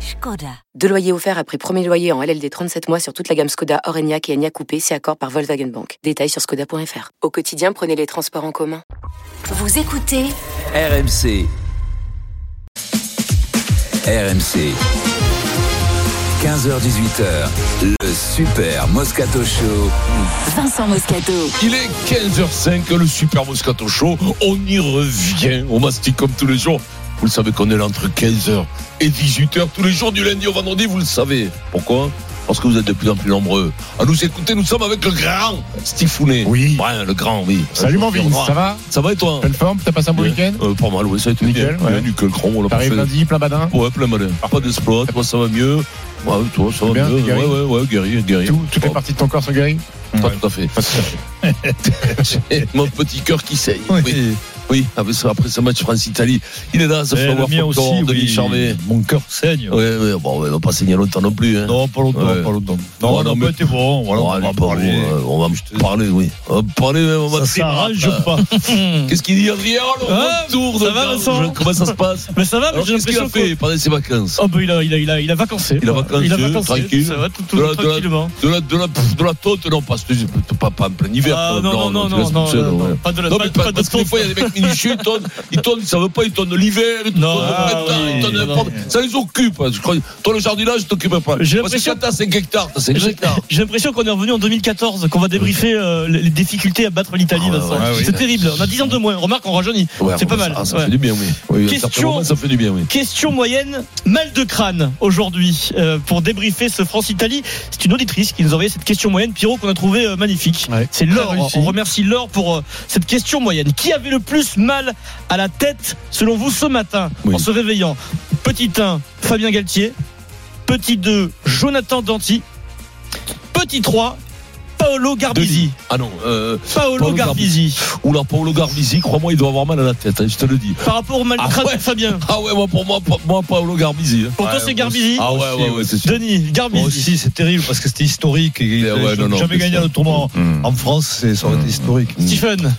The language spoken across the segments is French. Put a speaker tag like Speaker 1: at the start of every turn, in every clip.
Speaker 1: Skoda.
Speaker 2: Deux loyers offerts après premier loyer en LLD 37 mois sur toute la gamme Skoda, Orenia et Enya Coupé, c'est accord par Volkswagen Bank. Détails sur skoda.fr. Au quotidien, prenez les transports en commun.
Speaker 1: Vous écoutez
Speaker 3: RMC. RMC. 15h18h, le Super Moscato Show.
Speaker 1: Vincent Moscato.
Speaker 4: Il est 15h05, le Super Moscato Show. On y revient. On mastique comme tous les jours. Vous le savez qu'on est là entre 15h et 18h tous les jours du lundi au vendredi, vous le savez. Pourquoi parce que vous êtes de plus en plus nombreux à nous écouter. Nous sommes avec le grand Steve Founet.
Speaker 5: Oui.
Speaker 4: Ouais, le grand, oui.
Speaker 5: Salut mon Vince,
Speaker 4: Bonjour.
Speaker 5: ça va
Speaker 4: Ça va et toi
Speaker 5: Bonne forme T'as passé un bon week-end
Speaker 4: Euh, Pas mal, oui, ça a été
Speaker 5: Nickel,
Speaker 4: bien.
Speaker 5: ouais.
Speaker 4: Nickel, chrome, on l'a pas
Speaker 5: T'arrives
Speaker 4: fait.
Speaker 5: lundi, plein badin
Speaker 4: Ouais, plein malin. Pas d'exploit, toi ça va mieux. Ouais, toi ça va
Speaker 5: Bien,
Speaker 4: mieux.
Speaker 5: t'es guéri
Speaker 4: Ouais, ouais, ouais, guéri, guéri.
Speaker 5: Tout- Toutes les
Speaker 4: Oh,
Speaker 5: parties de ton corps sont guéries
Speaker 4: Pas tout à fait. Et Mon petit cœur qui saigne. Oui, oui. Après, ça- après ce match France-Italie, il est dans ce
Speaker 6: Eh,
Speaker 4: flower
Speaker 6: le mien
Speaker 4: folklore
Speaker 6: aussi,
Speaker 4: de
Speaker 6: oui.
Speaker 4: Charvet.
Speaker 6: Mon cœur saigne.
Speaker 4: Ouais, ouais, bon, ouais, on va pas saigner longtemps non plus. Hein.
Speaker 6: Non, pas longtemps,
Speaker 4: Ouais.
Speaker 6: pas longtemps.
Speaker 4: Ouais,
Speaker 6: Non, on
Speaker 4: non,
Speaker 6: n'a
Speaker 4: mais-
Speaker 6: pas été bon. Voilà,
Speaker 4: Ouais,
Speaker 6: on va
Speaker 4: bon,
Speaker 6: parler.
Speaker 4: euh, on va me parler, oui. On va parler, même, on va
Speaker 6: Ça
Speaker 4: te dire,
Speaker 6: s'arrange
Speaker 4: euh,
Speaker 6: pas.
Speaker 4: Qu'est-ce qu'il dit, Adrien Le
Speaker 6: Ah,
Speaker 4: retour de
Speaker 6: ça va,
Speaker 4: Vincent
Speaker 6: Vincent
Speaker 4: Comment ça se passe
Speaker 6: Mais ça va, mais
Speaker 4: Alors,
Speaker 6: j'ai
Speaker 4: qu'est-ce qu'il a
Speaker 6: l'impression
Speaker 4: fait
Speaker 6: que.
Speaker 4: pendant ses vacances
Speaker 6: Oh, bah, il a, il a, il a, il a vacancé.
Speaker 4: Il a
Speaker 6: quoi.
Speaker 4: vacancé,
Speaker 6: Il a vacancé.
Speaker 4: tranquille.
Speaker 6: Ça va, tout, tout
Speaker 4: De la- de la-
Speaker 6: tranquillement.
Speaker 4: De la, de la, de la tôte, non, parce que c'est pas, pas en plein hiver.
Speaker 6: Ah,
Speaker 4: quand même.
Speaker 6: non, non,
Speaker 4: tu
Speaker 6: non,
Speaker 4: laisses
Speaker 6: non,
Speaker 4: pousser,
Speaker 6: non,
Speaker 4: ouais.
Speaker 6: non. Pas de la
Speaker 4: Non,
Speaker 6: pas-
Speaker 4: mais
Speaker 6: pas
Speaker 4: pas,
Speaker 6: de
Speaker 4: parce que des
Speaker 6: taupe.
Speaker 4: fois, il y a des mecs minutieux, ils tonnent, ils tonnent, ils savent pas, ils tonnent l'hiver, ils tonnent
Speaker 6: Non,
Speaker 4: au
Speaker 6: ah,
Speaker 4: printemps,
Speaker 6: oui,
Speaker 4: ils tonnent
Speaker 6: non,
Speaker 4: n'importe.
Speaker 6: non.
Speaker 4: Ça les occupe. hein, Je crois. Toi, le jardinage, je t'occupe pas.
Speaker 6: J'ai
Speaker 4: Parce que
Speaker 6: l'impression-
Speaker 4: quand t'as 5 hectares, t'as 5
Speaker 6: J'ai
Speaker 4: hectares.
Speaker 6: j'ai l'impression qu'on est revenu en 2014, qu'on va débriefer euh, les les difficultés à battre l'Italie.
Speaker 4: Ah,
Speaker 6: Vincent.
Speaker 4: ouais, ouais,
Speaker 6: c'est
Speaker 4: ouais.
Speaker 6: terrible. On a 10 ans de moins. Remarque, on rajeunit.
Speaker 4: Ouais,
Speaker 6: c'est pas
Speaker 4: ça-
Speaker 6: mal.
Speaker 4: ah, Ça,
Speaker 6: Ouais.
Speaker 4: fait du bien, oui. oui à un
Speaker 6: Question-
Speaker 4: certain moment, ça fait du bien, oui.
Speaker 6: Question moyenne, mal de crâne aujourd'hui euh, pour débriefer ce France-Italie. C'est une auditrice qui nous a envoyé cette question moyenne, Pierrot, qu'on a trouvé euh, magnifique.
Speaker 5: Ouais.
Speaker 6: C'est
Speaker 5: Très
Speaker 6: Laure.
Speaker 5: réussi.
Speaker 6: On remercie Laure pour euh, cette question moyenne. Qui avait le plus mal à la tête, selon vous, ce matin,
Speaker 4: Oui.
Speaker 6: en se réveillant Petit 1, Fabien Galtier. Petit 2, Jonathan Danti. Petit 3, Paolo Garbisi.
Speaker 4: Ah non, euh,
Speaker 6: Paolo,
Speaker 4: Paolo
Speaker 6: Garbisi.
Speaker 4: oula, Paolo Garbisi, crois-moi, il doit avoir mal à la tête, hein, je te le dis.
Speaker 6: Par rapport au mal de
Speaker 4: Ah
Speaker 6: crâne
Speaker 4: ouais.
Speaker 6: de Fabien.
Speaker 4: Ah ouais, moi, pour moi, pa- moi Paolo Garbisi. hein.
Speaker 6: Pour toi, c'est Garbisi.
Speaker 4: Ah ouais, ouais, ouais, c'est sûr.
Speaker 6: Denis, Garbisi.
Speaker 7: Moi aussi, c'est terrible parce que c'était historique. et Ils
Speaker 4: Ah ouais,
Speaker 7: n'avaient
Speaker 4: non, non,
Speaker 7: jamais
Speaker 4: c'est Mm.
Speaker 7: gagné
Speaker 4: sûr.
Speaker 7: le tournoi en- en France, c'est- ça aurait été historique.
Speaker 4: Mm.
Speaker 6: Stephen.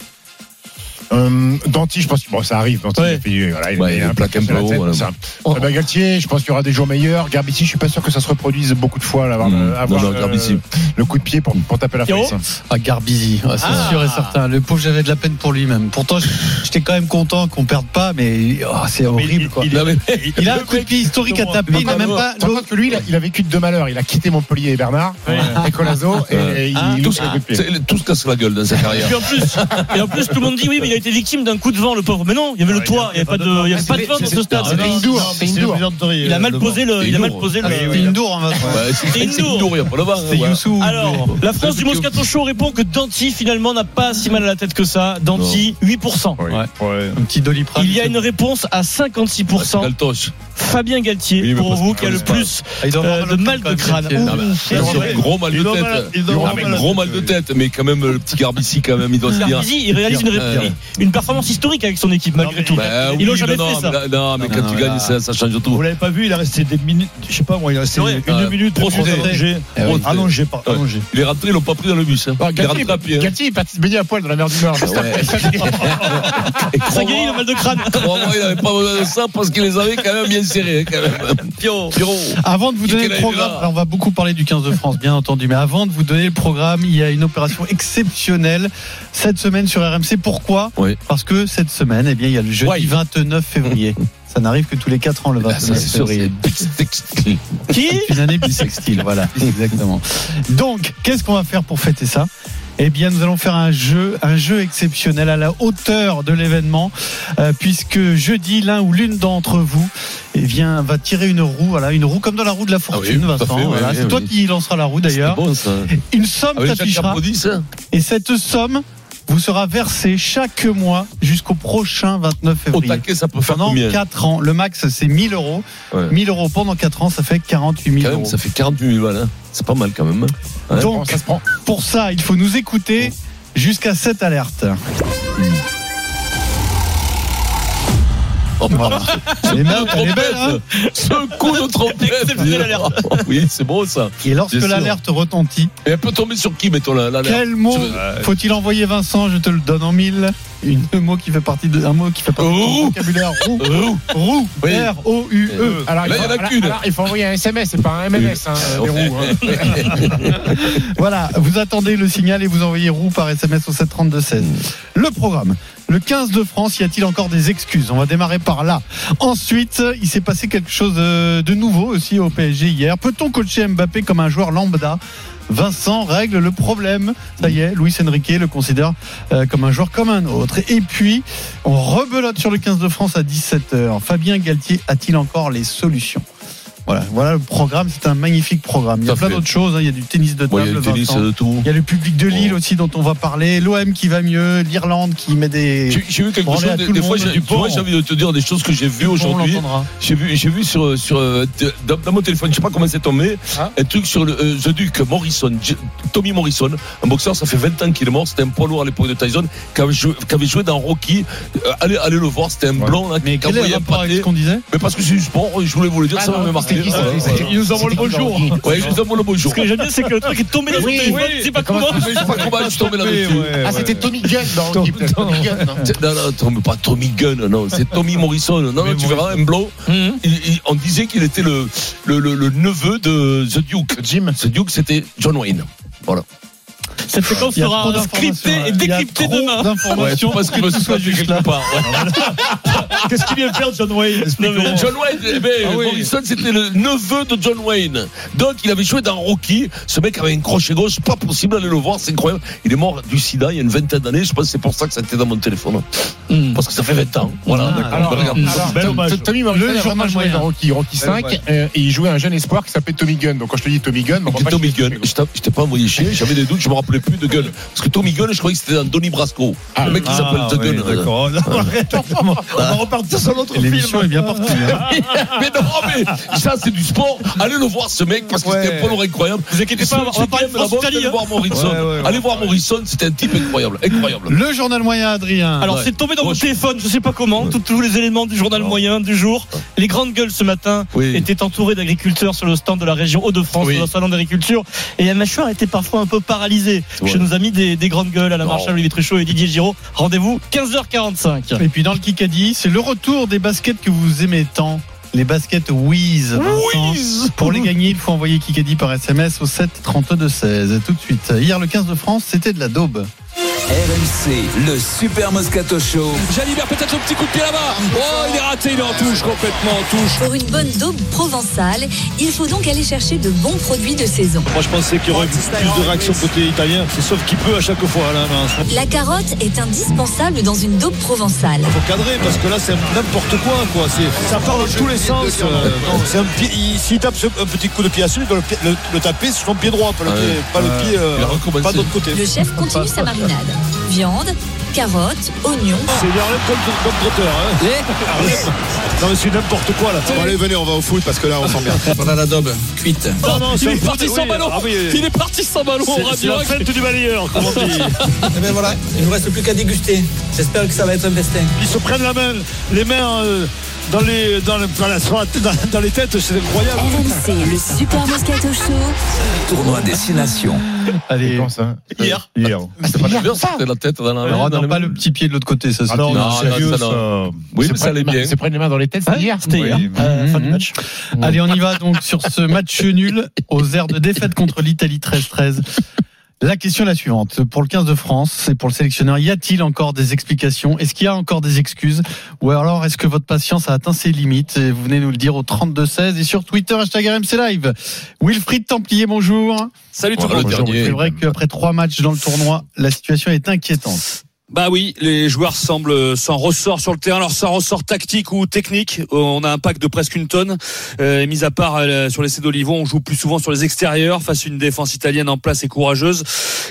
Speaker 5: Euh, Danti, je pense que bon, ça arrive. Danti,
Speaker 6: Ouais.
Speaker 5: il a fait- voilà, il a
Speaker 4: Ouais,
Speaker 5: mis
Speaker 4: il
Speaker 5: un
Speaker 4: plaque
Speaker 5: plaquage
Speaker 4: un
Speaker 5: sur la
Speaker 4: peu haut,
Speaker 5: tête,
Speaker 4: voilà.
Speaker 5: ça.
Speaker 6: Oh.
Speaker 5: Eh ben, Galtier, je pense qu'il y aura des jours meilleurs. Garbici, je suis pas sûr que ça se reproduise beaucoup de fois. Là, avoir,
Speaker 4: Mmh.
Speaker 5: euh, avoir,
Speaker 4: Non, non,
Speaker 5: euh,
Speaker 4: Garbici. Ah,
Speaker 5: le coup de pied pour, pour taper la
Speaker 6: Pierrot
Speaker 5: face.
Speaker 7: À Garbizi, ouais, c'est
Speaker 6: Ah.
Speaker 7: sûr et certain. Le pauvre, j'avais de la peine pour lui-même. Pourtant, je- j'étais quand même content qu'on perde pas, mais oh, c'est horrible. quoi.
Speaker 4: Il avait-
Speaker 7: Il, a un coup de pied historique à taper, il n'a même pas.
Speaker 5: Par contre, que lui, il a, il a vécu de deux malheurs. Il a quitté Montpellier et Bernard, et Colazo, et, et il-
Speaker 6: Ah.
Speaker 5: il loupe le coup de pied.
Speaker 4: c'est- Tout se casse la gueule dans sa
Speaker 6: Et
Speaker 4: carrière.
Speaker 6: puis en plus, et en plus, tout le monde dit oui, mais il a été victime d'un coup de vent, le pauvre. Mais non, il y
Speaker 4: Ah,
Speaker 6: avait le toit, il n'y avait pas de, il y avait pas de vent dans ce stade.
Speaker 5: C'était Indoor, c'était Indoor.
Speaker 6: Il a
Speaker 4: euh,
Speaker 6: mal posé le, il a mal posé le.
Speaker 4: Ah,
Speaker 7: C'était une dour, hein, Vincent.
Speaker 4: Ouais, c'est
Speaker 6: C'est
Speaker 4: c'est
Speaker 6: Indour.
Speaker 4: Indour, il n'y a pas de vent.
Speaker 7: C'était
Speaker 4: ouais.
Speaker 7: Youssou.
Speaker 6: Alors, la France du Moscato Show répond que Danti finalement n'a pas si mal à la tête que ça. Danti, 8%.
Speaker 5: Oui.
Speaker 7: Ouais.
Speaker 5: Ouais.
Speaker 7: un petit doliprane.
Speaker 6: Il y a une réponse à
Speaker 4: Ah, c'est
Speaker 6: 56%.
Speaker 4: Galtoche.
Speaker 6: Fabien Galtier, pour vous, qui a le plus
Speaker 7: Ah, il doit avoir
Speaker 6: euh, de mal de crâne.
Speaker 7: Galtier.
Speaker 4: Ah, bah,
Speaker 6: Ouh,
Speaker 4: bien sûr,
Speaker 6: ouais.
Speaker 4: Gros mal de
Speaker 6: Ils ont mal-
Speaker 4: tête.
Speaker 6: ils ont
Speaker 4: Gros
Speaker 6: mal à la
Speaker 4: gros mal de tête, mais quand même, le petit Garbici, quand même, il doit se dire.
Speaker 6: Garbizi, il réalise une,
Speaker 4: Euh.
Speaker 6: une performance historique avec son équipe malgré tout.
Speaker 4: Bah
Speaker 6: Ils l'ont
Speaker 4: oui,
Speaker 6: jamais
Speaker 4: non,
Speaker 6: fait
Speaker 4: non,
Speaker 6: ça.
Speaker 4: mais là- Non, mais
Speaker 7: Non,
Speaker 4: quand
Speaker 7: non,
Speaker 4: tu
Speaker 7: là-
Speaker 4: gagnes, ça ça change
Speaker 6: Vous
Speaker 4: tout.
Speaker 6: l'avez pas vu, il a resté des minutes, je sais pas moi, il a resté
Speaker 4: une minute, deux minutes
Speaker 7: Eh oui.
Speaker 6: allongé par allongé.
Speaker 4: Il est rentré, ils l'ont pas pris dans le bus. hein.
Speaker 5: Ah,
Speaker 4: Il est
Speaker 5: Galtier,
Speaker 4: rentré à pied. hein. Ah
Speaker 5: Galtier, il est parti se baigner à poil dans la mer du Nord.
Speaker 4: Ouais. Et
Speaker 6: Ça guérit le
Speaker 4: crois-moi,
Speaker 6: mal de crâne.
Speaker 4: crois-moi, il n'avait pas besoin de ça parce qu'il les avait quand même bien serrés. hein, Quand même.
Speaker 6: Pierrot.
Speaker 4: Pierrot.
Speaker 7: Avant de vous donner
Speaker 4: Quel
Speaker 7: le
Speaker 4: âge
Speaker 7: programme,
Speaker 4: là
Speaker 7: alors on va beaucoup parler du 15 de France, bien entendu, mais avant de vous donner le programme, il y a une opération exceptionnelle cette semaine sur RMC. Pourquoi
Speaker 4: Oui.
Speaker 7: Parce que cette semaine, eh bien, il y a le jeudi
Speaker 4: Ouais.
Speaker 7: 29 février. Ça n'arrive que tous les 4 ans
Speaker 6: Bah,
Speaker 7: le
Speaker 4: Ah, ça,
Speaker 7: 29
Speaker 4: c'est sûr,
Speaker 7: février.
Speaker 4: c'est-
Speaker 6: Qui
Speaker 7: C'est une année bissextile, voilà, exactement. Donc, qu'est-ce qu'on va faire pour fêter ça eh bien, nous allons faire un jeu, un jeu exceptionnel à la hauteur de l'événement, euh, puisque jeudi, l'un ou l'une d'entre vous, eh bien, va tirer une roue, voilà, une roue comme dans la roue de la fortune,
Speaker 4: Ah oui, tout à
Speaker 7: Vincent.
Speaker 4: fait, oui,
Speaker 7: voilà.
Speaker 4: oui,
Speaker 7: c'est
Speaker 4: oui.
Speaker 7: toi qui lancera la roue d'ailleurs.
Speaker 4: C'est bon, ça.
Speaker 7: Une somme
Speaker 4: Ah oui, Jacques
Speaker 7: s'affichera
Speaker 4: applaudit, ça.
Speaker 7: et cette somme vous sera versée chaque mois jusqu'au prochain 29
Speaker 4: Au
Speaker 7: février.
Speaker 4: taquet, ça peut faire
Speaker 7: Pendant
Speaker 4: combien
Speaker 7: 4 ans, le max c'est 1000 euros.
Speaker 4: Ouais.
Speaker 7: 1000 euros pendant 4 ans, ça fait 48
Speaker 4: Quand
Speaker 7: 000
Speaker 4: même,
Speaker 7: euros.
Speaker 4: ça fait 48 000 balles. hein. C'est pas mal quand même. hein. Ouais.
Speaker 7: Donc,
Speaker 5: Ça se prend.
Speaker 7: pour ça, il faut nous écouter jusqu'à cette alerte.
Speaker 4: Oh,
Speaker 7: Voilà. Elle est belle, elle est belle, hein
Speaker 4: Ce coup de trompette
Speaker 6: Exceptionnelle alerte.
Speaker 4: Oui, c'est beau ça.
Speaker 7: Et lorsque
Speaker 4: Bien sûr.
Speaker 7: l'alerte retentit,
Speaker 4: Et elle peut tomber sur qui, mettons Oh, la- l'alerte
Speaker 7: quel mot
Speaker 4: Euh,
Speaker 7: faut-il envoyer Vincent Je te le donne en mille. Une, un mot qui fait partie de, un mot qui fait partie de ton
Speaker 4: Roux.
Speaker 7: vocabulaire. Roux.
Speaker 4: Roux.
Speaker 7: Roux.
Speaker 4: Oui. Euh,
Speaker 7: R O U E.
Speaker 5: Alors,
Speaker 4: Là,
Speaker 5: il
Speaker 4: il y
Speaker 5: faut,
Speaker 4: en a
Speaker 5: alors-
Speaker 4: qu'une. Ah,
Speaker 5: alors, il faut envoyer un SMS, c'est pas un MMS, hein, les roues. hein.
Speaker 7: Voilà, vous attendez le signal et vous envoyez roux par SMS au 732 16. Le programme. Le 15 de France, y a-t-il encore des excuses On va démarrer par là. Ensuite, il s'est passé quelque chose euh, de nouveau aussi au PSG hier. Peut-on coacher Mbappé comme un joueur lambda Vincent règle le problème. Ça y est, Luis Enrique le considère euh, comme un joueur comme un autre. Et puis, on rebelote sur le 15 de France à 17h. Fabien Galtier a-t-il encore les solutions voilà, voilà le programme, c'est un magnifique programme. Il y a
Speaker 4: Tout à
Speaker 7: plein
Speaker 4: fait.
Speaker 7: d'autres choses, hein. il y a du tennis de
Speaker 4: Bon,
Speaker 7: table,
Speaker 4: il y a le tennis,
Speaker 7: Vincent.
Speaker 4: euh, tout. Oh.
Speaker 7: Il y a le public de Lille
Speaker 4: Bon.
Speaker 7: aussi dont on va parler, l'OM qui va mieux, l'Irlande qui met des.
Speaker 4: J'ai j'ai vu quelque
Speaker 7: Branler à
Speaker 4: chose. Des,
Speaker 7: tout le
Speaker 4: des fois,
Speaker 7: monde
Speaker 4: j'ai
Speaker 7: du
Speaker 4: tu vois,
Speaker 7: pont.
Speaker 4: j'ai envie de te dire des choses que j'ai vues
Speaker 7: On
Speaker 4: aujourd'hui.
Speaker 7: l'entendra.
Speaker 4: J'ai vu, j'ai vu sur, sur euh, dans, dans mon téléphone, je sais pas comment c'est tombé,
Speaker 5: Hein
Speaker 6: Ah.
Speaker 4: un truc sur le euh, The Duke Morrison, J- Tommy Morrison, un boxeur, ça fait 20 ans qu'il est mort, c'était un poids lourd à l'époque de Tyson, qui avait joué, qui avait joué dans Rocky. Euh, allez, allez le voir, c'était un blanc là,
Speaker 7: Mais
Speaker 4: qui
Speaker 7: quel est le
Speaker 4: envoyait un
Speaker 7: rapport avec
Speaker 4: pâté.
Speaker 7: ce qu'on disait
Speaker 4: Mais parce que c'est du sport, je voulais vous le dire,
Speaker 5: Ah
Speaker 4: ça
Speaker 5: non,
Speaker 4: m'avait marqué.
Speaker 5: c'était qui, c'était-
Speaker 4: Ouais,
Speaker 5: c'était-
Speaker 4: ouais.
Speaker 6: Il nous envoie le bonjour.
Speaker 4: Ouais, je vous envoie le bonjour.
Speaker 6: Ce que j'aime bien, c'est que le truc est tombé dans son
Speaker 5: Oui,
Speaker 6: téléphone.
Speaker 5: oui.
Speaker 6: C'est pas
Speaker 5: Mais comment
Speaker 6: comment.
Speaker 4: Mais je sais pas comment je suis tombé là-dessus.
Speaker 5: Ah, c'était Tommy Gunn dans Rocky, peut-être. Tommy Gunn. hein.
Speaker 4: C'est- Non, non, Tom- pas Tommy Gunn, non, c'est Tommy Morrison. Non, non, tu verras, un blanc.
Speaker 7: Hmm.
Speaker 6: Mhm.
Speaker 4: Il- il- on disait qu'il était le, le, le, le neveu de The Duke.
Speaker 5: Jim.
Speaker 4: The Duke, c'était John Wayne. Voilà.
Speaker 6: Cette séquence
Speaker 7: Il y a trop
Speaker 6: sera
Speaker 7: d'informations,
Speaker 6: scriptée et
Speaker 7: ouais. Il y a
Speaker 6: décryptée
Speaker 7: trop
Speaker 6: demain.
Speaker 7: d'informations.
Speaker 4: parce qu'il
Speaker 7: Tout
Speaker 4: me
Speaker 7: soit
Speaker 4: soit
Speaker 7: juste
Speaker 4: quelque
Speaker 7: là.
Speaker 4: part. ouais.
Speaker 6: Qu'est-ce qu'il vient faire, John Wayne Non,
Speaker 4: John Wayne, eh ben,
Speaker 6: Ah oui.
Speaker 4: Morrison, c'était le neveu de John Wayne. Donc, il avait joué dans Rocky. Ce mec avait un crochet gauche, pas possible d'aller le voir, c'est incroyable. Il est mort du sida il y a une vingtaine d'années. Je pense que c'est pour ça que ça était dans mon téléphone. Parce que ça fait 20 ans. Voilà,
Speaker 7: Ah,
Speaker 4: d'accord.
Speaker 5: Alors,
Speaker 4: Ben, regarde.
Speaker 5: alors,
Speaker 7: Bel
Speaker 5: Tom-
Speaker 7: hommage.
Speaker 5: Tom- Tommy Morrison
Speaker 7: Le
Speaker 5: a
Speaker 7: journal
Speaker 5: vraiment joué
Speaker 7: moyen.
Speaker 5: dans Rocky, Rocky 5, et il jouait un jeune espoir qui s'appelait Tommy Gunn. Donc quand je te dis Tommy Gunn, on va
Speaker 4: C'était
Speaker 5: pas
Speaker 4: Tommy
Speaker 5: chier.
Speaker 4: Gunn, je t'a- je t'ai pas envoyé chier, j'avais des doutes, je me rappelais plus de Gunn. Parce que Tommy Gunn, je croyais que c'était un Donny Brasco.
Speaker 5: Ah.
Speaker 4: le mec qui s'appelle The
Speaker 7: oui,
Speaker 4: Gun.
Speaker 7: d'accord. Non, arrête, on va- on va repartir sur l'autre
Speaker 6: Et
Speaker 7: film.
Speaker 6: l'émission
Speaker 7: est bien partie.
Speaker 4: hein. mais non, mais ça c'est du sport. Allez le voir ce mec parce que c'était un poids lourd incroyable.
Speaker 6: Vous inquiétez pas, on va- on va parler de France
Speaker 4: Allez
Speaker 6: Italie.
Speaker 4: voir Morrison.
Speaker 7: Ouais, ouais, ouais.
Speaker 4: Allez voir Morrison, c'était un type incroyable, incroyable.
Speaker 7: Le journal moyen, Adrien.
Speaker 6: Alors
Speaker 4: Ouais.
Speaker 6: c'est tombé dans mon
Speaker 4: Moi, je-
Speaker 6: téléphone, je sais pas comment, tous- tous les éléments du journal moyen du jour. Les grandes gueules ce matin
Speaker 4: Oui.
Speaker 6: étaient entourées d'agriculteurs sur le stand de la région Hauts-de-France,
Speaker 4: Oui.
Speaker 6: dans le salon d'agriculture, et la mâchoire était parfois un peu paralysée.
Speaker 4: Ouais.
Speaker 6: Chez nos amis des, des grandes gueules, à la
Speaker 4: Non.
Speaker 6: marche Olivier Truchot et Didier Giraud, rendez-vous 15h45.
Speaker 7: Et puis dans le Kikadi, c'est le retour des baskets que vous aimez tant. Les baskets Wiz. Vincent. Pour les gagner, il faut envoyer Kikadi par SMS au 7 32 16. Tout de suite. Hier, le 15 de France, c'était de la daube.
Speaker 3: RMC, le Super Moscato Show.
Speaker 8: Jalibert peut-être le petit coup de pied là-bas. Oh, il est raté, il est en touche complètement en touche.
Speaker 1: Pour une bonne daube provençale, il faut donc aller chercher de bons produits de saison.
Speaker 8: Moi je pensais qu'il y aurait plus de réaction côté italien, sauf qu'il peut à chaque fois là. Il
Speaker 1: La carotte est indispensable dans une daube provençale.
Speaker 8: faut cadrer parce que là c'est n'importe quoi quoi. C'est- Ça part dans tous les sens. euh, non, c'est un pied- il- S'il tape ce- un petit coup de pied à celui, il doit le, pied- le- le taper sur son pied droit, pas le
Speaker 4: Ah
Speaker 8: pied,
Speaker 4: ouais.
Speaker 8: pas le pied, euh,
Speaker 4: Il a recommencé.
Speaker 8: pas de l'autre côté.
Speaker 1: Le chef continue sa marinade. Viande, carotte, oignon.
Speaker 8: C'est Yarlem comme, comme trotteur. Hein. Yarlem. Non mais c'est n'importe quoi là. allez, venez, on va au foot parce que là on s'emmerde.
Speaker 3: Voilà la daube, cuite.
Speaker 8: Ah, Non, non, c'est
Speaker 6: est
Speaker 8: un foot,
Speaker 6: parti
Speaker 8: oui.
Speaker 6: sans ballon.
Speaker 8: Ah oui.
Speaker 6: est parti sans ballon
Speaker 8: C'est- C'est la fête du balayeur, comme on dit.
Speaker 9: Et bien Eh ben voilà, il nous reste plus qu'à déguster. J'espère que ça va être un festin.
Speaker 8: Ils se prennent la main, les mains euh, dans, les, dans, le- dans la- sur la- dans- dans les têtes, c'est incroyable.
Speaker 1: RMC, le Super Moscato Show.
Speaker 3: Tournoi Destination.
Speaker 7: Allez.
Speaker 5: Comment ça
Speaker 6: Hier.
Speaker 5: Hier.
Speaker 4: Ah, C'est pas bien, c'était la tête dans la
Speaker 7: Alors,
Speaker 4: dans
Speaker 7: non,
Speaker 4: les
Speaker 7: pas
Speaker 4: mains.
Speaker 7: le petit pied de l'autre côté,
Speaker 5: Ah
Speaker 7: ça. c'était-
Speaker 5: non,
Speaker 4: Non,
Speaker 5: non,
Speaker 4: non,
Speaker 5: sérieux,
Speaker 4: ça,
Speaker 5: ça.
Speaker 4: non. Oui,
Speaker 5: C'est
Speaker 4: mais ça
Speaker 5: prendre
Speaker 4: allait
Speaker 5: les mains-
Speaker 4: bien.
Speaker 5: C'est prendre les mains dans les têtes, c'est hier.
Speaker 6: C'était hier,
Speaker 5: Oui.
Speaker 6: euh, fin du
Speaker 5: Mhm.
Speaker 6: match.
Speaker 7: Allez, on y va donc sur ce match nul aux airs de défaite contre l'Italie 13-13. La question est la suivante. Pour le 15 de France et pour le sélectionneur, y a-t-il encore des explications Est-ce qu'il y a encore des excuses Ou alors est-ce que votre patience a atteint ses limites Et Vous venez nous le dire au 32-16 et sur Twitter, hashtag RMC Live. Wilfried Templier, bonjour.
Speaker 8: Salut
Speaker 4: Voilà, le
Speaker 5: Bonjour,
Speaker 4: dernier.
Speaker 7: C'est vrai qu'après trois matchs dans le tournoi, la situation est inquiétante.
Speaker 8: Bah oui, les joueurs semblent sans ressort sur le terrain. Alors sans ressort tactique ou technique, Euh, on a un pack de presque une tonne. Euh, mis à part euh, sur l'essai d'Olivon, on joue plus souvent sur les extérieurs face à une défense italienne en place et courageuse.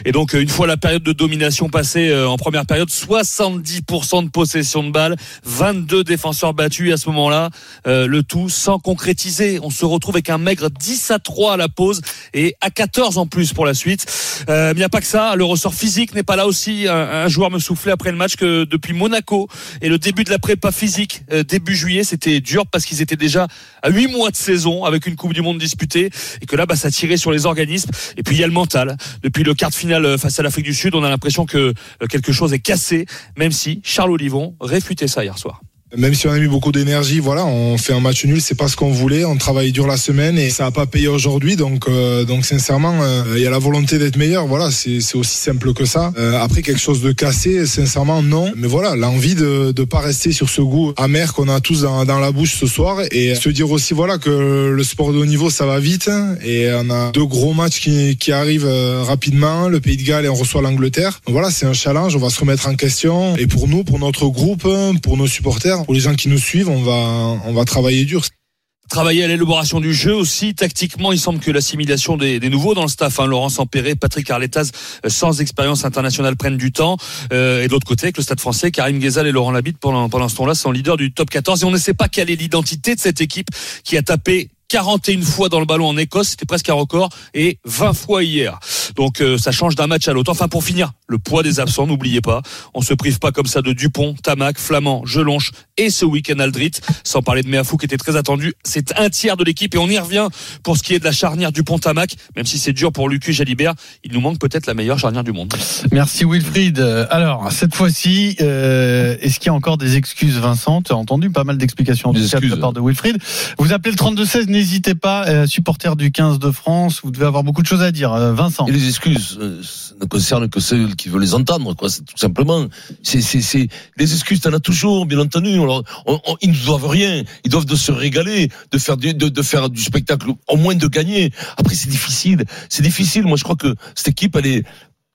Speaker 8: Et donc euh, une fois la période de domination passée euh, en première période, 70% de possession de balles, 22 défenseurs battus à ce moment-là, euh, le tout sans concrétiser. On se retrouve avec un maigre 10 à 3 à la pause et hein, à 14 en plus pour la suite. Euh, mais il n'y a pas que ça, le ressort physique n'est pas là aussi. Un, un joueur me souffle soufflé après le match que depuis Monaco et le début de la prépa physique euh, début juillet, c'était dur parce qu'ils étaient déjà à 8 mois de saison avec une Coupe du Monde disputée et que là, bah, ça tirait sur les organismes. Et puis il y a le mental. Depuis le quart de finale euh, face à l'Afrique du Sud, on a l'impression que euh, quelque chose est cassé, même si Charles Olivon réfutait ça hier soir.
Speaker 10: Même si on a mis beaucoup d'énergie, voilà, on fait un match nul, c'est pas ce qu'on voulait. On travaille dur la semaine et ça a pas payé aujourd'hui. Donc, euh, donc sincèrement, il euh, y a la volonté d'être meilleur. Voilà, c'est c'est aussi simple que ça. Euh, après quelque chose de cassé, sincèrement non. Mais voilà, l'envie de de pas rester sur ce goût amer qu'on a tous dans, dans la bouche ce soir et se dire aussi voilà que le sport de haut niveau ça va vite hein, et on a deux gros matchs qui qui arrivent euh, rapidement. Le Pays de Galles et on reçoit l'Angleterre. Donc Voilà, c'est un challenge. On va se remettre en question et pour nous, pour notre groupe, hein, pour nos supporters pour les gens qui nous suivent, on va, on va travailler dur.
Speaker 8: Travailler à l'élaboration du jeu aussi. Tactiquement, il semble que l'assimilation des, des nouveaux dans le staff, hein, Laurent Sampéré, Patrick Arletaz, euh, sans expérience internationale, prennent du temps. Euh, et de l'autre côté, avec le stade français, Karim Ghezal et Laurent Labitte, pendant, pendant ce temps-là, sont leaders du top 14. Et on ne sait pas quelle est l'identité de cette équipe qui a tapé 41 fois dans le ballon en Écosse, c'était presque un record, et 20 fois hier. Donc euh, ça change d'un match à l'autre. Enfin pour finir, le poids des absents, n'oubliez pas, on se prive pas comme ça de Dupont, Tamac, Flamand, Gelonche et ce week-end Aldrit, sans parler de Meafou qui était très attendu. C'est un tiers de l'équipe et on y revient pour ce qui est de la charnière Dupont-Tamac, même si c'est dur pour Lucu Jalibert, il nous manque peut-être la meilleure charnière du monde.
Speaker 7: Merci Wilfried. Euh, Alors, cette fois-ci, euh, est-ce qu'il y a encore des excuses, Vincent Tu as entendu pas mal d'explications en
Speaker 4: Des
Speaker 7: tout cas, de la
Speaker 4: excuses.
Speaker 7: part de Wilfried. Vous appelez le 32-16, n'hésitez pas, euh, supporter du 15 de France, vous devez avoir beaucoup de choses à dire. Euh, Vincent,
Speaker 4: Et les excuses euh, ça ne concernent que ceux qui veulent les entendre, quoi. C'est tout simplement. C'est, c'est, c'est les excuses, t'en as toujours, bien entendu. On leur- on- on- ils ne doivent rien. Ils doivent de se régaler, de faire du, de, de faire du spectacle, au moins de gagner. Après, c'est difficile. C'est difficile. Moi, je crois que cette équipe, elle est.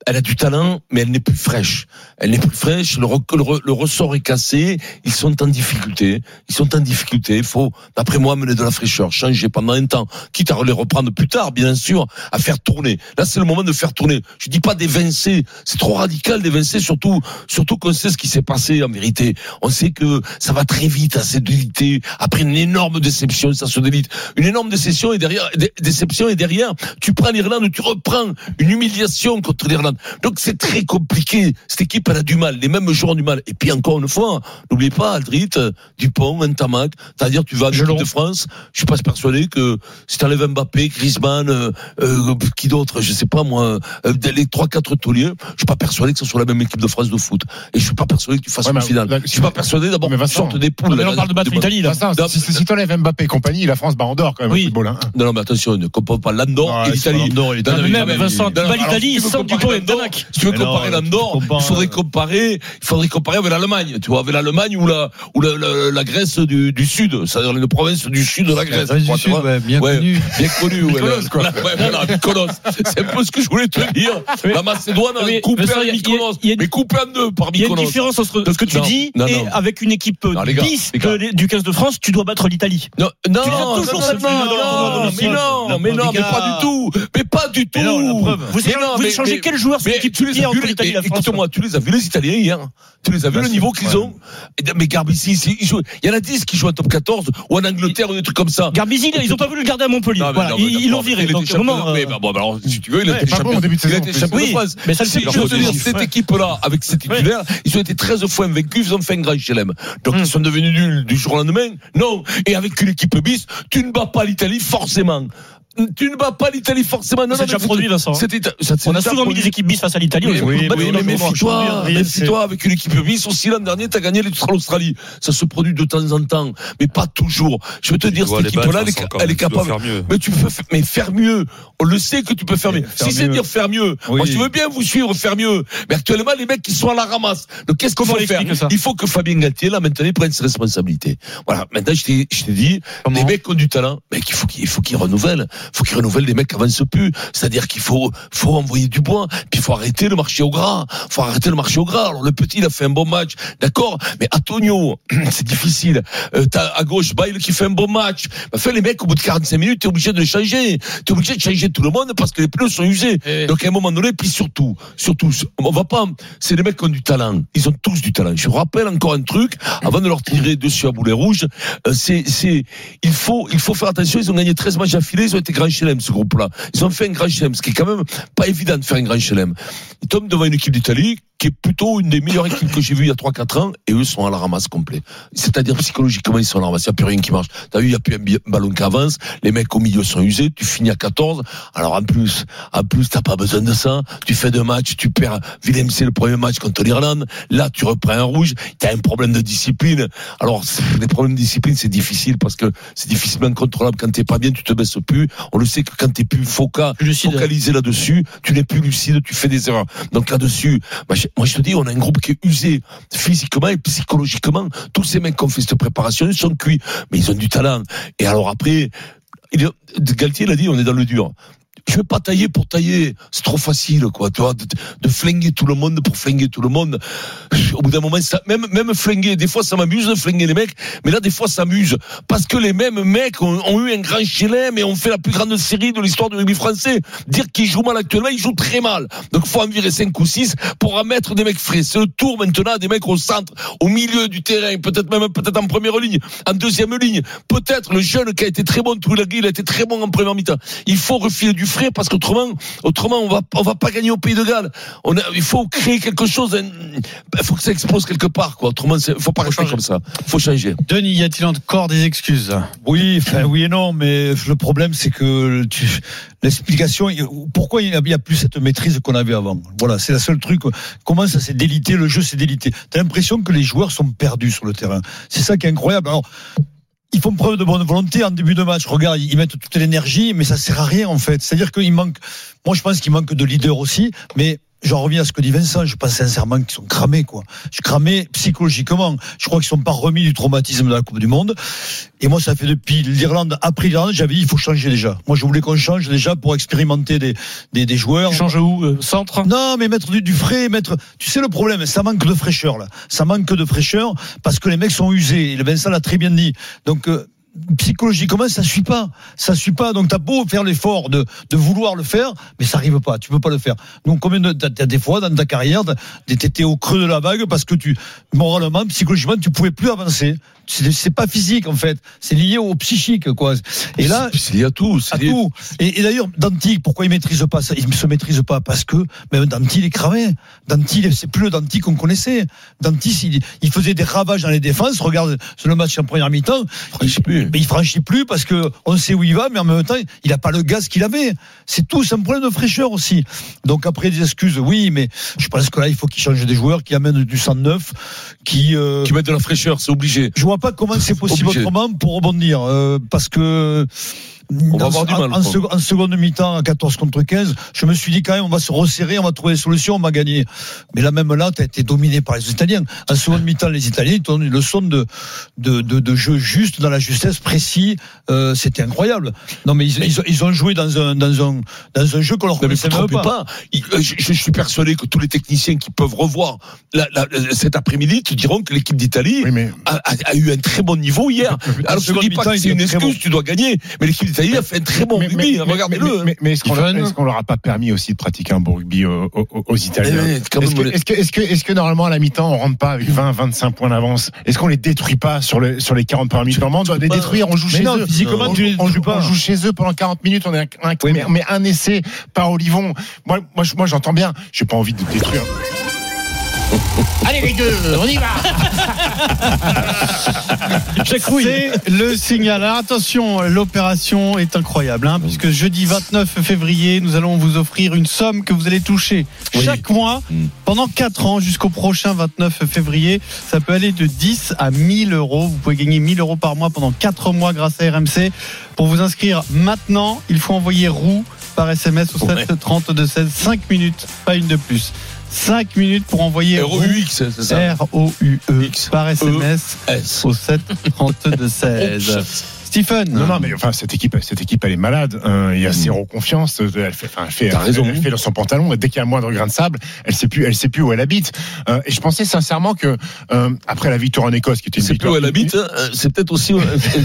Speaker 4: Elle a du talent, mais elle n'est plus fraîche. Elle n'est plus fraîche. Le, re- le re- le ressort est cassé. Ils sont en difficulté. Ils sont en difficulté. Il faut, d'après moi, amener de la fraîcheur, changer pendant un temps, quitte à les reprendre plus tard, bien sûr, à faire tourner. Là, c'est le moment de faire tourner. Je dis pas d'évincer. C'est trop radical d'évincer, surtout, surtout qu'on sait ce qui s'est passé en vérité. On sait que ça va très vite à cette délité. Après une énorme déception, ça se délite. Une énorme déception et derrière, dé- déception et derrière, tu prends l'Irlande ou tu reprends une humiliation contre l'Irlande. Donc c'est très compliqué. Cette équipe, elle a du mal. Les mêmes joueurs ont du mal. Et puis encore une fois, n'oubliez pas Aldrit, euh, Dupont, Ntamak. C'est-à-dire, tu vas à l'équipe de France. Je suis pas persuadé que si t'enlèves Mbappé, Griezmann, euh, euh, qui d'autre, je sais pas moi, euh, les trois, quatre tauliers, je suis pas persuadé que ce soit la même équipe de France de foot. Et je suis pas persuadé que tu fasses
Speaker 5: Ouais,
Speaker 4: une
Speaker 5: mais
Speaker 4: finale.
Speaker 5: là,
Speaker 4: je suis pas persuadé d'abord
Speaker 5: Mais
Speaker 4: qu'on
Speaker 5: Vincent,
Speaker 4: sorte des poules.
Speaker 6: mais là,
Speaker 4: la-
Speaker 6: on parle de
Speaker 4: la-
Speaker 6: battre l'Italie, là.
Speaker 5: Vincent,
Speaker 4: Non,
Speaker 5: si, si- si t'enlèves Mbappé et compagnie, la France bat en dehors quand même
Speaker 6: Oui.
Speaker 5: au football. Hein.
Speaker 4: Non, non, mais attention, ne compare pas l'Andorre
Speaker 5: Ouais,
Speaker 4: et
Speaker 5: c'est
Speaker 4: l'Italie.
Speaker 5: l'Andorre et l'Italie.
Speaker 4: Non, non,
Speaker 6: Même
Speaker 4: mais-
Speaker 6: Vincent,
Speaker 4: non, non,
Speaker 6: pas
Speaker 4: alors,
Speaker 6: l'Italie,
Speaker 4: si tu veux
Speaker 6: sans
Speaker 4: comparer
Speaker 6: Dupont et
Speaker 4: l'Andorre,
Speaker 6: Danak.
Speaker 4: Si tu veux
Speaker 7: Mais non,
Speaker 4: comparer
Speaker 7: tu
Speaker 4: l'Andorre,
Speaker 7: compares,
Speaker 4: il faudrait
Speaker 7: euh,
Speaker 4: comparer, il faudrait comparer avec l'Allemagne, tu vois, avec l'Allemagne ou la, ou la, la- la Grèce du, du Sud, c'est-à-dire les provinces du Sud de la Grèce.
Speaker 7: Reste
Speaker 4: tu vois,
Speaker 7: du
Speaker 4: tu
Speaker 7: Sud,
Speaker 4: vois.
Speaker 7: ouais, bien
Speaker 4: Ouais.
Speaker 7: connu.
Speaker 4: Bien connu, ouais,
Speaker 5: Mykonos,
Speaker 4: la-
Speaker 5: quoi.
Speaker 4: la- ouais, voilà, Mykonos. C'est un peu ce que je voulais te dire.
Speaker 6: Oui.
Speaker 4: La Macédoine
Speaker 6: Non, mais,
Speaker 4: a coupé
Speaker 6: Vincent, il y
Speaker 4: à
Speaker 6: a-
Speaker 4: Mykonos,
Speaker 6: il y a-
Speaker 4: mais coupé en deux par
Speaker 6: Il y a une
Speaker 4: Mykonos.
Speaker 6: différence entre ce que tu
Speaker 4: Non,
Speaker 6: dis
Speaker 4: non,
Speaker 6: et
Speaker 4: non.
Speaker 6: avec une équipe
Speaker 4: Non, les gars,
Speaker 6: 10
Speaker 4: les gars.
Speaker 6: de les- du 15 de France, tu dois battre l'Italie.
Speaker 4: Non, non,
Speaker 6: Tu l'as
Speaker 4: non,
Speaker 6: toujours
Speaker 4: non,
Speaker 6: cette
Speaker 4: non,
Speaker 6: finale de la Coupe du
Speaker 4: non,
Speaker 6: Monde
Speaker 4: mais non,
Speaker 7: aussi.
Speaker 4: mais
Speaker 7: La
Speaker 4: non, mais
Speaker 7: Bundesliga.
Speaker 4: pas du tout, mais pas du tout.
Speaker 7: non, la preuve.
Speaker 6: Vous
Speaker 4: Mais
Speaker 6: échangez,
Speaker 4: non,
Speaker 6: vous
Speaker 4: mais-
Speaker 6: échangez
Speaker 4: mais-
Speaker 6: quel joueur sur
Speaker 4: Mais
Speaker 6: l'équipe
Speaker 4: tu les as
Speaker 6: hier
Speaker 4: vus,
Speaker 6: entre l'Italie et
Speaker 4: mais
Speaker 6: la France Bah,
Speaker 4: écoute-moi, tu les as vus les Italiens hier. Tu les as vus
Speaker 5: Bien
Speaker 4: le
Speaker 5: sûr,
Speaker 4: niveau qu'ils
Speaker 5: ouais.
Speaker 4: ont. Et non, Mais Garbici, c'est- ils jouent- il y en a 10 qui jouent en top 14 ou en Angleterre ou des trucs comme ça.
Speaker 6: Garbizi, ils ont pas voulu le garder à Montpellier.
Speaker 4: Non, mais
Speaker 6: Voilà,
Speaker 4: non, mais
Speaker 6: ils ils l'ont
Speaker 4: d'accord,
Speaker 6: viré.
Speaker 4: il était
Speaker 6: Donc,
Speaker 4: champion de-
Speaker 6: vraiment, euh,
Speaker 4: mais bah, bah, alors, si tu veux, il a
Speaker 5: Ouais,
Speaker 4: été
Speaker 5: pas bon
Speaker 4: champion.
Speaker 5: au début de
Speaker 4: Il a
Speaker 5: saison,
Speaker 4: été
Speaker 5: en plus.
Speaker 4: champion de
Speaker 6: Oui,
Speaker 4: France.
Speaker 6: mais ça, c'est
Speaker 4: Si
Speaker 6: le
Speaker 4: je veux
Speaker 6: pire
Speaker 4: te dire,
Speaker 6: des
Speaker 4: cette
Speaker 6: chiffres.
Speaker 4: équipe-là, avec ses titulaires, ils ont été 13 fois invaincus, ils ont fait un grand HLM. Donc,
Speaker 6: Hmm.
Speaker 4: ils sont devenus nuls du jour au lendemain. Non. Et avec une équipe bis, tu ne bats pas l'Italie, forcément. Tu ne bats pas l'Italie, forcément. Non,
Speaker 6: C'est
Speaker 4: non,
Speaker 6: déjà
Speaker 4: mais c'est-
Speaker 6: produit, Vincent. hein.
Speaker 4: c'était- ça- c'est
Speaker 6: on a
Speaker 4: déjà
Speaker 6: souvent mis
Speaker 4: produit.
Speaker 6: des équipes bis face à l'Italie.
Speaker 4: Oui,
Speaker 6: on les a
Speaker 4: mais,
Speaker 6: battus.
Speaker 4: mais
Speaker 6: hein,
Speaker 4: méfie-toi, méfie-toi avec une équipe bis. Aussi, l'an dernier, t'as gagné l'Australie. Ça se produit de temps en temps, mais pas toujours. Je veux te dire, cette équipe-là, elle, est- elle est capable. Mais tu peux fa- mais faire mieux. On le sait que tu peux faire mieux.
Speaker 5: faire
Speaker 4: Si c'est
Speaker 5: mieux.
Speaker 4: dire faire mieux,
Speaker 5: Oui.
Speaker 4: moi je veux bien vous suivre faire mieux. Mais actuellement, les mecs, ils sont à la ramasse. Donc qu'est-ce qu'on
Speaker 6: Comment
Speaker 4: faut
Speaker 6: on
Speaker 4: faire
Speaker 6: explique ça
Speaker 4: Il faut que Fabien Galtier, là, maintenant, il prenne ses responsabilités. Voilà. Maintenant, je t'ai je t'ai dit, les mecs qui ont du talent, mec, il faut qu'ils il faut qu'ils renouvellent. Il faut qu'ils renouvellent les mecs qui avancent plus. C'est-à-dire qu'il faut, faut envoyer du bois. Puis il faut arrêter le marché au gras. Il faut arrêter le marché au gras. Alors le petit, il a fait un bon match. D'accord Mais Antonio, c'est difficile. Euh, t'as à gauche Bale qui fait un bon match. Enfin, les mecs, au bout de 45 minutes, t'es obligé de les changer. T'es obligé de changer tout le monde parce que les pneus sont usés. Donc à un moment donné, puis surtout, surtout, on va pas. C'est des mecs qui ont du talent. Ils ont tous du talent. Je vous rappelle encore un truc avant de leur tirer dessus à boulet rouge. euh, c'est, c'est, il faut, il faut faire attention. Ils ont gagné 13 matchs affilés. Ils ont été grand chelem ce groupe-là. Ils ont fait un grand chelem, ce qui est quand même pas évident de faire un grand chelem. Ils tombent devant une équipe d'Italie qui est plutôt une des meilleures équipes que j'ai vues il y a 3-4 ans, et eux sont à la ramasse complet. C'est-à-dire psychologiquement, ils sont à la ramasse, il n'y a plus rien qui marche. T'as vu, il n'y a plus un bi- ballon qui avance, les mecs au milieu sont usés, tu finis à 14. Alors en plus, en plus, t'as pas besoin de ça, tu fais deux matchs, tu perds Willem, c'est le premier match contre l'Irlande, là tu reprends un rouge, t'as un problème de discipline. Alors c'est- les problèmes de discipline, c'est difficile parce que c'est difficilement contrôlable. Quand t'es pas bien, tu te baisses plus. On le sait que quand t'es plus foca, focalisé là-dessus, tu n'es plus lucide, tu fais des erreurs. Donc là-dessus, bah, je- moi je te dis, on a un groupe qui est usé physiquement et psychologiquement. Tous ces mecs qui ont fait cette préparation, ils sont cuits, mais ils ont du talent. Et alors après, il a- Galtier l'a dit, on est dans le dur. Je veux pas tailler pour tailler, c'est trop facile, quoi. Tu vois, de, de flinguer tout le monde pour flinguer tout le monde. Au bout d'un moment, ça, même même flinguer, des fois ça m'amuse de flinguer les mecs, mais là des fois ça amuse parce que les mêmes mecs ont, ont eu un grand chelem et ont fait la plus grande série de l'histoire du rugby français. Dire qu'ils jouent mal actuellement, ils jouent très mal. Donc faut en virer 5 ou 6 pour en mettre des mecs frais. C'est le tour maintenant à des mecs au centre, au milieu du terrain, peut-être même peut-être en première ligne, en deuxième ligne, peut-être le jeune qui a été très bon tout la il a été très bon en première mi-temps. Il faut refiler du frais parce qu'autrement, autrement on va on va pas gagner au Pays de Galles. On a- il faut créer quelque chose, un- il faut que ça explose quelque part quoi. Autrement, c'est- faut pas rester comme ça. Faut changer.
Speaker 7: Denis, y a-t-il encore des excuses
Speaker 11: Oui, enfin, oui et non, mais le problème, c'est que tu- l'explication, pourquoi il n'y a, il y a plus cette maîtrise qu'on avait avant Voilà, c'est la seule truc. Comment ça s'est délité Le jeu s'est délité. T'as l'impression que les joueurs sont perdus sur le terrain. C'est ça qui est incroyable. Alors, ils font preuve de bonne volonté en début de match. Regarde, ils mettent toute l'énergie, mais ça sert à rien en fait. C'est-à-dire qu'il manque. Moi, je pense qu'il manque de leader aussi, mais. J'en reviens à ce que dit Vincent. Je pense sincèrement qu'ils sont cramés, quoi. Je cramés psychologiquement. Je crois qu'ils sont pas remis du traumatisme de la Coupe du Monde. Et moi, ça fait depuis l'Irlande, après l'Irlande, j'avais dit, il faut changer déjà. Moi, je voulais qu'on change déjà pour expérimenter des, des, des joueurs. Change
Speaker 6: où euh, Centre
Speaker 11: Non, mais mettre du, du frais, mettre. Tu sais le problème, ça manque de fraîcheur, là. Ça manque de fraîcheur parce que les mecs sont usés. Et le Vincent l'a très bien dit. Donc, euh, psychologiquement ça suit pas ça suit pas donc t'as beau faire l'effort de, de vouloir le faire mais ça arrive pas tu peux pas le faire donc combien de t'as, t'as des fois dans ta carrière t'as- t'étais au creux de la vague parce que tu moralement psychologiquement tu pouvais plus avancer c'est, c'est pas physique en fait c'est lié au psychique quoi et là
Speaker 4: c'est lié à tout
Speaker 11: à tout et, et d'ailleurs Danti pourquoi il maîtrise pas ça il se maîtrise pas parce que même Danti il est cramé Danti il- c'est plus le Danti qu'on connaissait Danti il, il faisait des ravages dans les défenses regarde sur le match en première mi-temps
Speaker 4: il,
Speaker 11: mais il franchit plus parce que on sait où il va, mais en même temps, il n'a pas le gaz qu'il avait. C'est tout, c'est un problème de fraîcheur aussi. Donc après des excuses, oui, mais je pense que là, il faut qu'il change des joueurs, qui amènent du sang neuf, qui euh,
Speaker 4: Qui mettent de la fraîcheur, c'est obligé.
Speaker 11: Je vois pas comment c'est possible
Speaker 4: Obligé.
Speaker 11: autrement pour rebondir, euh, parce que.
Speaker 4: va
Speaker 11: dans-
Speaker 4: avoir du
Speaker 11: en-
Speaker 4: mal,
Speaker 11: en,
Speaker 4: quoi.
Speaker 11: sec- en seconde mi-temps, à 14 contre 15, je me suis dit quand même, on va se resserrer, on va trouver des solutions, on va gagner. Mais là, même là, tu as été dominé par les Italiens. En seconde mi-temps, les Italiens, ils t'ont une leçon de, de, de, de jeu juste, dans la justesse, précis. Euh, C'était incroyable. Non, mais ils, ils ont- ils ont joué dans un, dans un, dans un jeu qu'on leur
Speaker 4: Non, mais vous
Speaker 11: connaissait même
Speaker 4: trompez
Speaker 11: pas.
Speaker 4: pas. Il- euh, Je, je suis persuadé que tous les techniciens qui peuvent revoir la- la- la- cet après-midi te diront que l'équipe d'Italie a, a- a eu un très bon niveau hier. Alors je ne
Speaker 5: seconde
Speaker 4: dis pas
Speaker 5: mi-temps,
Speaker 4: que c'est
Speaker 5: ils
Speaker 4: une
Speaker 5: étaient très
Speaker 4: excuse,
Speaker 5: bons.
Speaker 4: tu dois gagner. Mais l'équipe d'Italie a fait un très bon
Speaker 5: Mais- mais-
Speaker 4: rugby, hein,
Speaker 5: mais-
Speaker 4: regardez-le.
Speaker 5: mais- mais- Mais est-ce qu'on leur-
Speaker 4: Ivan.
Speaker 5: est-ce qu'on leur a pas permis aussi de pratiquer un bon rugby euh, aux, aux- aux Italiens
Speaker 4: Eh oui, quand même,
Speaker 5: Est-ce que,
Speaker 4: on les-
Speaker 5: est-ce que, est-ce que, est-ce que normalement à la mi-temps on rentre pas avec 20, 25 points d'avance Est-ce qu'on les détruit pas sur, le, sur les 40 premières minutes Normalement on doit les
Speaker 11: pas.
Speaker 5: détruire, on joue
Speaker 11: Mais
Speaker 5: chez
Speaker 11: non,
Speaker 5: eux.
Speaker 11: physiquement,
Speaker 5: on,
Speaker 11: tu les
Speaker 5: on
Speaker 11: détruis
Speaker 5: joue,
Speaker 11: pas.
Speaker 5: on joue chez eux pendant 40 minutes, on est un, un- mais, mais un essai par Olivon. Moi, moi, je- moi j'entends bien, j'ai pas envie de détruire.
Speaker 7: Allez les deux, on y va C'est le signal. Alors, attention, l'opération est incroyable, hein, puisque jeudi 29 février, nous allons vous offrir une somme que vous allez toucher chaque mois
Speaker 4: Mm.
Speaker 7: pendant 4 ans jusqu'au prochain 29 février. Ça peut aller de 10 à 1000 euros. Vous pouvez gagner 1000 euros par mois pendant 4 mois grâce à RMC. Pour vous inscrire maintenant, il faut envoyer roue par SMS au 7 32 16, 5 minutes, pas une de plus. 5 minutes pour envoyer roue.
Speaker 4: ROUX, c'est ça E,
Speaker 7: R-O-U-E par SMS au 7 32 16. Stephen
Speaker 5: Non, non, mais enfin, cette équipe, cette équipe, elle est malade. Euh, il y a zéro confiance. Euh, Elle fait, enfin, elle fait,
Speaker 4: Mm. T'as
Speaker 5: elle-
Speaker 4: raison.
Speaker 5: elle fait dans son pantalon. Dès qu'il y a un moindre grain de sable, elle sait plus, elle sait plus où elle habite. Euh, et je pensais sincèrement que euh, après la victoire en Écosse, qui était une
Speaker 4: C'est plus
Speaker 5: victoire,
Speaker 4: où elle habite, hein, c'est peut-être aussi. On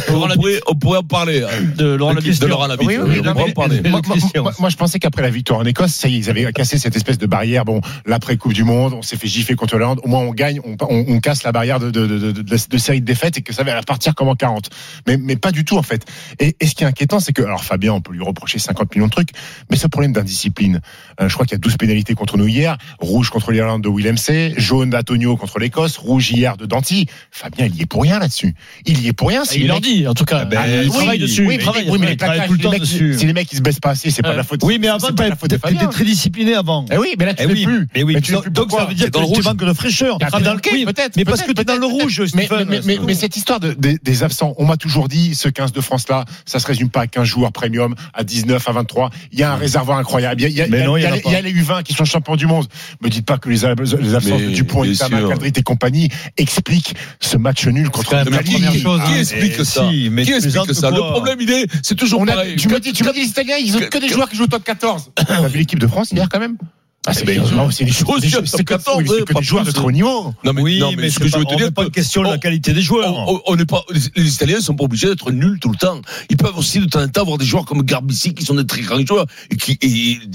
Speaker 4: pourrait, on pourrait en parler. hein.
Speaker 6: De Laurent
Speaker 4: Labitte. De Laurent Labitte,
Speaker 5: Oui, oui, oui,
Speaker 4: on
Speaker 5: non,
Speaker 4: pourrait en
Speaker 5: mais-
Speaker 4: parler.
Speaker 5: moi, moi- moi- moi, je pensais qu'après la victoire en Écosse, ça y est, ils avaient cassé cette espèce de barrière. Bon, l'après Coupe du Monde, on s'est fait gifler contre l'Irlande. Au moins, on gagne, on, on- on casse la barrière de, de, de, de- de- de série de défaites et que ça va partir comme en 40. Mais, mais pas pas du tout en fait. Et, et ce qui est inquiétant, c'est que alors Fabien, on peut lui reprocher 50 millions de trucs, mais ce problème d'indiscipline. Euh, je crois qu'il y a 12 pénalités contre nous hier, rouge contre l'Irlande de Willem C, jaune d'Atonio contre l'Écosse, rouge hier de Danti. Fabien, il y est pour rien là-dessus. Il y est pour rien.
Speaker 6: Et il leur dit, en tout cas.
Speaker 5: Ben,
Speaker 6: il travaille dessus.
Speaker 5: Oui,
Speaker 6: Il
Speaker 5: mais-
Speaker 6: travaille,
Speaker 5: oui, mais les
Speaker 6: il travaille
Speaker 5: plaquages,
Speaker 6: tout le
Speaker 5: les
Speaker 6: temps
Speaker 5: mecs,
Speaker 6: dessus.
Speaker 5: si les mecs ils se baissent pas assez, c'est pas
Speaker 6: Ouais.
Speaker 5: de la faute.
Speaker 11: Oui, mais avant,
Speaker 5: c'est pas de la faute de
Speaker 11: t'étais
Speaker 5: Fabien.
Speaker 11: t'étais très discipliné avant.
Speaker 5: Eh oui, mais là tu
Speaker 11: Eh
Speaker 5: l'es
Speaker 11: oui,
Speaker 5: plus.
Speaker 11: eh oui,
Speaker 5: Mais tu l'es plus
Speaker 11: donc ça
Speaker 5: pourquoi
Speaker 11: veut dire
Speaker 8: T'es dans
Speaker 11: que
Speaker 8: le
Speaker 11: tu
Speaker 8: rouge.
Speaker 11: manques de fraîcheur.
Speaker 5: T'es
Speaker 11: T'es dans le
Speaker 5: oui,
Speaker 11: oui,
Speaker 5: peut-être.
Speaker 11: Mais parce que
Speaker 5: peut-être,
Speaker 11: t'es dans le
Speaker 5: peut-être.
Speaker 11: rouge,
Speaker 5: Mais,
Speaker 11: Stephen.
Speaker 5: mais- mais- mais cette histoire de- des- des absents, on m'a toujours dit, ce 15 de France-là, ça se résume pas à 15 jours à premium, à 19, à 23. Il y a un réservoir incroyable. Il y a, il y a-
Speaker 11: Mais
Speaker 5: il y a-
Speaker 11: non,
Speaker 5: il y a
Speaker 11: en a
Speaker 5: les-
Speaker 11: pas.
Speaker 5: il y a les U20 qui sont champions du monde. Me dites pas que les, ab- les absences
Speaker 4: Mais,
Speaker 5: de Dupont,
Speaker 4: bien
Speaker 5: Itama,
Speaker 4: sûr.
Speaker 5: Cadrit et compagnie expliquent ce match nul contre
Speaker 11: quand même la
Speaker 5: l'Italie.
Speaker 11: première
Speaker 4: Qui-
Speaker 11: chose,
Speaker 4: Qui
Speaker 11: hein.
Speaker 4: explique
Speaker 11: Et
Speaker 4: ça
Speaker 11: si, mais
Speaker 4: Qui
Speaker 11: tu
Speaker 4: explique
Speaker 11: plaisantes
Speaker 4: ça
Speaker 11: ou
Speaker 4: Le
Speaker 11: quoi
Speaker 4: problème, il est, c'est toujours
Speaker 5: On a-
Speaker 4: pareil.
Speaker 5: tu me dis, tu me dis, les Italiens, ils ont que des joueurs qui jouent au top 14. T'as vu l'équipe de France hier quand même ah, c'est
Speaker 4: Eh ben,
Speaker 5: des-
Speaker 4: ils ont-
Speaker 5: non, c'est des-
Speaker 4: ils ont
Speaker 5: des-
Speaker 4: aussi un
Speaker 5: c'est
Speaker 4: top
Speaker 5: que-
Speaker 4: 14,
Speaker 5: oui, c'est
Speaker 4: ouais,
Speaker 5: que
Speaker 4: pas
Speaker 5: des joueurs de
Speaker 4: plus.
Speaker 5: très haut niveau.
Speaker 4: Non mais,
Speaker 11: Oui,
Speaker 4: non, mais,
Speaker 11: mais
Speaker 4: ce
Speaker 11: c'est
Speaker 4: que
Speaker 11: pas-
Speaker 4: je veux te
Speaker 11: on
Speaker 4: dire,
Speaker 11: met pas
Speaker 4: peut-
Speaker 11: en question la qualité des joueurs.
Speaker 4: On- on- on n'est pas, les, les Italiens ne sont pas obligés d'être nuls tout le temps. Ils peuvent aussi de temps en temps avoir des joueurs comme Garbici qui sont des très grands joueurs. Et qui, et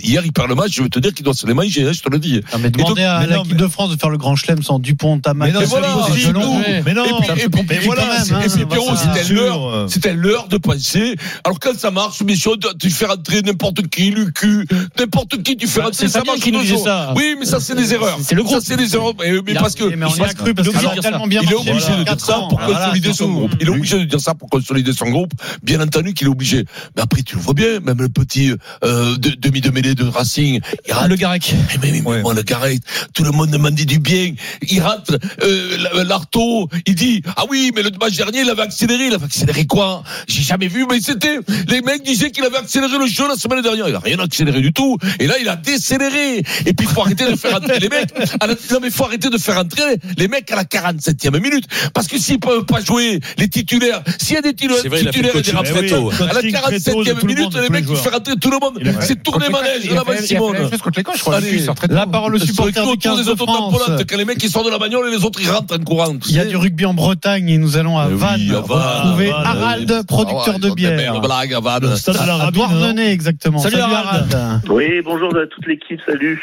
Speaker 4: hier, ils perdent le match, je veux te dire qu'ils doivent se les manger, hein, je te le dis.
Speaker 7: Non, mais
Speaker 4: donc-
Speaker 7: demander à
Speaker 11: mais non,
Speaker 7: l'équipe de France de faire le grand chelem sans Dupont, Tamac,
Speaker 11: Mais non,
Speaker 4: Et
Speaker 11: c'est
Speaker 4: voilà,
Speaker 11: impossible,
Speaker 4: c'est
Speaker 11: non.
Speaker 4: tout.
Speaker 11: Mais non,
Speaker 4: et
Speaker 11: ça
Speaker 4: puis,
Speaker 11: peut
Speaker 4: et puis-
Speaker 11: compliquer
Speaker 4: et voilà,
Speaker 11: quand même,
Speaker 4: c'est-
Speaker 11: hein,
Speaker 4: et puis,
Speaker 7: Bah,
Speaker 4: Pierrot,
Speaker 11: on va pas-
Speaker 4: c'était
Speaker 11: sûr,
Speaker 4: l'heure,
Speaker 11: euh.
Speaker 4: c'était l'heure de penser. Alors quand ça marche, mais si on- tu fais rentrer n'importe qui, Lucu, n'importe qui, tu fais
Speaker 6: Bah,
Speaker 4: rentrer,
Speaker 6: c'est
Speaker 4: ça
Speaker 6: Fabien
Speaker 4: marche
Speaker 6: qui nous disait
Speaker 4: toujours.
Speaker 6: ça.
Speaker 4: Oui, mais ça c'est des erreurs.
Speaker 6: C'est le groupe.
Speaker 4: Ça c'est des erreurs. Mais, mais
Speaker 6: Il a-
Speaker 4: parce que
Speaker 7: Mais on y a cru parce
Speaker 4: il
Speaker 7: que ça
Speaker 4: est
Speaker 7: a tellement bien
Speaker 4: il est
Speaker 7: marché
Speaker 4: obligé
Speaker 7: pendant
Speaker 4: de dire
Speaker 7: quatre
Speaker 4: ça
Speaker 7: ans.
Speaker 4: pour
Speaker 7: Voilà,
Speaker 4: consolider son
Speaker 7: surtout.
Speaker 4: groupe. Il est obligé de dire ça pour consolider son groupe. Bien entendu qu'il est obligé. Mais après, tu le vois bien, même le petit euh, de- demi de mêlée de Racing, il rate.
Speaker 6: Le Garec.
Speaker 4: Mais, mais, mais, mais
Speaker 11: Ouais.
Speaker 4: moi, le Gareth, tout le monde m'a dit du bien. Il rate euh, la- l'Arto. Il dit Ah oui, mais le match dernier, il avait accéléré. Il avait accéléré quoi J'ai jamais vu, mais c'était. Les mecs disaient qu'il avait accéléré le jeu la semaine dernière. Il a rien accéléré du tout. Et là, il a décéléré. Et puis, faut arrêter de faire entrer les mecs. à la- non, mais faut arrêter de faire entrer les mecs à la 47e minute. Parce que s'ils peuvent pas jouer, les titulaires, s'il y a des titulaires,
Speaker 8: C'est vrai, il a fait le
Speaker 4: titulaires et des
Speaker 8: coaching Eh
Speaker 4: rappels
Speaker 8: très tôt.
Speaker 4: à la
Speaker 11: Coaching très tôt de
Speaker 4: 47e
Speaker 11: tout le
Speaker 4: minute,
Speaker 11: monde, de
Speaker 4: les
Speaker 11: tous les
Speaker 4: mecs, il
Speaker 11: joueurs.
Speaker 4: faut faire entrer tout le monde.
Speaker 5: Il a fait-
Speaker 4: C'est tourner
Speaker 5: contre
Speaker 4: manège,
Speaker 5: les- il a
Speaker 4: la
Speaker 5: fait- il a fait la
Speaker 4: Simone.
Speaker 5: même chose contre les je crois.
Speaker 4: Allez.
Speaker 5: Lucu sort très
Speaker 7: La
Speaker 5: tôt.
Speaker 7: parole au
Speaker 4: C'est
Speaker 7: supporter
Speaker 4: autour
Speaker 7: du 15
Speaker 4: des
Speaker 7: de
Speaker 4: autotampes
Speaker 7: France.
Speaker 4: volantes. Quand les mecs ils sortent de la bagnole et les autres ils rentrent en courant. tu
Speaker 7: Il y a
Speaker 4: sais.
Speaker 7: du rugby en Bretagne et nous allons à
Speaker 4: Eh oui,
Speaker 7: Vannes
Speaker 4: à Vannes,
Speaker 7: retrouver
Speaker 11: à Vannes,
Speaker 7: Harald, producteur
Speaker 4: Ah ouais,
Speaker 7: de
Speaker 4: ils ont des
Speaker 7: bière.
Speaker 4: belles blagues, à Vannes.
Speaker 11: Le stade de la
Speaker 7: À
Speaker 11: Rabine, non
Speaker 7: Douarnenez, exactement.
Speaker 6: Salut, Harald.
Speaker 12: Oui, bonjour à toute l'équipe, salut.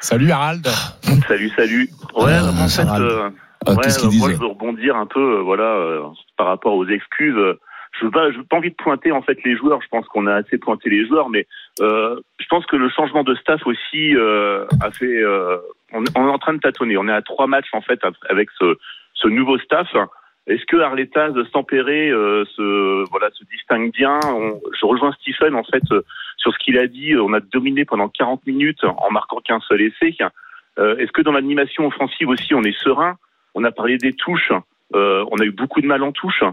Speaker 5: Salut Harald.
Speaker 12: Salut, salut. Ouais,
Speaker 11: Ah,
Speaker 12: en fait,
Speaker 11: ça râle.
Speaker 12: euh,
Speaker 4: Ah,
Speaker 12: ouais,
Speaker 4: Qu'est-ce
Speaker 12: euh,
Speaker 4: qu'ils
Speaker 12: moi je
Speaker 4: disent
Speaker 12: veux rebondir un peu, euh, voilà, euh, par rapport aux excuses. Euh, Je veux pas, je veux pas envie de pointer en fait les joueurs. Je pense qu'on a assez pointé les joueurs, mais euh, je pense que le changement de staff aussi euh, a fait. euh, on, on est en train de tâtonner. On est à trois matchs en fait avec ce, ce nouveau staff. Est-ce que Arleta de Sampéré euh, se voilà se distingue bien On- Je rejoins Stephen en fait euh, sur ce qu'il a dit. On a dominé pendant 40 minutes en marquant qu'un seul essai. Euh, Est-ce que dans l'animation offensive aussi, on est serein On a parlé des touches. Euh, on a eu beaucoup de mal en touche.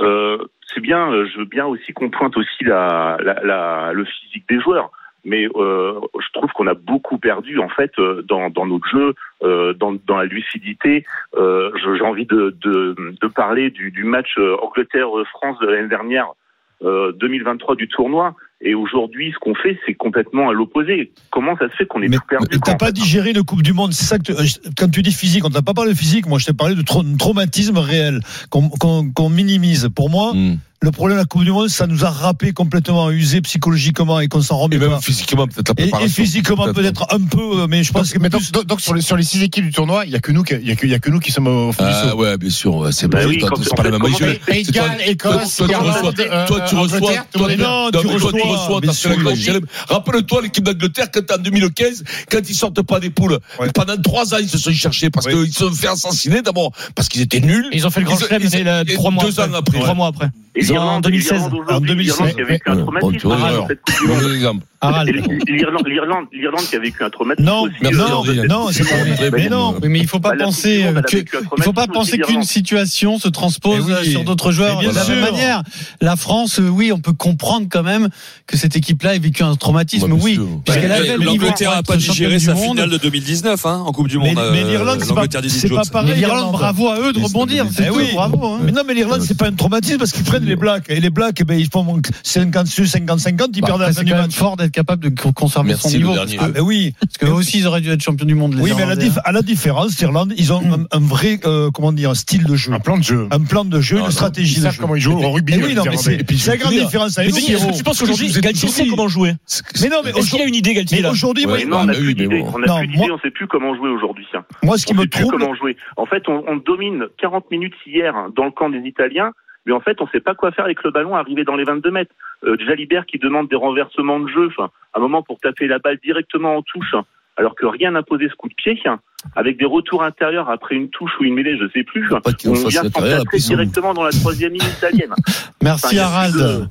Speaker 12: Euh, c'est bien. euh, Je veux bien aussi qu'on pointe aussi la, la- la- le physique des joueurs. Mais euh, je trouve qu'on a beaucoup perdu en fait euh, dans, dans notre jeu, euh, dans, dans la lucidité. Euh, je- J'ai envie de, de, de parler du, du match euh, Angleterre-France de l'année dernière, euh, 2023 du tournoi. Et aujourd'hui, ce qu'on fait, c'est complètement à l'opposé. Comment ça se fait qu'on ait
Speaker 11: Mais
Speaker 12: tout perdu
Speaker 11: mais
Speaker 12: quand
Speaker 4: Ah.
Speaker 11: t'as pas digéré une Coupe du Monde, c'est ça que tu- euh, je- quand tu dis physique, on t'a pas parlé de physique. Moi, je t'ai parlé de tra- traumatisme réel qu'on qu'on- qu'on minimise. Pour moi,
Speaker 4: Hmm.
Speaker 11: le problème de la Coupe du Monde, ça nous a rappé complètement, usé psychologiquement et qu'on s'en remet
Speaker 4: Et
Speaker 11: pas.
Speaker 4: même physiquement, peut-être la
Speaker 11: Et, et
Speaker 4: préparation.
Speaker 11: physiquement peut-être un peu, euh, mais je
Speaker 5: Donc,
Speaker 11: pense que
Speaker 5: mais donc, donc- donc, sur, les, sur les six équipes du tournoi, il y a que nous, qui- il y a que, il y a que nous qui sommes au fond du
Speaker 4: Ah
Speaker 5: saut.
Speaker 4: ouais, bien sûr, ouais, c'est
Speaker 12: Bah
Speaker 4: pas,
Speaker 12: oui,
Speaker 4: toi,
Speaker 12: quand-
Speaker 4: c'est
Speaker 12: en
Speaker 4: pas la
Speaker 12: fait,
Speaker 4: même
Speaker 12: comment
Speaker 4: échelle.
Speaker 12: t'as-
Speaker 5: Pays de Galles, Écosse,
Speaker 4: Toi, toi, tu
Speaker 5: Irlande,
Speaker 4: reçois,
Speaker 5: euh,
Speaker 4: toi, tu reçois,
Speaker 5: Angleterre, tout le
Speaker 4: toi,
Speaker 5: monde est bien.
Speaker 11: non,
Speaker 4: Non,
Speaker 11: tu
Speaker 4: mais toi, tu
Speaker 11: reçois,
Speaker 4: reçois,
Speaker 11: mais
Speaker 4: t'as fait la
Speaker 11: sûr.
Speaker 4: grande échelle. Rappelle-toi l'équipe d'Angleterre quand en 2015, quand ils sortent pas des poules,
Speaker 11: Ouais.
Speaker 4: pendant trois ans, ils se sont cherchés parce
Speaker 11: Oui.
Speaker 4: qu'ils se sont fait assassiner d'abord, parce qu'ils étaient nuls.
Speaker 6: Ils ont fait le grand
Speaker 4: Ils ont-
Speaker 6: chelem
Speaker 4: ils ont-
Speaker 6: il y a
Speaker 4: et
Speaker 6: trois mois
Speaker 4: deux ans après.
Speaker 6: Trois mois après.
Speaker 12: Et
Speaker 6: Ils ont-
Speaker 12: l'Irlande-
Speaker 6: en 2016,
Speaker 12: l'Irlande aujourd'hui,
Speaker 11: en 2016,
Speaker 12: l'Irlande qui a vécu un
Speaker 4: ouais, bon, tu
Speaker 12: traumatisme
Speaker 4: vois,
Speaker 12: hein,
Speaker 4: l'erreur.
Speaker 12: dans cette Coupe du Monde.
Speaker 4: Mauvais exemple.
Speaker 12: Et
Speaker 7: Harald.
Speaker 12: L'Irlande, l'Irlande, l'Irlande qui a vécu un traumatisme.
Speaker 11: Non,
Speaker 12: aussi,
Speaker 4: merci,
Speaker 12: euh,
Speaker 11: non,
Speaker 12: dans cette-
Speaker 11: non, c'est pas vrai.
Speaker 4: Bah,
Speaker 11: Mais non,
Speaker 7: Oui, mais il faut pas
Speaker 12: Bah, la
Speaker 7: penser
Speaker 12: Coupe du Monde,
Speaker 7: euh,
Speaker 12: elle a
Speaker 7: que
Speaker 12: vécu un
Speaker 7: il faut pas
Speaker 12: traumatisme
Speaker 7: penser
Speaker 12: aussi
Speaker 7: qu'une
Speaker 12: violent.
Speaker 7: situation se transpose
Speaker 11: Eh oui.
Speaker 7: euh, sur d'autres
Speaker 11: Eh
Speaker 7: joueurs
Speaker 11: bien
Speaker 7: de la
Speaker 4: sûr.
Speaker 7: même manière. La France, euh, oui, on peut comprendre quand même que cette équipe-là ait vécu un traumatisme,
Speaker 4: Bah, bien
Speaker 7: oui,
Speaker 4: sûr.
Speaker 8: Ouais,
Speaker 7: puisqu'elle avait le niveau
Speaker 8: L'Angleterre
Speaker 7: pour
Speaker 8: a
Speaker 7: être
Speaker 8: pas
Speaker 7: championne
Speaker 8: digéré
Speaker 7: du
Speaker 8: sa
Speaker 7: monde.
Speaker 8: finale de 2019 hein, en Coupe du Monde.
Speaker 11: Mais-
Speaker 8: euh,
Speaker 11: mais l'Irlande, c'est pas-
Speaker 8: l'Angleterre dit
Speaker 11: c'est pas
Speaker 8: Jones.
Speaker 11: pareil.
Speaker 7: Mais l'Irlande,
Speaker 11: Irlande.
Speaker 7: bravo à eux de rebondir.
Speaker 11: Eh
Speaker 7: C'est tout,
Speaker 11: oui.
Speaker 7: bravo. hein.
Speaker 11: Mais non, mais l'Irlande, c'est pas un traumatisme parce qu'ils prennent les blacks. Et les blacks, eh ben, ils font 50 sur 50, 50, ils
Speaker 7: Bah,
Speaker 11: perdent à
Speaker 7: après,
Speaker 11: la
Speaker 7: c'est
Speaker 11: fin du
Speaker 7: quand même
Speaker 11: match.
Speaker 7: fort d'être capable de co- conserver
Speaker 4: Merci,
Speaker 7: son
Speaker 4: le
Speaker 7: niveau.
Speaker 4: dernier.
Speaker 11: Ah,
Speaker 7: Parce que,
Speaker 11: ben oui.
Speaker 7: parce que eux aussi, ils auraient dû être champions du monde. les
Speaker 11: Oui, mais à la,
Speaker 7: Irlandais,
Speaker 11: dif-
Speaker 7: hein.
Speaker 11: à la différence, l'Irlande, ils ont un, un vrai, euh, comment dire, un style de jeu.
Speaker 5: Un plan de jeu.
Speaker 11: Un plan de jeu,
Speaker 4: Ah, non.
Speaker 11: une stratégie
Speaker 5: Ils
Speaker 11: de
Speaker 5: savent
Speaker 11: jeu.
Speaker 5: comment ils jouent au rugby. euh,
Speaker 11: Eh oui, non, mais c'est
Speaker 5: Et puis,
Speaker 11: c'est la grande différence.
Speaker 6: Mais Denis, est-ce que tu penses qu'aujourd'hui, Galtier sait comment jouer
Speaker 11: Mais non, mais
Speaker 6: Est-ce qu'il a une idée, Galtier
Speaker 11: mais
Speaker 6: là
Speaker 11: aujourd'hui, moi,
Speaker 12: Ouais, non, on
Speaker 4: bah
Speaker 12: n'a
Speaker 4: oui,
Speaker 12: plus
Speaker 4: mais
Speaker 12: d'idée.
Speaker 4: bon.
Speaker 12: On n'a
Speaker 11: Non,
Speaker 12: plus d'idée,
Speaker 11: moi-
Speaker 12: on ne sait plus comment jouer aujourd'hui. hein.
Speaker 11: moi, ce qui
Speaker 12: on
Speaker 11: me
Speaker 12: sait plus
Speaker 11: trouble,
Speaker 12: comment jouer. En fait, on, on domine 40 minutes hier hein, dans le camp des Italiens mais en fait, on ne sait pas quoi faire avec le ballon arrivé dans les 22 mètres. Euh, Jalibert qui demande des renversements de jeu, enfin, un moment pour taper la balle directement en touche, alors que rien n'a posé ce coup de pied, hein. avec des retours intérieurs après une touche ou une mêlée, je ne sais plus, hein.
Speaker 4: Pas qu'il en
Speaker 12: on
Speaker 4: fasse
Speaker 12: vient
Speaker 4: l'intérieur, la
Speaker 12: s'entacrer
Speaker 4: prison.
Speaker 12: directement dans la troisième ligne italienne.
Speaker 7: Merci
Speaker 12: Enfin, il y a
Speaker 7: Harald.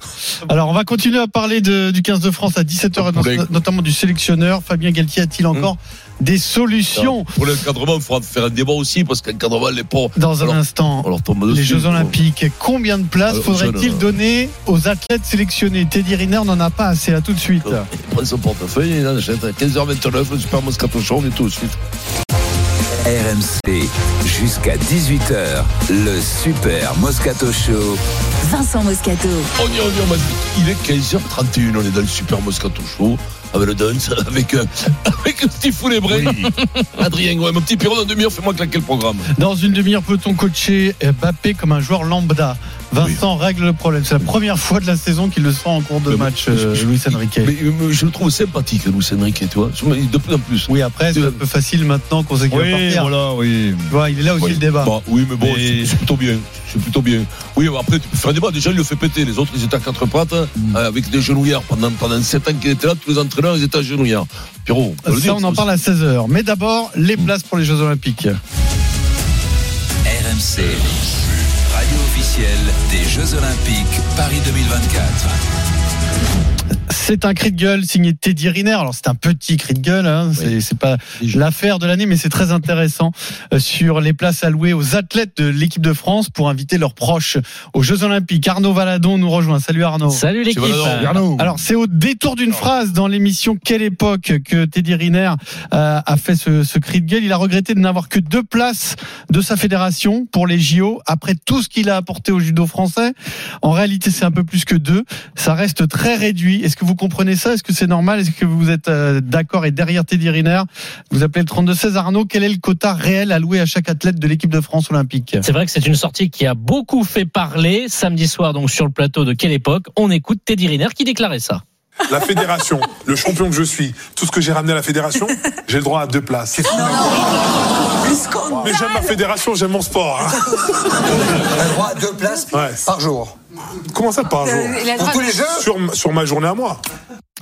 Speaker 7: Alors on va continuer à parler de- du 15 de France à 17h, notamment du sélectionneur. Fabien Galtier a-t-il encore des solutions
Speaker 4: Pour l'encadrement, il faudra faire un débat aussi, parce qu'encadrement, les pauvres.
Speaker 7: Dans un instant,
Speaker 4: Bah,
Speaker 7: les Jeux Olympiques Combien de places
Speaker 4: Alors,
Speaker 7: faudrait-il
Speaker 4: jeune,
Speaker 7: donner aux athlètes sélectionnés Teddy Riner n'en a pas assez là tout de suite.
Speaker 4: Il prend son portefeuille, il en achète à 15h29, le Super Moscato Show, on est tout de suite.
Speaker 3: RMC jusqu'à 18h, le Super Moscato Show.
Speaker 1: Vincent Moscato.
Speaker 4: On y revient, Manu. Il est 15h31, on est dans le Super Moscato Show, avec le dance, avec, euh, avec le petit fou les bras. Adrien, ouais, mon petit Pierrot, dans demi-heure, fais-moi claquer le programme.
Speaker 7: Dans une demi-heure, peut-on coacher Mbappé comme un joueur lambda Vincent règle le problème. C'est la première fois de la saison qu'il le sent en cours de match, euh, Luis Enrique.
Speaker 4: Mais, mais je le trouve sympathique, Luis Enrique, tu vois. Je me- De plus en plus.
Speaker 7: Oui, après, c'est un peu facile maintenant qu'on sait qu'il va partir.
Speaker 4: oui.
Speaker 7: Tu vois, il est là aussi
Speaker 4: Oui.
Speaker 7: le débat.
Speaker 4: Bah, oui, mais bon, c'est- c'est plutôt bien. C'est plutôt bien. Oui, mais après, tu peux faire un débat. Déjà, il le fait péter. Les autres, ils étaient à quatre pattes, hein,
Speaker 7: Mm.
Speaker 4: euh, avec des genouillères. Pendant, pendant 7 ans qu'il était là, tous les entraîneurs, ils étaient à genouillères. Pierrot, on peut le
Speaker 7: Ça,
Speaker 4: dire, Hmm.
Speaker 7: on en
Speaker 4: ça
Speaker 7: parle à 16h. Mais d'abord, les places pour les Jeux Olympiques.
Speaker 3: RMC, radio officielle des Jeux Olympiques Paris 2024.
Speaker 7: C'est un cri de gueule signé Teddy Riner. Alors c'est un petit cri de gueule, hein. c'est c'est pas l'affaire de l'année, mais c'est très intéressant euh, sur les places allouées aux athlètes de l'équipe de France pour inviter leurs proches aux Jeux Olympiques. Arnaud Valadon nous rejoint. Salut Arnaud.
Speaker 13: Salut l'équipe. Salut Valadon.
Speaker 7: Arnaud. Alors c'est au détour d'une phrase dans l'émission Quelle époque que Teddy Riner euh, a fait ce, ce cri de gueule. Il a regretté de n'avoir que deux places de sa fédération pour les JO après tout ce qu'il a apporté au judo français. En réalité, c'est un peu plus que deux. Ça reste très réduit. Est-ce que vous comprenez ça Est-ce que c'est normal Est-ce que vous êtes euh, d'accord et derrière Teddy Riner Vous appelez le 32-16 Arnaud. Quel est le quota réel alloué à chaque athlète de l'équipe de France olympique
Speaker 13: C'est vrai que c'est une sortie qui a beaucoup fait parler samedi soir, donc sur le plateau de Quelle époque On écoute Teddy Riner qui déclarait ça.
Speaker 14: La fédération, le champion que je suis, tout ce que j'ai ramené à la fédération, j'ai le droit à deux places. Mais j'aime ma fédération, j'aime mon sport. hein. Le droit à deux places par jour. Comment ça par jour
Speaker 13: Euh, la Pour droite- tous les jeux
Speaker 14: sur, ma- sur ma journée à moi.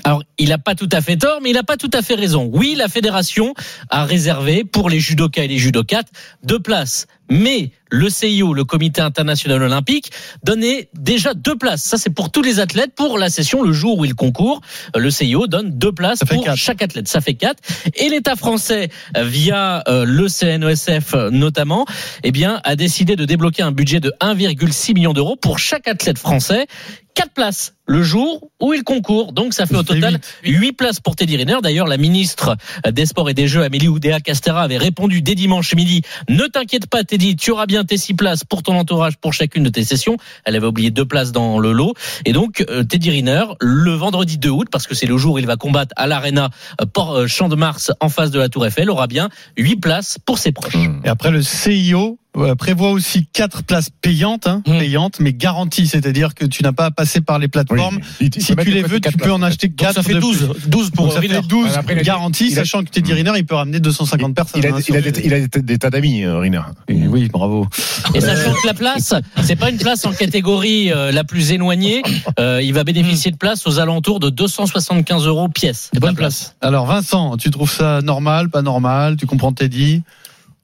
Speaker 13: Alors, il n'a pas tout à fait tort, mais il n'a pas tout à fait raison. Oui, la fédération a réservé pour les judokas et les judokates deux places. Mais le CIO, le Comité international olympique, donnait déjà deux places. Ça, c'est pour tous les athlètes. Pour la session, le jour où ils concourent, euh, le CIO donne deux places pour chaque athlète. Ça fait quatre. Et l'État français, euh, via euh, le CNESF euh, notamment, eh bien, a décidé de débloquer un budget de 1,6 million d'euros pour chaque athlète français. Quatre places le jour où il concourt. Donc ça fait au total huit places pour Teddy Riner. D'ailleurs, la ministre des Sports et des Jeux, Amélie Oudéa-Castera, avait répondu dès dimanche midi Ne t'inquiète pas, Teddy, tu auras bien tes six places pour ton entourage pour chacune de tes sessions. Elle avait oublié deux places dans le lot. Et donc, euh, Teddy Riner, le vendredi 2 août, parce que c'est le jour où il va combattre à l'Arena euh, Port- euh, Champ de Mars en face de la Tour Eiffel, aura bien huit places pour ses proches.
Speaker 7: Et après, le CIO euh, prévoit aussi quatre places payantes, hein,
Speaker 11: Mmh.
Speaker 7: payantes, mais garanties, c'est-à-dire que tu n'as pas à passer par les plateformes. si
Speaker 11: mettre
Speaker 7: tu les
Speaker 11: les
Speaker 7: veux,
Speaker 11: quatre
Speaker 7: tu peux en
Speaker 11: places.
Speaker 7: acheter
Speaker 11: Donc,
Speaker 7: quatre.
Speaker 11: ça fait
Speaker 7: de
Speaker 11: 12,
Speaker 7: plus.
Speaker 11: 12 pour
Speaker 7: Donc, ça
Speaker 11: Riner.
Speaker 7: fait 12
Speaker 11: Ouais, après, il a-
Speaker 7: garanties,
Speaker 11: il a- Mmh.
Speaker 7: sachant que Teddy Riner, il peut ramener 250 personnes.
Speaker 5: Il a,
Speaker 7: hein,
Speaker 5: il
Speaker 7: sur
Speaker 5: a
Speaker 7: le-
Speaker 5: des, il a des- des tas d'amis, euh, Riner.
Speaker 7: Oui, bravo.
Speaker 13: Et sachant que la place, c'est pas une place en catégorie euh, la plus éloignée, euh, il va bénéficier de places aux alentours de 275 euros pièce. Des bonnes places.
Speaker 7: Alors Vincent, tu trouves ça normal, pas normal Tu comprends Teddy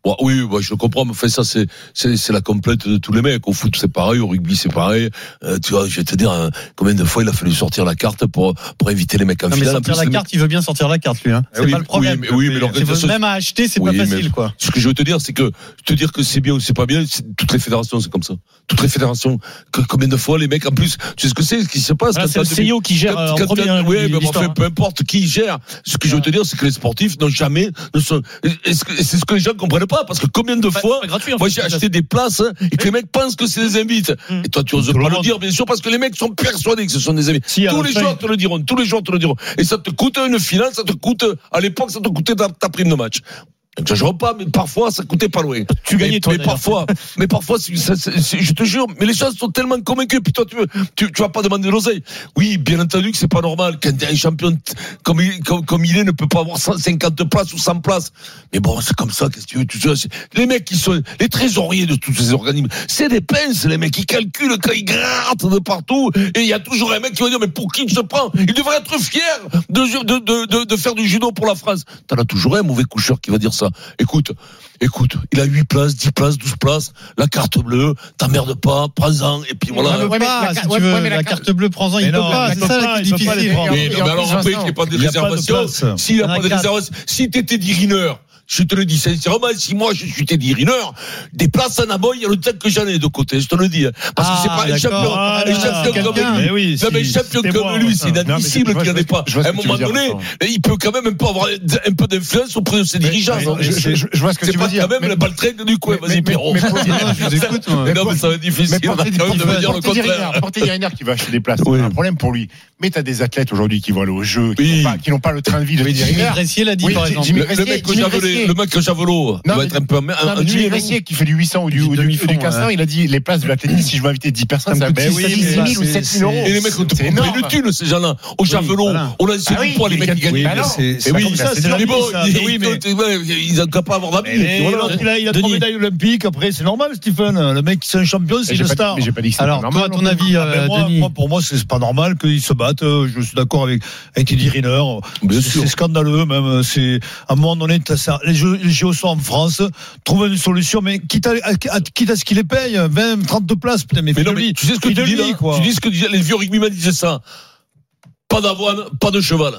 Speaker 4: Ouais, oui, ouais, je le comprends, mais enfin, ça, c'est, c'est, c'est la complète de tous les mecs. Au foot, c'est pareil, au rugby, c'est pareil. Euh, tu vois, je vais te dire, hein, combien de fois il a fallu sortir la carte pour, pour éviter les mecs en
Speaker 7: Non, mais
Speaker 4: finale. En
Speaker 7: sortir
Speaker 4: plus,
Speaker 7: la
Speaker 4: les mecs-
Speaker 7: carte, il veut bien sortir la carte lui. Hein.
Speaker 4: Eh
Speaker 7: C'est
Speaker 4: oui,
Speaker 7: pas le problème.
Speaker 4: Oui, mais, oui, mais l'organisation-
Speaker 7: C'est- Même à acheter, c'est
Speaker 4: Oui,
Speaker 7: pas
Speaker 4: mais
Speaker 7: facile quoi.
Speaker 4: Ce que je veux te dire, c'est que te dire que c'est bien ou c'est pas bien, c'est- toutes les fédérations, c'est comme ça. Toutes les fédérations. Que- combien de fois les mecs, en plus, tu sais ce que c'est, ce qui se passe
Speaker 11: Voilà,
Speaker 4: quand
Speaker 11: c'est
Speaker 4: t'as
Speaker 11: le
Speaker 4: deux mille-
Speaker 11: CEO qui gère,
Speaker 4: quand-
Speaker 11: euh, en
Speaker 4: quand
Speaker 11: premier,
Speaker 4: t'as-
Speaker 11: hein,
Speaker 4: ouais, mais
Speaker 11: l'histoire,
Speaker 4: enfin, peu importe qui gère. Ce que je veux te dire, c'est que les sportifs n'ont jamais, ne sont, et ce que- et c'est ce que les gens comprennent pas, parce que combien de fois, moi j'ai acheté des places, hein, et que les mecs pensent que c'est des invites.
Speaker 11: Hum.
Speaker 4: Et toi, tu oses pas le dire, bien sûr, parce que les mecs sont persuadés que ce sont des invites.
Speaker 11: à
Speaker 4: Tous
Speaker 11: la
Speaker 4: les
Speaker 11: fin,
Speaker 4: joueurs te le diront, tous les joueurs te le diront. Et ça te coûte une finale, ça te coûte, à l'époque, ça te coûtait ta, ta prime de match. J'exagère pas, mais parfois ça coûtait pas loin. Tu gagnais,
Speaker 6: toi,
Speaker 4: Mais
Speaker 6: d'ailleurs.
Speaker 4: parfois, mais parfois, c'est- ça- c'est- c'est- je te jure, mais les gens sont tellement convaincus. Puis toi, tu, veux- tu, tu vas pas demander de l'oseille. Oui, bien entendu que c'est pas normal qu'un un champion t- comme il, comme, comme il est ne peut pas avoir 150 places ou 100 places. Mais bon, c'est comme ça. Qu'est-ce que tu veux tu sais, c'est- Les mecs qui sont les trésoriers de tous ces organismes, c'est des pinces. Les mecs ils calculent quand ils grattent de partout. Et il y a toujours un mec qui va dire mais pour qui il se prend Il devrait être fier de de, de, de, de faire du judo pour la France. T'en as toujours un mauvais coucheur qui va dire ça. Écoute, écoute, il a 8 places, 10 places, 12 places, la carte bleue, t'emmerde pas, prends-en, et puis voilà.
Speaker 7: Ouais, mais la- si tu veux, la carte bleue, prends-en, il
Speaker 4: Mais
Speaker 7: peut
Speaker 4: non,
Speaker 7: pas,
Speaker 4: il
Speaker 7: c'est
Speaker 4: peut
Speaker 7: ça
Speaker 4: pas,
Speaker 7: la
Speaker 4: il peut pas les
Speaker 7: difficulté.
Speaker 4: prendre. Mais, non, mais alors après, qu'il n'y ait pas de réservation, s'il n'y a pas de réservation, si t'es Teddy Riner, je te le dis sincèrement, si moi je suis Teddy Riner, des places en amont, il y a le temps que j'en ai de côté, je te le dis. hein. Parce que c'est
Speaker 7: Ah,
Speaker 4: pas un
Speaker 7: d'accord.
Speaker 4: champion,
Speaker 7: Ah,
Speaker 4: un
Speaker 7: là,
Speaker 4: champion comme
Speaker 7: quelqu'un.
Speaker 4: lui.
Speaker 7: Mais oui,
Speaker 4: Non, mais
Speaker 7: si,
Speaker 4: un champion
Speaker 7: c'était moi,
Speaker 4: comme lui, c'est
Speaker 7: ouais. Non,
Speaker 4: inadmissible
Speaker 7: mais
Speaker 4: qu'il n'y en ait
Speaker 7: je vois
Speaker 4: pas.
Speaker 7: ce que- je vois ce
Speaker 4: À un
Speaker 7: que tu veux
Speaker 4: moment
Speaker 7: dire,
Speaker 4: donné,
Speaker 7: Vincent.
Speaker 4: il peut quand même un peu avoir un peu d'influence auprès de ses dirigeants. hein.
Speaker 5: mais je- je- je- je vois ce que
Speaker 4: C'est
Speaker 5: tu
Speaker 4: pas
Speaker 5: veux dire.
Speaker 4: quand même
Speaker 5: Mais-
Speaker 4: la balle traîne du coin,
Speaker 5: mais-
Speaker 4: vas-y, Pierrot.
Speaker 5: mais- mais pour- Non, je vous écoute, moi.
Speaker 4: Non, mais ça va être difficile.
Speaker 5: Mais porter,
Speaker 4: T'as envie de me dire le
Speaker 5: porter
Speaker 4: contraire.
Speaker 5: Yeriner- porter Yeriner qui va acheter des places, c'est pas un problème pour lui. Mais t'as des athlètes aujourd'hui qui vont aller au jeu, qui n'ont pas- qui n'ont pas, le train de vie de Teddy
Speaker 7: Jimmy
Speaker 5: Riner.
Speaker 7: Gressier l'a dit,
Speaker 5: Oui,
Speaker 7: par exemple.
Speaker 5: Jimmy
Speaker 4: Le- le
Speaker 5: Gressier,
Speaker 4: mec au
Speaker 5: Jimmy
Speaker 4: Javelot-
Speaker 5: Gressier.
Speaker 4: le mec au Javelot,
Speaker 5: Non,
Speaker 4: il va
Speaker 5: mais-
Speaker 4: être un peu
Speaker 5: non,
Speaker 4: un- hein.
Speaker 5: mais
Speaker 4: un
Speaker 5: Jimmy
Speaker 4: nul.
Speaker 5: Gressier qui fait du 800 ou du, ou du- ou
Speaker 4: hein.
Speaker 5: du 1500, il a dit les places de l'athlétisme, si je veux inviter 10 personnes, ça
Speaker 4: Ça
Speaker 5: me
Speaker 4: coûte
Speaker 5: coûte
Speaker 4: 6
Speaker 5: 6 000 ou 7 000 euros.
Speaker 4: Et les mecs ont
Speaker 5: C'est
Speaker 4: payé
Speaker 5: énorme.
Speaker 4: le thune, ces gens-là. Au javelot,
Speaker 5: voilà.
Speaker 4: on a laissé
Speaker 5: Ah oui,
Speaker 4: du poids, les
Speaker 5: ils
Speaker 4: mecs, ils
Speaker 5: gagnent-
Speaker 4: gagnent.
Speaker 5: oui,
Speaker 4: pas.
Speaker 5: mais c'est-
Speaker 4: Mais
Speaker 5: c'est
Speaker 4: oui,
Speaker 5: comme ça, c'est
Speaker 4: mais
Speaker 5: leur
Speaker 4: bon,
Speaker 5: vie, ça.
Speaker 4: ils-
Speaker 5: Oui, mais-
Speaker 4: ils- ils- Ils n'ont qu'à pas avoir d'amis.
Speaker 11: Ah, Mais l'autre, il a, il a trois médailles olympiques. Après, c'est normal, Stephen. Le mec, c'est un champion, c'est
Speaker 5: j'ai
Speaker 11: une
Speaker 5: pas dit-
Speaker 11: star.
Speaker 5: mais j'ai pas dit que c'était
Speaker 11: Alors,
Speaker 5: normal,
Speaker 11: toi, à
Speaker 5: non
Speaker 11: ton
Speaker 5: plus.
Speaker 11: avis,
Speaker 5: Ah,
Speaker 11: euh,
Speaker 5: ben, moi,
Speaker 11: Denis
Speaker 5: moi,
Speaker 11: pour moi, c'est pas normal qu'ils se battent. Euh, Je suis d'accord avec, avec Teddy Riner.
Speaker 4: C'est-
Speaker 11: C'est scandaleux, même. C'est, à un moment donné, t'as ça. les, jeux, les JO sont en France. Trouver une solution, mais quitte à, à- à- quitte à ce qu'ils les payent, 20, 30 places, putain, mais,
Speaker 4: Mais non,
Speaker 11: fais-le-lui.
Speaker 4: mais tu sais ce que tu
Speaker 11: Fais-le-lui,
Speaker 4: dis là
Speaker 11: quoi.
Speaker 4: Tu dis ce que disaient- les vieux rugbymen disaient ça. Pas d'avoine, pas de cheval.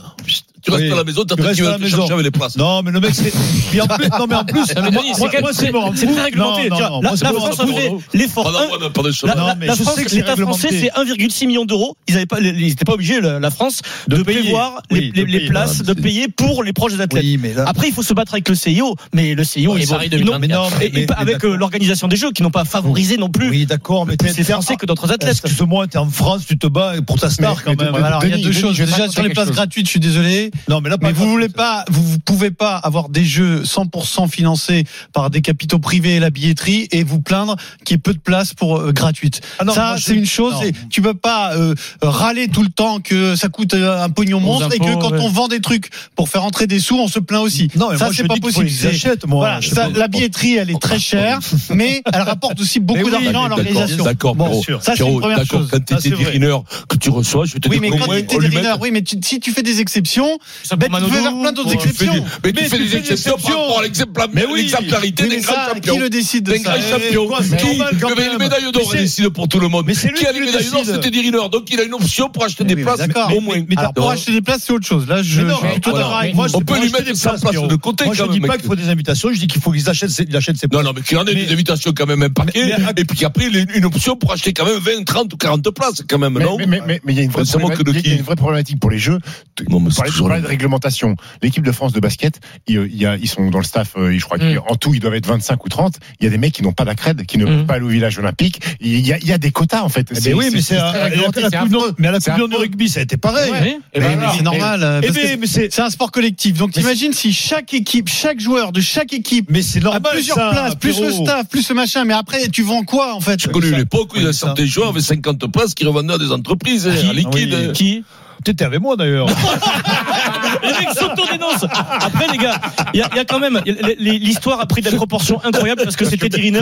Speaker 4: Tu restes
Speaker 11: Oui.
Speaker 4: à la maison, t'as
Speaker 11: Tu
Speaker 4: t'as-
Speaker 11: restes
Speaker 4: tu
Speaker 11: à
Speaker 4: vas
Speaker 11: la
Speaker 4: te
Speaker 11: maison.
Speaker 4: chercher avec les places.
Speaker 11: Non, mais le mec, c'est. Puis en plus, non, mais en plus,
Speaker 6: Non, mais
Speaker 11: moi,
Speaker 6: Denis, c'est
Speaker 11: moi,
Speaker 6: quand-
Speaker 11: moi,
Speaker 6: c'est-
Speaker 11: c'est mort.
Speaker 6: c'est très réglementé.
Speaker 11: Non,
Speaker 6: Tiens,
Speaker 11: non,
Speaker 6: la-
Speaker 11: moi, c'est
Speaker 6: la
Speaker 11: mort.
Speaker 6: France a fait l'effort.
Speaker 4: Pas d'avoine, pas de
Speaker 6: La,
Speaker 4: cheval.
Speaker 11: Non,
Speaker 6: la-
Speaker 11: mais
Speaker 6: la
Speaker 11: je
Speaker 6: France,
Speaker 11: sais que c'est
Speaker 6: l'État
Speaker 11: réglementé.
Speaker 6: français, c'est 1,6 million d'euros. Ils n'avaient pas, ils n'étaient pas obligés, la, la France, de,
Speaker 11: payer.
Speaker 6: prévoir
Speaker 11: Oui,
Speaker 6: les,
Speaker 11: de
Speaker 6: les- les
Speaker 11: payer,
Speaker 6: places,
Speaker 11: voilà,
Speaker 6: de payer pour les proches des athlètes.
Speaker 11: Oui, mais là-
Speaker 6: Après, il faut se battre avec le CIO, mais le CIO,
Speaker 13: Ouais,
Speaker 6: ils
Speaker 13: mais
Speaker 6: ont-
Speaker 13: Paris
Speaker 6: ils n'ont-
Speaker 13: 2024.
Speaker 11: Mais non,
Speaker 6: et- et
Speaker 11: mais-
Speaker 6: pas-
Speaker 11: mais
Speaker 6: avec
Speaker 11: d'accord.
Speaker 6: euh, l'organisation des Jeux, qui n'ont pas favorisé non plus.
Speaker 11: Oui, d'accord, mais
Speaker 6: plus
Speaker 11: t'es-
Speaker 6: les
Speaker 11: t'es-
Speaker 6: Français que d'autres athlètes.
Speaker 11: Excuse-moi, t'es en France, tu te bats pour ta star
Speaker 5: Mais-
Speaker 11: quand
Speaker 5: mais
Speaker 11: même.
Speaker 5: Denis,
Speaker 11: Alors,
Speaker 7: Alors, il y a
Speaker 5: Denis,
Speaker 7: deux
Speaker 5: Denis,
Speaker 7: choses.
Speaker 5: je vais
Speaker 7: Déjà,
Speaker 5: t'apporter
Speaker 7: sur les
Speaker 5: quelque
Speaker 7: places
Speaker 5: chose.
Speaker 7: gratuites, je suis désolé.
Speaker 11: Non, mais là, pas
Speaker 7: Mais vous voulez pas, vous, vous pouvez pas avoir des jeux 100% financés par des capitaux privés et la billetterie et vous plaindre qu'il y ait peu de place pour euh, gratuite.
Speaker 11: Ah non,
Speaker 7: ça,
Speaker 11: moi, je-
Speaker 7: c'est une chose.
Speaker 11: non.
Speaker 7: Et tu peux pas euh, râler tout le temps que ça coûte euh, un pognon monstre et que
Speaker 11: impôts,
Speaker 7: quand
Speaker 11: ouais.
Speaker 7: on vend des trucs pour faire entrer des sous, on se plaint aussi.
Speaker 11: Non, mais
Speaker 7: ça,
Speaker 11: moi,
Speaker 7: c'est
Speaker 11: je
Speaker 7: pas
Speaker 11: dis qu'il faut
Speaker 7: possible.
Speaker 11: qu'ils achètent, moi.
Speaker 7: Voilà,
Speaker 11: Je sais
Speaker 7: ça,
Speaker 11: pas.
Speaker 7: la billetterie, elle est très chère, mais elle rapporte aussi
Speaker 11: Mais
Speaker 7: beaucoup
Speaker 11: oui,
Speaker 7: d'argent à
Speaker 4: D'accord,
Speaker 7: l'organisation.
Speaker 4: D'accord,
Speaker 7: Bon,
Speaker 4: Pierrot.
Speaker 7: ça, c'est une
Speaker 4: Pierrot,
Speaker 7: première
Speaker 4: d'accord,
Speaker 7: chose.
Speaker 4: quand t'es
Speaker 11: Ça, c'est
Speaker 4: Teddy
Speaker 11: vrai.
Speaker 4: Riner, que tu reçois, je vais te
Speaker 7: Oui,
Speaker 4: dire
Speaker 7: mais
Speaker 4: qu'au
Speaker 7: quand
Speaker 4: moins,
Speaker 7: tu
Speaker 4: on lui
Speaker 7: es
Speaker 4: met-
Speaker 7: dealer, oui, mais tu- si tu fais des exceptions,
Speaker 6: Ça
Speaker 7: ben,
Speaker 6: pour
Speaker 7: tu peux
Speaker 6: Manodou,
Speaker 7: faire plein d'autres
Speaker 6: pour-
Speaker 4: Tu fais
Speaker 7: exceptions.
Speaker 4: des- Mais tu fais des exceptions par rapport à
Speaker 11: Mais oui.
Speaker 4: l'exemplarité
Speaker 7: Oui,
Speaker 4: des
Speaker 7: mais
Speaker 4: grands
Speaker 7: ça,
Speaker 4: champions.
Speaker 7: Qui le décide de
Speaker 4: Des
Speaker 7: ça
Speaker 4: grands champions.
Speaker 11: quoi, c'est
Speaker 4: Qui
Speaker 11: normal quand
Speaker 4: avait les
Speaker 11: même.
Speaker 4: médailles
Speaker 11: Mais
Speaker 4: d'or
Speaker 11: c'est-
Speaker 4: décide pour tout le monde.
Speaker 11: Mais c'est lui
Speaker 4: Qui a
Speaker 11: qui
Speaker 4: les
Speaker 11: le
Speaker 4: médailles d'or,
Speaker 11: décide.
Speaker 4: c'était Teddy Riner. Donc il a une option pour acheter
Speaker 11: Mais
Speaker 4: des
Speaker 11: oui,
Speaker 4: places,
Speaker 11: mais d'accord.
Speaker 4: au moins.
Speaker 11: Mais t'as
Speaker 7: Alors, pour acheter des places, c'est autre chose. Là, je.
Speaker 11: Mais non,
Speaker 7: je-
Speaker 11: mais
Speaker 7: tout
Speaker 4: voilà.
Speaker 7: d'accord avec
Speaker 11: moi,
Speaker 7: vous.
Speaker 11: je-
Speaker 4: On peut
Speaker 11: moi,
Speaker 4: lui
Speaker 11: je fais
Speaker 4: mettre
Speaker 11: des
Speaker 4: sa
Speaker 11: places,
Speaker 4: place
Speaker 11: Pierrot.
Speaker 4: de côté,
Speaker 11: Moi,
Speaker 4: quand
Speaker 11: je
Speaker 4: même,
Speaker 11: dis pas
Speaker 4: mec.
Speaker 11: qu'il faut des invitations, je dis qu'il faut qu'ils achètent, ces- ils achètent ces
Speaker 4: Non,
Speaker 11: places.
Speaker 4: non, mais qu'il y en ait des invitations quand même un paquet, et puis qu'après, il y ait une option pour acheter quand même 20, 30 ou 40 places, quand même,
Speaker 5: Mais-
Speaker 4: non
Speaker 5: mais- mais- mais- mais il y a une vraie
Speaker 4: Ça manque de
Speaker 5: problématique- il y a
Speaker 4: qui
Speaker 5: une vraie problématique pour les jeux. Tu
Speaker 4: Non, mais c'est
Speaker 5: parlais- tu
Speaker 4: toujours
Speaker 5: parlais
Speaker 4: le-
Speaker 5: de réglementation. L'équipe de France de basket, il, il y a- ils sont dans le staff, euh, je crois qu'en tout, ils doivent être 25 ou 30. Il y a des mecs qui n'ont pas la crède, qui ne peuvent pas aller au village olympique. Il y a, il y a des quotas, en fait.
Speaker 11: Mais Eh ben oui, mais c'est
Speaker 5: très
Speaker 11: à
Speaker 5: réglementé,
Speaker 11: la
Speaker 5: c'est
Speaker 11: Coupe du Monde-
Speaker 5: affreux.
Speaker 11: mais à la
Speaker 5: C'est
Speaker 11: Coupe du Monde de
Speaker 5: affreux.
Speaker 11: rugby, ça a été pareil.
Speaker 7: Ouais.
Speaker 11: Eh
Speaker 7: Mais-
Speaker 11: ben,
Speaker 7: mais
Speaker 11: alors.
Speaker 7: c'est normal. euh,
Speaker 11: Eh
Speaker 7: parce
Speaker 11: ben,
Speaker 7: que
Speaker 11: mais c'est-
Speaker 7: C'est un sport collectif. Donc t'imagines si chaque équipe, chaque joueur de chaque équipe
Speaker 11: Mais c'est
Speaker 7: a
Speaker 11: normal.
Speaker 7: plusieurs
Speaker 11: ça,
Speaker 7: places, plus le
Speaker 11: Pierrot.
Speaker 7: staff, plus ce machin. Mais après, tu vends quoi en fait
Speaker 4: J'ai connu l'époque où il y a
Speaker 11: Oui, ça.
Speaker 4: certains joueurs avec 50 places qui revendaient à des entreprises, hein, en
Speaker 11: Ah oui.
Speaker 4: liquide. hein.
Speaker 11: Qui T'étais avec moi d'ailleurs.
Speaker 6: Les mecs s'autodénoncent. Après, les gars, il y, a- il y a quand même il y a- les- l'histoire a pris des proportions incroyables parce que c'était Diriner.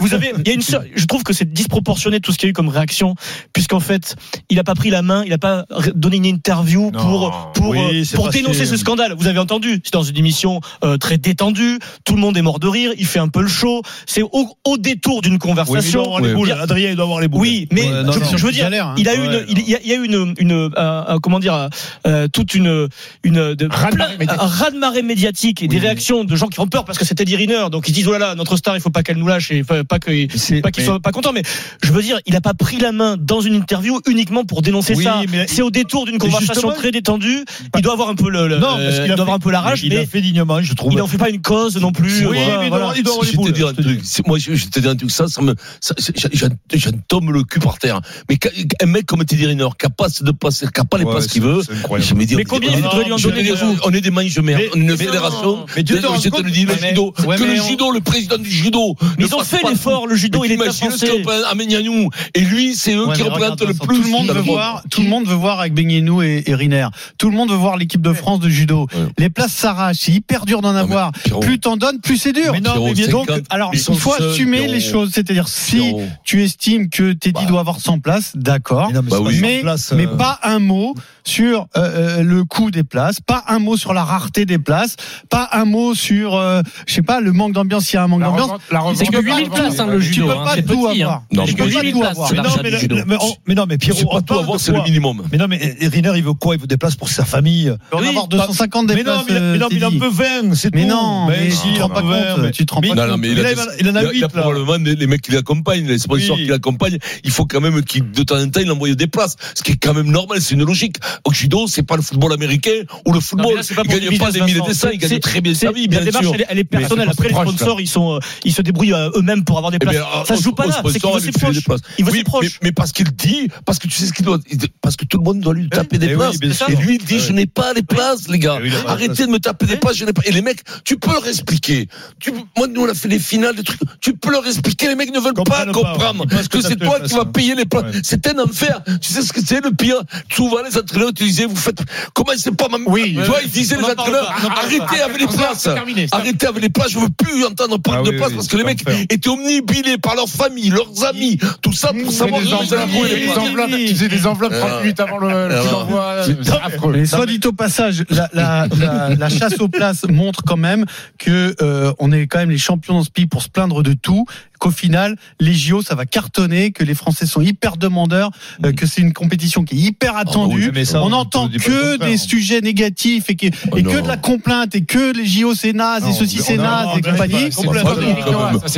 Speaker 6: Vous avez, il y a une seule- je trouve que c'est disproportionné tout ce qu'il y a eu comme réaction, puisqu'en fait, il a pas pris la main, il a pas ré- donné une interview
Speaker 5: Non,
Speaker 6: pour pour
Speaker 11: oui,
Speaker 6: euh,
Speaker 11: c'est
Speaker 6: pour
Speaker 11: passé.
Speaker 6: dénoncer ce scandale. Vous avez entendu, c'est dans une émission euh, très détendue, tout le monde est mort de rire, il fait un peu le show, c'est au, au détour d'une
Speaker 11: Oui, mais il doit
Speaker 6: conversation.
Speaker 11: avoir les
Speaker 6: Il
Speaker 11: boules.
Speaker 6: y a-
Speaker 11: Adrien, il doit avoir les boules.
Speaker 6: oui, mais
Speaker 11: Ouais, non,
Speaker 6: je,
Speaker 11: non.
Speaker 6: je veux dire,
Speaker 7: Galère, hein.
Speaker 6: il a eu
Speaker 11: Ouais,
Speaker 6: une,
Speaker 11: non.
Speaker 6: il y a, il y a eu une, une euh, euh, comment dire, euh, toute une, une de,
Speaker 5: Raz-de-marée
Speaker 6: plein-
Speaker 5: médiatique.
Speaker 6: un raz-de-marée médiatique et des réactions de gens qui ont peur parce que c'était Diriner, donc ils disent oh là là, notre star, il faut pas qu'elle nous lâche et pas pas qu'il
Speaker 11: C'est-
Speaker 6: pas qu'il
Speaker 11: mais-
Speaker 6: soit pas content. Mais je veux dire, il a pas pris la main dans une interview uniquement pour dénoncer
Speaker 11: Oui,
Speaker 6: ça.
Speaker 11: mais-
Speaker 6: C'est au détour d'une
Speaker 11: Mais
Speaker 6: conversation
Speaker 11: justement,
Speaker 6: très détendue. Il doit avoir un peu le, le-
Speaker 11: Non, parce
Speaker 6: euh,
Speaker 11: qu'il a
Speaker 6: il doit
Speaker 11: fait-
Speaker 6: avoir un peu la rage,
Speaker 11: il
Speaker 6: mais
Speaker 11: a fait dignement, je trouve.
Speaker 6: il en fait pas une cause non plus.
Speaker 11: Oui,
Speaker 6: Voilà,
Speaker 11: mais il doit-
Speaker 6: voilà.
Speaker 11: il doit avoir les
Speaker 4: Je vais te
Speaker 11: boules.
Speaker 4: dire un truc. C'est- Moi, je, je vais te dire un truc. Ça, ça me, ça, c'est- j'en- j'en j'en tombe le cul par terre. Mais quand- un mec comme Teddy Riner, capable de passer, capable pas les
Speaker 11: Ouais,
Speaker 4: places qu'il
Speaker 11: c'est-
Speaker 4: veut.
Speaker 11: c'est incroyable.
Speaker 4: je me dis,
Speaker 6: Mais
Speaker 4: on-
Speaker 6: combien
Speaker 4: on-
Speaker 6: il
Speaker 11: non,
Speaker 6: faudrait lui
Speaker 11: mais
Speaker 6: en
Speaker 4: donné des roues. On est des manches de merde.
Speaker 6: Mais-
Speaker 4: On est une
Speaker 6: mais
Speaker 4: fédération.
Speaker 6: non. Mais tu te rends
Speaker 4: Je te le
Speaker 6: compte-
Speaker 4: dis, le
Speaker 6: Mais-
Speaker 4: judo.
Speaker 6: ouais,
Speaker 4: Que
Speaker 6: mais
Speaker 4: le
Speaker 6: on-
Speaker 4: judo, le président du judo.
Speaker 6: Mais
Speaker 4: ne
Speaker 6: ils ont
Speaker 4: fasse
Speaker 6: fait
Speaker 4: pas-
Speaker 6: l'effort, le judo,
Speaker 4: Mais
Speaker 6: il est
Speaker 4: t'imagines
Speaker 6: bien
Speaker 4: ce
Speaker 6: pensé.
Speaker 4: qu'il représente, Amenianou. Et lui, c'est eux
Speaker 7: Ouais,
Speaker 4: qui
Speaker 7: mais
Speaker 4: représentent
Speaker 7: regarde,
Speaker 4: le
Speaker 7: Vincent,
Speaker 4: plus.
Speaker 7: Tout le monde veut voir, tout le monde veut voir avec Beignenou et, et Riner. Tout le monde veut voir l'équipe de France de judo. Les places s'arrachent, c'est hyper dur d'en avoir. plus t'en donnes, plus c'est dur.
Speaker 11: Mais non, mais Pierrot,
Speaker 7: donc,
Speaker 11: 50,
Speaker 7: alors,
Speaker 11: ils
Speaker 7: il
Speaker 11: sont
Speaker 7: faut
Speaker 11: seuls,
Speaker 7: assumer
Speaker 11: Pierrot.
Speaker 7: les choses. C'est-à-dire, si
Speaker 11: Pierrot.
Speaker 7: tu estimes que Teddy doit avoir 100 places, d'accord.
Speaker 11: mais Bah 100 oui.
Speaker 7: mais,
Speaker 11: places,
Speaker 7: mais
Speaker 11: euh,
Speaker 7: pas un mot sur euh, euh, le coût des places, pas un mot sur la rareté des places, pas un mot sur, euh, je sais pas, le manque d'ambiance, s'il y a un manque d'ambiance.
Speaker 13: C'est que 8000 places, hein, le
Speaker 7: Tu
Speaker 13: judo.
Speaker 7: peux
Speaker 13: hein,
Speaker 7: pas
Speaker 13: c'est
Speaker 7: tout
Speaker 13: petit, hein.
Speaker 7: avoir.
Speaker 11: Non,
Speaker 13: C'est
Speaker 11: mais
Speaker 13: que
Speaker 11: oui,
Speaker 13: 8000
Speaker 11: tout
Speaker 13: places,
Speaker 11: avoir.
Speaker 13: c'est
Speaker 11: Mais
Speaker 13: l'argent
Speaker 11: non, mais
Speaker 13: du
Speaker 11: le-
Speaker 13: judo.
Speaker 11: le- mais on- mais non, mais Pierrot,
Speaker 13: C'est pas
Speaker 11: on
Speaker 13: tout
Speaker 11: parle
Speaker 13: avoir,
Speaker 11: de
Speaker 13: c'est le
Speaker 11: quoi
Speaker 13: minimum.
Speaker 11: Mais non, mais Riner, il veut quoi Il veut des places pour sa famille.
Speaker 7: Il va en avoir 250 des
Speaker 11: mais non,
Speaker 7: places,
Speaker 11: mais, il a- mais non, mais il en
Speaker 7: Teddy.
Speaker 11: peut 20, c'est tout. Ben
Speaker 7: Mais non, mais
Speaker 11: si,
Speaker 7: tu te
Speaker 11: il en
Speaker 7: rends pas
Speaker 11: veut 20,
Speaker 7: compte,
Speaker 11: mais-
Speaker 7: tu te rends pas
Speaker 11: Mais-
Speaker 4: Non, non, mais il
Speaker 11: mais
Speaker 4: a,
Speaker 11: là,
Speaker 4: des-
Speaker 11: il en
Speaker 4: il
Speaker 11: a
Speaker 4: a- il a
Speaker 11: 8, là.
Speaker 4: probablement des- les mecs qui l'accompagnent, les sponsors
Speaker 11: Oui.
Speaker 4: qui l'accompagnent. Il faut quand même qu'il, de temps en temps, il envoie des places. Ce qui est quand même normal, c'est une logique. Au judo, c'est pas le football américain ou le
Speaker 6: Non, mais
Speaker 4: football.
Speaker 6: là, c'est pas
Speaker 4: il
Speaker 6: pour
Speaker 4: gagne pas
Speaker 6: des
Speaker 4: des milliers de cents, il gagne très bien sa vie, bien
Speaker 6: La démarche,
Speaker 4: sûr.
Speaker 6: elle est- elle est
Speaker 4: Mais
Speaker 6: personnelle.
Speaker 4: c'est pas
Speaker 6: Après, les
Speaker 4: proche, là.
Speaker 6: sponsors, ils sont, euh, ils se débrouillent euh, eux-mêmes pour avoir des
Speaker 4: Eh
Speaker 6: places.
Speaker 4: bien, alors,
Speaker 6: Ça se
Speaker 4: au-
Speaker 6: joue pas
Speaker 4: au
Speaker 6: là. C'est qu'il
Speaker 4: sponsor,
Speaker 6: veut
Speaker 4: il
Speaker 6: ses
Speaker 4: fait des
Speaker 6: proches.
Speaker 4: places.
Speaker 6: Il veut
Speaker 4: Oui,
Speaker 6: ses proches.
Speaker 4: Mais, mais parce qu'il dit, parce que tu sais ce qu'il doit, parce que tout le monde doit lui taper
Speaker 11: Eh
Speaker 4: des
Speaker 11: oui,
Speaker 4: places.
Speaker 11: bien sûr.
Speaker 4: et lui, il dit,
Speaker 11: Eh
Speaker 4: je
Speaker 11: oui.
Speaker 4: n'ai pas les places, les gars.
Speaker 11: Eh oui, il a pas les
Speaker 4: Arrêtez
Speaker 11: places.
Speaker 4: de me taper des places, je n'ai pas. Et les mecs, tu peux leur expliquer. Tu, moi, nous, on a fait des finales, des trucs. Tu peux leur expliquer, les mecs ne veulent pas
Speaker 11: Comprennent pas,
Speaker 4: comprendre
Speaker 11: ouais. Ils pensent
Speaker 4: que
Speaker 11: que t'as
Speaker 4: c'est
Speaker 11: fait
Speaker 4: toi
Speaker 11: les
Speaker 4: qui
Speaker 11: places,
Speaker 4: vas
Speaker 11: hein.
Speaker 4: payer les places.
Speaker 11: Ouais.
Speaker 4: C'est un enfer. Tu sais ce que c'est le pire. Souvent, les entraîneurs, tu disais, vous faites, comment c'est pas ma, oui. tu vois, ils disaient,
Speaker 11: On
Speaker 4: les
Speaker 11: en parle
Speaker 4: entraîneurs,
Speaker 11: pas, on en parle
Speaker 4: arrêtez
Speaker 11: pas.
Speaker 4: avec les
Speaker 11: C'est
Speaker 4: places.
Speaker 11: terminé, c'est
Speaker 4: Arrêtez avec les places, je veux plus entendre parler
Speaker 11: Ah
Speaker 4: de
Speaker 11: oui,
Speaker 4: places
Speaker 11: oui,
Speaker 4: parce que les mecs
Speaker 11: l'enfer.
Speaker 4: étaient omnibilés par leur famille, leurs amis, tout ça pour
Speaker 5: Ils faisaient
Speaker 4: savoir
Speaker 5: des
Speaker 4: où ils allaient
Speaker 5: enveloppes,
Speaker 4: trouver les
Speaker 5: ils
Speaker 4: places.
Speaker 5: enveloppes, ils faisaient des enveloppes
Speaker 11: Euh,
Speaker 5: 30 minutes avant le
Speaker 4: Alors,
Speaker 5: coup d'envoi. C'est affreux.
Speaker 7: Mais soit dit au passage, la, la- la- la chasse aux places montre quand même que euh, on est quand même les champions dans ce pays pour se plaindre de tout. Qu'au final, les JO, ça va cartonner, que les Français sont hyper demandeurs, euh, que c'est une compétition qui est hyper attendue.
Speaker 11: Ah bah oui, mais ça,
Speaker 7: on
Speaker 11: on
Speaker 7: n'entend
Speaker 11: te dit pas le
Speaker 7: que
Speaker 11: contraire. hein. Oh
Speaker 7: des sujets négatifs et, que, et que
Speaker 11: non.
Speaker 7: de la complainte et que les JO c'est naze et ceci c'est naze et compagnie.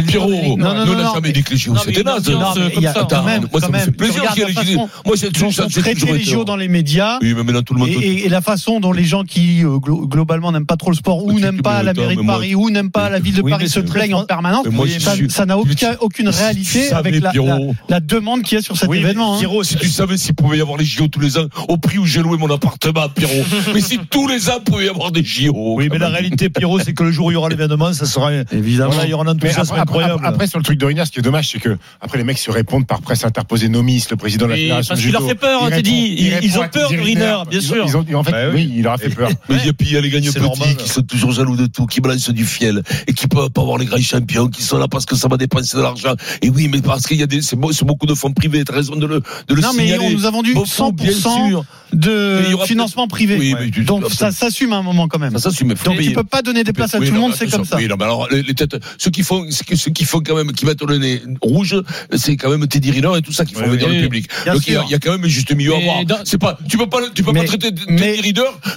Speaker 4: Pierrot, nous, on
Speaker 7: Non, non, non,
Speaker 4: n'a
Speaker 7: non.
Speaker 4: jamais dit que les JO,
Speaker 7: Non, mais
Speaker 4: c'était
Speaker 7: une
Speaker 4: naze.
Speaker 7: ambiance, euh, comme ça,
Speaker 4: Attends,
Speaker 7: quand même,
Speaker 4: moi, ça
Speaker 7: quand
Speaker 4: me fait
Speaker 7: même.
Speaker 4: plaisir
Speaker 7: Tu
Speaker 4: qu'il y ait les
Speaker 7: regardes la
Speaker 4: JO.
Speaker 7: façon
Speaker 4: Moi, j'ai
Speaker 7: dont
Speaker 4: toujours ça,
Speaker 7: sont
Speaker 4: j'ai
Speaker 7: traités
Speaker 4: toujours
Speaker 7: les
Speaker 4: été,
Speaker 7: JO
Speaker 4: hein.
Speaker 7: dans les médias.
Speaker 4: Oui, mais maintenant, tout le monde
Speaker 7: Et,
Speaker 4: te-
Speaker 7: et- et la façon dont les gens qui euh, glo- globalement n'aiment pas trop le sport ou n'aiment pas la
Speaker 4: attends,
Speaker 7: mairie de
Speaker 4: mais moi-
Speaker 7: Paris ou n'aiment pas la ville de
Speaker 4: Oui,
Speaker 7: Paris
Speaker 4: mais
Speaker 7: se
Speaker 4: c'est-
Speaker 7: plaignent en permanence,
Speaker 4: Mais moi, je
Speaker 7: ça-
Speaker 4: suis-
Speaker 7: ça n'a aucun- aucune
Speaker 4: Si tu
Speaker 7: réalité
Speaker 4: savais,
Speaker 7: avec la, la-
Speaker 4: Pierrot.
Speaker 7: la demande qu'il y a sur cet événement. hein.
Speaker 4: Pierrot, si tu savais s'il pouvait y avoir les JO tous les ans, au prix où j'ai loué mon appartement, Pierrot. mais si tous les ans pouvait y avoir des JO.
Speaker 11: Oui, mais la réalité, Pierrot, c'est que le jour où il y aura l'événement, ça sera.
Speaker 7: Évidemment.
Speaker 11: Voilà, il y aura un
Speaker 5: Mais
Speaker 11: enthousiasme
Speaker 5: après, après,
Speaker 11: incroyable.
Speaker 5: après, sur le truc de Riner, ce qui est dommage, c'est que après les mecs se répondent par presse interposée. Nomis, le président de la
Speaker 6: Oui,
Speaker 5: fédération
Speaker 6: parce
Speaker 5: de
Speaker 6: qu'il leur
Speaker 5: judo.
Speaker 6: fait peur,
Speaker 5: Il
Speaker 6: hein, t'es
Speaker 5: répond-
Speaker 6: dit.
Speaker 5: il
Speaker 6: Ils- ils
Speaker 5: répond
Speaker 6: ont
Speaker 5: à
Speaker 6: peur de
Speaker 5: Thierry
Speaker 6: Riner,
Speaker 5: Riner.
Speaker 6: bien
Speaker 5: Ils
Speaker 6: sûr.
Speaker 5: ont- ils ont- ils ont- en fait,
Speaker 11: Bah oui.
Speaker 5: oui, il leur a fait peur.
Speaker 4: Mais il y a- puis il y a les gagnants
Speaker 11: C'est
Speaker 4: petits
Speaker 11: normal.
Speaker 4: qui sont toujours jaloux de tout, qui balancent du fiel et qui peuvent pas avoir les grands champions qui sont là parce que ça va dépenser de l'argent. Et oui, mais parce qu'il y a des, c'est beau- c'est beaucoup de fonds privés, t'as raison de le, de le
Speaker 7: non, mais
Speaker 4: signaler.
Speaker 7: on nous a vendu
Speaker 4: Beaucoup, bien
Speaker 7: 100%
Speaker 4: sûr.
Speaker 7: de
Speaker 4: Mais il y aura
Speaker 7: financement
Speaker 4: peut-être-
Speaker 7: privé.
Speaker 4: Oui, mais tu-
Speaker 7: Donc ça s'assume à un moment quand même.
Speaker 4: Ça s'assume, mais faut
Speaker 7: Donc tu
Speaker 4: payer.
Speaker 7: peux pas donner des places à
Speaker 4: Oui,
Speaker 7: tout le
Speaker 4: non,
Speaker 7: monde,
Speaker 4: mais
Speaker 7: c'est comme ça.
Speaker 4: Oui, non, mais alors, les, les têtes, ceux qui font, ceux qui- ceux qui font quand même, qui mettent le nez rouge, c'est quand même Teddy Riner et tout ça qui font
Speaker 11: Oui,
Speaker 4: venir
Speaker 11: oui.
Speaker 4: le public.
Speaker 11: Bien
Speaker 4: Donc, il y, a,
Speaker 11: sûr.
Speaker 4: il y a quand même un juste milieu
Speaker 11: Mais
Speaker 4: à voir.
Speaker 11: dans-
Speaker 4: C'est pas, tu peux pas, tu peux
Speaker 7: Mais-
Speaker 4: pas traiter
Speaker 7: mais-
Speaker 4: Teddy Riner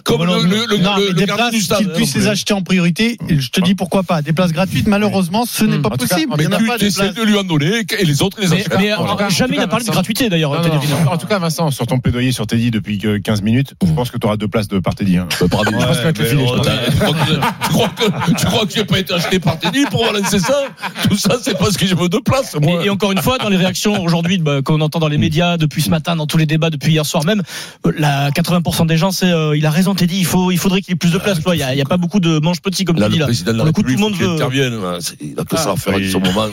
Speaker 4: comme
Speaker 11: Non,
Speaker 4: le, le, le,
Speaker 7: non,
Speaker 4: le-
Speaker 7: mais
Speaker 4: le
Speaker 7: des
Speaker 4: gardien
Speaker 7: places
Speaker 4: du stade. hein, euh.
Speaker 7: qu'ils puissent les acheter en priorité, je te dis pourquoi pas. Des places gratuites, malheureusement, ce
Speaker 4: Hmm.
Speaker 7: n'est pas
Speaker 5: tout cas,
Speaker 7: possible.
Speaker 5: en
Speaker 7: Il n'y en a
Speaker 5: tout
Speaker 7: pas
Speaker 4: Tu
Speaker 7: de
Speaker 4: essaies
Speaker 7: places.
Speaker 4: de lui en donner et les autres, ils les
Speaker 6: Mais,
Speaker 4: achètent.
Speaker 6: mais,
Speaker 5: En tout
Speaker 6: alors,
Speaker 5: cas,
Speaker 6: jamais il n'a parlé de
Speaker 5: Vincent-
Speaker 6: gratuité d'ailleurs.
Speaker 5: Non,
Speaker 6: Teddy
Speaker 5: non,
Speaker 6: Riner.
Speaker 5: non. En tout cas, Vincent, sur ton plaidoyer sur Teddy depuis que 15 minutes, je pense que tu auras deux places de par Teddy. hein.
Speaker 4: Bah, bravo.
Speaker 5: Je pense que tu vas te le
Speaker 11: mais
Speaker 5: filer, je
Speaker 11: on-
Speaker 5: pense.
Speaker 4: Attends, tu crois que- tu crois que tu crois que j'ai pas été acheté par Teddy pour balancer ça Tout ça, c'est parce que je veux deux places, moi.
Speaker 6: Et, et encore une fois, dans les réactions aujourd'hui bah, qu'on entend dans les médias depuis ce matin, dans tous les débats depuis hier soir même, euh, la 80% des gens, c'est euh, il a raison, Teddy, il faut, il faudrait qu'il y ait plus de place. Tu vois, Il n'y a, il y a pas beaucoup de manches petits comme
Speaker 4: Ah, Là,
Speaker 6: tu dis
Speaker 4: le
Speaker 6: là.
Speaker 4: président de la
Speaker 6: Pour le coup, tout le
Speaker 4: République,
Speaker 6: monde
Speaker 4: faut qu'il
Speaker 6: veut.
Speaker 4: intervienne. Voilà, c'est- Il a que ça à faire
Speaker 11: oui.
Speaker 4: à ce moment.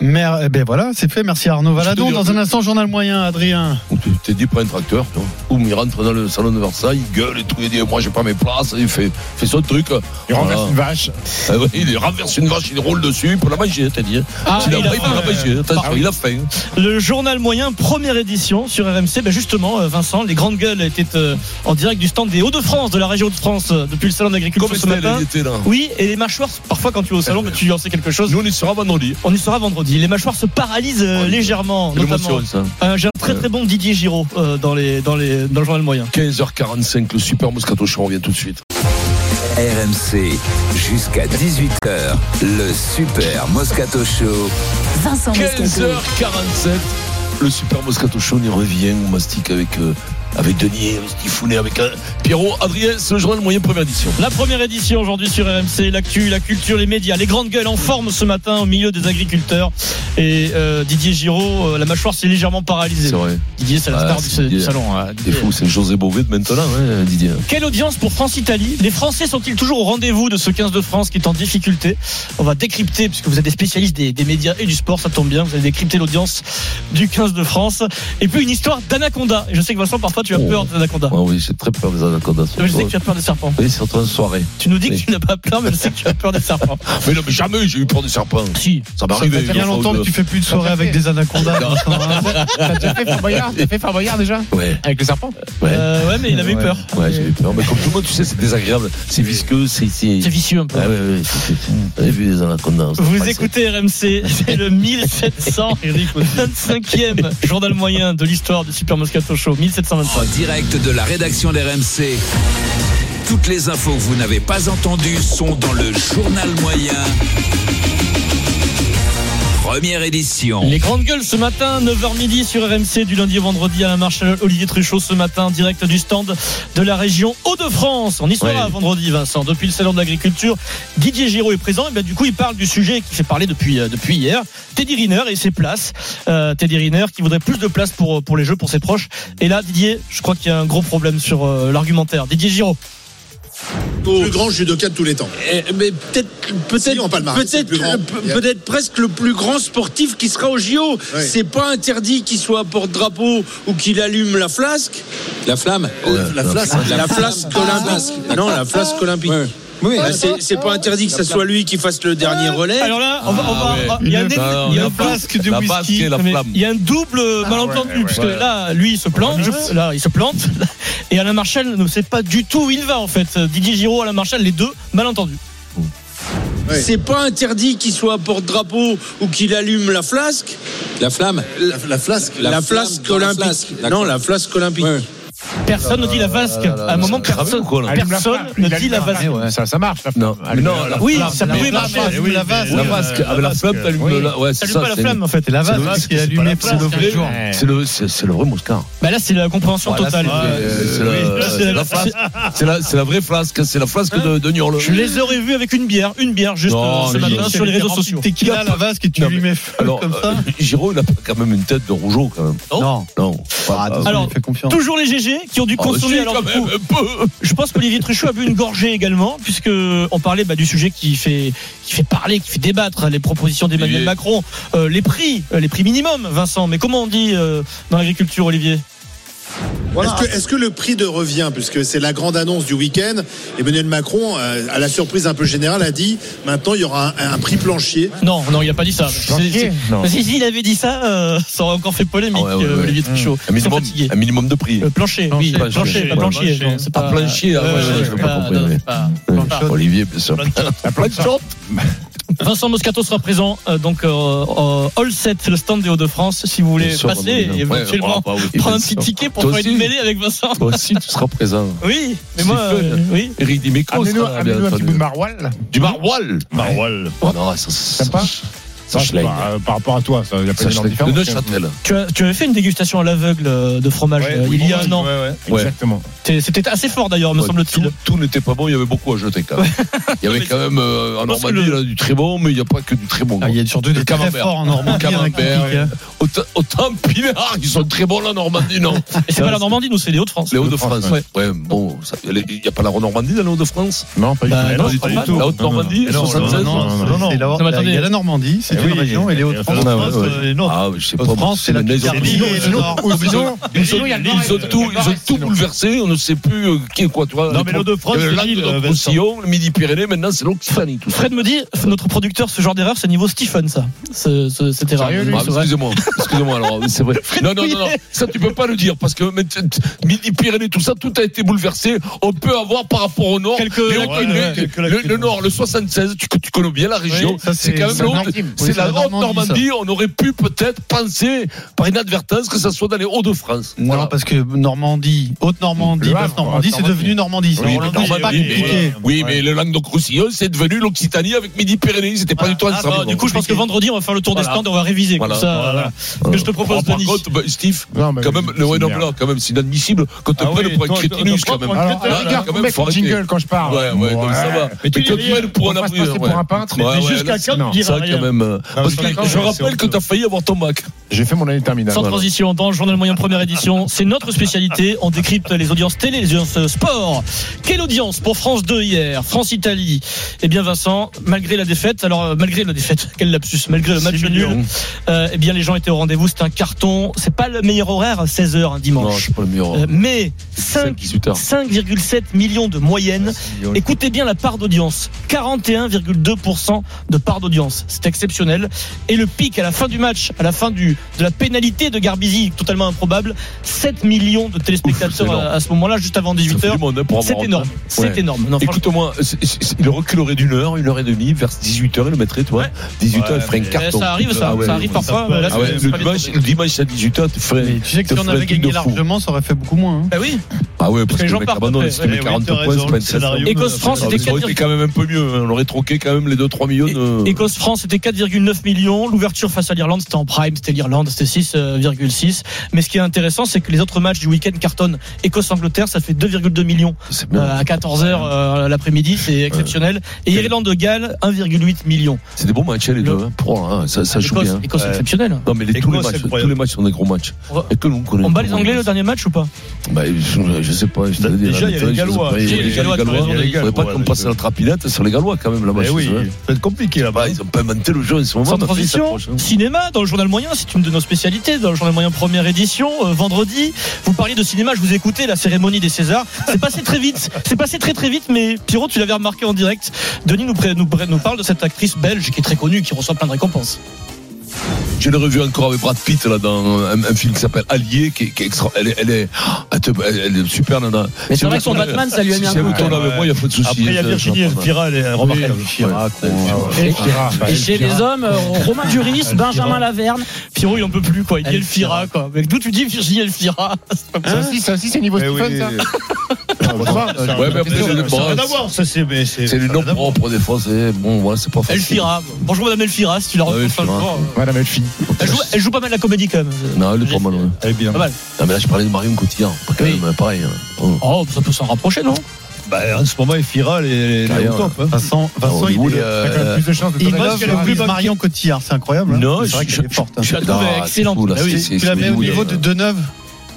Speaker 7: Mais euh, ben voilà, c'est fait. Merci Arnaud Valadon.
Speaker 4: dire
Speaker 7: Dans
Speaker 4: que-
Speaker 7: un instant, journal moyen, Adrien.
Speaker 4: Ou tu t'es dit pas un tracteur, tu vois. Ou il rentre dans le salon de Versailles, il gueule et tout, il dit moi j'ai pas mes places, il fait, fait son truc.
Speaker 5: Il
Speaker 4: Voilà.
Speaker 5: renverse une vache.
Speaker 4: Ah ouais, il renverse une vache, il roule dessus, il peut la manger, t'as dit. hein.
Speaker 6: Ah,
Speaker 4: S'il a
Speaker 6: il a
Speaker 4: faim, il peut la manger, Attention, il a faim. hein.
Speaker 6: Le journal moyen, première édition sur RMC. Ben justement, euh, Vincent, les grandes gueules étaient euh, en direct du stand des Hauts-de-France, de la région de France, euh, depuis le salon d'agriculture
Speaker 4: Comme
Speaker 6: ce
Speaker 4: Estelle,
Speaker 6: matin.
Speaker 4: il était là. Euh,
Speaker 6: Oui, et les mâchoires, parfois quand tu es au salon, ben, tu en sais quelque chose.
Speaker 4: Nous on y sera vendredi.
Speaker 6: On y sera vendredi. Les mâchoires se paralysent euh,
Speaker 4: Oh,
Speaker 6: légèrement,
Speaker 4: de
Speaker 6: notamment.
Speaker 4: l'émotion, ça.
Speaker 6: Euh, J'ai un très très bon Didier Giraud euh, dans, les, dans, les, dans le journal moyen.
Speaker 4: 15h45, le super Moscato Show, on revient tout de suite.
Speaker 3: RMC, jusqu'à 18h, le super Moscato Show.
Speaker 1: Vincent Moscato.
Speaker 4: 15h47, le super Moscato Show, on y revient, on mastique avec euh, avec Denis, avec Stifounet, avec euh, Pierrot, Adrien, c'est le journal moyen première édition.
Speaker 6: La première édition aujourd'hui sur RMC, l'actu, la culture, les médias, les grandes gueules en forme ce matin au milieu des agriculteurs. Et euh, Didier Giraud, euh, la mâchoire s'est légèrement paralysée.
Speaker 4: C'est vrai.
Speaker 6: Didier, c'est la
Speaker 4: Ah,
Speaker 6: star du,
Speaker 4: c'est
Speaker 6: du
Speaker 4: Didier.
Speaker 6: salon. hein,
Speaker 4: C'est
Speaker 6: Didier.
Speaker 4: fou, c'est José Bové de maintenant, hein, Didier.
Speaker 6: Quelle audience pour France-Italie Les Français sont-ils toujours au rendez-vous de ce 15 de France qui est en difficulté On va décrypter, puisque vous êtes des spécialistes des, des médias et du sport, ça tombe bien, vous allez décrypter l'audience du 15 de France. Et puis une histoire d'anaconda. Et Je sais que Vincent, parfois tu as peur d'anaconda.
Speaker 4: Ah oui, j'ai très peur des anacondas.
Speaker 6: Ah Je sais que tu as peur des serpents.
Speaker 4: Oui, surtout en soirée.
Speaker 6: Tu nous dis que tu n'as pas peur, mais je sais que tu as peur des serpents.
Speaker 4: Mais non, mais jamais j'ai eu peur des serpents.
Speaker 6: Si.
Speaker 4: Ça m'est
Speaker 7: Ça
Speaker 4: arrivé.
Speaker 7: fait bien
Speaker 4: une fois
Speaker 7: longtemps
Speaker 4: ou
Speaker 7: que
Speaker 4: deux.
Speaker 7: tu fais plus de soirée avec des anacondas.
Speaker 6: hein.
Speaker 4: hein.
Speaker 15: T'as déjà fait Fort Boyard T'as fait Fort Boyard déjà
Speaker 4: Ouais.
Speaker 15: Avec le serpent
Speaker 4: Ouais.
Speaker 6: Euh, ouais, mais il avait eu peur.
Speaker 4: Ouais, j'ai eu peur. Mais comme tout le monde, tu sais, c'est désagréable. C'est visqueux, c'est. C'est
Speaker 6: vicieux un peu. Mm.
Speaker 4: Ah ouais, ouais, ouais. c'est- c'est- J'ai vu les anacondas. c'est
Speaker 6: Vous
Speaker 4: pas-
Speaker 6: écoutez RMC, c'est le 1725e journal moyen de l'histoire du Super Moscato Show, 1725.
Speaker 3: En direct de la rédaction d'RMC. Toutes les infos que vous n'avez pas entendues sont dans le journal moyen. Première édition.
Speaker 6: Les grandes gueules ce matin, 9h midi sur RMC du lundi au vendredi à la marche Olivier Truchot ce matin, en direct du stand de la région Hauts-de-France. On y sera
Speaker 4: Ouais.
Speaker 6: vendredi, Vincent. Depuis le salon de l'agriculture, Didier Giraud est présent. Et bien, du coup, il parle du sujet qui fait parler depuis, euh, depuis hier. Teddy Riner et ses places. Euh, Teddy Riner qui voudrait plus de place pour, pour les jeux, pour ses proches. Et là, Didier, je crois qu'il y a un gros problème sur euh, l'argumentaire. Didier Giraud.
Speaker 16: Plus grand judoka de tous les temps. Eh, mais peut-être, peut-être, peut-être, pe- peut-être presque le plus grand sportif qui sera au JO. C'est pas interdit qu'il soit porte-drapeau ou qu'il allume la flasque.
Speaker 9: La flamme
Speaker 16: Euh, La flasque, la flasque olympique. Non, la flasque olympique. Bah, c'est, c'est pas interdit que ce soit lui qui fasse le dernier relais.
Speaker 6: Euh, Alors là, on va, on
Speaker 16: Ah
Speaker 6: va- il y a un, Bah il y a un double-
Speaker 16: de
Speaker 6: mais Il y a un double malentendu,
Speaker 16: ouais, ouais.
Speaker 6: puisque
Speaker 16: Ouais.
Speaker 6: là, lui, il se plante, Ah je- là, il se plante, et Alain Marchal ne sait pas du tout où il va, en fait. Didier Giraud, Alain Marchal, les deux, malentendus.
Speaker 16: C'est pas interdit qu'il soit porte-drapeau ou qu'il allume la flasque.
Speaker 9: La flamme
Speaker 16: La, flasque. La,
Speaker 9: La flamme
Speaker 16: flasque
Speaker 9: dans la
Speaker 16: olympique.
Speaker 9: flasque, d'accord.
Speaker 16: non, la flasque olympique.
Speaker 6: Personne ne dit la vasque. À un moment, personne, personne ne dit la
Speaker 5: Eh
Speaker 6: vasque.
Speaker 15: Ça, ça marche. la
Speaker 4: Non,
Speaker 15: flamme.
Speaker 4: non, la
Speaker 6: Oui,
Speaker 4: flamme,
Speaker 6: ça
Speaker 4: mais
Speaker 6: pouvait
Speaker 4: la
Speaker 6: marcher.
Speaker 4: flamme,
Speaker 6: Eh
Speaker 4: oui,
Speaker 6: oui,
Speaker 4: la
Speaker 6: mais
Speaker 4: vasque.
Speaker 6: la
Speaker 4: La
Speaker 6: vasque,
Speaker 4: vasque, avec la flamme, t'allumes
Speaker 6: oui.
Speaker 4: le- la- ouais, c'est
Speaker 6: T'allumes
Speaker 4: ça,
Speaker 6: pas la
Speaker 4: c'est-
Speaker 6: flamme, en fait, et la
Speaker 4: c'est le-
Speaker 6: vasque
Speaker 4: c'est
Speaker 6: est
Speaker 4: pas
Speaker 6: allumée
Speaker 4: la
Speaker 6: pour le
Speaker 4: flamme,
Speaker 6: vrai
Speaker 4: c'est-
Speaker 6: jour.
Speaker 4: C'est le, c'est c'est le vrai Moscard.
Speaker 6: Bah là, c'est la compréhension
Speaker 4: Voilà,
Speaker 6: totale.
Speaker 4: c'est- c'est la-
Speaker 6: Euh, Oui, là, c'est
Speaker 4: c'est
Speaker 6: la-
Speaker 4: la flasque. C'est la, c'est la vraie flasque, c'est la flasque de, de Niorle.
Speaker 6: Je les aurais vus avec une bière, une bière juste
Speaker 4: Non,
Speaker 6: euh, ce
Speaker 4: mais-
Speaker 6: matin sur les réseaux sociaux.
Speaker 7: Tequila, la vasque et tu lui mets feu
Speaker 4: Alors,
Speaker 7: comme ça.
Speaker 4: euh, Giraud, il a quand même une tête de rougeau, quand même.
Speaker 7: Non.
Speaker 4: Non.
Speaker 6: Ah, Alors, toujours les GG qui ont dû
Speaker 4: Ah,
Speaker 6: consommer.
Speaker 4: si,
Speaker 6: alors,
Speaker 4: quand
Speaker 6: du
Speaker 4: même,
Speaker 6: coup, je pense qu'Olivier Truchot a bu une gorgée également, puisque on parlait bah, du sujet qui fait, qui fait parler, qui fait débattre hein, les propositions d'Emmanuel
Speaker 4: Olivier.
Speaker 6: Macron, euh, les prix, euh, les prix minimums, Vincent. Mais comment on dit euh, dans l'agriculture, Olivier
Speaker 17: Est-ce que, est-ce que le prix de revient, puisque c'est la grande annonce du week-end, Emmanuel Macron, euh, à la surprise un peu générale, a dit maintenant il y aura un, un prix plancher.
Speaker 6: Non, non, il n'a pas dit ça. C'est- c'est-
Speaker 4: non.
Speaker 6: Si, si, il avait dit ça, euh, ça aurait encore fait polémique,
Speaker 4: Ah Ouais, ouais,
Speaker 6: euh,
Speaker 4: ouais. Mmh.
Speaker 6: Olivier Truchot.
Speaker 4: Un
Speaker 6: Ils sont
Speaker 4: minimum,
Speaker 6: fatigués.
Speaker 4: un minimum de prix.
Speaker 6: Le plancher, oui,
Speaker 4: Plancher,
Speaker 6: plancher, pas
Speaker 4: ouais.
Speaker 6: plancher. non, c'est
Speaker 4: Ah,
Speaker 6: pas
Speaker 4: plancher, ah,
Speaker 6: Ouais,
Speaker 4: ouais,
Speaker 6: ouais,
Speaker 4: ouais, je
Speaker 6: c'est
Speaker 4: l'ai
Speaker 6: pas-
Speaker 4: pas compris.
Speaker 6: non,
Speaker 4: oui.
Speaker 6: c'est pas-
Speaker 4: Ouais. Olivier, bien sûr. La planchante.
Speaker 6: Vincent Moscato sera présent euh, donc euh, au All 7, le stand des Hauts-de-France, si vous voulez
Speaker 4: Bien sûr,
Speaker 6: passer
Speaker 4: Ramon,
Speaker 6: et
Speaker 4: ouais, on
Speaker 6: éventuellement
Speaker 4: va pas, oui,
Speaker 6: prendre un
Speaker 4: bien
Speaker 6: petit
Speaker 4: sûr.
Speaker 6: ticket pour
Speaker 4: Toi
Speaker 6: faire une
Speaker 4: aussi.
Speaker 6: mêlée avec Vincent.
Speaker 4: Toi aussi, tu seras présent.
Speaker 6: Oui, mais
Speaker 4: C'est
Speaker 6: moi,
Speaker 4: fun.
Speaker 6: euh, oui.
Speaker 4: Eric Dimeco
Speaker 15: Amenez-nous
Speaker 4: sera là, bien
Speaker 15: amenez-nous un petit
Speaker 4: entendu.
Speaker 15: bout de maroilles.
Speaker 4: Du maroilles.
Speaker 15: Maroilles.
Speaker 4: Oh, non, ça, ça,
Speaker 15: Sympa
Speaker 5: Ah,
Speaker 4: ça,
Speaker 15: Par-
Speaker 5: euh,
Speaker 15: par- Par rapport à toi, ça, il n'y a pas
Speaker 4: Ça, je l'ai-
Speaker 15: d'énorme différence.
Speaker 4: de Neuchâtel.
Speaker 6: Tu, as- tu avais fait une dégustation à l'aveugle euh, de fromage
Speaker 15: Ouais,
Speaker 6: euh,
Speaker 15: oui,
Speaker 6: il y a un
Speaker 15: oui,
Speaker 6: an.
Speaker 15: ouais, ouais,
Speaker 4: Ouais.
Speaker 15: Exactement.
Speaker 6: T'es- C'était assez fort d'ailleurs, me
Speaker 4: Ouais,
Speaker 6: semble-t-il.
Speaker 4: Tout n'était pas bon, il y avait beaucoup à jeter quand même. Il y avait quand même euh, en
Speaker 6: pense que
Speaker 4: Normandie
Speaker 6: le-
Speaker 4: il y a du très bon, mais il n'y a pas que du très bon.
Speaker 7: Ah, il y a surtout des très forts en Normandie, hein,
Speaker 4: Camembert. euh,
Speaker 7: qui piquent, hein.
Speaker 4: Autant, autant Pinard, ils sont très bons là en Normandie, non
Speaker 6: Et c'est pas la Normandie, nous, c'est les Hauts-de-France.
Speaker 4: Les Hauts-de-France.
Speaker 6: Ouais.
Speaker 4: Ouais. bon, ça- il n'y a pas la Normandie dans les Hauts-de-France
Speaker 15: Non, pas
Speaker 7: du tout.
Speaker 4: Bah, Non, pas du tout. La Haute-Normandie,
Speaker 7: Non, non, non,
Speaker 4: 76,
Speaker 7: non, non, non, non.
Speaker 4: c'est la-
Speaker 7: Non, mais attendez,
Speaker 4: la-
Speaker 7: Il y a la Normandie, c'est
Speaker 4: Eh
Speaker 7: une
Speaker 4: oui,
Speaker 7: région, et les
Speaker 4: et-
Speaker 7: Hauts-de-France,
Speaker 4: Ah, ouais, ouais.
Speaker 7: euh, les Nord.
Speaker 4: Ah, je sais pas,
Speaker 7: Haute-France, c'est la
Speaker 4: mais ils ont-
Speaker 7: Picardie et le Nord.
Speaker 4: Ils ont- ils ont- ils ont- ils ont tout- ils ont tout bouleversé, on ne sait plus euh, qui est quoi, tu vois.
Speaker 6: Non, mais l'Hauts-de-France,
Speaker 4: Il y avait
Speaker 6: c'est
Speaker 4: l'Alpe
Speaker 6: l'île,
Speaker 4: d'Haute-
Speaker 6: Vincent.
Speaker 4: Roussillon, le Midi-Pyrénées, maintenant c'est l'Occitanie, tout ça.
Speaker 6: Fred me dit, notre producteur, ce genre d'erreur, c'est niveau Stephen, ça. Ce- ce- C'était rare.
Speaker 4: Ah,
Speaker 6: C'est vrai.
Speaker 4: excusez-moi, excusez-moi alors, c'est vrai. Non, non, non, non, ça tu peux pas le dire parce que mais, t- t- Midi Pyrénées, tout ça, tout a été bouleversé. On peut avoir par rapport au nord,
Speaker 6: Quelques
Speaker 4: les-
Speaker 6: lacunes,
Speaker 4: les-
Speaker 6: ouais, quelques
Speaker 4: le,
Speaker 6: lacunes.
Speaker 4: le nord, le 76, tu, tu connais bien la région.
Speaker 7: Oui, ça,
Speaker 4: c'est
Speaker 7: c'est-
Speaker 4: quand même le
Speaker 7: c'est la
Speaker 4: haut-
Speaker 7: Normandie. Oui,
Speaker 4: c'est la haute Normandie. On aurait pu peut-être penser par inadvertance que ça soit dans les Hauts-de-France.
Speaker 7: Non, parce que Normandie, Haute-Normandie,
Speaker 4: Le Havre,
Speaker 7: Basse-Normandie, c'est devenu Normandie. C'est
Speaker 4: Oui, mais,
Speaker 7: Normandie, c'est pas
Speaker 4: Normandie, mais- euh,
Speaker 7: compliqué.
Speaker 4: oui, mais le Languedoc-Roussillon, c'est devenu l'Occitanie avec Midi Pyrénées. C'était pas du tout
Speaker 6: Ah,
Speaker 4: ensemble.
Speaker 6: bah, du coup, je pense que vendredi, on va faire le tour des
Speaker 4: Voilà.
Speaker 6: stands, on va réviser
Speaker 4: Voilà.
Speaker 6: comme ça.
Speaker 4: Voilà.
Speaker 6: voilà. Ce que je te propose,
Speaker 4: par
Speaker 6: Denis.
Speaker 4: contre, bah, Steve, quand même, le Wayne Blanc, quand même, c'est inadmissible quand tu
Speaker 6: Ah
Speaker 4: prends
Speaker 6: oui,
Speaker 4: pour
Speaker 6: toi,
Speaker 4: un
Speaker 6: toi,
Speaker 4: crétinus,
Speaker 6: toi,
Speaker 4: quand même.
Speaker 6: toi,
Speaker 4: Là,
Speaker 6: toi, toi,
Speaker 4: là,
Speaker 6: regarde,
Speaker 4: quand
Speaker 6: on
Speaker 4: même,
Speaker 6: met
Speaker 4: faut
Speaker 6: le
Speaker 4: arrêter.
Speaker 6: jingle quand je parle.
Speaker 4: Ouais, ouais, non, mais ça va.
Speaker 6: Ouais. Mais tu
Speaker 4: Mais toi,
Speaker 6: dis
Speaker 4: tu
Speaker 6: rien.
Speaker 4: prends pour un
Speaker 6: On va se
Speaker 4: abri,
Speaker 6: passer
Speaker 4: ouais.
Speaker 6: pour un peintre,
Speaker 4: Ouais,
Speaker 6: mais
Speaker 4: ouais,
Speaker 6: jusqu'à
Speaker 4: là,
Speaker 6: quand tu
Speaker 4: non,
Speaker 6: diras
Speaker 4: ça,
Speaker 6: rien
Speaker 4: quand même. euh,
Speaker 6: Non,
Speaker 4: Parce
Speaker 6: c'est
Speaker 4: que
Speaker 6: d'accord,
Speaker 4: je
Speaker 6: mais c'est
Speaker 4: rappelle que t'as failli avoir ton Mac.
Speaker 5: J'ai fait mon année terminale.
Speaker 6: Sans transition, dans le journal moyen première édition, c'est notre spécialité. On décrypte les audiences télé, les audiences euh, sport. Quelle audience pour France 2 hier France-Italie Eh bien, Vincent, malgré la défaite, alors euh, malgré la défaite, quel lapsus, malgré le match
Speaker 11: C'est
Speaker 6: nul,
Speaker 11: mignon.
Speaker 6: euh, eh bien, les gens étaient au rendez-vous. C'est un carton. C'est pas le meilleur horaire, 16h un dimanche.
Speaker 4: Non, c'est pas le meilleur.
Speaker 6: Euh, mais 5,
Speaker 4: 18 heures.
Speaker 6: 5,7 millions de moyenne. Écoutez bien la part d'audience. 41,2% de part d'audience. C'est exceptionnel. Et le pic à la fin du match, à la fin du, de la pénalité de Garbizi, totalement improbable, 7 millions de téléspectateurs
Speaker 4: énorme.
Speaker 6: à, à ce moment-là, juste avant
Speaker 4: Ça fait du monde, hein, pour
Speaker 6: 18h.
Speaker 4: avoir
Speaker 6: C'est
Speaker 4: un
Speaker 6: énorme.
Speaker 4: temps.
Speaker 6: C'est
Speaker 4: Ouais.
Speaker 6: énorme. Non, franchement,
Speaker 4: Écoute-moi, c'est- c'est- c'est- il reculerait d'une heure, une heure et demie, vers 18h, il le mettrait, toi. 18h, il
Speaker 6: Ouais,
Speaker 4: ferait un
Speaker 6: mais
Speaker 4: carton.
Speaker 6: ça arrive, ça. Ça arrive parfois, mais là,
Speaker 4: Ah ouais,
Speaker 6: c'est- c'est
Speaker 4: le
Speaker 6: pas
Speaker 4: dimanche-
Speaker 6: bien.
Speaker 4: Le dimanche à 18h, tu ferais.
Speaker 7: Tu sais que
Speaker 4: te
Speaker 7: si on
Speaker 4: ferais un
Speaker 7: avait
Speaker 4: truc
Speaker 7: gagné
Speaker 4: de fou.
Speaker 7: largement, ça aurait fait beaucoup moins. hein.
Speaker 6: Bah oui.
Speaker 4: Ah ouais,
Speaker 6: Parce
Speaker 4: parce
Speaker 6: que
Speaker 4: que
Speaker 6: les gens
Speaker 4: le mec
Speaker 6: partent
Speaker 4: abandonne,
Speaker 6: après.
Speaker 4: c'était
Speaker 6: Ouais,
Speaker 4: les
Speaker 6: oui,
Speaker 4: 40
Speaker 6: t'as
Speaker 4: points,
Speaker 6: raison,
Speaker 4: c'est pas
Speaker 6: le
Speaker 4: une
Speaker 6: scénario, Écosse, France, c'était
Speaker 4: Ça aurait été
Speaker 6: 4,4.
Speaker 4: quand même un peu mieux, hein. on aurait troqué quand même les 2-3 millions. euh,
Speaker 6: Écosse-France, c'était 4,9 millions. L'ouverture face à l'Irlande, c'était en prime. C'était l'Irlande, c'était 6,6. Mais ce qui est intéressant, c'est que les autres matchs du week-end cartonnent. Écosse-Angleterre, ça fait 2,2 millions.
Speaker 4: bien.
Speaker 6: Euh, à 14h l'après-midi, c'est exceptionnel. Et Irlande-Galles, 1,8 million.
Speaker 4: C'est des bons matchs, hein, les deux. hein. Pour, hein, ça, ça joue
Speaker 6: L'Écosse-
Speaker 4: bien.
Speaker 6: l'Écosse, c'est exceptionnel.
Speaker 4: Non, mais les- tous, les matchs, tous les matchs sont des gros matchs. Et que nous,
Speaker 6: On bat les Anglais le dernier match ou pas
Speaker 4: Bah, je, je sais pas. Je te dis,
Speaker 6: Déjà,
Speaker 4: là,
Speaker 6: il y a les
Speaker 4: je sais
Speaker 6: Gallois.
Speaker 4: pas, Il y a les Gallois.
Speaker 6: t'as raison, les
Speaker 4: Il faudrait pas
Speaker 6: Gallois,
Speaker 4: qu'on passe la trapinette sur les Gallois quand même là-bas.
Speaker 11: Eh
Speaker 4: chez
Speaker 11: oui,
Speaker 4: eux, hein.
Speaker 11: ça va être compliqué là-bas.
Speaker 4: Ils ont pas inventé le jeu en ce moment.
Speaker 6: Sans
Speaker 4: ma fille
Speaker 6: transition,
Speaker 4: s'approche, hein.
Speaker 6: cinéma dans le journal moyen, c'est une de nos spécialités. Dans le journal moyen première édition, euh, vendredi, vous parliez de cinéma, je vous écoutais, la cérémonie des Césars. C'est passé très vite, c'est passé très très vite, mais Pierrot, tu l'avais remarqué en direct. Denis nous, pré- nous, pré- nous parle de cette actrice belge qui est très connue, qui reçoit plein de récompenses.
Speaker 4: Je l'ai revu encore avec Brad Pitt là, dans un, un film qui s'appelle Allié, qui, qui est extra- Elle, est- elle est, ah, elle te- elle est super, nana.
Speaker 11: Mais
Speaker 4: Si
Speaker 11: c'est vrai
Speaker 4: vous
Speaker 11: que son
Speaker 4: tournez-
Speaker 11: Batman, ça lui a
Speaker 4: si-
Speaker 11: mis un
Speaker 4: si vous
Speaker 11: coup,
Speaker 4: tournez
Speaker 11: quand
Speaker 4: avec
Speaker 11: même.
Speaker 4: moi, il n'y a pas de souci.
Speaker 11: Après, il y a
Speaker 4: Ça,
Speaker 11: Virginie
Speaker 4: ça va pas mal.
Speaker 11: Elfira, elle est remarquable. euh,
Speaker 4: Ouais,
Speaker 11: Elfira,
Speaker 4: ouais,
Speaker 11: quoi.
Speaker 4: Elfira.
Speaker 11: Elfira,
Speaker 4: Elfira.
Speaker 11: bah,
Speaker 18: Et chez les hommes, euh, Romain Duris, Benjamin Laverne.
Speaker 6: Pierrot, il en peut plus, quoi. Il dit Elfira, quoi. Mais d'où tu dis Virginie Elfira C'est pas
Speaker 7: Ça
Speaker 6: possible.
Speaker 7: aussi, ça aussi c'est niveau
Speaker 6: Eh
Speaker 7: Stephen,
Speaker 6: oui. Ah,
Speaker 7: ça.
Speaker 4: Ouais, mais après, c'est le
Speaker 6: Ça a rien
Speaker 4: bras.
Speaker 6: à voir,
Speaker 11: ça, c'est- mais c'est-
Speaker 4: C'est le nom propre des Français. Bon, voilà, c'est pas facile.
Speaker 6: Elfira. Bonjour Madame Elfira, si tu la retrouves pas le soir.
Speaker 11: hein.
Speaker 4: Madame Elfira.
Speaker 6: Elle joue, elle joue pas mal la comédie quand même.
Speaker 4: Non, elle est pas mal. ouais.
Speaker 11: Elle est bien.
Speaker 6: Pas mal.
Speaker 4: Non, mais là, je parlais de Marion Cotillard. Pas quand même, pareil. hein. Bon.
Speaker 6: Oh, ça peut s'en rapprocher, non
Speaker 11: Bah, en ce moment, Elfira, elle est elle est
Speaker 4: Carrière,
Speaker 11: au top. hein.
Speaker 7: Vincent, Vincent, Ah, il
Speaker 11: Hollywood,
Speaker 7: est-
Speaker 11: euh,
Speaker 7: t'as quand même plus de chances de
Speaker 11: il
Speaker 7: tomber
Speaker 11: pense
Speaker 7: là-dessus.
Speaker 11: qu'elle est plus bonne.
Speaker 7: Marion Cotillard, c'est incroyable. hein.
Speaker 11: Non,
Speaker 7: c'est vrai
Speaker 11: je-
Speaker 7: qu'elle est forte. hein.
Speaker 11: je la
Speaker 4: trouve Ah, excellente. c'est fou, là,
Speaker 7: Ah oui,
Speaker 4: c'est- c'est-
Speaker 7: tu la mets
Speaker 4: c'est
Speaker 7: au
Speaker 4: Hollywood,
Speaker 7: niveau
Speaker 4: hein.
Speaker 7: de Deneuve.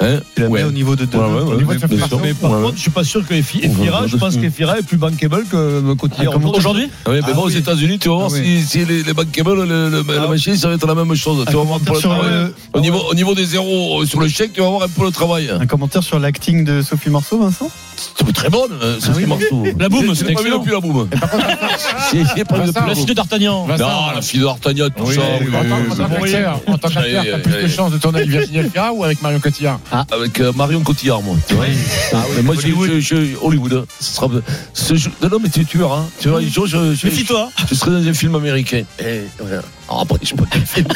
Speaker 4: Hein
Speaker 7: Tu la mets
Speaker 4: Ouais.
Speaker 7: au niveau de
Speaker 4: Ouais, ouais,
Speaker 7: Deneuve.
Speaker 4: ouais,
Speaker 7: Au niveau de
Speaker 4: bien
Speaker 7: sa
Speaker 4: sûr.
Speaker 7: frappe.
Speaker 11: Mais par
Speaker 4: Ouais.
Speaker 11: contre, je suis pas sûr que Efi- Efira, je pense qu'Efira est plus bankable que Cotillard.
Speaker 6: Aujourd'hui
Speaker 4: Ah oui, mais
Speaker 11: Ah
Speaker 4: bon, aux
Speaker 11: oui.
Speaker 4: États-Unis, tu vas voir
Speaker 11: Ah
Speaker 4: si,
Speaker 11: oui.
Speaker 4: si les, les bankable, le, le, le machine, ça va être la même chose. Tu vas voir un peu le
Speaker 7: sur
Speaker 4: travail.
Speaker 7: le-
Speaker 4: Au, niveau, au niveau des zéros euh, sur le chèque, tu vas voir un peu le travail.
Speaker 7: Un commentaire sur l'acting de Sophie Marceau, Vincent
Speaker 4: C'est très bonne, euh,
Speaker 7: Ah
Speaker 4: Sophie
Speaker 7: oui.
Speaker 4: Marceau.
Speaker 7: La boum,
Speaker 4: J'ai- j'ai
Speaker 7: c'était
Speaker 4: pas vu
Speaker 7: excellent.
Speaker 4: depuis la boum. J'ai j'ai pas vu depuis
Speaker 7: Vincent,
Speaker 6: La fille de D'Artagnan.
Speaker 4: Non, la fille de D'Artagnan, tout
Speaker 5: Oui,
Speaker 4: ça.
Speaker 5: oui,
Speaker 4: oui,
Speaker 5: en tant-
Speaker 4: oui,
Speaker 5: en tant
Speaker 4: oui.
Speaker 5: qu'acteur, en tant qu'acteur, t'as plus de chances de tourner avec Virginie Elfira ou avec Marion Cotillard
Speaker 11: Ah.
Speaker 4: Avec euh, Marion Cotillard, moi. tu vois. Ah ouais, moi, je- je- je- Hollywood. hein. Ce sera- ce jeu- non, non, mais tu, tu verras. Tu verras, un jour, je, je,
Speaker 6: Méfie-toi.
Speaker 4: je serai dans un film américain. Et, voilà. Alors après, je sais pas quel film.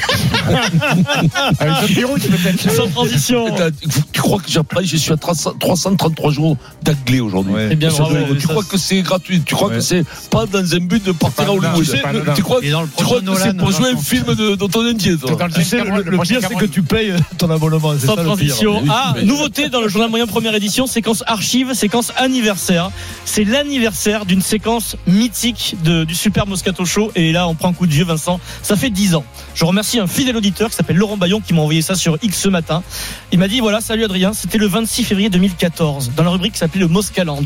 Speaker 6: Avec Jean Pirou, tu peux peut-être. Sans transition.
Speaker 4: T'as- Tu crois que j'apprends, je suis à 300 333 jours d'anglais aujourd'hui.
Speaker 6: Eh bien,
Speaker 4: Ça,
Speaker 6: bravo,
Speaker 4: je- tu
Speaker 6: ça,
Speaker 4: crois que c'est gratuit, tu crois que c'est pas dans un but de partir à Hollywood. hein.
Speaker 11: tu sais, le-
Speaker 4: Tu crois
Speaker 11: Et dans le
Speaker 4: tu crois
Speaker 11: prochain
Speaker 4: que c'est
Speaker 11: Nolan,
Speaker 4: pour
Speaker 6: hein,
Speaker 4: jouer un
Speaker 11: Vincent.
Speaker 4: film de, dans ton indier, toi.
Speaker 11: Tu sais, le, le pire, c'est que tu payes ton abonnement. c'est
Speaker 6: Sans
Speaker 11: ça, le pire.
Speaker 6: transition. Ah, nouveauté dans le journal moyen première édition, séquence archive, séquence anniversaire. C'est l'anniversaire d'une séquence mythique de- du Super Moscato Show. Et là, on prend un coup de vieux, Vincent. Ça fait 10 ans. Je remercie un fidèle auditeur qui s'appelle Laurent Bayon qui m'a envoyé ça sur X ce matin. Il m'a dit voilà, salut Adrien, c'était le 26 février 2014, dans la rubrique qui s'appelait le Moscaland.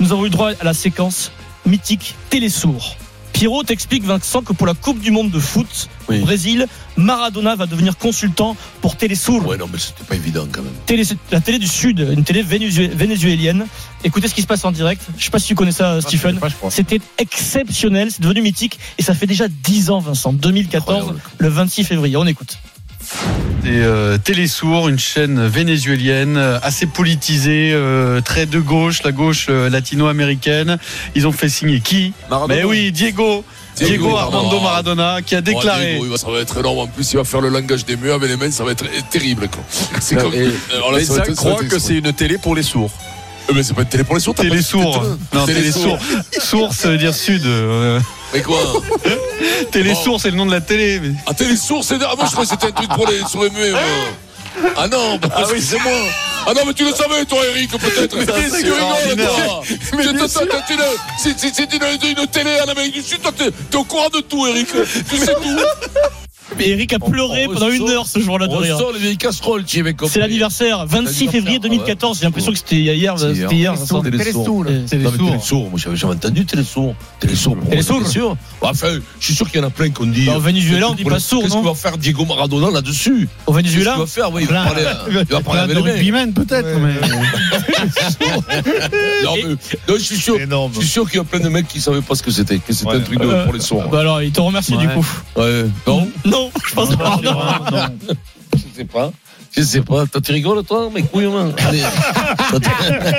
Speaker 6: Nous avons eu droit à la séquence mythique Télésourd. Pierrot t'explique Vincent que pour la Coupe du Monde de foot
Speaker 4: Oui.
Speaker 6: au Brésil, Maradona va devenir consultant pour Télésourd.
Speaker 4: Ouais, non, mais c'était pas évident quand même.
Speaker 6: Télé- la télé du Sud, une télé vénézué- vénézuélienne. Écoutez ce qui se passe en direct. Je sais pas si tu connais ça, Stephen. C'était exceptionnel, c'est devenu mythique et ça fait déjà 10 ans, Vincent. 2014, le 26 février. On écoute.
Speaker 19: C'était euh, Télésour, une chaîne vénézuélienne euh, assez politisée, euh, très de gauche, la gauche euh, latino-américaine. Ils ont fait signer qui
Speaker 4: Maradona.
Speaker 19: Mais oui, Diego. Diego,
Speaker 4: Oh.
Speaker 19: Armando Maradona qui a déclaré.
Speaker 4: ça va être énorme. En plus, il va faire le langage des murs avec les mains, ça va être terrible. C'est
Speaker 19: comme-
Speaker 20: Euh,
Speaker 19: Alors là, ça va être- ça va être extraordinaire.
Speaker 4: une télé pour les sourds.
Speaker 20: Euh,
Speaker 4: Mais c'est pas une télé pour les sourds, t'as pas-
Speaker 19: Télésour.
Speaker 4: Non,
Speaker 19: Non, Télésour. Sourd, ça veut dire sud. euh,
Speaker 4: Mais quoi
Speaker 19: Télésource, c'est le nom de la télé. mais-
Speaker 4: Oh. Ah, télésource, c'est. Ah, moi, je croyais que c'était un truc pour les sourds et muets, moi. Ah non, bah, excusez-moi. Ah non, mais tu le savais, toi, Eric, peut-être.
Speaker 19: Mais bien
Speaker 4: Tu
Speaker 19: sûr.
Speaker 4: rigoles, toi.
Speaker 19: Mais
Speaker 4: C'est-
Speaker 19: bien
Speaker 4: c'est-
Speaker 19: sûr.
Speaker 4: c'est une- c'est- c'est- C'est une une télé en Amérique du Sud. Toi, t'es t'es au courant de tout, Eric. Tu sais tout.
Speaker 6: Mais Eric a pleuré pendant une heure ce jour-là de
Speaker 4: on
Speaker 6: rire.
Speaker 4: sort les vieilles casseroles, tu y avais compris.
Speaker 6: C'est l'anniversaire, 26 février 2014. J'ai l'impression que c'était hier. C'était hier. ça sort.
Speaker 4: Télésourd. Non, mais Télésourd, moi j'avais jamais entendu Télésourd. Télésourd, pour moi,
Speaker 6: Télésourd.
Speaker 4: c'est sûr. Bah, Enfin, je suis sûr qu'il y en a plein qu'on dit.
Speaker 6: Bah, au Venezuela, on dit
Speaker 4: Qu'est-ce
Speaker 6: pas sourd,
Speaker 4: Qu'est-ce
Speaker 6: non
Speaker 4: qu'il va faire Diego Maradona là-dessus
Speaker 6: Au Venezuela
Speaker 4: Qu'est-ce qu'il va faire Oui, il va
Speaker 6: Plein-
Speaker 4: parler, à- il va parler
Speaker 7: Plein
Speaker 4: avec
Speaker 7: de
Speaker 4: les mecs.
Speaker 7: rugbymen, peut-être.
Speaker 4: Non, mais, non, je suis sûr, je suis sûr qu'il y a plein de mecs qui savaient pas ce que c'était, que c'était un truc de,
Speaker 6: Euh,
Speaker 4: pour les sourds.
Speaker 6: Bah alors, il te remercie du
Speaker 4: Ouais.
Speaker 6: coup.
Speaker 4: Ouais, non,
Speaker 6: Non, je pense pas.
Speaker 4: je sais pas. Je sais pas. Toi, tu rigoles, toi, mes couilles, main. Allez.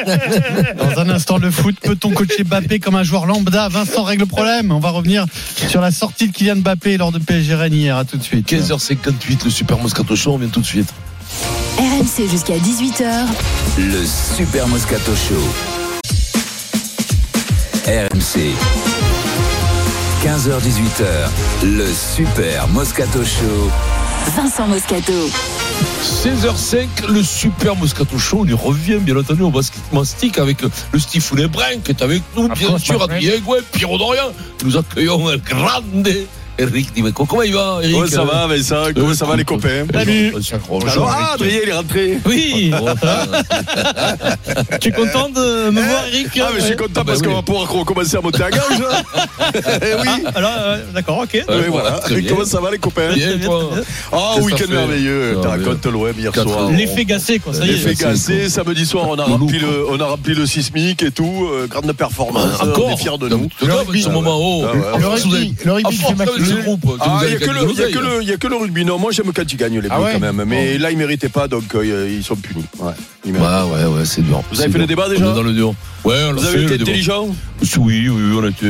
Speaker 7: mais- Dans un instant, le foot. Peut-on coacher Mbappé comme un joueur lambda Vincent règle le problème. On va revenir sur la sortie de Kylian Mbappé lors de PSG Rennes hier. À tout de suite.
Speaker 4: 15h58, le Super Moscato Show, on vient tout de suite.
Speaker 1: RMC jusqu'à 18h.
Speaker 3: Le Super Moscato Show. RMC. 15h-18h, le Super Moscato Show.
Speaker 1: Vincent Moscato.
Speaker 4: 16h05, le super Moscato Show. On y revient, bien entendu, au basket mastic avec le Stifoulet Brun qui est avec nous, bien
Speaker 11: course,
Speaker 4: sûr,
Speaker 11: my friend.
Speaker 4: Adrien Gouin, Pierrot Dorian. Nous accueillons le grande Eric Dimeco. Comment il va, Eric euh,
Speaker 20: Ouais, ça va, Vincent. Comment ça va, les copains
Speaker 4: Salut.
Speaker 6: Oh,
Speaker 20: Bonjour. Ah, Adrien, il est rentré.
Speaker 6: Oui.
Speaker 4: Ah
Speaker 6: tu es content de me voir, Eric bah
Speaker 20: Ah, mais je suis content parce qu'on va pouvoir recommencer à monter à gauche. Eh oui.
Speaker 6: Alors, euh, d'accord, ok.
Speaker 20: Ouais, voilà.
Speaker 6: Très
Speaker 20: Et
Speaker 6: bien.
Speaker 20: Comment ça va les copains
Speaker 6: Bien, et toi
Speaker 20: Ah,
Speaker 6: Qu'est-ce que ça
Speaker 20: week-end
Speaker 6: fait
Speaker 20: merveilleux.
Speaker 6: Ah,
Speaker 20: T'as
Speaker 6: bien.
Speaker 20: raconté l'OM hier
Speaker 6: Quatre
Speaker 20: soir.
Speaker 6: heures. L'effet gâcé, quoi, ça y est.
Speaker 20: L'effet gâcé. Samedi soir, on a,
Speaker 4: Loulou,
Speaker 20: rempli le, on a rempli le sismique et tout. euh, grande performance.
Speaker 4: Ah, encore
Speaker 20: on est fiers de nous.
Speaker 4: Le rugby, ce moment, oh.
Speaker 20: Ah, ouais.
Speaker 4: Le rugby, le rugby, Ah, c'est force, Maxime. le groupe que
Speaker 20: Ah,
Speaker 4: vous
Speaker 20: Il n'y a,
Speaker 4: avez
Speaker 20: que le- il y a
Speaker 4: gagné.
Speaker 20: que le- il y a que le rugby. Non, moi, j'aime quand tu gagnes les Ah bleus ouais quand même. Mais là, ils ne méritaient pas, donc euh, ils sont punis. Ouais. Ils méritent.
Speaker 4: Bah ouais, ouais, c'est dur.
Speaker 20: Vous avez
Speaker 4: C'est
Speaker 20: fait
Speaker 4: dur.
Speaker 20: le débat, déjà
Speaker 4: On est dans le dur. Ouais, on l'a
Speaker 20: Vous avez
Speaker 4: fait,
Speaker 20: été
Speaker 4: le débat.
Speaker 20: intelligent
Speaker 4: Oui, oui, oui, on a été.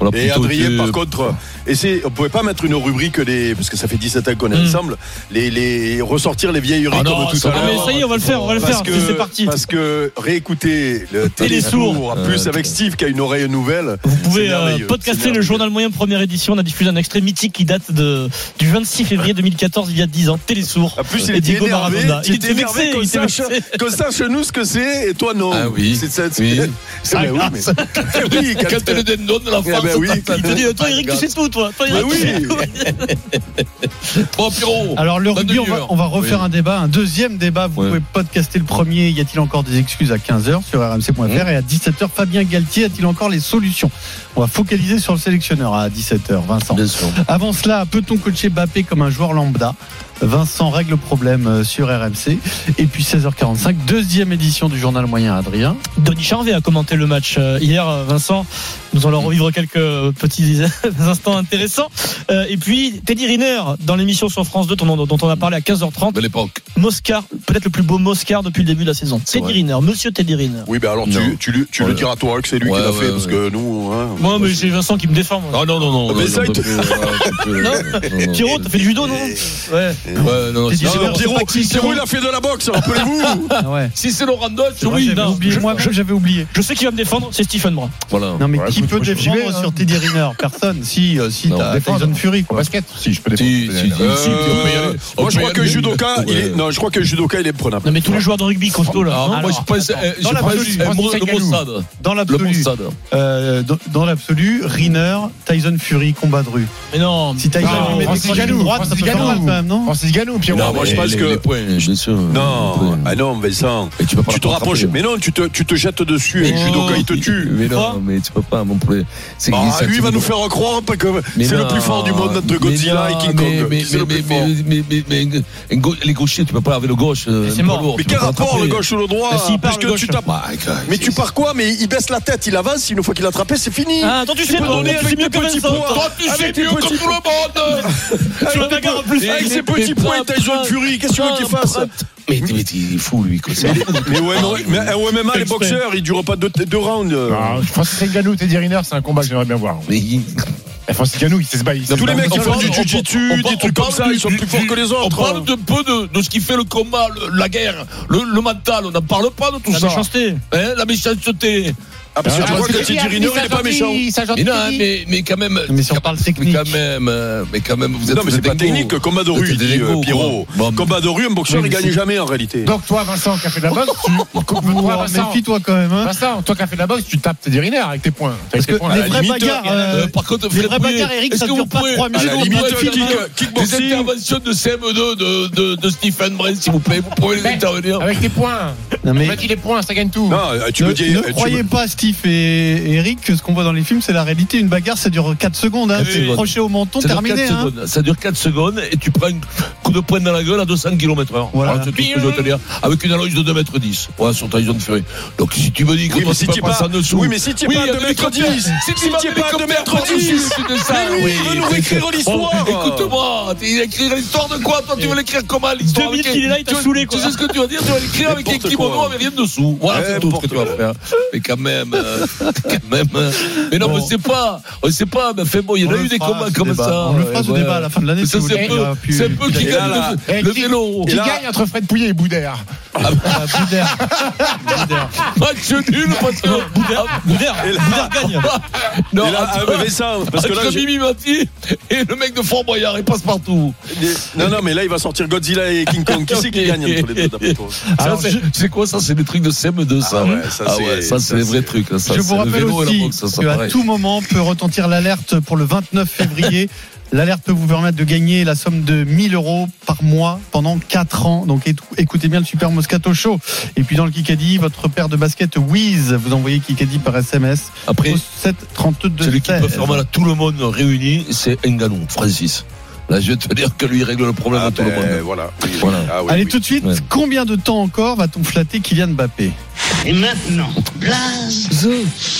Speaker 4: On a
Speaker 20: Et
Speaker 4: plutôt
Speaker 20: Adrien,
Speaker 4: été-
Speaker 20: par contre, et c'est, on pouvait pas mettre une rubrique des, parce que ça fait 17 ans qu'on est ensemble, les, les ressortir les vieilles rubriques
Speaker 6: non,
Speaker 20: comme tout
Speaker 6: ça
Speaker 20: à
Speaker 6: va.
Speaker 20: l'heure.
Speaker 6: Ah, mais ça y est, on va le faire, on va le
Speaker 20: Parce
Speaker 6: faire,
Speaker 20: que-
Speaker 6: c'est parti.
Speaker 20: Parce que réécouter le
Speaker 6: Télésourd.
Speaker 20: télésourd, en plus
Speaker 6: Euh,
Speaker 20: avec Steve qui a une oreille nouvelle.
Speaker 6: Vous pouvez euh, podcaster le journal moyen première édition. On a diffusé un extrait mythique qui date de, du 26 février 2014, il y a 10 ans. Télésourd.
Speaker 20: En plus,
Speaker 6: Et
Speaker 20: il était
Speaker 6: Diego
Speaker 20: énervé.
Speaker 6: Maradona.
Speaker 20: Il était
Speaker 6: vexé,
Speaker 20: énervé qu'on
Speaker 6: il était
Speaker 20: sache,
Speaker 6: vexé.
Speaker 20: qu'on sache nous ce que c'est et toi non. Ah oui. C'est ça. c'est- c'est- bah oui, mais- Oui,
Speaker 4: Quand t'es le dindon de la
Speaker 20: Ah,
Speaker 4: France,
Speaker 20: bah oui. Ben
Speaker 4: t'as-
Speaker 6: Il te dit, toi Eric, tu sais tout, toi. Toi,
Speaker 4: Bah
Speaker 6: Eric, tu sais tout.
Speaker 4: Bon, Pierrot.
Speaker 7: Alors le
Speaker 4: dans
Speaker 7: rugby, on va,
Speaker 4: demi-heure.
Speaker 7: on va refaire
Speaker 4: Oui.
Speaker 7: un débat, un deuxième débat. Vous pouvez podcaster le premier. Y a-t-il encore des excuses à 15h sur rmc.fr et à 17h Fabien Galtier a-t-il encore les solutions On va focaliser sur le sélectionneur à 17h. Vincent. Avant cela, peut-on coacher Bappé comme un joueur lambda Vincent règle le problème euh, sur RMC. Et puis 16h45, deuxième édition du journal moyen Adrien.
Speaker 6: Denis Charvet a commenté le match euh, hier, euh, Vincent. Nous
Speaker 20: Mm.
Speaker 6: allons revivre quelques euh, petits instants intéressants. Euh, et puis, Teddy Riner, dans l'émission sur France 2, dont, dont on a parlé à 15h30.
Speaker 4: De l'époque.
Speaker 6: Moscar, peut-être le plus beau Moscar depuis le début de la saison. Teddy
Speaker 20: vrai.
Speaker 6: Riner, monsieur Teddy Riner.
Speaker 20: Oui, ben alors
Speaker 4: Non.
Speaker 20: tu, tu, lui- tu le
Speaker 4: Ouais.
Speaker 20: diras toi que c'est lui
Speaker 4: Ouais,
Speaker 20: qui l'a
Speaker 4: ouais,
Speaker 20: fait,
Speaker 4: ouais.
Speaker 20: parce que nous. hein,
Speaker 6: Moi, mais c'est Vincent qui me défend. moi.
Speaker 4: Ah non, non, non.
Speaker 20: Mais
Speaker 4: non,
Speaker 20: ça,
Speaker 4: non, euh,
Speaker 20: il te-
Speaker 4: non, non, non, non, non.
Speaker 6: Pierrot, t'as fait du judo, non Ouais.
Speaker 4: Ouais, non,
Speaker 6: T'es
Speaker 4: c'est-
Speaker 6: différent,
Speaker 4: non,
Speaker 6: c'est
Speaker 4: Pierrot,
Speaker 6: pas qui,
Speaker 4: Pierrot,
Speaker 6: Pierrot.
Speaker 4: il a fait de la boxe, rappelez-vous.
Speaker 7: Ah ouais.
Speaker 4: Si c'est Laurent Dodge,
Speaker 7: C'est vrai,
Speaker 4: oui,
Speaker 7: j'avais
Speaker 4: non.
Speaker 7: oublié,
Speaker 4: Je-
Speaker 7: moi, j'avais oublié.
Speaker 6: Je sais qui va me défendre, c'est Stephen Brun.
Speaker 4: Voilà.
Speaker 7: Non mais qui
Speaker 4: écoute,
Speaker 7: peut
Speaker 4: moi, j'y
Speaker 7: défendre
Speaker 4: vais, hein.
Speaker 7: sur Teddy Riner Personne. Si, euh, si
Speaker 4: Non,
Speaker 7: t'as
Speaker 4: défendre.
Speaker 7: Tyson Fury quoi.
Speaker 4: Basket
Speaker 5: Si, je peux
Speaker 4: défendre. Si, si,
Speaker 20: Euh,
Speaker 4: si, on peut y aller. On
Speaker 20: moi, je
Speaker 4: peut y
Speaker 20: crois que
Speaker 4: aller.
Speaker 20: judoka, il est.
Speaker 4: Ouais.
Speaker 20: Non, je crois que judoka, il est prenable.
Speaker 6: Non, mais tous les joueurs de rugby costauds,
Speaker 5: Oh
Speaker 6: là.
Speaker 4: Ah,
Speaker 6: non
Speaker 4: moi, je pense, euh, je
Speaker 7: Dans
Speaker 4: pense
Speaker 7: l'absolu,
Speaker 4: euh,
Speaker 7: je pense
Speaker 4: Mo-
Speaker 7: que c'est
Speaker 4: le
Speaker 7: Galou.
Speaker 4: Mossad.
Speaker 7: Dans
Speaker 4: Le
Speaker 7: l'absolu.
Speaker 4: Mossad.
Speaker 7: Euh, dans dans l'absolu, Riner, Tyson Fury, combat de rue.
Speaker 6: Mais non.
Speaker 7: Si Tyson
Speaker 5: Non,
Speaker 7: lui met des
Speaker 5: Francis
Speaker 7: crochets de
Speaker 5: Galou,
Speaker 7: droite, ça
Speaker 5: Francis
Speaker 7: peut faire
Speaker 5: Galou.
Speaker 7: mal quand même, non
Speaker 5: Francis Gannou, Pierrot.
Speaker 20: Non, moi, je pense
Speaker 4: les-
Speaker 20: que.
Speaker 4: les points, bien sûr.
Speaker 20: Non, ah non, Vincent.
Speaker 4: Et tu peux pas
Speaker 20: Tu te
Speaker 4: le rattraper.
Speaker 20: rapproches. Mais non, tu te, tu te jettes dessus et le
Speaker 4: Mais
Speaker 20: judoka, il te tue.
Speaker 4: Oh. Mais non, mais tu peux pas, mon poulet. C'est que
Speaker 20: Ah,
Speaker 4: c'est un
Speaker 20: lui, il va
Speaker 4: petit
Speaker 20: nous faire croire pas que
Speaker 4: Mais
Speaker 20: c'est le
Speaker 4: non,
Speaker 20: plus fort du monde entre Godzilla
Speaker 4: mais
Speaker 20: et King
Speaker 4: non,
Speaker 20: Kong.
Speaker 4: Mais,
Speaker 20: Qui c'est le
Speaker 4: mais-
Speaker 20: plus
Speaker 4: mais-
Speaker 20: fort
Speaker 4: mais- mais- mais- mais- mais- go- les gauchers, tu peux pas laver le gauche. euh,
Speaker 6: c'est
Speaker 4: pas
Speaker 6: mort.
Speaker 4: lourd,
Speaker 20: Mais
Speaker 4: tu peux
Speaker 20: quel
Speaker 4: pas
Speaker 20: rapport
Speaker 4: attraper.
Speaker 20: le gauche ou le droit
Speaker 6: Mais s'il part,
Speaker 20: Parce
Speaker 6: le
Speaker 20: que tu
Speaker 6: gauche.
Speaker 20: tapes.
Speaker 4: Bah, gars,
Speaker 20: Mais tu pars quoi Mais il baisse la tête, il avance, une fois qu'il a attrapé, c'est fini.
Speaker 6: Ah, attends, tu sais,
Speaker 20: peux
Speaker 6: toi,
Speaker 20: donner
Speaker 6: tu
Speaker 20: avec
Speaker 6: sais mieux
Speaker 20: tes
Speaker 6: que
Speaker 20: petits
Speaker 6: Vincent.
Speaker 20: points.
Speaker 4: Toi, tu sais
Speaker 20: Avec tes
Speaker 4: mieux que
Speaker 20: petits-
Speaker 4: tout le monde
Speaker 6: Tu me bagarres en plus. Ah,
Speaker 20: Avec ses
Speaker 4: Mais-
Speaker 20: petits
Speaker 4: mais
Speaker 20: points,
Speaker 4: pas-
Speaker 20: Tyson Fury, qu'est-ce que tu veux qu'il
Speaker 4: pas-
Speaker 20: fasse
Speaker 4: Mais mais il est fou, lui. quoi. C'est-
Speaker 20: Mais ouais, non, mais au MMA, les
Speaker 6: Exprès.
Speaker 20: boxeurs, ils durent pas deux, deux rounds.
Speaker 6: Ah,
Speaker 20: Euh,
Speaker 5: Non, Francis Ngannou, Teddy Riner, c'est un combat que j'aimerais bien voir.
Speaker 4: Mais il-
Speaker 5: Eh, Francis Ngannou, il sait se battre. il sait
Speaker 20: Tous
Speaker 5: se
Speaker 20: les
Speaker 5: battre.
Speaker 20: mecs qui font du
Speaker 4: on-
Speaker 20: jiu-jitsu,
Speaker 4: on- on-
Speaker 20: des
Speaker 4: on
Speaker 20: trucs
Speaker 4: parle
Speaker 20: comme ça,
Speaker 4: du-
Speaker 20: ils sont
Speaker 4: du-
Speaker 20: plus forts que les
Speaker 4: On
Speaker 20: autres.
Speaker 4: parle de peu de, de ce qui fait le combat, le- la guerre, le, le mental. On n'en parle pas de tout
Speaker 6: La
Speaker 4: ça.
Speaker 6: méchanceté.
Speaker 4: Hein, la méchanceté.
Speaker 20: Ah, parce que
Speaker 4: Ah,
Speaker 20: je
Speaker 4: ah,
Speaker 20: vois
Speaker 4: c'est
Speaker 20: que
Speaker 4: gentil,
Speaker 20: Tirino, il est pas méchant.
Speaker 4: Mais non, hein, mais, mais quand même. Mais si on parle technique. Quand même, euh, mais quand même, vous êtes.
Speaker 20: Non,
Speaker 4: vous
Speaker 20: mais c'est
Speaker 4: êtes
Speaker 20: pas
Speaker 4: des
Speaker 20: technique.
Speaker 4: gros.
Speaker 20: Combat de
Speaker 4: Vous êtes
Speaker 20: rue, il
Speaker 4: des
Speaker 20: dit
Speaker 4: gros,
Speaker 20: euh, Pierrot.
Speaker 4: quoi. Bon,
Speaker 20: Combat de rue, un boxeur, il gagne jamais en réalité.
Speaker 15: Donc toi, Vincent, qui a fait de la boxe, tu. toi, Vincent,
Speaker 7: méfie-toi quand même. Hein.
Speaker 15: Vincent, toi qui as fait de la boxe, tu tapes tes urinaires avec tes points.
Speaker 7: Parce que les vraies bagarres, euh,
Speaker 4: Par contre,
Speaker 7: les
Speaker 4: Fred
Speaker 7: vraies
Speaker 4: Bouillet,
Speaker 7: bagarres, Eric,
Speaker 4: est-ce
Speaker 7: ça
Speaker 4: que vous
Speaker 7: dure pas
Speaker 4: pouvez-
Speaker 7: 3 minutes.
Speaker 4: à la
Speaker 7: on
Speaker 4: limite,
Speaker 7: peut
Speaker 4: kick-
Speaker 7: finir.
Speaker 4: kickboxing. Les interventions de CM2 de, de, de Stephen Brent, s'il vous plaît, vous pouvez les intervenir. euh,
Speaker 15: Avec tes points.
Speaker 7: Non, mais-
Speaker 15: On m'a dit les points, ça gagne tout.
Speaker 20: Non,
Speaker 7: ne, ne croyez pas, Steve et et Eric, que ce qu'on voit dans les films, c'est la réalité. Une bagarre, ça dure 4 secondes. Hein.
Speaker 20: Eh,
Speaker 4: Quatre
Speaker 7: C'est
Speaker 4: secondes.
Speaker 7: crochet au menton,
Speaker 4: Ça dure
Speaker 7: terminé.
Speaker 4: quatre
Speaker 7: Hein.
Speaker 4: secondes. Ça dure 4 secondes et tu prends un coup de poing dans la gueule à 200 km/h. Voilà. c'est tout ce que je veux te dire. Avec une allonge de 2m10 voilà, sur ta zone de furie. Donc si tu me dis que
Speaker 20: Oui,
Speaker 4: toi,
Speaker 20: mais
Speaker 4: tu
Speaker 20: si
Speaker 4: peux
Speaker 20: t'es
Speaker 4: pas
Speaker 20: pas-
Speaker 4: passer en dessous.
Speaker 20: oui, mais si t'es pas à
Speaker 4: il y a
Speaker 20: 2m10,
Speaker 4: l'hélicoptère.
Speaker 20: si t'es pas à
Speaker 4: l'hélicoptère
Speaker 20: 2m10,
Speaker 4: au-dessus de ça,
Speaker 20: mais lui, il
Speaker 4: oui.
Speaker 20: veut nous réécrire
Speaker 7: Oh.
Speaker 20: l'histoire.
Speaker 4: Bon, Écoute-moi, il a écrit l'histoire de quoi Toi, tu veux l'écrire comment l'histoire
Speaker 6: 2000
Speaker 4: avec-
Speaker 6: qu'il est là, il t'a
Speaker 4: tu veux-
Speaker 6: saoulé, quoi.
Speaker 4: Tu sais ce que tu vas dire Tu vas l'écrire avec un
Speaker 6: N'importe
Speaker 4: kimono
Speaker 6: quoi.
Speaker 4: avec rien dessous. Voilà, c'est tout ce que tu vas faire. Mais quand même, euh, quand même. euh, Mais non, mais on sait pas. On sait pas. Mais fait bon, il y en a
Speaker 7: On le
Speaker 4: eu des
Speaker 7: fera,
Speaker 4: combats
Speaker 7: ce
Speaker 4: comme
Speaker 7: débat.
Speaker 4: ça.
Speaker 7: On le fera, ce
Speaker 4: Ouais.
Speaker 7: débat, à la fin de l'année,
Speaker 4: Mais
Speaker 7: si
Speaker 4: ça,
Speaker 7: vous
Speaker 4: C'est un
Speaker 7: voulez. Il y
Speaker 4: peu,
Speaker 7: aura plus-
Speaker 4: c'est un peu qui
Speaker 7: Et
Speaker 4: gagne
Speaker 7: là,
Speaker 4: le,
Speaker 7: là.
Speaker 4: le
Speaker 7: Et qui-
Speaker 4: vélo. Ah,
Speaker 7: qui gagne
Speaker 15: entre Fred Pouillet et Boudère.
Speaker 4: bah,
Speaker 7: Boudère.
Speaker 4: Match nul parce que Boudère,
Speaker 6: Boudère, Boudère gagne.
Speaker 4: Non,
Speaker 20: Et là,
Speaker 4: entre-
Speaker 20: ah, mais ça, parce que là,
Speaker 4: entre
Speaker 20: j'ai-
Speaker 4: Mimi Mati et le mec de Fort Boyard, il passe partout.
Speaker 20: Non, non, mais là, il va sortir Godzilla et King Kong. Qui c'est qui gagne entre les deux, d'après toi
Speaker 4: Alors, c'est c'est quoi ça C'est des trucs de CM2, ça.
Speaker 20: Ah ouais, ça,
Speaker 4: Ah
Speaker 20: c'est-
Speaker 4: ouais, ça, c'est
Speaker 20: ça,
Speaker 4: les
Speaker 20: c'est-
Speaker 4: vrais trucs. là, ça,
Speaker 7: Je
Speaker 4: c'est
Speaker 7: vous
Speaker 4: le
Speaker 7: rappelle
Speaker 4: vélo et la
Speaker 7: aussi
Speaker 4: boxe, ça, ça,
Speaker 7: qu'à
Speaker 4: pareil.
Speaker 7: tout moment peut retentir l'alerte pour le 29 février. L'alerte peut vous permettre de gagner la somme de 1000 euros par mois pendant 4 ans. Donc étou- écoutez bien le Super Moscato Show. Et puis dans le Kikadi, votre paire de baskets Wiz. Vous envoyez Kikadi par SMS.
Speaker 4: Après,
Speaker 7: au 7 32
Speaker 4: Celui qui peut
Speaker 7: 16.
Speaker 4: faire mal à tout le monde réuni, c'est Nganou, Francis. Là, je vais te dire que lui, il règle le problème à tout le monde.
Speaker 20: Ah ben, Voilà. Ah
Speaker 7: Allez tout de suite, combien de temps encore va-t-on flatter Kylian Mbappé
Speaker 21: Et maintenant, Blaze,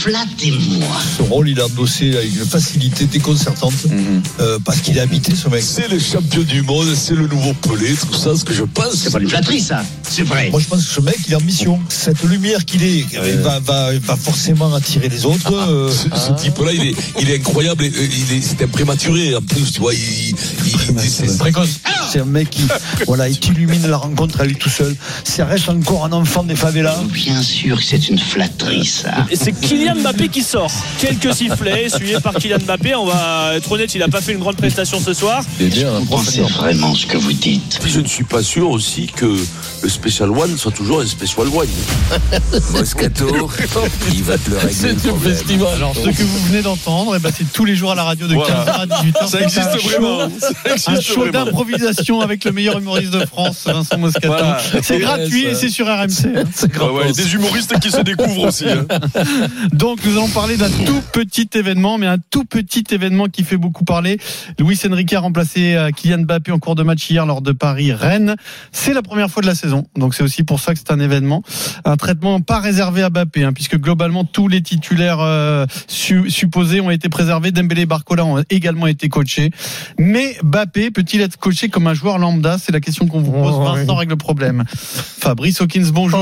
Speaker 21: flattez-moi.
Speaker 11: Ce rôle, il a bossé avec une facilité déconcertante
Speaker 4: Mhm.
Speaker 11: euh, parce qu'il a habité ce mec. C'est le champion du monde, c'est le nouveau Pelé, tout ça, ce que je pense. C'est pas une
Speaker 21: flatterie, ça. C'est vrai.
Speaker 11: Moi, je pense que ce mec, il est en mission. Cette lumière qu'il est, euh, va, va, va forcément attirer les autres. euh.
Speaker 4: Ce, ce
Speaker 7: Ah.
Speaker 4: type-là, il est, il est incroyable. et, euh, Il est, c'est un prématuré. En plus, tu vois, il, il- il- c'est précoce.
Speaker 11: C'est un mec qui, voilà, il t'illumine la rencontre à lui tout seul. Ça reste encore un enfant des favelas.
Speaker 21: Bien sûr que c'est une flatterie, ça.
Speaker 6: Et c'est Kylian Mbappé qui sort. Quelques sifflets, essuyés par Kylian Mbappé. On va être honnête, il n'a pas fait une grande prestation ce soir.
Speaker 21: Vous pensez vraiment ce que vous dites
Speaker 22: Je ne suis pas sûr aussi que le Special One soit toujours un Special One. Moscato, il va te le régler. le problème.
Speaker 7: Alors, ce que vous venez d'entendre, eh ben, c'est tous les jours à la radio de 15h
Speaker 21: Voilà.
Speaker 7: à 18h.
Speaker 21: Ça
Speaker 7: C'est un
Speaker 21: existe
Speaker 7: show-
Speaker 21: vraiment. Ça
Speaker 7: Un
Speaker 21: existe
Speaker 7: show
Speaker 21: vraiment.
Speaker 7: d'improvisation avec le meilleur humoriste de France, Vincent Moscato.
Speaker 20: Voilà.
Speaker 7: C'est
Speaker 20: Ouais,
Speaker 7: gratuit
Speaker 20: ça.
Speaker 7: et c'est sur RMC. hein.
Speaker 20: Ah ouais, Des humoristes qui se découvrent aussi. hein.
Speaker 7: Donc, nous allons parler d'un tout petit événement, mais un tout petit événement qui fait beaucoup parler. Luis Enrique a remplacé euh, Kylian Mbappé en cours de match hier lors de Paris-Rennes. C'est la première fois de la saison, donc c'est aussi pour ça que c'est un événement. Un traitement pas réservé à Mbappé, hein, puisque globalement tous les titulaires euh, su- supposés ont été préservés. Dembélé et Barcola ont également été coachés. Mais Mbappé peut-il être coaché comme un joueur lambda C'est la question qu'on vous pose.
Speaker 15: Oh,
Speaker 7: Vincent
Speaker 15: oui.
Speaker 7: règle le problème. Fabrice Hawkins, bonjour.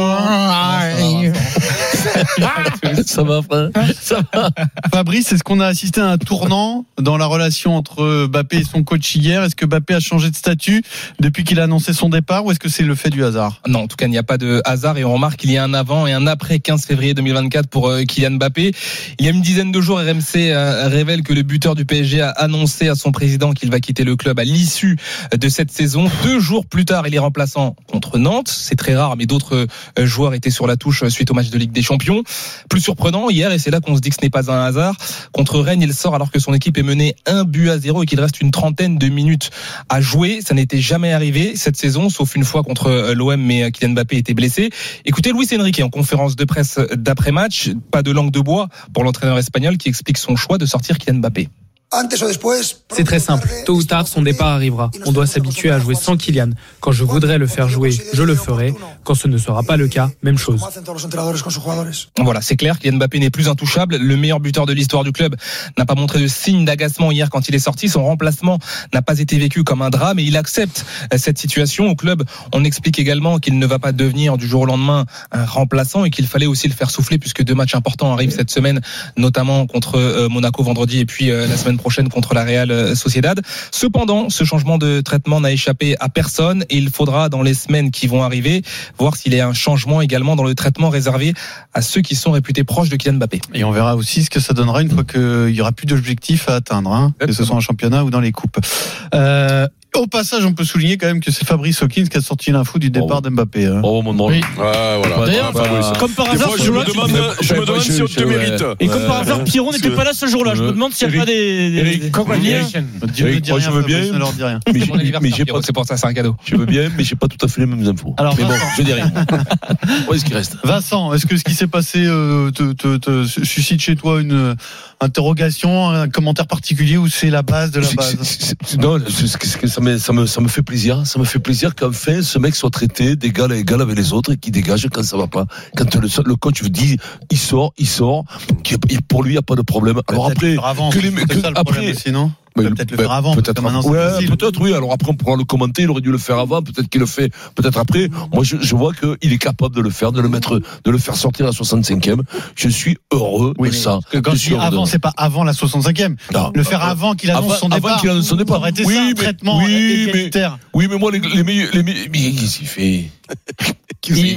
Speaker 4: Ça va, frère Ça
Speaker 7: va. Fabrice, est-ce qu'on a assisté à un tournant dans la relation entre Mbappé et son coach hier Est-ce que Mbappé a changé de statut depuis qu'il a annoncé son départ ou est-ce que c'est le fait du hasard
Speaker 23: Non, en tout cas, il n'y a pas de hasard et on remarque qu'il y a un avant et un après 15 février 2024 pour euh, Kylian Mbappé. Il y a une dizaine de jours, RMC euh, révèle que le buteur du PSG a annoncé à son président qu'il va quitter le club à l'issue de cette saison. Deux jours plus tard, il est remplaçant contre Nantes. C'est très rare, mais d'autres euh, joueurs étaient sur la touche euh, suite au match de Ligue des Champions. Plus surprenant, hier, et c'est là qu'on se dit que ce n'est pas un hasard, contre Rennes, il sort alors que son équipe est menée un but à zéro et qu'il reste une trentaine de minutes à jouer. Ça n'était jamais arrivé cette saison, sauf une fois contre euh, l'OM, mais euh, Kylian Mbappé était blessé. Écoutez, Luis Enrique en conférence de presse d'après-match, pas de langue de bois pour l'entraîneur espagnol qui explique son choix de sortir Kylian Mbappé.
Speaker 24: C'est très simple. Tôt ou tard, son départ arrivera. On doit s'habituer à jouer sans Kylian. Quand je voudrais le faire jouer, je le ferai. Quand ce ne sera pas le cas, même chose.
Speaker 23: Voilà, c'est clair, Kylian Mbappé n'est plus intouchable. Le meilleur buteur de l'histoire du club n'a pas montré de signe d'agacement hier quand il est sorti. Son remplacement n'a pas été vécu comme un drame et il accepte euh, cette situation au club. On explique également qu'il ne va pas devenir du jour au lendemain un remplaçant et qu'il fallait aussi le faire souffler puisque deux matchs importants arrivent cette semaine, notamment contre euh, Monaco vendredi et puis euh, la semaine prochaine contre la Real euh, Sociedad. Cependant, ce changement de traitement n'a échappé à personne et il faudra dans les semaines qui vont arriver voir s'il y a un changement également dans le traitement réservé à ceux qui sont réputés proches de Kylian Mbappé.
Speaker 7: Et on verra aussi ce que ça donnera une fois qu'il y aura plus d'objectifs à atteindre, hein, que ce soit en championnat ou dans les coupes. Euh, au passage, on peut souligner quand même que c'est Fabrice Hawkins qui a sorti l'info du départ d'Mbappé. hein.
Speaker 4: Oh mon
Speaker 7: Oui.
Speaker 20: Ouais, voilà.
Speaker 7: D'ailleurs,
Speaker 20: Ouais, Fabrice.
Speaker 7: comme par
Speaker 20: Des
Speaker 7: hasard,
Speaker 20: fois,
Speaker 7: ce
Speaker 20: je me
Speaker 7: jour-là, tu
Speaker 20: demande,
Speaker 7: disais-
Speaker 20: je me demande
Speaker 7: Ouais,
Speaker 20: si on te
Speaker 7: ouais.
Speaker 20: mérite.
Speaker 6: Et comme par hasard, Pierrot n'était pas là ce jour-là. Je me demande s'il n'y a pas des. des- des-
Speaker 7: Dieu ne dit
Speaker 4: moi,
Speaker 7: rien,
Speaker 4: je veux
Speaker 7: Fabrice,
Speaker 4: bien.
Speaker 7: ne leur dit rien.
Speaker 4: Mais
Speaker 7: C'est
Speaker 4: j'ai-
Speaker 7: mon anniversaire,
Speaker 4: mais j'ai pas,
Speaker 7: Pierrot,
Speaker 4: c'est pour ça, c'est un cadeau. Je veux bien, mais j'ai pas tout à fait les mêmes infos.
Speaker 7: Alors,
Speaker 4: mais bon,
Speaker 7: Vincent.
Speaker 4: je dis rien. Où est-ce qu'il reste
Speaker 7: Vincent, est-ce que ce qui s'est passé euh, te, te- te suscite chez toi une euh, interrogation, un commentaire particulier ou c'est la base de la
Speaker 4: C'est-
Speaker 7: base
Speaker 4: c'est- c'est- Non, c'est- c'est- c'est- ça me, ça, me, ça me fait plaisir. Ça me fait plaisir qu'enfin ce mec soit traité d'égal à égal avec les autres et qu'il dégage quand ça va pas. Quand le, le coach vous dit il sort, il sort, qu'il- il- pour lui il n'y a pas de problème. Alors
Speaker 7: Peut-être le
Speaker 4: après,
Speaker 7: faire avant,
Speaker 4: que les
Speaker 7: c'est
Speaker 4: que-
Speaker 7: ça le problème
Speaker 4: après-
Speaker 7: aussi, non
Speaker 4: Mais
Speaker 7: Peut-être le
Speaker 4: ben,
Speaker 7: faire avant,
Speaker 4: peut-être
Speaker 7: parce que maintenant,
Speaker 4: avant.
Speaker 7: c'est
Speaker 4: Ouais,
Speaker 7: facile.
Speaker 4: peut-être oui. Alors après on pourra le commenter. Il aurait dû le faire avant. Peut-être qu'il le fait. Peut-être après. Moi je, je vois qu'il est capable de le faire, de le mettre, de le faire sortir à la 65e. Je suis heureux de ça.
Speaker 7: Parce que Quand
Speaker 4: Je
Speaker 7: je
Speaker 4: suis
Speaker 7: dis
Speaker 4: heureux de-
Speaker 7: avant, c'est pas avant la 65e.
Speaker 4: Non.
Speaker 7: Le faire avant qu'il annonce
Speaker 4: Avant-
Speaker 7: son
Speaker 4: avant
Speaker 7: départ.
Speaker 4: qu'il annonce son départ.
Speaker 7: Ça aurait été
Speaker 4: Oui,
Speaker 7: ça, un
Speaker 4: mais-
Speaker 7: traitement
Speaker 4: oui, mais-
Speaker 7: égalitaire.
Speaker 4: Oui, mais moi, les, les meilleurs. Les meilleurs mais qu'est-ce qu'il fait
Speaker 20: Oui,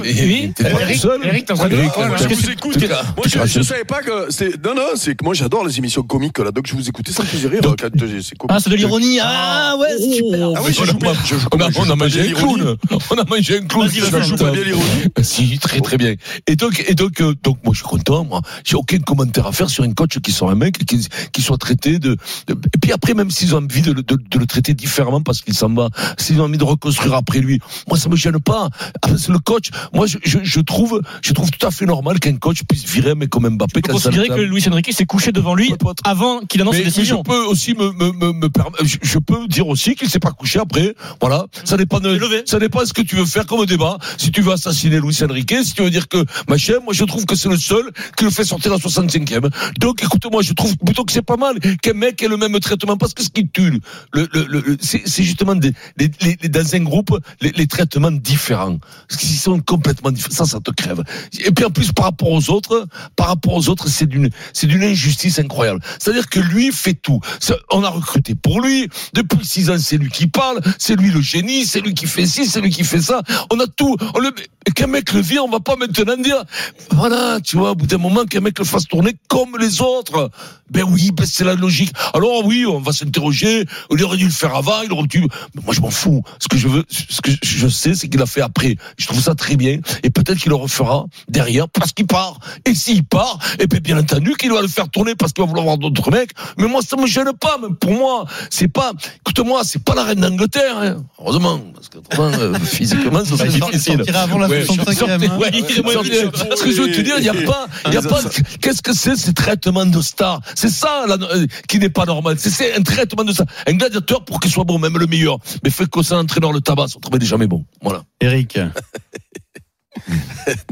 Speaker 4: oui.
Speaker 20: Eric,
Speaker 15: Eric, t'es en
Speaker 20: Ah,
Speaker 15: train de hein.
Speaker 20: non,
Speaker 15: me
Speaker 20: non,
Speaker 15: prendre,
Speaker 20: je
Speaker 15: là.
Speaker 20: vous écoute.
Speaker 4: t'es-
Speaker 20: Moi,
Speaker 4: t'es
Speaker 20: je, je
Speaker 4: gratuit.
Speaker 20: savais pas que. c'est- Non, non, c'est que moi j'adore les émissions comiques là. Donc je vous écoutais, ça me faisait rire. quand j'ai- c'est comique.
Speaker 6: Ah, c'est de l'ironie. Ah ouais, c'est super.
Speaker 20: Ah oui, je joue pas. Je joue
Speaker 4: On a,
Speaker 20: pas- je
Speaker 4: on
Speaker 20: joue
Speaker 4: a
Speaker 20: pas
Speaker 4: mangé un
Speaker 20: l'ironie.
Speaker 4: clown. On a mangé un clown.
Speaker 20: Vas-y, Vincent, joue pas bien l'ironie.
Speaker 4: Euh, Si, très très bien. Et donc, et donc, euh, donc moi je suis content, moi. J'ai aucun commentaire à faire sur un coach qui soit un mec, qui, qui soit traité de, de- Et puis après, même s'ils ont envie de, le- de- de le traiter différemment parce qu'il s'en va, s'ils ont envie de reconstruire après lui, moi ça me gêne pas. Ah, parce que le coach, moi je, je, je trouve, je trouve tout à fait normal qu'un coach puisse virer mais comme
Speaker 6: Vous
Speaker 4: Mbappé quand ça le
Speaker 6: considérez
Speaker 4: tente.
Speaker 6: que Luis Enrique s'est couché devant lui avant qu'il annonce
Speaker 4: Mais
Speaker 6: ses décisions.
Speaker 4: Je peux aussi me, me, me, me perm- je, je peux dire aussi qu'il s'est pas couché après. Voilà.
Speaker 6: Mmh.
Speaker 4: Ça dépend de, ça dépend de ce que tu veux faire comme débat. Si tu veux assassiner Luis Enrique, si tu veux dire que machin, moi je trouve que c'est le seul qui le fait sortir la 65e. Donc écoute-moi, je trouve plutôt que c'est pas mal qu'un mec ait le même traitement parce que ce qui tue, le, le, le- le- c'est c'est justement des, les, les- les- dans un groupe les, les traitements différents. Parce qu'ils sont complètement différents. Ça, ça te crève. Et puis en plus par rapport aux autres, par rapport aux autres, c'est d'une, c'est d'une injustice incroyable. C'est-à-dire que lui fait tout. Ça, On a recruté pour lui. Depuis six ans, c'est lui qui parle. C'est lui le génie. C'est lui qui fait ci. C'est lui qui fait ça. On a tout. On le, qu'un mec le vire, on va pas maintenant dire, voilà, tu vois, au bout d'un moment, qu'un mec le fasse tourner comme les autres. Ben oui, ben c'est la logique. Alors oui, on va s'interroger. Il aurait dû le faire avant. Il aurait dû, mais moi, je m'en fous. Ce que je veux, ce que je sais, c'est qu'il a fait après. Je trouve ça très bien. Et peut-être qu'il le refera derrière parce qu'il part. Et s'il part, et bien, bien entendu qu'il va le faire tourner parce qu'il va vouloir voir d'autres mecs. Mais moi, ça me gêne pas. Même pour moi, c'est pas, écoute-moi, c'est pas la reine d'Angleterre, hein. Heureusement. Parce que, autrement, euh, physiquement, ça serait
Speaker 7: Bah, Il sortira
Speaker 4: difficile.
Speaker 7: avant la
Speaker 4: Ouais.
Speaker 7: 65e, hein.
Speaker 4: Ouais, il est moins vieux. Ce que je veux te dire, il n'y a pas, il y a pas, qu'est-ce que c'est ces traitements de stars C'est ça, là, euh, qui n'est pas normal. C'est- C'est un traitement de stars. Un gladiateur, pour qu'il soit bon, même le meilleur. Mais fait que ça, entraîneur le tabac, on trouvait jamais bon. Voilà.
Speaker 7: Eric.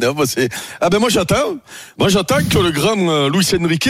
Speaker 20: Non, bah, c'est- Ah ben moi j'attends. Moi j'attends que le grand euh, Luis Enrique,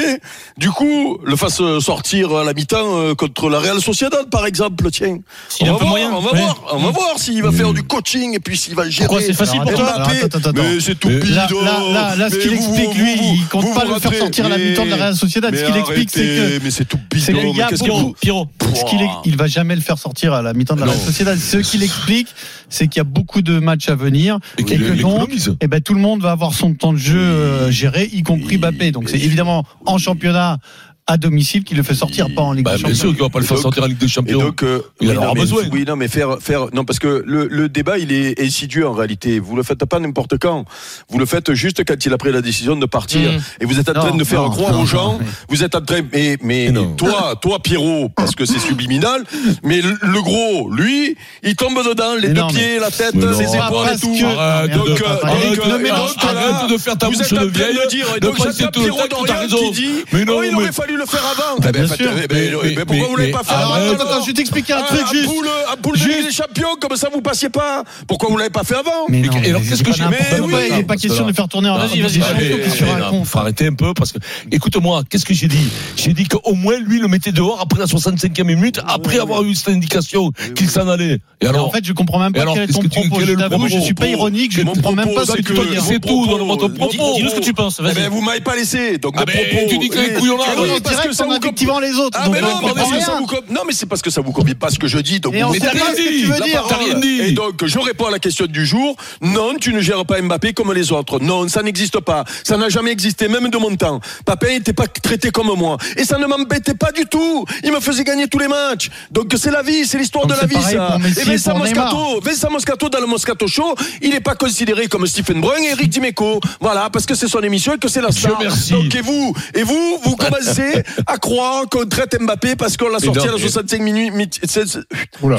Speaker 20: du coup, le fasse euh, sortir à la mi-temps euh, contre la Real Sociedad, par exemple, tiens.
Speaker 6: a un
Speaker 20: on, va
Speaker 6: peu
Speaker 20: voir,
Speaker 6: moyen, Mm.
Speaker 20: on va
Speaker 6: ouais.
Speaker 20: voir, on va voir s'il va faire du coaching et puis s'il va gérer.
Speaker 6: Pourquoi c'est facile
Speaker 20: Alors,
Speaker 6: pour toi
Speaker 20: Mbappé,
Speaker 7: Alors, attends, attends, attends.
Speaker 20: Mais c'est tout
Speaker 7: Euh,
Speaker 20: oh.
Speaker 7: Là, là, là, là, ce qu'il explique, lui, il compte pas le faire sortir à la mi-temps de la Real Sociedad. Ce qu'il explique, c'est que-
Speaker 20: Mais c'est tout
Speaker 7: C'est
Speaker 20: bidon,
Speaker 7: qu'il y a
Speaker 20: mais qu'est-ce
Speaker 7: beaucoup-
Speaker 20: qu'il-
Speaker 7: Ce qu'il est- il va jamais le faire sortir à la mi-temps de la
Speaker 20: Non.
Speaker 7: Real Sociedad. Ce qu'il explique, c'est qu'il y a beaucoup de matchs à venir et,
Speaker 4: qu'il
Speaker 7: que donc,
Speaker 4: l'économise.
Speaker 7: eh ben, tout le monde va avoir son temps de jeu euh, géré, y compris Mbappé. Donc c'est évidemment en championnat à domicile qu'il le fait sortir, pas en Ligue
Speaker 4: Bah,
Speaker 7: des
Speaker 4: bien
Speaker 7: Champions.
Speaker 4: sûr qu'il va pas le faire
Speaker 20: Et donc-
Speaker 4: sortir en Ligue des Champions.
Speaker 20: Et donc, euh,
Speaker 4: il
Speaker 20: oui,
Speaker 4: en
Speaker 20: non,
Speaker 4: aura
Speaker 20: mais-
Speaker 4: besoin.
Speaker 20: Oui, non, mais faire, faire, non, parce que le, le débat, il est insidieux en réalité. Vous le faites pas n'importe quand. Vous le faites juste quand il a pris la décision de partir.
Speaker 7: Mmh.
Speaker 20: Et vous êtes en
Speaker 7: Non,
Speaker 20: train de faire
Speaker 7: non,
Speaker 20: croire
Speaker 7: non,
Speaker 20: aux gens.
Speaker 7: non, mais-
Speaker 20: Vous êtes en train, mais, mais toi, toi, Pierrot, parce que c'est subliminal. Mais le, le gros, lui, il tombe dedans, les
Speaker 7: Mais
Speaker 20: deux
Speaker 7: non,
Speaker 20: pieds,
Speaker 7: mais-
Speaker 20: la tête,
Speaker 7: Mais non,
Speaker 20: les
Speaker 7: mais-
Speaker 20: épaules et
Speaker 7: Parce
Speaker 20: tout.
Speaker 7: que- Arrête de-
Speaker 20: Donc, euh,
Speaker 7: Arrête,
Speaker 20: donc,
Speaker 7: ne
Speaker 20: euh,
Speaker 7: mélange
Speaker 20: donc,
Speaker 7: pas.
Speaker 20: là,
Speaker 4: Arrête de faire ta
Speaker 20: vous
Speaker 4: bouche
Speaker 20: êtes en
Speaker 4: de
Speaker 20: train
Speaker 4: vieille,
Speaker 20: le dire. Et
Speaker 4: de
Speaker 20: donc,
Speaker 4: penser
Speaker 20: j'attends
Speaker 4: tout,
Speaker 20: Pierrot
Speaker 4: t'as
Speaker 20: d'Orient
Speaker 4: raison.
Speaker 20: qui dit,
Speaker 4: Mais non,
Speaker 20: oh, il
Speaker 4: mais-
Speaker 20: aurait fallu le faire avant.
Speaker 4: Bah,
Speaker 20: Eh
Speaker 4: bien
Speaker 20: ben,
Speaker 4: sûr.
Speaker 20: eh ben,
Speaker 4: Mais-
Speaker 20: Mais pourquoi
Speaker 4: mais-
Speaker 20: vous l'avez pas
Speaker 4: mais
Speaker 20: fait avant
Speaker 4: arrête.
Speaker 20: alors
Speaker 7: Attends, je vais t'expliquer un
Speaker 20: ah,
Speaker 7: truc
Speaker 20: à
Speaker 7: juste.
Speaker 20: Poule, à poule de Ligue des Champions, comme ça vous passiez pas. Pourquoi vous l'avez pas fait avant
Speaker 7: Mais non,
Speaker 4: Et alors,
Speaker 7: mais
Speaker 4: qu'est-ce
Speaker 7: c'est
Speaker 4: que
Speaker 7: pas
Speaker 4: j'ai
Speaker 7: n'importe
Speaker 4: Mais
Speaker 7: quoi,
Speaker 4: oui,
Speaker 7: il est pas
Speaker 4: parce que
Speaker 7: question
Speaker 4: là-
Speaker 7: de faire tourner en
Speaker 4: Non,
Speaker 7: Ligue des
Speaker 4: allez,
Speaker 7: Champions,
Speaker 4: allez,
Speaker 7: qu'est-ce que tu
Speaker 4: non,
Speaker 7: racontes
Speaker 4: faut arrêter un peu parce que. Écoute-moi, qu'est-ce que j'ai dit J'ai dit qu'au moins lui le mettait dehors après la 65e minute, après avoir eu cette indication qu'il s'en allait. Et
Speaker 7: Mais
Speaker 4: alors
Speaker 7: en fait, je comprends même
Speaker 4: Et
Speaker 7: pas
Speaker 4: alors,
Speaker 7: quel est
Speaker 4: qu'est-ce
Speaker 7: ton
Speaker 4: que tu-
Speaker 7: propos.
Speaker 4: quel est
Speaker 7: Je
Speaker 4: le
Speaker 7: t'avoue, je
Speaker 4: propos
Speaker 7: suis pas ironique, je
Speaker 20: Mon
Speaker 7: comprends même pas ce
Speaker 20: propos,
Speaker 7: que tu veux dire.
Speaker 4: c'est tout dans votre propos.
Speaker 6: Dis-nous ce que tu penses,
Speaker 20: Eh
Speaker 6: vas-y.
Speaker 20: ben, vous m'avez pas laissé. Donc,
Speaker 4: Ah
Speaker 20: mon
Speaker 4: ben,
Speaker 20: propos.
Speaker 4: tu dis que les
Speaker 20: Oui.
Speaker 7: eh,
Speaker 4: couillons là,
Speaker 20: Ah oui,
Speaker 4: donc,
Speaker 7: direct en
Speaker 20: vous convient-
Speaker 7: adjectivant les autres,
Speaker 20: Ah,
Speaker 7: donc
Speaker 20: mais
Speaker 7: on
Speaker 20: non, mais
Speaker 7: comprend
Speaker 20: parce que ça
Speaker 7: rien.
Speaker 20: vous convient- non, mais c'est parce que ça vous convient pas ce que je dis. Donc
Speaker 7: Et
Speaker 20: vous
Speaker 7: on
Speaker 20: mettez
Speaker 7: sait pas
Speaker 20: la
Speaker 7: ce que tu veux
Speaker 20: parole.
Speaker 7: dire. T'as rien dit.
Speaker 20: Et donc, je réponds à la question du jour. Non, tu ne gères pas Mbappé comme les autres. Non, ça n'existe pas. Ça n'a jamais existé, même de mon temps. Papin n'était pas traité comme moi. Et ça ne m'embêtait pas du tout. Il me faisait gagner tous les matchs. Donc, c'est la vie, c'est l'histoire de
Speaker 7: Donc,
Speaker 20: la
Speaker 7: c'est
Speaker 20: vie,
Speaker 7: pareil
Speaker 20: ça.
Speaker 7: pour Messi
Speaker 20: Et
Speaker 7: et
Speaker 20: Vincent
Speaker 7: pour
Speaker 20: Moscato, Vincent Moscato dans le Moscato Show, il n'est pas considéré comme Stephen Brun et Eric Dimeco. Voilà, parce que c'est son émission et que c'est la star. Donc, et vous, et vous, vous commencez à croire qu'on traite Mbappé parce qu'on l'a
Speaker 4: Mais
Speaker 20: sorti
Speaker 4: non,
Speaker 20: à la
Speaker 4: mais-
Speaker 20: 65 minute, mi- seize-
Speaker 4: Oula.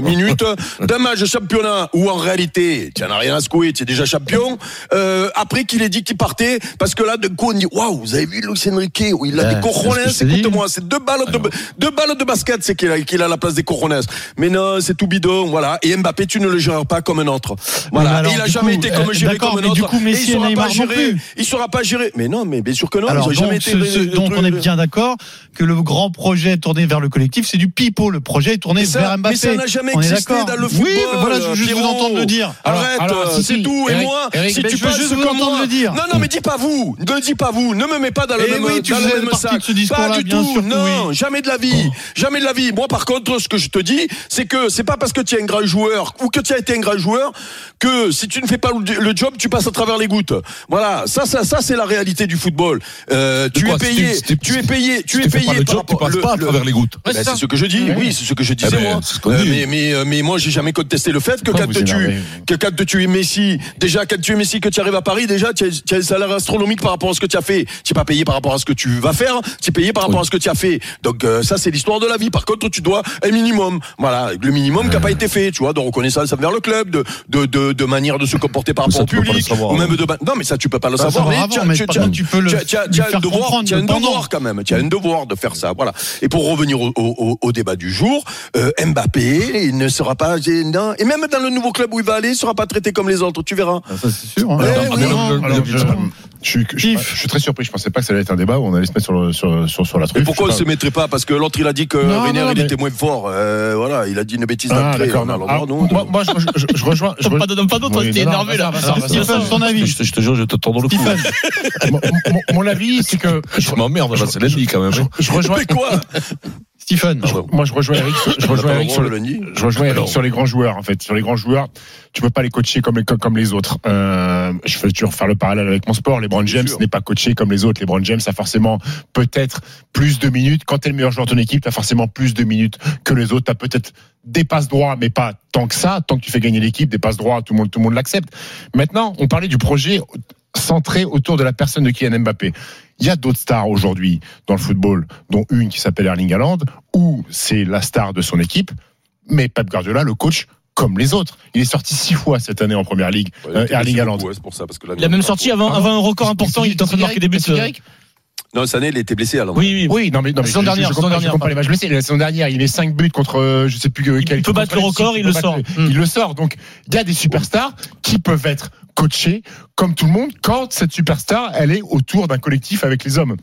Speaker 20: minute d'un match de championnat où en réalité, tu n'en as rien à secouer, tu es déjà champion. Euh, après qu'il ait dit qu'il partait, parce que là, de coup, on dit Waouh, vous avez vu Lucien Riquet où il a
Speaker 4: Ouais,
Speaker 20: des
Speaker 4: c'est
Speaker 20: coronets,
Speaker 4: ce que je te
Speaker 20: écoute-moi, c'est deux balles
Speaker 7: Ah
Speaker 20: de, deux balles de basket, c'est qu'il a, qu'il a à la place des coronets. Mais non, c'est tout bidon, voilà. Et Mbappé, tu ne le gères pas comme un autre. Voilà.
Speaker 7: Mais alors,
Speaker 20: Et il a
Speaker 7: du
Speaker 20: jamais
Speaker 7: coup,
Speaker 20: été comme
Speaker 7: euh,
Speaker 20: géré
Speaker 7: d'accord,
Speaker 20: comme un
Speaker 7: mais
Speaker 20: autre.
Speaker 7: du coup, Messi
Speaker 20: et il
Speaker 7: et
Speaker 20: sera
Speaker 7: Neymar
Speaker 20: pas
Speaker 7: non
Speaker 20: géré.
Speaker 7: plus.
Speaker 20: Il sera pas géré. Mais non, mais bien sûr que non,
Speaker 7: Alors,
Speaker 20: ils ont
Speaker 7: donc,
Speaker 20: jamais été.
Speaker 7: ce- ce- donc, on est bien d'accord que le grand projet tourné vers le collectif, c'est du pipo. Le projet est tourné
Speaker 20: Mais ça-
Speaker 7: vers Mbappé.
Speaker 20: Mais ça n'a jamais
Speaker 7: on est
Speaker 20: existé
Speaker 7: d'accord.
Speaker 20: dans le football.
Speaker 7: Oui, mais voilà, je veux juste vous
Speaker 20: Pierrot.
Speaker 7: entendre le dire.
Speaker 20: Arrête,
Speaker 7: Alors,
Speaker 20: euh,
Speaker 7: si,
Speaker 20: c'est
Speaker 7: si.
Speaker 20: tout.
Speaker 7: Eric,
Speaker 20: et moi,
Speaker 7: Eric,
Speaker 20: si
Speaker 7: mais
Speaker 20: tu
Speaker 7: je veux
Speaker 20: penses
Speaker 7: juste vous
Speaker 20: comme
Speaker 7: entendre
Speaker 20: moi,
Speaker 7: le dire.
Speaker 20: non, non, mais dis pas vous. Ne dis pas vous. Ne me mets pas dans le
Speaker 7: Eh
Speaker 20: même,
Speaker 7: oui, tu
Speaker 20: dans le
Speaker 7: faisais
Speaker 20: même
Speaker 7: partie
Speaker 20: sac.
Speaker 7: de ce discours-là,
Speaker 20: pas du
Speaker 7: bien
Speaker 20: tout.
Speaker 7: sûr que
Speaker 20: non, jamais de la vie. Jamais de la vie. Moi, par contre, ce que je te dis, c'est que c'est pas parce que tu es un grand joueur ou que tu as été un grand joueur que si tu ne fais pas le le job, tu passes à travers les gouttes. Voilà. Ça, ça, ça, c'est la réalité du football. Euh, tu
Speaker 4: quoi,
Speaker 20: es
Speaker 4: si
Speaker 20: payé.
Speaker 4: tu- si tu-
Speaker 20: Tu es payé. Tu
Speaker 4: si tu
Speaker 20: es
Speaker 4: fais
Speaker 20: payé
Speaker 4: pas le
Speaker 20: par
Speaker 4: job, tu
Speaker 20: rapport-
Speaker 4: passes pas à travers les gouttes.
Speaker 20: Ben,
Speaker 4: Ouais, c'est
Speaker 20: c'est
Speaker 4: ça.
Speaker 20: ce que je dis.
Speaker 4: Ouais.
Speaker 20: Oui, c'est ce que je disais
Speaker 4: Eh ben,
Speaker 20: moi.
Speaker 4: c'est ce qu'on
Speaker 20: Euh,
Speaker 4: dit.
Speaker 20: mais, mais, euh, mais moi, j'ai jamais contesté le fait que
Speaker 4: Pourquoi
Speaker 20: quand
Speaker 4: vous
Speaker 20: tu,
Speaker 4: énervez
Speaker 20: que quand tu es Messi, déjà quand tu es Messi que tu arrives à Paris, déjà tu as, tu as un salaire astronomique par rapport à ce que tu as fait. Tu n'es pas payé par rapport à ce que tu vas faire, tu es payé par rapport à ce que tu as fait. Donc euh, ça, c'est l'histoire de la vie. Par contre, tu dois un minimum. Voilà, le minimum qui n'a pas été fait, tu vois, de reconnaissance envers le club, de de, de, de manière de se comporter par rapport
Speaker 4: Ça,
Speaker 20: au
Speaker 4: tu peux pas
Speaker 20: public,
Speaker 4: le savoir, hein.
Speaker 20: ou même de ba- non, mais ça tu peux pas le
Speaker 4: Pas le
Speaker 20: savoir.
Speaker 4: savoir
Speaker 20: tu as-
Speaker 4: avant, mais
Speaker 20: tu-
Speaker 4: par
Speaker 20: tu as-
Speaker 4: contre, tu peux le-
Speaker 20: tu as- tu as-
Speaker 4: lui
Speaker 20: tu as un
Speaker 4: faire
Speaker 20: devoir,
Speaker 4: comprendre
Speaker 20: tu as un
Speaker 4: pendant.
Speaker 20: devoir quand même. Tu as un devoir de faire ça. Voilà. Et pour revenir au, au- au- au débat du jour, euh, Mbappé, il ne sera pas gênant. Et même dans le nouveau club où il va aller, il ne sera pas traité comme les autres. Tu verras.
Speaker 7: Ça, c'est sûr. hein.
Speaker 20: Ouais,
Speaker 7: Alors,
Speaker 20: oui.
Speaker 7: alors,
Speaker 20: Non,
Speaker 7: alors,
Speaker 20: je-
Speaker 7: je-
Speaker 5: Eh Je suis, je suis pas- je suis très surpris. Je pensais pas que ça allait être un débat où on allait se mettre sur, le- sur, sur, sur la truffe.
Speaker 20: Et pourquoi on
Speaker 5: Je
Speaker 20: ne
Speaker 5: sais
Speaker 20: se
Speaker 5: pas.
Speaker 20: mettrait pas Parce que l'autre, il a dit que
Speaker 5: Non,
Speaker 20: Reiner,
Speaker 5: non, non,
Speaker 20: il
Speaker 5: mais-
Speaker 20: était moins fort. Euh, voilà, il a dit une bêtise
Speaker 5: Ah,
Speaker 20: d'entrée.
Speaker 5: d'accord.
Speaker 20: On a le
Speaker 5: Ah,
Speaker 20: droit, non
Speaker 5: moi, moi, je, je, je- je rejoins. Je
Speaker 6: Pas de pas d'autre,
Speaker 5: Oui,
Speaker 6: t'es
Speaker 5: non,
Speaker 6: énervé
Speaker 5: non,
Speaker 6: là.
Speaker 5: Vincent, Vincent, Vincent,
Speaker 6: Stéphane,
Speaker 5: Vincent.
Speaker 6: ton avis
Speaker 4: Je te- je te jure, je te tends dans le cou.
Speaker 5: mon, mon- mon avis, c'est que
Speaker 4: Je m'emmerde, là, c'est lundi quand même. hein.
Speaker 5: je rejoins.
Speaker 20: quoi
Speaker 7: Stephen.
Speaker 5: Moi, je rejoins Eric. sur- Je
Speaker 4: On n'a pas
Speaker 5: rejoins
Speaker 4: le
Speaker 5: Eric
Speaker 4: droit
Speaker 5: sur
Speaker 4: le
Speaker 5: le-
Speaker 4: lundi.
Speaker 5: je rejoins Eric
Speaker 4: Alors.
Speaker 5: sur les grands joueurs. En fait, sur les grands joueurs, tu peux pas les coacher comme les comme les autres. Euh, je vais toujours faire le parallèle avec mon sport. Les Brown James n'est pas coaché comme les autres. Les Brown James a forcément peut-être plus de minutes. Quand t'es le meilleur joueur de ton équipe, t'as forcément plus de minutes que les autres. T'as peut-être des passes droits, mais pas tant que ça. Tant que tu fais gagner l'équipe, des passes droits, tout le monde tout le monde l'accepte. Maintenant, on parlait du projet centré autour de la personne de Kylian Mbappé. Il y a d'autres stars aujourd'hui dans le football, dont une qui s'appelle Erling Haaland, où c'est la star de son équipe, mais Pep Guardiola, le coach, comme les autres. Il est sorti six fois cette année en première ligue, euh, Erling Haaland.
Speaker 20: Ouais, c'est pour ça, parce que là,
Speaker 6: Il a même sorti avant, avant un record important, il est en train de marquer des buts. euh.
Speaker 20: Non, cette année, il était blessé alors.
Speaker 6: Oui, oui.
Speaker 5: Oui, non, mais, non, mais
Speaker 6: La saison
Speaker 5: je- je-
Speaker 6: dernière,
Speaker 5: je,
Speaker 6: saison
Speaker 5: comprends- je
Speaker 6: dernière,
Speaker 5: comprends les matchs blessés. La saison dernière, il met 5 buts contre, euh, je sais plus euh, quel.
Speaker 6: peut battre
Speaker 5: contre
Speaker 6: le
Speaker 5: Leipzig,
Speaker 6: record, il
Speaker 5: peut
Speaker 6: le
Speaker 5: battre
Speaker 6: sort.
Speaker 5: le- Il le sort. Donc, il y a des superstars qui peuvent être coachés comme tout le monde quand cette superstar, elle est autour d'un collectif avec les hommes.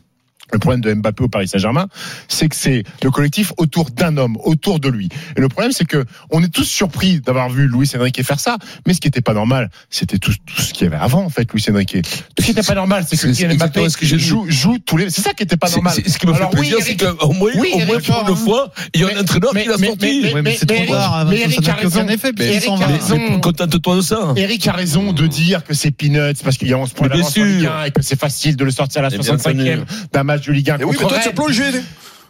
Speaker 5: Le problème de Mbappé au Paris Saint-Germain, c'est que c'est le collectif autour d'un homme, autour de lui. Et le problème, c'est que on est tous surpris d'avoir vu Luis Enrique faire ça, mais ce qui n'était pas normal, c'était tout, tout ce qu'il y avait avant, en fait, Luis Enrique. Ce qui n'était pas normal, c'est que
Speaker 4: C'est-
Speaker 5: Kylian
Speaker 4: c'est
Speaker 5: Mbappé
Speaker 4: exactement ce que j'ai dit.
Speaker 5: joue, joue tous les. C'est ça qui n'était pas
Speaker 4: C'est-
Speaker 5: normal.
Speaker 4: c'est- Ce qui me fait
Speaker 5: Alors oui,
Speaker 4: plaisir, c'est
Speaker 5: Eric-
Speaker 4: qu'au moins,
Speaker 5: oui,
Speaker 4: au moins
Speaker 5: Eric,
Speaker 4: pour une
Speaker 5: hein.
Speaker 4: fois, il y a un entraîneur qui l'a
Speaker 5: mais- mais-
Speaker 4: sorti.
Speaker 5: mais- Ouais, mais c'est mais trop Eric- tard, hein, mais Vincent, ça Eric n'a a aucun raison. effet, puisqu'il
Speaker 4: Mais-
Speaker 5: s'en
Speaker 4: mais-
Speaker 5: va.
Speaker 4: mais Contente-toi de ça.
Speaker 5: Eric a raison de dire que c'est peanuts parce qu'il y a 11 points
Speaker 4: Mais bien
Speaker 5: d'avance en
Speaker 4: sûr.
Speaker 5: Ligue 1 et que c'est facile de le sortir à la
Speaker 4: Et bien
Speaker 5: 65e d'un match de Ligue 1
Speaker 20: Et oui,
Speaker 5: contre
Speaker 20: mais toi, tu as
Speaker 5: Rennes.
Speaker 20: plongé.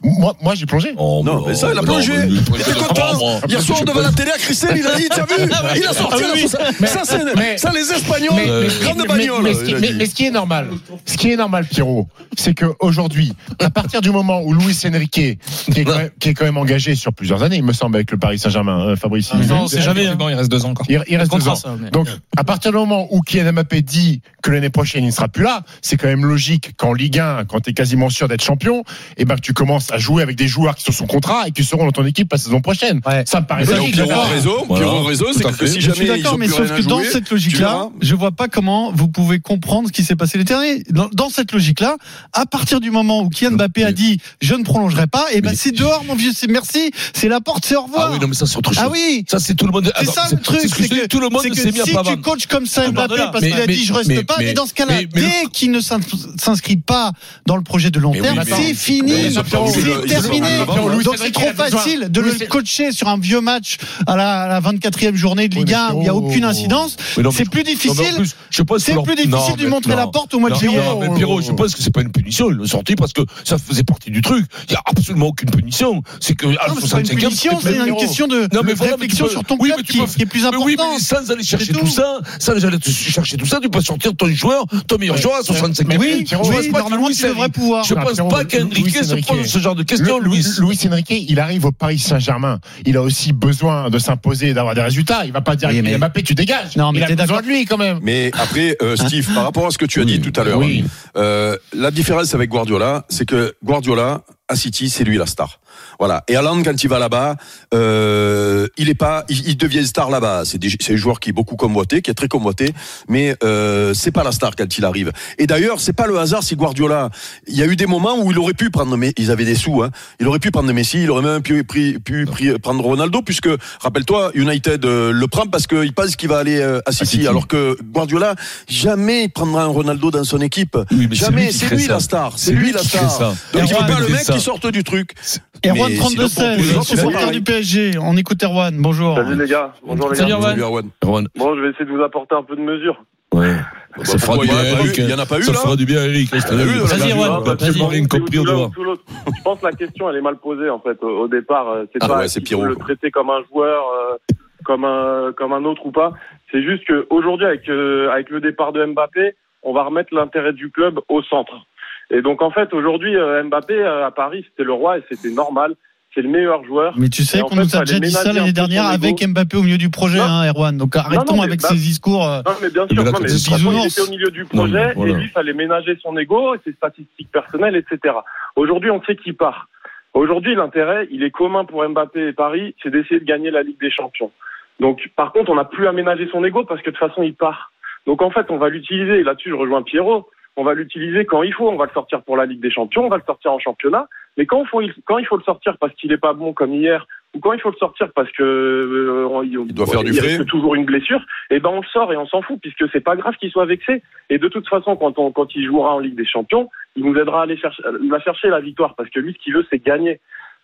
Speaker 5: Moi, moi j'ai plongé.
Speaker 20: Non, mais ça, il a
Speaker 4: non,
Speaker 20: plongé.
Speaker 4: Oh, mais-
Speaker 20: Il était content. Hier soir, devant la télé à Christelle, il a dit T'as vu Il a sorti
Speaker 5: Ah oui,
Speaker 20: la sauce.
Speaker 5: mais-
Speaker 20: Ça, c'est-
Speaker 5: mais-
Speaker 20: ça, les Espagnols,
Speaker 5: mais- mais-
Speaker 20: grande
Speaker 5: mais-
Speaker 20: bagnole.
Speaker 5: mais- mais ce qui-
Speaker 20: il a
Speaker 5: mais-
Speaker 20: dit.
Speaker 5: mais ce qui est normal, ce qui est normal, Pierrot, c'est qu'aujourd'hui, à partir du moment où Luis Enrique, qui est, quand même, qui est quand même engagé sur plusieurs années, il me semble, avec le Paris Saint-Germain, hein, Fabrice.
Speaker 20: Ah,
Speaker 5: il-
Speaker 6: Non,
Speaker 14: Mhm.
Speaker 6: c'est jamais. hein.
Speaker 23: Bon, il reste deux ans encore.
Speaker 5: Il, il reste deux
Speaker 23: Contrat,
Speaker 5: ans.
Speaker 23: ça, mais-
Speaker 5: Donc, à partir du moment où Kylian Mbappé dit que l'année prochaine il ne sera plus là, c'est quand même logique qu'en Ligue 1, quand tu es quasiment sûr d'être champion, et ben que tu commences à jouer avec des joueurs qui sont sous contrat et qui seront dans ton équipe la saison prochaine. Ça me paraît
Speaker 20: Mais
Speaker 5: logique,
Speaker 20: Pierrot
Speaker 5: d'accord.
Speaker 20: a raison,
Speaker 5: Voilà.
Speaker 20: Pierrot a raison, c'est
Speaker 5: Tout à
Speaker 20: que
Speaker 5: fait.
Speaker 20: si
Speaker 7: Je
Speaker 20: jamais
Speaker 7: suis d'accord,
Speaker 20: ils ont
Speaker 7: mais
Speaker 20: plus
Speaker 7: sauf
Speaker 20: rien
Speaker 7: que
Speaker 20: à
Speaker 7: dans
Speaker 20: jouer,
Speaker 7: cette
Speaker 20: tu
Speaker 7: logique-là,
Speaker 20: verras.
Speaker 7: je vois pas comment vous pouvez comprendre ce qui s'est passé l'été dernier. Dans, dans cette logique-là, à partir du moment où Kylian Mbappé a dit je ne prolongerai pas, et ben c'est dehors, mon vieux, c'est merci, c'est la porte, c'est au revoir.
Speaker 4: Ah oui, non, mais ça, c'est autre chose.
Speaker 7: Ah oui.
Speaker 4: Ça, c'est tout le monde.
Speaker 7: C'est
Speaker 4: Attends,
Speaker 7: ça le truc,
Speaker 4: c'est ce que je dis, tout le monde
Speaker 7: c'est que
Speaker 4: s'est mis à
Speaker 7: si
Speaker 4: Pavard.
Speaker 7: tu coaches comme ça
Speaker 4: Ah,
Speaker 7: Mbappé
Speaker 4: pardon.
Speaker 7: parce qu'il a
Speaker 4: Mais-
Speaker 7: dit je reste
Speaker 4: mais-
Speaker 7: pas, mais,
Speaker 4: mais-
Speaker 7: dans ce cas-là,
Speaker 4: mais- mais le-
Speaker 7: dès qu'il ne s'ins- s'inscrit pas dans le projet de long
Speaker 4: Mais oui,
Speaker 7: terme,
Speaker 4: mais
Speaker 7: c'est
Speaker 4: non.
Speaker 7: fini,
Speaker 4: Mais
Speaker 7: c'est
Speaker 4: ça, Pierrot, il le- il le-
Speaker 7: terminé.
Speaker 4: il le- Pierrot, Luis
Speaker 7: Donc c'est
Speaker 4: Enrique,
Speaker 7: trop
Speaker 4: il a besoin.
Speaker 7: facile de
Speaker 4: Luis-
Speaker 7: le coacher sur un vieux match à la, à la 24e journée de Ligue 1 où il n'y a aucune incidence.
Speaker 4: Mais oh. non, mais
Speaker 7: C'est
Speaker 4: je-
Speaker 7: plus
Speaker 4: non, mais en
Speaker 7: difficile.
Speaker 4: plus, je pense que
Speaker 7: C'est
Speaker 4: leur-
Speaker 7: plus
Speaker 4: non,
Speaker 7: difficile de
Speaker 4: mais-
Speaker 7: montrer
Speaker 4: non.
Speaker 7: la porte au mois de
Speaker 4: Non,
Speaker 7: juillet. euh,
Speaker 4: non, mais Pierrot, je pense que c'est pas une punition. Ils l'ont sorti parce que ça faisait partie du truc. Il n'y a absolument aucune punition. C'est que à
Speaker 7: Non, mais c'est pas une
Speaker 4: 65e,
Speaker 7: punition,
Speaker 4: c'était
Speaker 7: c'est une
Speaker 4: Pierrot.
Speaker 7: question de-
Speaker 4: Non, mais
Speaker 7: de
Speaker 4: voilà, mais
Speaker 7: réflexion
Speaker 4: tu peux-
Speaker 7: sur ton
Speaker 4: oui,
Speaker 7: club
Speaker 4: mais tu
Speaker 7: qui-
Speaker 4: peux-
Speaker 7: qui est plus
Speaker 4: Mais oui, mais
Speaker 7: importante.
Speaker 4: sans aller chercher
Speaker 7: C'est
Speaker 4: tout
Speaker 7: tout.
Speaker 4: ça, sans aller te- chercher tout ça, tu peux sortir ton joueur, ton meilleur
Speaker 7: Ouais.
Speaker 4: joueur à 65e.
Speaker 7: Mais oui,
Speaker 4: Je
Speaker 7: Pierrot,
Speaker 4: pense
Speaker 7: oui,
Speaker 4: pas que
Speaker 7: normalement,
Speaker 4: Luis
Speaker 7: tu devrais
Speaker 4: Enrique-
Speaker 7: pouvoir.
Speaker 4: Je pense
Speaker 5: Ah, Pierrot,
Speaker 4: pas
Speaker 5: Luis
Speaker 4: qu'Enrique se
Speaker 5: Enrique.
Speaker 4: pose ce genre de questions,
Speaker 5: Le-
Speaker 4: Luis.
Speaker 5: Luis Enrique, il arrive au Paris Saint-Germain. Il a aussi besoin de s'imposer, et d'avoir des résultats. Il va pas dire
Speaker 20: Oui, mais-
Speaker 5: Mbappé, tu dégages.
Speaker 7: Non, mais
Speaker 5: il a
Speaker 7: t'es
Speaker 5: besoin
Speaker 7: d'accord.
Speaker 5: de lui quand même.
Speaker 20: Mais après, euh, Steve, par rapport à ce que tu as dit tout à l'heure, euh, la différence avec Guardiola, c'est que Guardiola, à City, c'est lui la star. Voilà. Et Haaland, quand il va là-bas, euh, il est pas, il, il devient star là-bas. C'est des- c'est un joueur qui est beaucoup convoité, qui est très convoité, mais euh, c'est pas la star quand il arrive. Et d'ailleurs, c'est pas le hasard si Guardiola, il y a eu des moments où il aurait pu prendre, mais ils avaient des sous, hein. Il aurait pu prendre Messi, il aurait même pu, pu- pu- pu prendre Ronaldo, puisque rappelle-toi, United euh, le prend parce qu'il pense qu'il va aller euh, à City, alors que Guardiola jamais il prendra un Ronaldo dans son équipe.
Speaker 4: Oui, mais c'est lui
Speaker 20: jamais,
Speaker 4: qui
Speaker 20: c'est
Speaker 4: crée
Speaker 20: lui,
Speaker 4: ça.
Speaker 20: la star,
Speaker 4: C'est
Speaker 20: c'est lui
Speaker 4: lui
Speaker 20: la
Speaker 4: qui crée
Speaker 20: star.
Speaker 4: ça.
Speaker 20: Donc
Speaker 4: Erwan
Speaker 20: il faut pas
Speaker 4: qui
Speaker 20: le
Speaker 4: fait
Speaker 20: mec
Speaker 4: ça.
Speaker 20: qui sorte du truc.
Speaker 7: Erwan
Speaker 20: Mais sinon, pour tous les
Speaker 7: 32-16,
Speaker 20: autres, c'est
Speaker 7: supporter
Speaker 20: pareil.
Speaker 7: du PSG. On écoute Erwan, bonjour.
Speaker 2: Salut les gars, bonjour les
Speaker 7: Salut,
Speaker 2: gars.
Speaker 7: Erwan. Salut,
Speaker 2: Bon, je vais essayer de vous apporter un peu de mesure.
Speaker 20: Bah,
Speaker 4: Ça fera du
Speaker 20: pourquoi
Speaker 4: bien,
Speaker 20: il y en a pas
Speaker 4: Eric.
Speaker 20: eu Il y
Speaker 4: hein.
Speaker 20: en a pas eu,
Speaker 4: Ça
Speaker 20: là
Speaker 4: fera du bien, Eric. hein, cette année.
Speaker 20: Vas-y,
Speaker 4: Parce que
Speaker 20: Erwan,
Speaker 4: on a
Speaker 20: vas-y.
Speaker 4: absolument rien compris au
Speaker 2: Tout l'un
Speaker 4: devoir.
Speaker 2: ou tout l'autre. Je pense que la question elle est mal posée en fait au au départ. euh, C'est
Speaker 20: Ah
Speaker 2: pas
Speaker 20: ouais, c'est
Speaker 2: si
Speaker 20: Pierrot,
Speaker 2: faut le
Speaker 20: quoi.
Speaker 2: traiter comme un joueur, euh, comme un comme un autre ou pas. C'est juste que aujourd'hui avec euh, avec le départ de Mbappé, on va remettre l'intérêt du club au centre. Et donc en fait aujourd'hui euh, Mbappé euh, à Paris c'était le roi et c'était normal. C'est le meilleur joueur.
Speaker 7: Mais tu sais
Speaker 2: Et en
Speaker 7: qu'on
Speaker 2: fait,
Speaker 7: nous a
Speaker 2: fallait
Speaker 7: déjà dit
Speaker 2: ménager
Speaker 7: ça
Speaker 2: un peu
Speaker 7: l'année
Speaker 2: son
Speaker 7: dernière
Speaker 2: ego.
Speaker 7: avec Mbappé au milieu du projet,
Speaker 2: Non.
Speaker 7: hein, Erwan. Donc arrêtons
Speaker 2: non, mais
Speaker 7: avec
Speaker 2: bah-
Speaker 7: ces discours. euh,
Speaker 2: Non, mais bien
Speaker 4: Eh
Speaker 7: de
Speaker 4: ben,
Speaker 2: sûr, non, mais de toute façon, il
Speaker 7: bisounours.
Speaker 2: était au milieu du projet
Speaker 7: Non, mais voilà.
Speaker 2: et lui, fallait ménager son ego, ses statistiques personnelles, etc. Aujourd'hui, on sait qu'il part. Aujourd'hui, l'intérêt, il est commun pour Mbappé et Paris, c'est d'essayer de gagner la Ligue des Champions. Donc, par contre, on n'a plus à ménager son ego parce que de toute façon, il part. Donc, en fait, on va l'utiliser, et là-dessus, je rejoins Pierrot, on va l'utiliser quand il faut, on va le sortir pour la Ligue des Champions, on va le sortir en championnat, mais quand, faut- quand il faut le sortir parce qu'il n'est pas bon comme hier, ou quand il faut le sortir parce que euh, on- il,
Speaker 20: doit faire du
Speaker 2: il
Speaker 20: frais.
Speaker 2: risque toujours une blessure, et ben on le sort et on s'en fout puisque c'est pas grave qu'il soit vexé. Et de toute façon, quand on quand il jouera en Ligue des Champions, il nous aidera à aller chercher, la chercher la victoire parce que lui, ce qu'il veut, c'est gagner.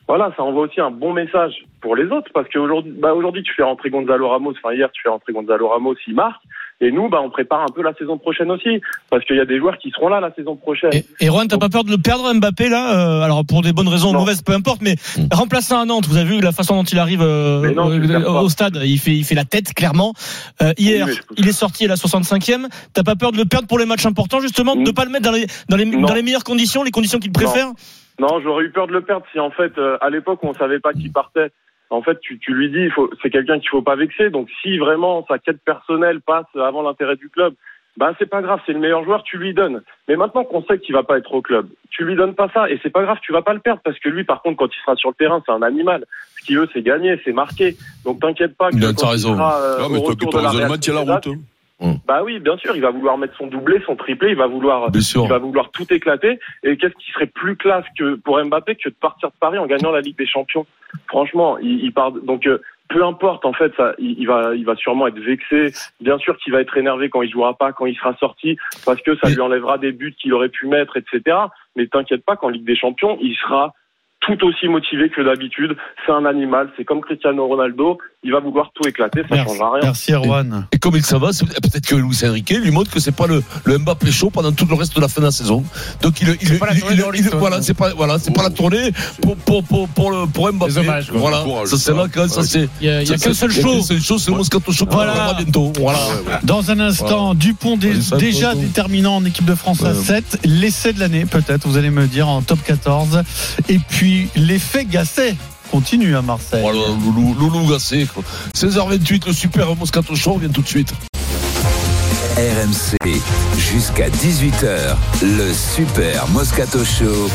Speaker 2: Voilà, ça envoie aussi un bon message pour les autres parce qu'aujourd'hui, bah aujourd'hui, tu fais rentrer Gonzalo Ramos. Enfin, hier, tu fais rentrer Gonzalo Ramos, il marque. Et nous, bah, on prépare un peu la saison prochaine aussi parce qu'il y a des joueurs qui seront là la saison prochaine.
Speaker 6: Et Juan, t'as pas peur de le perdre Mbappé là Euh, Alors pour des bonnes raisons, mauvaises, peu importe, mais remplaçant à Nantes, vous avez vu la façon dont il arrive euh,
Speaker 2: Mm. Mais non, tu le perds
Speaker 6: au,
Speaker 2: pas.
Speaker 6: au stade, il fait, il fait la tête clairement. Euh, hier,
Speaker 2: Oui, mais je peux-
Speaker 6: il est sorti à la 65e. T'as pas peur de le perdre pour les matchs importants justement, de pas le mettre dans les, dans les,
Speaker 2: Mm. Non.
Speaker 6: dans les meilleures conditions, les conditions qu'il préfère
Speaker 2: Non, Non, j'aurais eu peur de le perdre si en fait, euh, à l'époque, on savait pas qu'il partait. En fait, tu, tu lui dis, il faut- c'est quelqu'un qu'il faut pas vexer. Donc, si vraiment sa quête personnelle passe avant l'intérêt du club, bah c'est pas grave, c'est le meilleur joueur, tu lui donnes. Mais maintenant qu'on sait qu'il va pas être au club, tu lui donnes pas ça et c'est pas grave, tu vas pas le perdre parce que lui, par contre, quand il sera sur le terrain, c'est un animal. Ce qu'il veut, c'est gagner, c'est marquer. Donc, t'inquiète pas. Que
Speaker 20: Il a-
Speaker 2: quand
Speaker 20: t'as raison.
Speaker 2: sera, euh,
Speaker 20: Non, mais
Speaker 2: au
Speaker 20: t'as-
Speaker 2: retour
Speaker 20: t'as
Speaker 2: de la
Speaker 20: raison,
Speaker 2: Real
Speaker 20: Matt, il y a la
Speaker 2: Sociedad,
Speaker 20: route, hein.
Speaker 2: bah oui, bien sûr, il va vouloir mettre son doublé, son triplé, il va vouloir,
Speaker 4: Bien sûr.
Speaker 2: il va vouloir tout éclater. Et qu'est-ce qui serait plus classe que pour Mbappé que de partir de Paris en gagnant la Ligue des Champions Franchement, il, il part. Donc euh, peu importe, en fait, ça, il, il va, il va sûrement être vexé. Bien sûr qu'il va être énervé quand il jouera pas, quand il sera sorti, parce que ça lui enlèvera des buts qu'il aurait pu mettre, etc. Mais t'inquiète pas, qu'en Ligue des Champions, il sera tout aussi motivé que d'habitude. C'est un animal, c'est comme Cristiano Ronaldo. Il va vouloir tout éclater, ça changera rien.
Speaker 7: Merci Erwan.
Speaker 4: Et comme il s'en va, c'est- peut-être que Luis Enrique lui montre que c'est pas le, le Mbappé chaud pendant tout le reste de la fin de la saison. Donc il, il, il- il- il- voilà, c'est pas voilà, c'est pas
Speaker 20: Oh.
Speaker 4: la tournée pour pour pour pour, le, pour Mbappé.
Speaker 5: hommages, quoi.
Speaker 4: voilà,
Speaker 5: Courage,
Speaker 4: ça c'est
Speaker 5: ça.
Speaker 4: là quand ça
Speaker 5: Ouais.
Speaker 4: c'est.
Speaker 5: Il y a- il y a
Speaker 4: ça,
Speaker 5: qu'un
Speaker 4: c'est-
Speaker 5: seul
Speaker 4: il y a
Speaker 5: show.
Speaker 4: qu'un seul show, c'est le Moscato Show. qu'on
Speaker 7: Voilà.
Speaker 4: verra bientôt. Voilà.
Speaker 7: Dans un instant, Dupont dé-
Speaker 4: Allez, ça,
Speaker 7: déjà
Speaker 4: Dupont.
Speaker 7: déterminant en équipe de France à 7, l'essai de l'année peut-être, vous allez me dire en top 14. Et puis l'effet Gasset continue à Marseille.
Speaker 4: Voilà, Loulou, Loulou Gassé. quoi. 16h28, le super Moscato Show vient tout de suite.
Speaker 8: RMC jusqu'à 18h, le Super Moscato Show.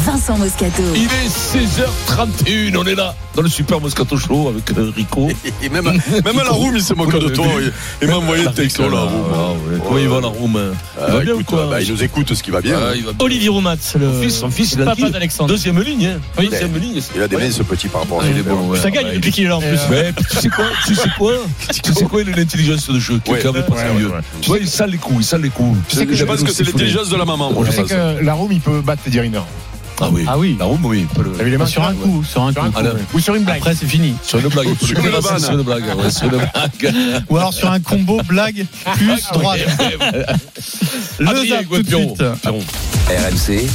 Speaker 1: Vincent Moscato.
Speaker 4: Il est 16h31, on est là dans le Super Moscato Show avec euh, Rico.
Speaker 20: Et même, même à la room, il s'est moqué de toi. Il- Il m'a envoyé le texto, la room.
Speaker 4: Comment il va la room hein Il va bien ou
Speaker 20: écoute,
Speaker 4: quoi
Speaker 20: bah, Il nous écoute, ce qui va bien.
Speaker 4: Ah, il va bien.
Speaker 6: Olivier Romat,
Speaker 4: Son
Speaker 6: le
Speaker 4: fils, son fils, il a
Speaker 6: papa
Speaker 4: dit-
Speaker 6: d'Alexandre.
Speaker 4: Deuxième ligne, hein.
Speaker 6: Oui.
Speaker 4: Deuxième ligne.
Speaker 20: Il a des mains, ce petit, par rapport à ses
Speaker 4: ouais.
Speaker 6: Ça gagne depuis qu'il est là en plus.
Speaker 4: Ouais, puis tu sais quoi Tu sais quoi Tu sais quoi Il a l'intelligence de jeu qui est
Speaker 20: Ouais.
Speaker 4: quand même pas
Speaker 20: Ouais,
Speaker 4: sérieux.
Speaker 20: ouais, ouais.
Speaker 4: Tu vois, il sale les coups, il sale les coups.
Speaker 20: Tu sais que je pense que c'est l'intelligence de la maman, moi,
Speaker 5: Je
Speaker 20: je
Speaker 5: sais
Speaker 20: pense.
Speaker 5: que la Rome, il peut battre Teddy Riner.
Speaker 4: Ah oui.
Speaker 5: Ah oui.
Speaker 4: La Rome, oui. il peut le-
Speaker 5: T'as vu les mains
Speaker 7: Sur un
Speaker 5: qu'il a
Speaker 7: coup, sur un coup.
Speaker 4: Ah, là.
Speaker 7: Ou sur une blague. Après, c'est fini.
Speaker 4: Sur une blague.
Speaker 20: Sur une vanne.
Speaker 4: Sur une blague. ouais, Sur une blague.
Speaker 7: Ou alors sur un combo blague plus droite.
Speaker 4: Adrien
Speaker 7: Le zap tout de
Speaker 4: Guapiron.
Speaker 7: suite.
Speaker 8: RMC,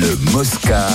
Speaker 8: le Mosca.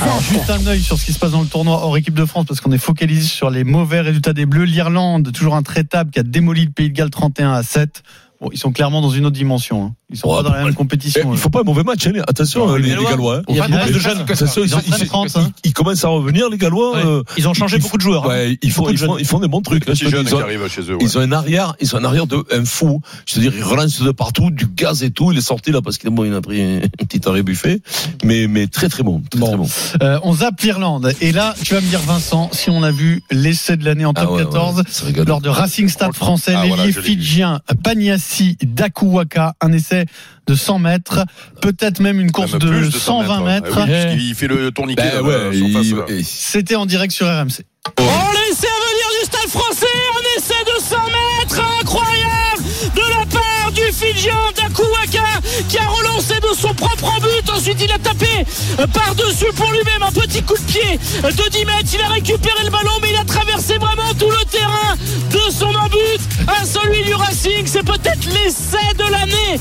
Speaker 7: Alors, juste un œil sur ce qui se passe dans le tournoi hors équipe de France, parce qu'on est focalisé sur les mauvais résultats des Bleus. L'Irlande, toujours intraitable, qui a démoli le Pays de Galles 31 à 7. Bon, ils sont clairement dans une autre dimension. hein. Ils sont
Speaker 4: Ouais,
Speaker 7: pas dans la même compétition.
Speaker 4: Il ne faut pas un mauvais match, hein, les- attention, hein, les, les Gallois. hein.
Speaker 7: Il y a
Speaker 4: Ils-
Speaker 7: beaucoup de
Speaker 4: ils-
Speaker 7: jeunes.
Speaker 4: attention, ils,
Speaker 7: Ils entraînent
Speaker 4: ils-
Speaker 7: France,
Speaker 4: ils-
Speaker 7: hein.
Speaker 4: ils commencent à revenir, les Gallois.
Speaker 6: Ouais.
Speaker 4: euh,
Speaker 6: Ils ont changé beaucoup de joueurs, hein.
Speaker 4: ouais, ils, font,
Speaker 6: Beaucoup de
Speaker 4: ils font-
Speaker 6: jeunes.
Speaker 4: ils font des bons trucs. hein,
Speaker 20: Des
Speaker 4: je te dis,
Speaker 20: jeunes
Speaker 4: ils ont-
Speaker 20: qui arrivent chez eux. ouais.
Speaker 4: Ils ont un arrière, ils ont un arrière de un fou. C'est-à-dire, ils relancent de partout, du gaz et tout. Il est sorti là parce qu'il bon, il a pris un petit arrêt buffet. Mais, mais très très bon. Très, très bon.
Speaker 7: Euh, on zappe l'Irlande. Et là, tu vas me dire, Vincent, si on a vu l'essai de l'année en
Speaker 4: Ah
Speaker 7: top
Speaker 4: ouais, ouais,
Speaker 7: 14,
Speaker 4: c'est rigolo.
Speaker 7: lors de Racing Stade français,
Speaker 20: Ah,
Speaker 7: l'ailier
Speaker 20: voilà, je l'ai vu.
Speaker 7: fidjien Paniassi Dakuwaka, un essai de 100 mètres, peut-être même une course
Speaker 20: Même
Speaker 7: de,
Speaker 20: plus
Speaker 7: 120 mètres.
Speaker 20: Ah oui, parce qu'il fait le tourniquet.
Speaker 4: Ben
Speaker 20: là,
Speaker 4: ouais,
Speaker 20: sur face,
Speaker 4: il-
Speaker 20: là.
Speaker 4: et-
Speaker 7: C'était en direct sur RMC.
Speaker 8: On l'essaie à venir du stade français, on essaie de 100 mètres, incroyable de la part du Fidjien Dakuwaka qui a relancé de son propre but. Ensuite, il a tapé euh, par-dessus pour lui-même un petit coup de pied euh, de 10 mètres. Il a récupéré le ballon, mais il a traversé vraiment tout le terrain de son but à celui du Racing. C'est peut-être l'essai de l'année.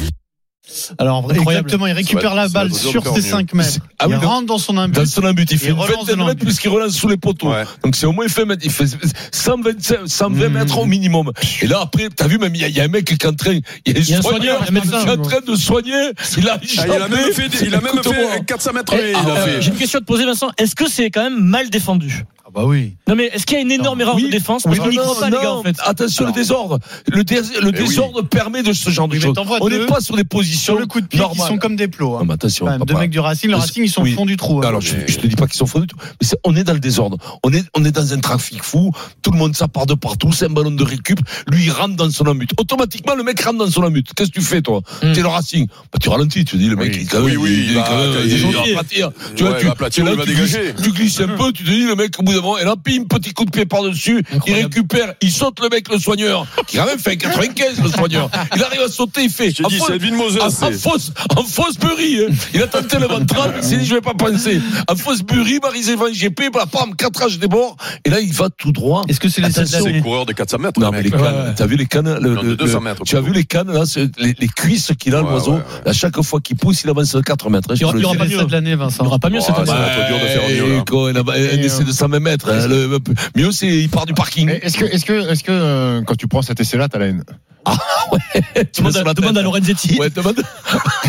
Speaker 7: Alors,
Speaker 6: Incroyable.
Speaker 7: exactement, il récupère
Speaker 20: Ça va-
Speaker 7: la
Speaker 20: ça va
Speaker 7: balle
Speaker 20: vous
Speaker 7: sur
Speaker 20: encore
Speaker 7: ses
Speaker 20: mieux.
Speaker 7: 5 mètres.
Speaker 4: Ah oui,
Speaker 7: il
Speaker 4: donc-
Speaker 7: rentre dans son imbut.
Speaker 4: Dans son but, il
Speaker 7: Il
Speaker 4: fait une
Speaker 7: relance de
Speaker 4: vingtaine de
Speaker 7: l'embut.
Speaker 4: mètres puisqu'il relance sous les poteaux.
Speaker 20: Ouais. Hmm.
Speaker 4: Donc c'est au moins il fait, il fait 125, 120 mètres au minimum. Et là après, t'as vu même, il y, a- il y a un mec qui est en train, il y a,
Speaker 6: Il y a un
Speaker 4: soigneur,
Speaker 6: soigneur, un médecin,
Speaker 4: qui est en train de soigner. Il a,
Speaker 20: Ah, il a même fait, des- il a même
Speaker 4: Écoute-moi. Ah,
Speaker 20: fait 400 mètres. et il
Speaker 6: Eh,
Speaker 20: a
Speaker 6: euh,
Speaker 20: fait.
Speaker 6: J'ai une question à te poser, Vincent. Est-ce que c'est quand même mal défendu
Speaker 7: Ah bah oui.
Speaker 6: Non, mais est-ce qu'il y a une
Speaker 20: Ah
Speaker 6: énorme erreur de défense Parce
Speaker 4: Oui,
Speaker 6: qu'on n'y
Speaker 4: non,
Speaker 6: croit pas, les
Speaker 4: non,
Speaker 6: gars, en fait.
Speaker 4: Attention, le désordre. Le, dés- le
Speaker 20: Eh oui.
Speaker 4: désordre permet de ce genre de
Speaker 7: Oui, mais
Speaker 4: choses.
Speaker 7: t'envoies
Speaker 4: On
Speaker 7: deux
Speaker 4: n'est pas sur des positions
Speaker 7: Sur le coup de pied, ils
Speaker 4: normales.
Speaker 7: sont comme des plots. hein.
Speaker 4: Non, mais attention,
Speaker 7: Quand même,
Speaker 4: papa.
Speaker 7: deux mecs du Racing, le
Speaker 4: Parce-
Speaker 7: Racing, ils sont au
Speaker 4: oui.
Speaker 7: fond du trou. hein.
Speaker 4: Alors, je, je te dis pas qu'ils sont fous du tout, mais c'est- on est dans le désordre. On est, on est dans un trafic fou. Tout le monde ça part de partout. C'est un ballon de récup. Lui, il rentre dans son embut. Automatiquement, le mec rentre dans son embut. Qu'est-ce que tu fais, toi
Speaker 6: Hmm.
Speaker 4: T'es le Racing. Bah, tu ralentis. Tu dis, le mec, il, quand
Speaker 20: Oui,
Speaker 4: même,
Speaker 20: oui,
Speaker 4: il-
Speaker 20: il
Speaker 4: il est
Speaker 20: va-
Speaker 7: bah,
Speaker 4: quand même-
Speaker 20: il est
Speaker 4: il va
Speaker 20: gentil.
Speaker 4: aplatir. Tu
Speaker 20: Ouais,
Speaker 4: vois,
Speaker 20: il
Speaker 4: tu,
Speaker 20: va aplatir,
Speaker 4: tu-
Speaker 20: il
Speaker 4: là,
Speaker 20: va
Speaker 4: tu glisses-
Speaker 20: dégager.
Speaker 4: tu glisses un peu. Tu te dis, le mec, au bout d'un moment, et là, pim, petit coup de pied par-dessus. Il récupère. Il saute le mec, le soigneur, qui quand même fait un 95, le soigneur. Il arrive à sauter. Il fait.
Speaker 20: Je te
Speaker 4: un
Speaker 20: dis,
Speaker 4: faute-
Speaker 20: c'est Edwin Moses.
Speaker 4: en, en
Speaker 20: c'est-
Speaker 4: fausse, en fausse Burry, hein. Il a tenté le ventre, il s'est dit, je vais pas penser. En fausse Burry, Marisé Van GP, bah, pam, 4 âges des bords. Et là, il va tout droit.
Speaker 7: Est-ce que c'est
Speaker 5: Ah,
Speaker 7: les
Speaker 4: Attention.
Speaker 7: stades
Speaker 20: C'est
Speaker 7: d'année
Speaker 20: coureur de 400 mètres.
Speaker 4: Non,
Speaker 20: le
Speaker 4: mais les
Speaker 20: mec.
Speaker 4: cannes, t'as vu les cannes, le-
Speaker 20: Non, de
Speaker 4: le-
Speaker 20: 200
Speaker 4: le-
Speaker 20: mètres,
Speaker 4: tu as vu
Speaker 20: plutôt.
Speaker 4: les cannes, là, c'est les, les cuisses qu'il a,
Speaker 20: Ouais,
Speaker 4: l'oiseau.
Speaker 20: ouais, ouais.
Speaker 4: À chaque fois qu'il pousse, il avance de 4 mètres. hein, je
Speaker 7: Il y aura
Speaker 4: te le
Speaker 7: il y aura
Speaker 4: dis.
Speaker 7: pas mieux de l'année, Vincent. euh,
Speaker 6: Il n'y aura pas mieux cette
Speaker 20: Ouais,
Speaker 6: année.
Speaker 20: ça va être dur de faire mieux,
Speaker 4: Eh,
Speaker 20: là.
Speaker 4: quoi, il a- un essai de 100 mètres. hein, le- Mieux, c'est, il part du parking.
Speaker 5: Mais Est-ce que, est-ce que, est-ce que euh, quand tu prends cet essai-là, t'as la haine
Speaker 4: Ah Tu
Speaker 6: Demande à- Demande à Lorenzetti.
Speaker 4: Ouais, demande.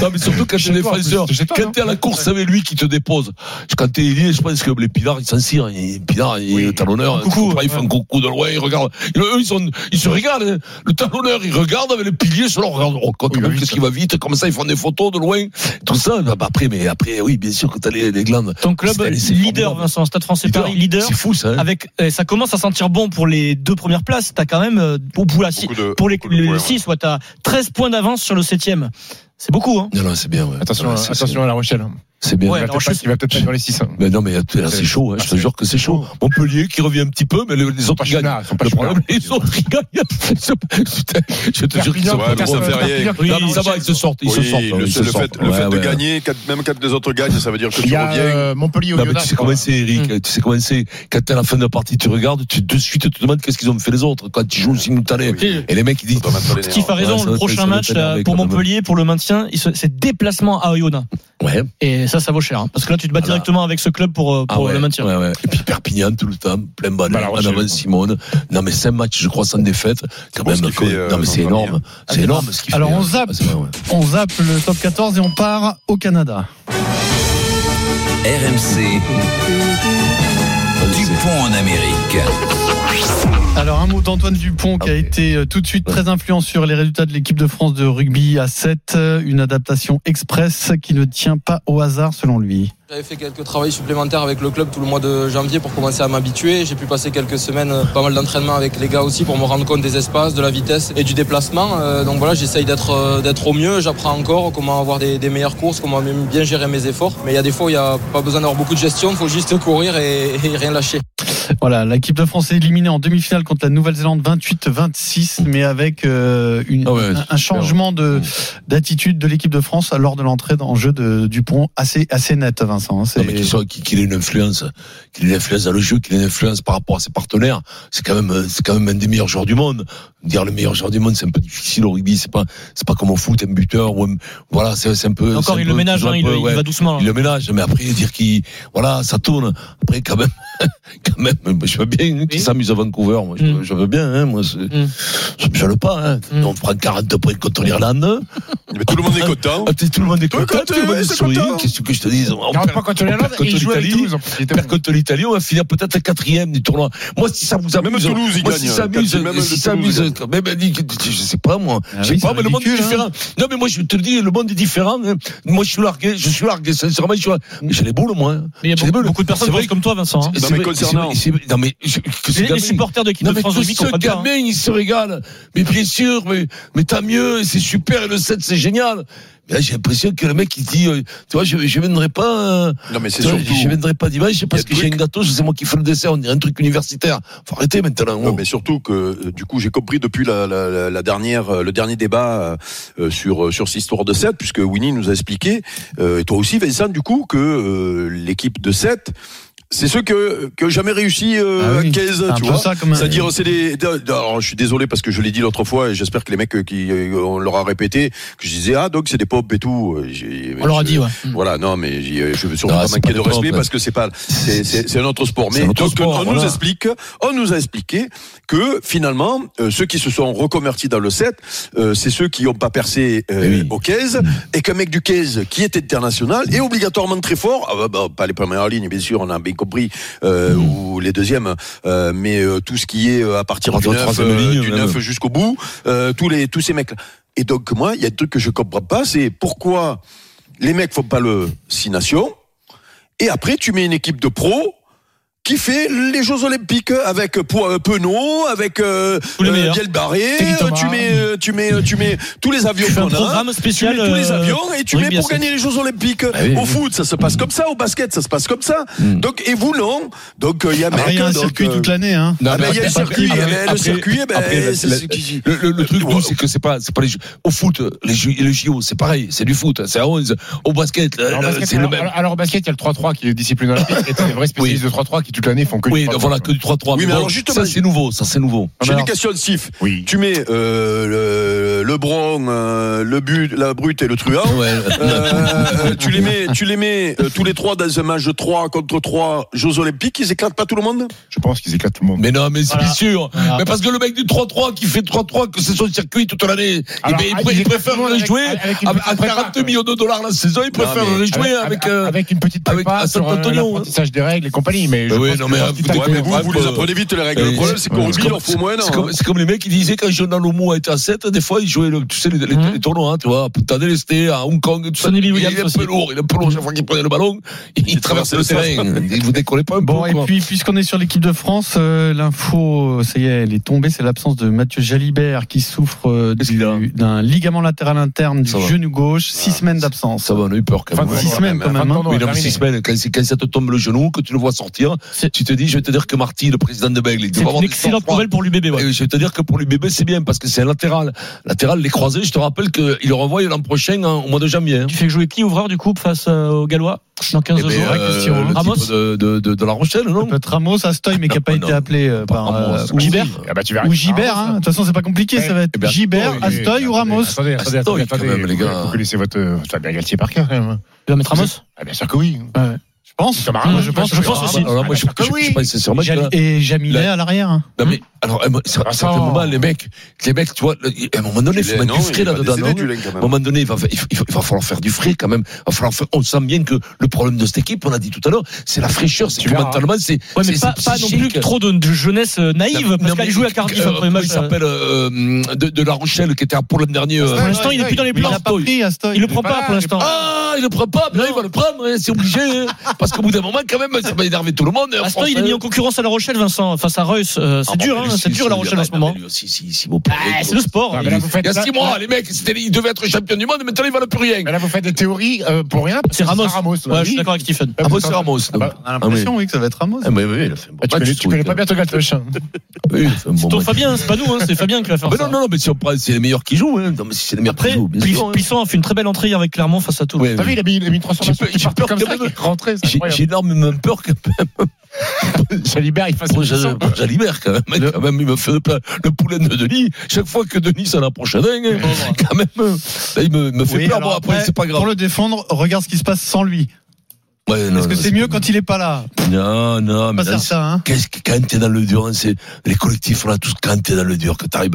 Speaker 4: non, mais surtout quand t'es
Speaker 5: toi,
Speaker 4: défenseur,
Speaker 5: chez toi,
Speaker 4: quand
Speaker 5: non
Speaker 4: t'es à la course avec lui qui te dépose, quand t'es lié, je pense que les pilars, ils s'en cirent. Et Pinard, il
Speaker 5: Oui.
Speaker 4: le talonneur,
Speaker 5: Coucou,
Speaker 4: ils font un coucou de loin, ils regardent. Et eux, ils, sont, ils se regardent. hein. Le talonneur, il regarde avec le pilier, sur leur regarde. Oh, quand
Speaker 5: Oui, il va vite.
Speaker 4: qu'est-ce qui va vite, comme ça, ils font des photos de loin, tout ça. Bah, bah, après, mais après, oui, bien sûr que t'as les, les glandes.
Speaker 6: Ton club
Speaker 4: C'est- c'est
Speaker 6: leader,
Speaker 4: formidable.
Speaker 6: Vincent, Stade français
Speaker 4: Leader.
Speaker 6: Paris, leader.
Speaker 4: C'est fou, ça. hein.
Speaker 6: Avec, euh, ça commence à sentir bon pour les deux premières places. T'as quand même, euh, au bout la six-
Speaker 20: Beaucoup de-
Speaker 6: pour les
Speaker 20: beaucoup de points,
Speaker 6: 6, ouais, t'as 13 points d'avance sur le 7ème. C'est beaucoup, hein.
Speaker 4: Non, non, c'est bien, ouais.
Speaker 5: Attention,
Speaker 4: Ouais,
Speaker 5: à-
Speaker 4: c'est-
Speaker 5: attention à La Rochelle. hein.
Speaker 4: c'est- C'est bien.
Speaker 6: Ouais,
Speaker 5: il, va
Speaker 6: La
Speaker 5: peut-être
Speaker 6: Rochelle,
Speaker 5: pas- il va peut-être pas dans les 6.
Speaker 4: Mais non, mais là, c'est chaud, hein, je te jure que c'est chaud. Montpellier qui revient un petit peu, mais les, les autres
Speaker 5: Pas
Speaker 4: ils gagnent.
Speaker 5: chouinards, ils sont pas
Speaker 4: le problème,
Speaker 5: chouinards.
Speaker 4: les autres ils gagnent. Putain, je te jure qu'ils
Speaker 5: Perpignan, Perpignan,
Speaker 4: sont pas drôles.
Speaker 20: Perpignan, Perpignan,
Speaker 4: Non, mais ça va, ils se sortent. Ils se
Speaker 20: Oui,
Speaker 4: sortent.
Speaker 20: le,
Speaker 4: hein, ils se
Speaker 20: le fait,
Speaker 4: sortent.
Speaker 20: le fait
Speaker 4: Ouais,
Speaker 20: de
Speaker 4: ouais.
Speaker 20: gagner, quatre- même quand les autres gagnent, ça veut dire que
Speaker 5: Il
Speaker 20: tu
Speaker 5: y a
Speaker 20: reviens.
Speaker 5: euh, Montpellier au
Speaker 4: Non, mais tu sais comment c'est, Eric. Tu sais comment c'est. Quand t'es à la fin de la partie, tu regardes, tu, de suite, tu te demandes qu'est-ce qu'ils ont fait les autres. Quand tu joues simultané.
Speaker 6: Oui.
Speaker 4: Et les mecs, ils disent.
Speaker 20: Ça doit mettre les nerfs.
Speaker 6: Steve a raison,
Speaker 4: Ouais, ça
Speaker 6: le
Speaker 4: va- ça
Speaker 6: prochain
Speaker 4: va
Speaker 6: match
Speaker 4: t'énerver
Speaker 6: euh,
Speaker 4: quand
Speaker 6: pour
Speaker 4: même.
Speaker 6: Montpellier, pour le maintien, il se- c'est déplacement à Oyonnax.
Speaker 4: Ouais.
Speaker 6: Et ça, ça vaut cher. hein. Parce que là, tu te bats
Speaker 4: Ah là.
Speaker 6: directement avec ce club pour, euh,
Speaker 4: Ah
Speaker 6: pour
Speaker 4: ouais,
Speaker 6: le maintien.
Speaker 4: ouais, ouais. Et puis Perpignan tout le temps, plein
Speaker 5: Bah,
Speaker 4: balai,
Speaker 5: la
Speaker 4: en
Speaker 5: Rochelle,
Speaker 4: avant
Speaker 5: quoi.
Speaker 4: Simone. Non mais cinq matchs, je crois, sans défaite. Quand
Speaker 20: beau
Speaker 4: même,
Speaker 20: ce qu'il
Speaker 4: quand-
Speaker 20: fait, euh,
Speaker 4: non mais c'est
Speaker 20: dans le
Speaker 4: énorme, c'est énorme ce qu'il
Speaker 7: Alors,
Speaker 4: fait.
Speaker 7: on
Speaker 4: hein.
Speaker 7: zappe.
Speaker 4: C'est vrai, ouais.
Speaker 7: On zappe le top 14 et on part au Canada.
Speaker 8: RMC, du
Speaker 3: Dupont en Amérique.
Speaker 7: Alors un mot d'Antoine Dupont
Speaker 4: Ah,
Speaker 7: qui a été euh, tout de suite très influent sur les résultats de l'équipe de France de rugby à 7, euh, une adaptation express qui ne tient pas au hasard selon lui.
Speaker 9: J'avais fait quelques travaux supplémentaires avec le club tout le mois de janvier pour commencer à m'habituer. J'ai pu passer quelques semaines, euh, pas mal d'entraînement avec les gars aussi pour me rendre compte des espaces, de la vitesse et du déplacement. Euh, donc voilà, j'essaye d'être euh, d'être au mieux. J'apprends encore comment avoir des, des meilleures courses, comment même bien gérer mes efforts. Mais il y a des fois, il n'y a pas besoin d'avoir beaucoup de gestion. Il faut juste courir et- et rien lâcher.
Speaker 7: Voilà, l'équipe de France est éliminée en demi-finale contre la Nouvelle-Zélande 28-26, mais avec euh,
Speaker 4: Ah
Speaker 7: une- un,
Speaker 4: hein.
Speaker 7: un changement de d'attitude de l'équipe de France lors de l'entrée en jeu de Dupont assez assez net, Vincent. hein, c'est-
Speaker 4: Non, mais qu'il soit- qu'il ait une influence, qu'il ait une influence dans le jeu, qu'il ait une influence par rapport à ses partenaires, c'est quand même, euh, c'est quand même un des meilleurs joueurs du monde. Dire le meilleur joueur du monde, c'est un peu difficile au rugby, c'est pas, c'est pas comme au foot, un buteur ou un- voilà, c'est c'est un peu.
Speaker 6: Encore,
Speaker 4: c'est un
Speaker 6: il
Speaker 4: peu
Speaker 6: le ménage,
Speaker 4: toujours un
Speaker 6: hein, il- il va doucement, hein.
Speaker 4: Il le ménage, mais après, dire qu'il, voilà, ça tourne. Après, quand même, quand même, je veux bien hein, qu'il s'amuse à Vancouver, moi,
Speaker 5: Mm.
Speaker 4: je, je veux bien, hein, moi, c'est- ça me gêne pas, hein. On prend 40 points contre l'Irlande. Ah,
Speaker 20: tout le monde est content.
Speaker 4: tout le monde est
Speaker 20: Tout
Speaker 4: content,
Speaker 20: le
Speaker 4: tout le
Speaker 20: monde
Speaker 4: monde
Speaker 20: est
Speaker 4: sourit.
Speaker 20: content.
Speaker 4: Qu'est-ce que je te dis? On
Speaker 5: Quarante
Speaker 4: perd-
Speaker 5: points contre
Speaker 4: on
Speaker 5: l'Irlande
Speaker 4: perd
Speaker 5: et
Speaker 4: contre
Speaker 5: ils jouent avec
Speaker 4: l'Italie.
Speaker 5: Toulouse, en plus,
Speaker 4: On perd contre l'Italie, on va finir peut-être quatrième du tournoi. Moi, si ça vous amuse.
Speaker 20: Même Toulouse, ils
Speaker 4: moi,
Speaker 20: gagnent,
Speaker 4: si
Speaker 20: hein.
Speaker 4: ça amuse,
Speaker 20: Même le
Speaker 4: si
Speaker 20: Toulouse,
Speaker 4: ça amuse,
Speaker 20: ils gagnent.
Speaker 4: quand même, dis- je sais pas, moi.
Speaker 20: Ah
Speaker 4: Je
Speaker 20: oui,
Speaker 4: sais pas,
Speaker 20: c'est
Speaker 4: mais le monde est
Speaker 20: ridicule,
Speaker 4: différent. Non, mais moi, je te le dis, le monde est différent. hein. Moi, je suis largué, je suis largué, sincèrement, je suis largué.
Speaker 5: Mm.
Speaker 4: Mais J'ai les boules, moi. hein.
Speaker 6: Mais il y a beaucoup-
Speaker 4: J'ai les boules.
Speaker 6: beaucoup de personnes
Speaker 4: C'est vrai
Speaker 6: pensent comme toi, Vincent, hein.
Speaker 4: c'est
Speaker 6: Non,
Speaker 4: vrai-
Speaker 6: mais concernant-
Speaker 4: c'est vrai- c'est vrai- non, mais je- que ce
Speaker 6: Les- les
Speaker 4: gamin-
Speaker 6: supporters de l'équipe
Speaker 4: Non,
Speaker 6: de
Speaker 4: mais
Speaker 6: France
Speaker 4: que
Speaker 6: de rugby
Speaker 4: ce
Speaker 6: comprennent pas, hein.
Speaker 4: gamin, il se régale. Mais bien sûr, mais, mais tant mieux, c'est super, et le 7, c'est génial. Mais là, j'ai l'impression que le mec, il dit, euh, tu vois, je, je viendrai pas. euh,
Speaker 20: Non, mais c'est surtout-
Speaker 4: Je viendrai pas d'image, c'est parce
Speaker 20: Il y a
Speaker 4: que j'ai un gâteau, c'est moi qui fais le dessert, on dirait un truc universitaire. Faut arrêter maintenant.
Speaker 20: Non, mais surtout que euh, du coup j'ai compris depuis la, la- la- la dernière euh, le dernier débat euh, sur euh, sur cette histoire de 7 puisque Winnie nous a expliqué euh, et toi aussi Vincent du coup que euh, l'équipe de 7 c'est ceux que que jamais réussi euh,
Speaker 7: Ah oui,
Speaker 20: à 15
Speaker 7: c'est un
Speaker 20: tu
Speaker 7: peu
Speaker 20: vois
Speaker 7: ça, comme un-
Speaker 20: c'est-à-dire c'est des de- de- alors, je suis désolé parce que je l'ai dit l'autre fois et j'espère que les mecs euh, qui euh, on leur a répété que je disais ah donc c'est des pop et tout Euh, j'ai-
Speaker 7: On leur a
Speaker 20: je-
Speaker 7: dit, ouais.
Speaker 20: voilà non mais j'y- euh, je veux surtout
Speaker 4: Non,
Speaker 20: pas
Speaker 4: c'est
Speaker 20: manquer
Speaker 4: pas
Speaker 20: de
Speaker 4: des
Speaker 20: respect
Speaker 4: pompes.
Speaker 20: parce que c'est pas c'est c'est c'est un autre sport
Speaker 4: C'est
Speaker 20: mais
Speaker 4: un autre
Speaker 20: donc,
Speaker 4: sport,
Speaker 20: on nous
Speaker 4: voilà.
Speaker 20: explique, on nous a expliqué que finalement, euh, ceux qui se sont reconvertis dans le 7, euh, c'est ceux qui n'ont pas percé
Speaker 4: Eh
Speaker 20: euh, au 15,
Speaker 4: Mm.
Speaker 20: et qu'un mec du 15 qui est international est obligatoirement très fort, ah bah, bah, pas les premières lignes, bien sûr, on a bien compris,
Speaker 4: Mm.
Speaker 20: euh, ou les deuxièmes, euh, mais euh, tout ce qui est euh, à partir du
Speaker 4: Entre
Speaker 20: 9,
Speaker 4: troisième
Speaker 20: euh,
Speaker 4: ligne,
Speaker 20: du
Speaker 4: même.
Speaker 20: 9 jusqu'au bout, euh, tous, les, tous ces mecs-là. Et donc, moi, il y a un truc que je comprends pas, c'est pourquoi les mecs font pas le 6 nations, et après, tu mets une équipe de pros qui fait les Jeux Olympiques avec Po- euh, Penaud, avec euh,
Speaker 6: les
Speaker 20: euh,
Speaker 6: meilleurs.
Speaker 20: Bielbarré,
Speaker 6: Terry
Speaker 20: euh,
Speaker 6: Thomas.
Speaker 20: tu mets, euh, tu mets, euh, tu mets tous les avions
Speaker 6: Tu fais un
Speaker 20: qu'on a,
Speaker 6: programme spécial,
Speaker 20: tu mets tous les
Speaker 6: euh,
Speaker 20: avions et tu mets
Speaker 6: rugby à
Speaker 20: pour
Speaker 6: sept.
Speaker 20: gagner les Jeux Olympiques.
Speaker 6: Ah
Speaker 4: oui,
Speaker 20: au
Speaker 4: oui.
Speaker 20: foot, ça se passe comme ça, au basket, ça se passe comme ça.
Speaker 6: Mm.
Speaker 20: Donc et vous non. Donc euh, il y a
Speaker 6: Ah,
Speaker 7: Après, Ah, il y a un circuit toute l'année, hein.
Speaker 20: Ah, ben, il y
Speaker 4: après,
Speaker 20: a un circuit,
Speaker 4: après,
Speaker 20: eh ben, le
Speaker 4: après,
Speaker 20: circuit, eh ben,
Speaker 4: après, la-
Speaker 20: c'est
Speaker 4: la-
Speaker 20: ce qui-
Speaker 4: le, le- le truc, nous, c'est que c'est pas, c'est pas les jeux. Au foot, les jeux, les JO, c'est pareil, c'est du foot, c'est à 11. Au basket, le-
Speaker 5: Alors,
Speaker 4: le-
Speaker 5: basket,
Speaker 4: c'est le
Speaker 5: alors-
Speaker 4: même.
Speaker 5: alors, au basket, il y a le 3-3 qui est discipline olympique et t'as des vrais spécialistes de 3-3 qui toute l'année font que
Speaker 4: Oui,
Speaker 5: du 3-3.
Speaker 4: voilà, que du 3-3.
Speaker 20: Oui, mais
Speaker 4: bon,
Speaker 20: alors, justement,
Speaker 4: ça c'est nouveau, ça c'est nouveau.
Speaker 20: J'ai une question de Sif. Tu mets euh, le Lebron, euh, le but, la brute et le truand. Euh, tu les mets, tu les mets euh, tous les trois dans un match de 3 contre 3 Jeux Olympiques. Ils éclatent pas tout le monde.
Speaker 5: Je pense qu'ils éclatent tout le monde.
Speaker 4: Mais non, mais c'est bien sûr. Mais parce que le mec du 3-3 qui fait 3-3, que c'est son circuit toute l'année, eh
Speaker 5: Alors,
Speaker 4: ben, il,
Speaker 5: ah,
Speaker 4: pr-
Speaker 5: il
Speaker 4: il
Speaker 5: est
Speaker 4: préfère
Speaker 5: avec-
Speaker 4: les jouer
Speaker 5: avec une
Speaker 4: à,
Speaker 5: petite
Speaker 4: à
Speaker 5: prépa,
Speaker 4: 42 millions de dollars la saison, il préfère les jouer avec, euh,
Speaker 5: avec une petite
Speaker 4: avec
Speaker 5: prépa
Speaker 4: à
Speaker 5: sur euh,
Speaker 4: Saint-Antonio, hein.
Speaker 5: l'apprentissage des règles et compagnie. Mais je
Speaker 4: Bah oui,
Speaker 5: pense
Speaker 4: non,
Speaker 5: que
Speaker 4: mais
Speaker 5: je pense
Speaker 4: euh,
Speaker 5: qu'ils
Speaker 4: vous,
Speaker 5: tapent
Speaker 4: ouais,
Speaker 5: les
Speaker 4: mais
Speaker 5: boules.
Speaker 20: vous les apprenez vite, les règles. Le
Speaker 4: Et
Speaker 20: problème, c'est qu'au rugby,
Speaker 4: comme-
Speaker 20: il en faut moins, non,
Speaker 4: C'est comme,
Speaker 20: hein.
Speaker 4: c'est comme les mecs qui disaient quand Jonathan Lomu était à 7, des fois, il jouait, le- tu sais, les, les- les tournois, hein, tu vois, à Punta del Este, à Hong Kong, tout ça.
Speaker 6: Sonny Lee
Speaker 4: Il est
Speaker 6: Williams
Speaker 4: un
Speaker 6: aussi.
Speaker 4: peu lourd, il est un peu lourd chaque fois qu'il prenait le ballon, il, traverse le terrain. Il vous décollez pas un
Speaker 7: Bon,
Speaker 4: peu,
Speaker 7: et
Speaker 4: quoi.
Speaker 7: puis, puisqu'on est sur l'équipe de France, euh, l'info, ça y est, elle est tombée, c'est l'absence de Mathieu Jalibert qui souffre euh, du- d'un ligament latéral interne du
Speaker 4: Ça va. Ah,
Speaker 7: genou gauche, six semaines d'absence.
Speaker 4: Ça va, on a eu peur quand
Speaker 7: Fin de
Speaker 4: même.
Speaker 7: tournoi, Six semaines, quand même, hein.
Speaker 4: Oui, non, mais six semaines, quand, c'est- quand ça te tombe le genou, que tu le vois sortir, tu te dis, je vais te dire que Marty, le président de Bègle, il
Speaker 6: C'est
Speaker 4: doit avoir
Speaker 6: une
Speaker 4: des
Speaker 6: excellente
Speaker 4: sang-froid.
Speaker 6: nouvelle pour l'UBB. Ouais.
Speaker 4: Et je vais te dire que pour les bébés, c'est bien parce que c'est un latéral. Latéral, les croisés, je te rappelle qu'ils le renvoient l'an prochain hein, au mois de janvier. hein.
Speaker 6: Tu fais jouer qui ouvreur du coup face euh, aux Gallois dans 15
Speaker 4: Eh ben,
Speaker 6: jours
Speaker 4: euh, le type
Speaker 6: Ramos
Speaker 4: de, de, de, de La Rochelle, non Ah,
Speaker 7: Peut-être Ramos, Astoy, mais qui n'a pas été appelé euh, par
Speaker 4: Ramos,
Speaker 7: euh,
Speaker 4: c'est
Speaker 7: ou
Speaker 4: Gilbert.
Speaker 7: Gilbert.
Speaker 5: Ah bah, tu verras.
Speaker 7: Ou Gilbert, hein. de toute façon c'est pas compliqué, ça
Speaker 5: Eh
Speaker 4: bah,
Speaker 7: va être
Speaker 5: ben,
Speaker 7: Gilbert,
Speaker 5: attendez,
Speaker 7: Astoy ou Ramos.
Speaker 5: Attendez, attendez,
Speaker 4: Astoy,
Speaker 5: attendez,
Speaker 4: quand même, les
Speaker 5: attendez.
Speaker 4: gars.
Speaker 5: Vous connaissez votre. euh, Fabien Galtier par cœur, quand même.
Speaker 6: Tu vas mettre Ramos
Speaker 5: Ah, bien sûr que oui.
Speaker 7: Je pense.
Speaker 5: Comme Ramos,
Speaker 7: Mmh, je pense- je pense aussi.
Speaker 4: Alors, moi, je,
Speaker 5: Ah,
Speaker 4: je, je pense sincèrement que
Speaker 7: Jali-
Speaker 4: là-
Speaker 7: Et Jaminet
Speaker 4: Là-
Speaker 7: à l'arrière.
Speaker 4: Non mais alors, eh, à un mo- à un certain
Speaker 5: Vincent.
Speaker 4: moment, les mecs, les mecs, tu vois, le- à un moment donné, il faut
Speaker 5: Dulain,
Speaker 4: mettre
Speaker 5: non,
Speaker 4: du frais
Speaker 5: il va
Speaker 4: là-dedans.
Speaker 5: décéder,
Speaker 4: non
Speaker 5: Dulain, quand
Speaker 4: À
Speaker 5: même.
Speaker 4: un moment donné, il va, il, il- il va falloir faire du frais quand même. Il va falloir faire- on sent bien que le problème de cette équipe, on l'a dit tout à l'heure, c'est la fraîcheur, c'est
Speaker 6: Tu
Speaker 4: que
Speaker 6: verras.
Speaker 4: mentalement, c'est.
Speaker 6: Ouais, mais
Speaker 4: c'est-
Speaker 6: pas,
Speaker 4: c'est
Speaker 6: pas non plus
Speaker 4: psychique.
Speaker 6: trop de, de jeunesse euh, naïve,
Speaker 4: Non,
Speaker 6: parce
Speaker 4: mais-
Speaker 6: qu'elle joue à Cardiff
Speaker 4: euh,
Speaker 6: après le
Speaker 4: comment
Speaker 6: match.
Speaker 4: Il s'appelle euh, de, de La Rochelle, qui était à pour l'an dernier.
Speaker 6: Pour l'instant, il est plus dans les plans. Il le prend pas pour l'instant.
Speaker 4: Ah, il le prend pas, mais là, il va le prendre, hein, c'est obligé. hein. Parce qu'au bout d'un moment, quand même, ça va énerver tout le monde. hein,
Speaker 6: Aston, il est
Speaker 4: Français.
Speaker 6: mis en concurrence à La Rochelle, Vincent, face à Reus. Euh,
Speaker 4: Ah,
Speaker 6: C'est dur,
Speaker 4: bon,
Speaker 6: hein,
Speaker 4: lui,
Speaker 6: c'est
Speaker 4: si,
Speaker 6: dur
Speaker 4: si,
Speaker 6: La
Speaker 4: il
Speaker 6: Rochelle
Speaker 4: a-
Speaker 6: en ce moment.
Speaker 4: Si, si, si, vous plaît.
Speaker 6: Ah, c'est le sport.
Speaker 4: Ah,
Speaker 6: Il-
Speaker 4: mais là, vous faites-
Speaker 6: il y a six
Speaker 4: là-
Speaker 6: mois,
Speaker 4: là- les mecs, c'était- ils devaient être champions du monde, mais maintenant ils valent plus rien.
Speaker 5: Mais là, vous faites des théories euh, pour rien. parce que
Speaker 6: C'est Ramos.
Speaker 5: Ramos
Speaker 6: Ouais, je suis d'accord avec Stephen.
Speaker 5: Ah,
Speaker 4: Ramos,
Speaker 5: vous-
Speaker 4: c'est Ramos.
Speaker 5: Ah, bah,
Speaker 4: on a l'impression,
Speaker 5: Ah,
Speaker 4: oui,
Speaker 5: oui,
Speaker 4: que ça va être Ramos. Ah, mais oui, il a fait un bon
Speaker 5: tu
Speaker 4: match,
Speaker 5: connais,
Speaker 4: je
Speaker 5: tu
Speaker 4: trouve,
Speaker 5: connais
Speaker 4: quand
Speaker 5: pas bien ton gars, le chien.
Speaker 4: même. Oui, il a fait un bon
Speaker 6: Ton
Speaker 4: match.
Speaker 6: Fabien, Bah, c'est pas nous, hein, c'est Fabien qui va faire
Speaker 4: Mais
Speaker 6: ça.
Speaker 4: Bah, non, non, non, mais si on prend, c'est les meilleurs qui jouent. Hein. Non, mais si c'est les meilleurs
Speaker 6: Après,
Speaker 4: qui jouent, bien
Speaker 6: Plis-
Speaker 4: sûr, hein.
Speaker 6: Plisson a fait une très belle entrée avec Clermont face à Toul.
Speaker 4: Ouais,
Speaker 5: T'as vu,
Speaker 4: oui.
Speaker 5: il a mis, il a mis une
Speaker 4: J'ai
Speaker 5: transformation.
Speaker 4: peur- j'ai peur
Speaker 5: comme
Speaker 4: quand
Speaker 5: ça,
Speaker 4: même.
Speaker 5: qui est rentré, c'est
Speaker 4: J'ai-
Speaker 5: incroyable.
Speaker 4: J'ai énormément peur quand même.
Speaker 5: Jalibert, il fasse
Speaker 4: Pour
Speaker 5: une
Speaker 4: Jal-
Speaker 5: leçon.
Speaker 4: pour Jalibert, quand même. hein, Quand même, il me fait le, plat- le poulet de Denis. Chaque fois que Denis s'en approche à dingue, hein, quand même, là, il me, me fait
Speaker 7: Oui,
Speaker 4: peur.
Speaker 7: alors
Speaker 4: Bon, après,
Speaker 7: après,
Speaker 4: c'est pas grave.
Speaker 7: Pour le défendre, regarde ce qui se passe sans lui.
Speaker 4: Ouais, non,
Speaker 7: Parce que
Speaker 4: non,
Speaker 7: c'est mieux quand il est pas là.
Speaker 4: Non, non, mais
Speaker 7: Pas
Speaker 4: là,
Speaker 7: certain, hein.
Speaker 4: qu'est-ce que- quand t'es dans le dur, hein, c'est les collectifs là, tous quand t'es dans le dur, que t'arrives,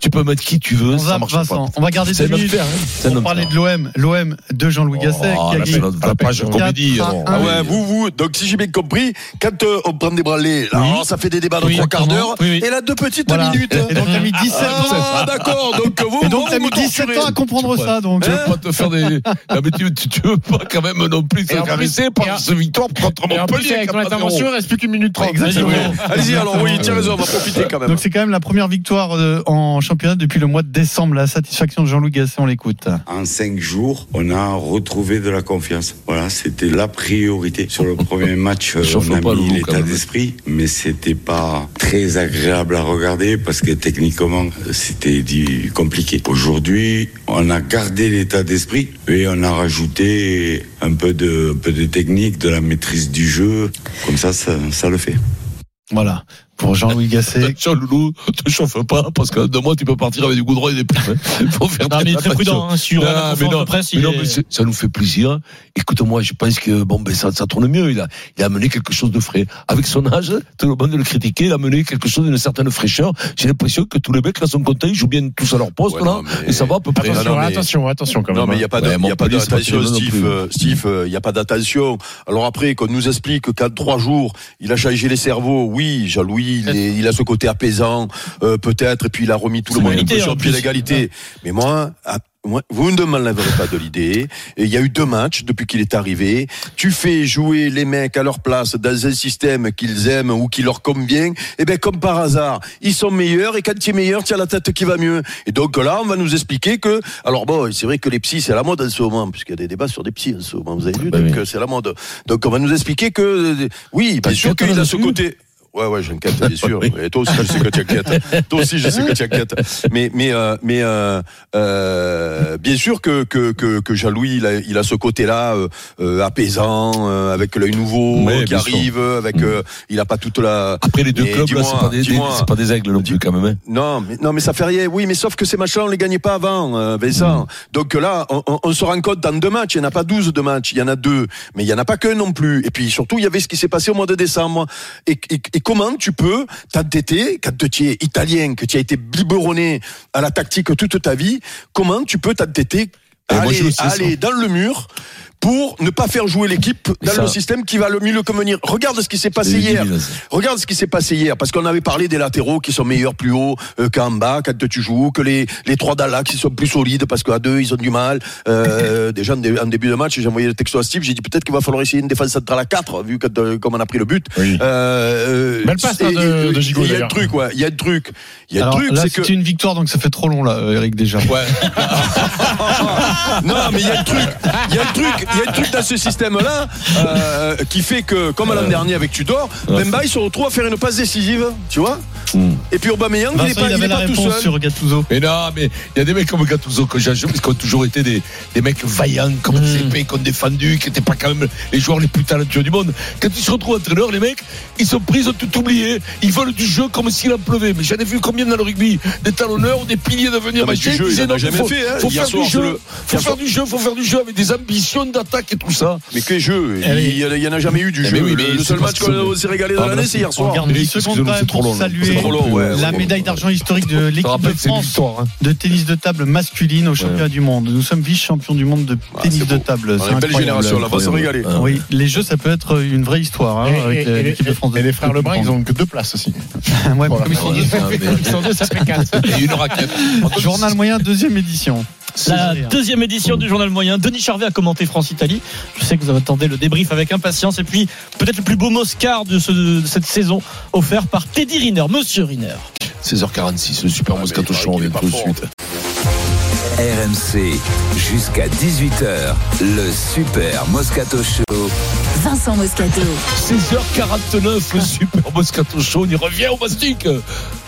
Speaker 4: tu peux mettre qui tu veux,
Speaker 7: On
Speaker 4: ça
Speaker 7: va,
Speaker 4: marche
Speaker 7: Vincent,
Speaker 4: pas.
Speaker 7: on va garder
Speaker 4: C'est un
Speaker 7: deux
Speaker 4: homme
Speaker 7: minutes
Speaker 4: faire, hein. C'est un
Speaker 7: pour
Speaker 4: homme
Speaker 7: parler
Speaker 4: faire.
Speaker 7: de l'OM, l'OM de Jean-Louis Gasset
Speaker 4: Oh,
Speaker 7: qui a
Speaker 4: la
Speaker 7: gagné
Speaker 4: page- la page de comédie,
Speaker 7: quatre à
Speaker 4: oh.
Speaker 7: un.
Speaker 20: Ah ouais, vous, vous. Donc, si j'ai bien compris, quand euh, on prend des bralés, là, alors, ça fait des débats de
Speaker 7: Oui,
Speaker 20: trois quarts
Speaker 7: exactement.
Speaker 20: d'heure.
Speaker 7: Oui, oui.
Speaker 20: Et là, deux petites
Speaker 7: Voilà.
Speaker 20: minutes.
Speaker 7: Et donc, t'as mis 17
Speaker 20: Ah,
Speaker 7: ans.
Speaker 20: d'accord. Donc, vous,
Speaker 7: Et donc,
Speaker 20: vous
Speaker 7: t'as mis
Speaker 20: me
Speaker 7: 17
Speaker 20: torturez.
Speaker 7: ans à comprendre
Speaker 4: Ouais.
Speaker 7: ça, donc.
Speaker 4: Tu veux pas te faire des. Ah, mais tu, tu, tu veux pas quand même non plus te
Speaker 5: Et en plus-
Speaker 4: caresser par ce victoire contre
Speaker 5: Et en plus,
Speaker 4: Montpellier.
Speaker 5: avec ton
Speaker 4: 4 à 0.
Speaker 5: intervention, il reste plus qu'une minute trente.
Speaker 7: Exactement.
Speaker 20: Allez-y, alors, oui, tiens raison, on va profiter quand même.
Speaker 7: Donc, c'est quand même la première victoire euh, en championnat depuis le mois de décembre. La satisfaction de Jean-Louis Gasset, on l'écoute.
Speaker 10: En cinq jours, on a retrouvé de la confiance. Voilà, c'était la priorité. Sur le premier match, euh,
Speaker 4: Chauffe
Speaker 10: on a
Speaker 4: pas le
Speaker 10: mis
Speaker 4: loup, quand
Speaker 10: l'état
Speaker 4: même.
Speaker 10: d'esprit, mais c'était pas très agréable à regarder parce que techniquement, euh, c'était du- compliqué. Aujourd'hui, on a gardé l'état d'esprit et on a rajouté un peu de, un peu de technique, de la maîtrise du jeu. Comme ça, ça, ça le fait.
Speaker 7: Voilà. Pour Jean-Louis Gasset.
Speaker 4: Tiens, Loulou, te chauffe pas, parce que de moi, tu peux partir avec du goudron et des plumes. hein. Faut faire
Speaker 6: Non, mais il est très
Speaker 4: attention.
Speaker 6: prudent, hein, sur
Speaker 4: Non,
Speaker 6: la conférence
Speaker 4: mais non,
Speaker 6: de presse,
Speaker 4: mais
Speaker 6: il
Speaker 4: non,
Speaker 6: est-
Speaker 4: mais c'est- ça nous fait plaisir. Écoute-moi, je pense que bon, ben, ça, ça tourne mieux. Il a, il a amené quelque chose de frais. Avec son âge, tout le monde le critiquait, il a amené quelque chose d'une certaine fraîcheur. J'ai l'impression que tous les mecs, là, sont contents, ils jouent bien tous à leur poste,
Speaker 20: Ouais,
Speaker 4: là,
Speaker 20: non, mais-
Speaker 4: et ça va à peu près.
Speaker 5: Attention,
Speaker 20: Non, non, mais-
Speaker 5: attention, attention quand même.
Speaker 20: Non, mais il n'y a pas de-
Speaker 4: Ouais,
Speaker 20: y a pas
Speaker 4: Montpellier, c'est pas
Speaker 20: d'attention,
Speaker 4: terrible non
Speaker 20: Steve.
Speaker 4: plus.
Speaker 20: euh, Steve, il n'y a pas d'attention. Alors après, qu'on nous explique qu'à trois jours, il a changé les cerveaux. Oui, Jean-Louis, il, est- il a ce côté apaisant, euh, peut-être, et puis il a remis tout le
Speaker 6: C'est
Speaker 20: monde un
Speaker 6: mérité,
Speaker 20: peu
Speaker 6: hein, en
Speaker 20: sur pied
Speaker 6: plus.
Speaker 20: d'égalité. Mais moi, à- moi, vous ne m'enlèverez pas de l'idée. Et Il y a eu deux matchs depuis qu'il est arrivé. Tu fais jouer les mecs à leur place dans un système qu'ils aiment ou qui leur convient. Et bien, comme par hasard, ils sont meilleurs. Et quand tu es meilleur, tu as la tête qui va mieux. Et donc là, on va nous expliquer que. Alors bon, c'est vrai que les psys, c'est à la mode en ce moment, puisqu'il y a des débats sur des psys en ce moment. Vous avez vu
Speaker 4: Bah
Speaker 20: Donc
Speaker 4: oui.
Speaker 20: euh, c'est à la mode. Donc on va nous expliquer que. euh, Oui, bien sûr
Speaker 4: T'inquiète
Speaker 20: qu'il a ce
Speaker 4: là-dessus
Speaker 20: côté. Ouais, ouais, j'inquiète, bien sûr. Et toi aussi, je sais que tu inquiètes. Toi aussi, je sais que tu inquiètes. Mais, mais, euh, mais euh, euh, bien sûr que, que, que, que Jean-Louis, il a, il a ce côté-là euh, euh, apaisant, euh, avec l'œil nouveau
Speaker 4: Ouais,
Speaker 20: euh, qui
Speaker 4: bien sûr. Mm.
Speaker 20: arrive, euh, avec, euh, il a pas toute la.
Speaker 4: Après, les deux
Speaker 20: Mais
Speaker 4: clubs, là,
Speaker 20: dis-moi,
Speaker 4: c'est pas des, des-
Speaker 20: dis-moi.
Speaker 4: c'est pas des aigles non plus, quand même. hein.
Speaker 20: Non, mais, non, mais ça fait rien. Oui, mais sauf que ces matchs-là, on les gagnait pas avant, euh, Vincent.
Speaker 4: Mm.
Speaker 20: Donc là, on, on- on se rend compte dans deux matchs. Il n'y en a pas 12 de matchs, il y en a deux. Mais il n'y en a pas qu'un non plus. Et puis surtout, il y avait ce qui s'est passé au mois de décembre. Et, et- et comment tu peux t'entêter, quand tu es italien, que tu as été biberonné à la tactique toute ta vie, comment tu peux t'entêter à
Speaker 4: Et moi, je le
Speaker 20: aller,
Speaker 4: sais,
Speaker 20: à
Speaker 4: ça.
Speaker 20: aller dans le mur pour ne pas faire jouer l'équipe
Speaker 4: Mais
Speaker 20: dans
Speaker 4: ça-
Speaker 20: le système qui va le mieux le convenir. Regarde ce qui s'est passé
Speaker 4: C'est
Speaker 20: hier.
Speaker 4: ridicule, ça.
Speaker 20: Regarde ce qui s'est passé hier, parce qu'on avait parlé des latéraux qui sont meilleurs plus haut euh, qu'en bas quand tu joues, que les, les trois d'Allah qui sont plus solides parce qu'à deux ils ont du mal. Euh, déjà en, dé- en début de match, j'ai envoyé le texto à Steve, j'ai dit peut-être qu'il va falloir essayer une défense centrale à 4 vu que, euh, comme on a pris le but.
Speaker 5: Oui.
Speaker 20: Euh, euh,
Speaker 5: Belle passe, hein,
Speaker 20: et-
Speaker 5: de-
Speaker 20: et-
Speaker 5: de Gigot,
Speaker 20: Il y a le
Speaker 5: d'ailleurs.
Speaker 20: truc, ouais, il y a le truc. Il y a le
Speaker 7: Alors,
Speaker 20: truc,
Speaker 7: là,
Speaker 20: c'est
Speaker 7: c'était
Speaker 20: que.
Speaker 7: une victoire, donc ça fait trop long, là, euh, Eric, déjà.
Speaker 20: Non, mais il y a le truc, il y a le truc, il y a le truc dans ce système-là euh, qui fait que, comme
Speaker 7: Euh.
Speaker 20: l'an dernier avec Tudor, Bemba il se retrouve à faire une passe décisive, tu vois. Et puis Aubameyang, il est
Speaker 7: Hmm.
Speaker 20: pas,
Speaker 7: Vincent, il
Speaker 20: il est
Speaker 7: avait la
Speaker 20: pas tout
Speaker 7: réponse
Speaker 20: seul.
Speaker 7: sur Gattuso.
Speaker 4: Mais non, mais il y a des mecs comme Gattuso que j'ajoute, parce qu'ils ont toujours été des, des mecs vaillants, comme
Speaker 7: Hmm.
Speaker 4: CP, qui ont défendu, qui n'étaient pas quand même les joueurs les plus talentueux du monde. Quand ils se retrouvent entraîneurs, les mecs, ils sont pris, ils ont tout oublié. Ils veulent du jeu comme s'il en pleuvait. Mais j'en ai vu combien dans le rugby Des talonneurs ou des piliers
Speaker 20: Non,
Speaker 4: d'avenir.
Speaker 20: Ah, mais
Speaker 4: machin,
Speaker 20: du jeu,
Speaker 4: qui
Speaker 20: il
Speaker 4: disaient,
Speaker 20: en a
Speaker 4: non,
Speaker 20: jamais
Speaker 4: faut,
Speaker 20: fait, hein.
Speaker 4: Faut
Speaker 20: Hier
Speaker 4: faire
Speaker 20: soir,
Speaker 4: du
Speaker 20: sur
Speaker 4: jeu,
Speaker 20: le-
Speaker 4: faut
Speaker 20: hier
Speaker 4: faire
Speaker 20: soir-
Speaker 4: du jeu, faut faire du jeu avec des ambitions d'attaque et tout ça.
Speaker 20: Mais que jeux,
Speaker 7: Eh oui.
Speaker 20: il y en a- il y en a jamais eu du
Speaker 4: Eh
Speaker 20: jeu.
Speaker 4: mais oui, mais
Speaker 20: le, le
Speaker 4: c'est
Speaker 20: seul
Speaker 4: pas
Speaker 20: match
Speaker 4: ce que-
Speaker 20: qu'on s'est régalé
Speaker 4: Ah,
Speaker 20: dans
Speaker 4: mais
Speaker 20: l'année,
Speaker 4: là,
Speaker 20: c'est hier
Speaker 4: on
Speaker 20: soir.
Speaker 7: Regarde,
Speaker 4: Eric,
Speaker 7: 10 secondes
Speaker 4: excusez-nous,
Speaker 7: quand
Speaker 4: c'est
Speaker 7: même
Speaker 4: trop
Speaker 7: pour
Speaker 4: long, là.
Speaker 7: saluer
Speaker 4: C'est
Speaker 7: remporté la médaille d'argent historique de l'équipe de France de tennis de table masculine au championnat du monde. Nous sommes vice-champions du monde de tennis de table.
Speaker 20: On
Speaker 7: C'est
Speaker 20: est belle
Speaker 7: incroyable.
Speaker 20: génération, là, on va se régaler.
Speaker 7: Oui, les jeux, ça peut être une vraie histoire hein,
Speaker 5: Et- et-
Speaker 7: avec
Speaker 5: et-
Speaker 7: euh, l'équipe de France.
Speaker 5: et les frères Lebrun, ils ont que deux places aussi.
Speaker 7: Ouais,
Speaker 5: Voilà.
Speaker 7: comme ils sont deux.
Speaker 5: Ils sont deux, ça fait quatre.
Speaker 7: Et une raquette. Journal moyen, deuxième édition.
Speaker 6: La deuxième édition du Journal Moyen. Denis Charvet a commenté France-Italie. Je sais que vous attendez le débrief avec impatience. Et puis, peut-être le plus beau Moscar de, ce- de cette saison, offert par Teddy Riner, Monsieur Riner.
Speaker 4: 16h46, le super Moscato Show, on vient tout de suite.
Speaker 3: RMC, jusqu'à 18h, le Super Moscato Show.
Speaker 1: Vincent Moscato.
Speaker 4: 16h49, le Super Moscato Show, on y revient au Mastic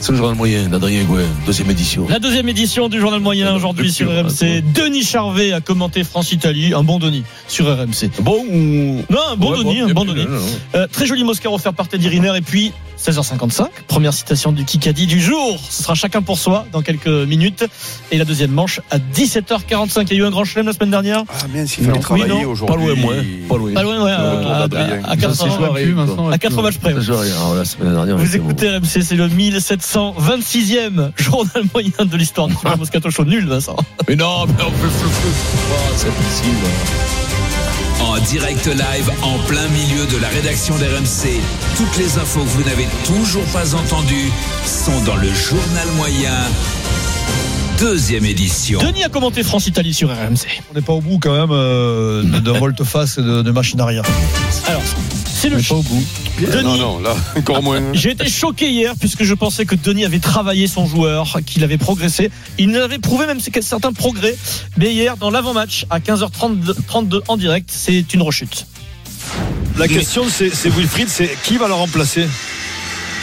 Speaker 4: C'est le journal moyen d'Adrien Gouin, deuxième édition.
Speaker 6: La deuxième édition du Journal Moyen aujourd'hui sur RMC. Denis Charvet a commenté France-Italie. Un bon Denis sur RMC.
Speaker 4: Bon ou.
Speaker 6: Non, un bon
Speaker 4: Ouais,
Speaker 6: Denis,
Speaker 4: bon, hein.
Speaker 6: un
Speaker 4: bien
Speaker 6: bon
Speaker 4: plus,
Speaker 6: Denis.
Speaker 4: non, non.
Speaker 6: Euh, très joli Moscar offert par Teddy Riner. Et puis, 16h55, première citation du Kikadi du jour. Ce sera chacun pour soi dans quelques minutes. Et la deuxième manche à 17h45. Il y a eu un grand chelem la semaine dernière.
Speaker 20: Ah, bien,
Speaker 6: s'il fallait travailler aujourd'hui.
Speaker 4: Pas loin, moi. Pas loin.
Speaker 6: Pas loin, ouais,
Speaker 4: Le
Speaker 6: à-
Speaker 4: Ah, retour
Speaker 6: à-
Speaker 4: d'Adrien.
Speaker 6: à- à quatre
Speaker 4: Ça,
Speaker 6: ans,
Speaker 4: c'est joué
Speaker 6: ouais,
Speaker 4: arrive,
Speaker 6: Vincent,
Speaker 4: quoi.
Speaker 6: à quatre matchs près.
Speaker 4: Ça, je regarde. Alors, La semaine dernière, on
Speaker 6: Vous
Speaker 4: était bon.
Speaker 6: écoutez RMC, c'est le 1726e journal moyen de l'histoire du Super Moscato Show. Nul, Vincent.
Speaker 4: Mais non, mais on peut flou c'est possible.
Speaker 3: En direct live, en plein milieu de la rédaction d'RMC, toutes les infos que vous n'avez toujours pas entendues sont dans le journal moyen, deuxième édition.
Speaker 6: Denis a commenté France-Italie sur RMC.
Speaker 11: On n'est pas au bout quand même euh, de- d'un volte-face et de, de machine arrière.
Speaker 6: Alors, c'est le
Speaker 11: pas au bout.
Speaker 6: Denis.
Speaker 20: Non, non, là, encore moins. hein.
Speaker 6: J'ai été choqué hier puisque je pensais que Denis avait travaillé son joueur, qu'il avait progressé. Il avait prouvé même certains progrès. Mais hier, dans l'avant-match, à 15h32 en direct, c'est une rechute.
Speaker 11: La question, c'est c'est Wilfried, c'est qui va le remplacer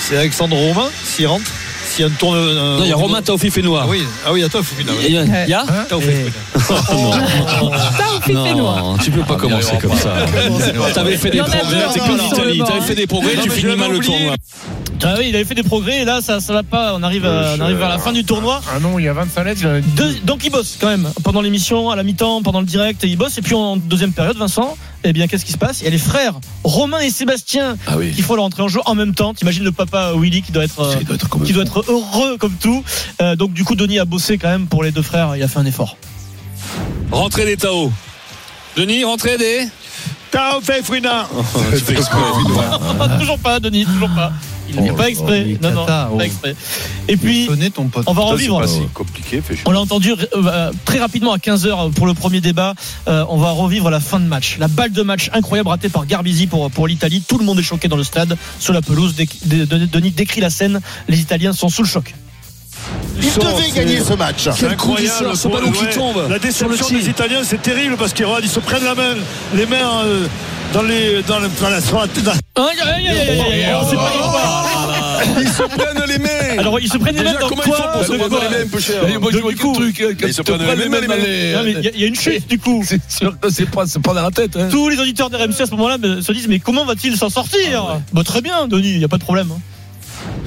Speaker 11: C'est Alexandre Romain, s'il rentre S'il y a une tourne. euh,
Speaker 8: Non, il y a Romain Taofi Fenoir.
Speaker 11: Ah oui, ah oui, il y a Taofi Fenoir.
Speaker 8: Il y a- il y a
Speaker 11: Hein
Speaker 8: Taofi Fenoir.
Speaker 11: Non,
Speaker 8: tu peux
Speaker 5: Ah,
Speaker 8: pas commencer comme ça. T'avais fait des progrès,
Speaker 6: hein,
Speaker 8: t'es comme l'Italie. T'avais fait des progrès, tu finis mal le tournoi.
Speaker 6: Ah oui, il avait fait des progrès et là, ça, ça va pas. On arrive, à- on arrive vers la fin du tournoi.
Speaker 5: Ah non, il y a 25 lettres. il y en a dix.
Speaker 6: Deux- donc il bosse quand même pendant l'émission, à la mi-temps, pendant le direct, et il bosse. Et puis en deuxième période, Vincent, eh bien qu'est-ce qui se passe Il y a les frères Romain et Sébastien
Speaker 4: Ah oui.
Speaker 6: qui font leur entrée en jeu en même temps. T'imagines le papa Willy qui doit être, euh, qui doit être heureux comme tout. Euh, donc du coup, Denis a bossé quand même pour les deux frères. Il a fait un effort.
Speaker 8: Rentrée des Tao. Denis, rentrée des. Tao Fefrina.
Speaker 20: Tu fais exprès, Fenoir.
Speaker 6: toujours pas, Denis, toujours pas. Oh, Il n'est pas exprès. Non, non,
Speaker 7: Tata, oh.
Speaker 6: pas exprès. Et puis,
Speaker 7: ton pote.
Speaker 6: on va
Speaker 20: Putain,
Speaker 6: en
Speaker 20: c'est
Speaker 6: vivre.
Speaker 20: pas
Speaker 7: Oh.
Speaker 20: si compliqué, fais chier.
Speaker 6: On l'a entendu euh, euh, très rapidement à 15h pour le premier débat. Euh, on va revivre la fin de match. La balle de match incroyable ratée par Garbisi pour, pour l'Italie. Tout le monde est choqué dans le stade. Sur la pelouse, Dé- Dé- Dé- Denis décrit la scène. Les Italiens sont sous le choc.
Speaker 17: Il devait gagner ce match.
Speaker 11: C'est incroyable.
Speaker 8: ce
Speaker 11: pour-
Speaker 8: ballon qui
Speaker 11: ouais.
Speaker 8: tombe.
Speaker 11: La déception
Speaker 8: Sur le
Speaker 11: des
Speaker 8: tir.
Speaker 11: Italiens, c'est terrible parce qu'ils ils se prennent la main, les mains euh, dans les dans le- dans la sur la- Ah. dans-
Speaker 6: Aïe, aïe, aïe, aïe, aïe, aïe, aïe, c'est pas
Speaker 8: Oh,
Speaker 6: grave.
Speaker 20: Ils se prennent les mains.
Speaker 6: Alors, ils se prennent les
Speaker 20: Déjà,
Speaker 6: mains dans
Speaker 20: comment
Speaker 6: quoi,
Speaker 20: ils font pour se
Speaker 6: de
Speaker 20: prendre
Speaker 6: quoi
Speaker 20: les mains, peu cher
Speaker 4: Allez, moi, je vois quel truc, hein, quand
Speaker 20: Ils se
Speaker 4: tu te
Speaker 20: prennent
Speaker 4: prends
Speaker 20: les
Speaker 4: les mêmes,
Speaker 20: mains, les mains.
Speaker 4: allez.
Speaker 6: Non, mais il y a- il y a une chute, du coup.
Speaker 4: C'est sûr que c'est pas, c'est pas dans la tête. Hein.
Speaker 6: Tous les auditeurs de RMC à ce moment-là me- se disent mais comment va-t-il s'en sortir
Speaker 8: Ah
Speaker 6: Bah, Très bien, Denis, il n'y a pas de problème. hein.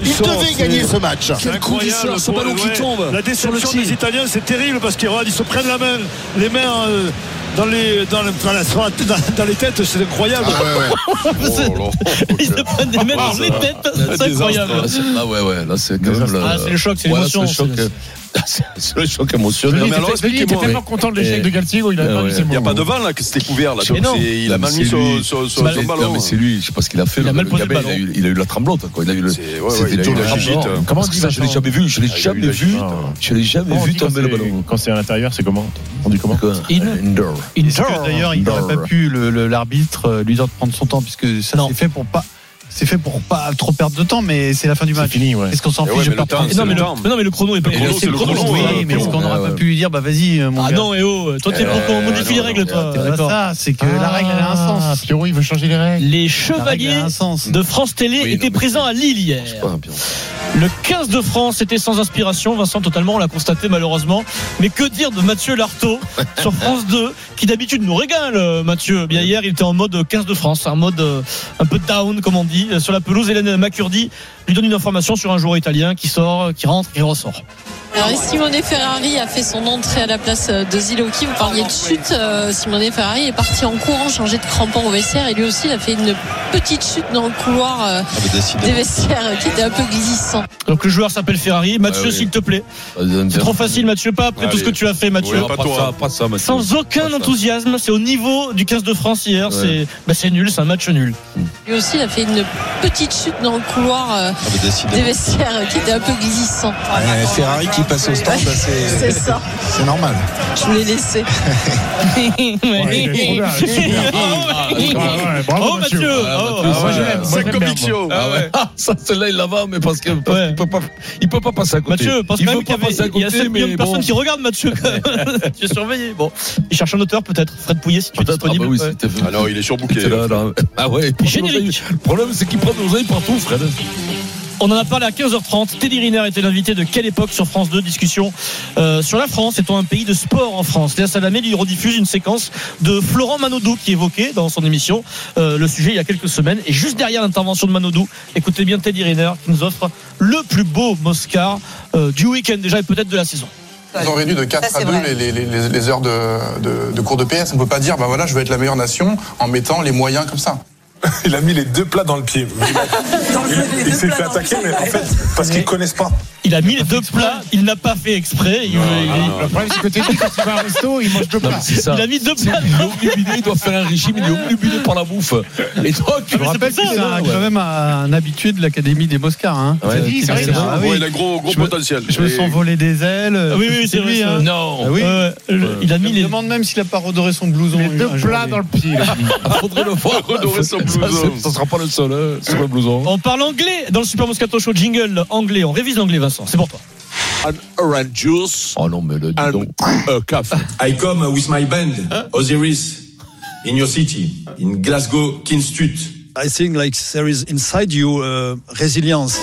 Speaker 17: Il devait gagner ce match.
Speaker 11: C'est incroyable.
Speaker 8: ce ballon qui
Speaker 11: Ouais.
Speaker 8: tombe.
Speaker 11: La
Speaker 8: Sur
Speaker 11: déception
Speaker 8: le tir.
Speaker 11: des Italiens, c'est terrible parce qu'ils ils se prennent la main, les mains euh, dans les dans le- dans la sur la- dans- dans les têtes, c'est incroyable.
Speaker 6: Ils se prennent des mains dans les têtes, c'est incroyable.
Speaker 4: Ah, c'est- Ah ouais, ouais, là c'est quand même.
Speaker 6: Ah, c'est le choc, c'est
Speaker 4: Ouais, là,
Speaker 6: l'émotion,
Speaker 4: C'est le choc,
Speaker 6: c'est-
Speaker 4: euh, c'est- c'est le choc émotionnel.
Speaker 5: Denis
Speaker 4: Non, mais
Speaker 5: était-
Speaker 4: alors,
Speaker 5: Denis était
Speaker 4: expliquez-moi.
Speaker 5: tellement content de l'échec
Speaker 4: Eh,
Speaker 5: de Galtier, il a
Speaker 4: eh,
Speaker 5: pas
Speaker 4: ouais.
Speaker 5: mis ses
Speaker 20: Il n'y a
Speaker 5: mots.
Speaker 20: pas de vent là, que c'était couvert là.
Speaker 4: Mais
Speaker 20: Donc,
Speaker 4: non.
Speaker 20: c'est- il a
Speaker 4: Non, mais
Speaker 20: mal mis
Speaker 4: c'est
Speaker 20: sur
Speaker 4: lui.
Speaker 20: sur-
Speaker 4: Non,
Speaker 20: sur son
Speaker 4: mais-
Speaker 20: ballon.
Speaker 4: Non, mais c'est lui, je sais pas ce qu'il a fait.
Speaker 6: Il a
Speaker 4: le-
Speaker 6: mal
Speaker 4: le
Speaker 6: posé le
Speaker 4: gamin, il a
Speaker 6: ballon.
Speaker 4: eu- Il a eu la tremblote, quoi. Il a eu le.
Speaker 20: C'est- ouais, ouais,
Speaker 4: C'était
Speaker 20: il a
Speaker 4: dur
Speaker 20: eu
Speaker 4: de
Speaker 20: la
Speaker 4: changer.
Speaker 20: gigite. hein.
Speaker 5: Comment on dit
Speaker 4: Je l'ai
Speaker 5: Vincent
Speaker 4: jamais vu, je l'ai
Speaker 20: Ah, il a eu
Speaker 4: jamais
Speaker 20: la
Speaker 4: vu.
Speaker 20: gigite.
Speaker 4: Je l'ai jamais
Speaker 5: Comment on
Speaker 4: vu
Speaker 5: dit quand
Speaker 4: tomber le
Speaker 5: c'est-
Speaker 4: ballon.
Speaker 5: Quand c'est à l'intérieur, c'est comment On dit comment
Speaker 4: Indoor.
Speaker 7: Est-ce
Speaker 4: hein.
Speaker 7: que D'ailleurs, il
Speaker 4: Indoor.
Speaker 7: n'aurait pas pu le- le- l'arbitre euh, lui dire de prendre son temps puisque ça
Speaker 6: Non.
Speaker 7: c'est fait pour pas c'est fait pour pas trop perdre de temps mais c'est la fin du match.
Speaker 5: fini, ouais.
Speaker 7: Est-ce qu'on s'en
Speaker 20: Eh
Speaker 7: fiche
Speaker 20: ouais,
Speaker 7: je
Speaker 20: mais
Speaker 7: pars
Speaker 20: le temps,
Speaker 7: prendre-
Speaker 6: Mais non, mais le,
Speaker 20: le temps.
Speaker 6: mais non, mais le chrono est pas
Speaker 20: Le chrono,
Speaker 6: c'est le
Speaker 20: c'est le
Speaker 6: chrono.
Speaker 20: chrono,
Speaker 6: oui,
Speaker 7: Oui,
Speaker 20: ouais,
Speaker 6: mais-
Speaker 7: mais est-ce qu'on n'aurait
Speaker 4: ouais.
Speaker 7: pas pu lui dire bah vas-y euh, mon
Speaker 6: Ah
Speaker 7: gars.
Speaker 6: non, et oh, toi t'es
Speaker 4: Euh,
Speaker 6: pour qu'on modifie
Speaker 4: non,
Speaker 6: les
Speaker 4: non,
Speaker 6: règles, toi. Bah,
Speaker 7: C'est pas
Speaker 6: D'accord.
Speaker 7: ça, c'est que la règle elle a un
Speaker 5: Ah,
Speaker 7: sens.
Speaker 5: Pierrot, il veut changer les règles.
Speaker 6: Les
Speaker 7: La règle, elle a
Speaker 6: chevaliers
Speaker 7: un sens.
Speaker 6: de France Télé
Speaker 4: Oui, non,
Speaker 6: étaient
Speaker 4: mais-
Speaker 6: présents à Lille hier. Le 15 de France était sans inspiration, Vincent, totalement, on l'a constaté malheureusement. Mais que dire de Mathieu Lartaud sur France 2, qui d'habitude nous régale, euh, Mathieu. Bien hier, il était en mode 15 de France, un mode euh, un peu down, comme on dit. Euh, Sur la pelouse, Hélène Macurdi lui donne une information sur un joueur italien qui sort, qui rentre, qui ressort.
Speaker 12: Alors, Simone Ferrari a fait son entrée à la place euh, de Zilowski. Vous parliez de chute. Euh, Simone Ferrari est parti en courant, changer de crampon au vestiaire. Et lui aussi, il a fait une petite chute dans le couloir euh, des vestiaires euh, qui était un peu glissant.
Speaker 6: Donc le joueur s'appelle Ferrari. Mathieu,
Speaker 4: oui.
Speaker 6: s'il te plaît.
Speaker 4: Vas-y,
Speaker 6: C'est trop facile, Mathieu. Pas après tout
Speaker 4: Allez.
Speaker 6: ce que tu as fait, Mathieu.
Speaker 4: Ouais, pas toi, pas ça, Mathieu.
Speaker 6: Sans aucun enthousiasme. C'est au niveau du 15 de France hier.
Speaker 4: Ouais.
Speaker 6: C'est bah, c'est nul. C'est un match nul.
Speaker 12: Lui aussi, il a fait une petite chute dans le couloir euh, des vestiaires euh, qui était un peu glissant.
Speaker 13: Eh, Ferrari qui passe au stand,
Speaker 12: Ouais,
Speaker 13: bah, c'est-
Speaker 12: c'est ça.
Speaker 13: c'est normal.
Speaker 12: Je voulais laisser.
Speaker 8: oh,
Speaker 4: Bravo Mathieu.
Speaker 13: Moi, je l'aime. Moi,
Speaker 4: Sa
Speaker 13: je l'aime
Speaker 4: conviction.
Speaker 13: bien, moi.
Speaker 4: Ah, Ça, celle-là, il la va, mais parce que parce qu'il peut pas, il peut pas passer à côté.
Speaker 6: Mathieu, pense
Speaker 4: il
Speaker 6: quand
Speaker 4: veut
Speaker 6: même qu'il y
Speaker 4: pas
Speaker 6: avait-
Speaker 4: passer à
Speaker 6: il y a
Speaker 4: côté,
Speaker 6: 7 millions de
Speaker 4: mais bon.
Speaker 6: personnes qui regardent Mathieu. quand même. Tu es surveillé. Bon, il cherche un auteur peut-être. Fred Pouillet, si tu es
Speaker 11: bah
Speaker 6: disponible. Ouais.
Speaker 4: Ah non, il est surbooké.
Speaker 16: hein.
Speaker 4: Ah ouais. Générique. Le problème, c'est qu'il prend nos oreilles partout, Fred.
Speaker 6: On en a parlé à 15h30. Teddy Riner était l'invité de quelle époque sur France 2 Discussion euh, sur la France. Est-on un pays de sport en France Léa Salamé lui rediffuse une séquence de Florent Manodou qui évoquait dans son émission euh, le sujet il y a quelques semaines. Et juste derrière l'intervention de Manodou, écoutez bien Teddy Riner qui nous offre le plus beau Moscar euh, du week-end déjà et peut-être de la saison.
Speaker 14: Ils ont réduit de 4
Speaker 6: Ça,
Speaker 14: à
Speaker 6: c'est
Speaker 14: 2
Speaker 6: vrai.
Speaker 14: les, les- les- les heures de, de- de cours de PS. On ne peut pas dire, bah voilà, je veux être la meilleure nation en mettant les moyens comme ça. Il a mis les deux plats dans le pied.
Speaker 16: Il s'est fait attaquer, mais en fait, parce qu'ils connaissent pas.
Speaker 6: Il a mis les deux plats, il n'a pas fait exprès. Il- il-
Speaker 16: Le problème, c'est que t'es
Speaker 5: dit, quand tu vas à un resto, il mange deux plats.
Speaker 6: Il a mis deux
Speaker 4: plats. Il est obnubilé, il doit faire un régime, il est obnubilé par la bouffe. Et donc,
Speaker 7: Je vous rappelle qu'il est un- quand même un habitué de l'Académie des Moscars. Hein.
Speaker 4: Ouais,
Speaker 7: Qui-
Speaker 4: c'est vrai,
Speaker 7: qui-
Speaker 4: c'est
Speaker 7: Ah
Speaker 4: vrai.
Speaker 7: oui.
Speaker 4: Ouais, il a gros- gros
Speaker 7: Je me-
Speaker 4: potentiel.
Speaker 7: Je me
Speaker 4: Et-
Speaker 7: sens voler des ailes.
Speaker 4: Ah oui, oui, c'est vrai,
Speaker 7: lui,
Speaker 4: ça.
Speaker 7: hein.
Speaker 4: Non.
Speaker 7: Ah oui.
Speaker 4: Euh, le- il a mis
Speaker 7: Je
Speaker 4: les-
Speaker 7: me demande même s'il a pas redoré son blouson.
Speaker 4: Les deux
Speaker 7: un jour,
Speaker 4: plats
Speaker 7: lui.
Speaker 4: dans le pied, il a mis. Faudrait le voir redorer son blouson. Ça sera pas le seul, hein, sur le blouson.
Speaker 6: On parle anglais dans le Super Moscato Show jingle anglais. On révise l'anglais, Vincent. C'est pour toi.
Speaker 22: An orange juice. Oh non, mais le donc. A café. I come with my band,
Speaker 7: Hein
Speaker 22: Osiris, in your city, in Glasgow, Kinstut.
Speaker 11: I think like there is inside you uh, résilience.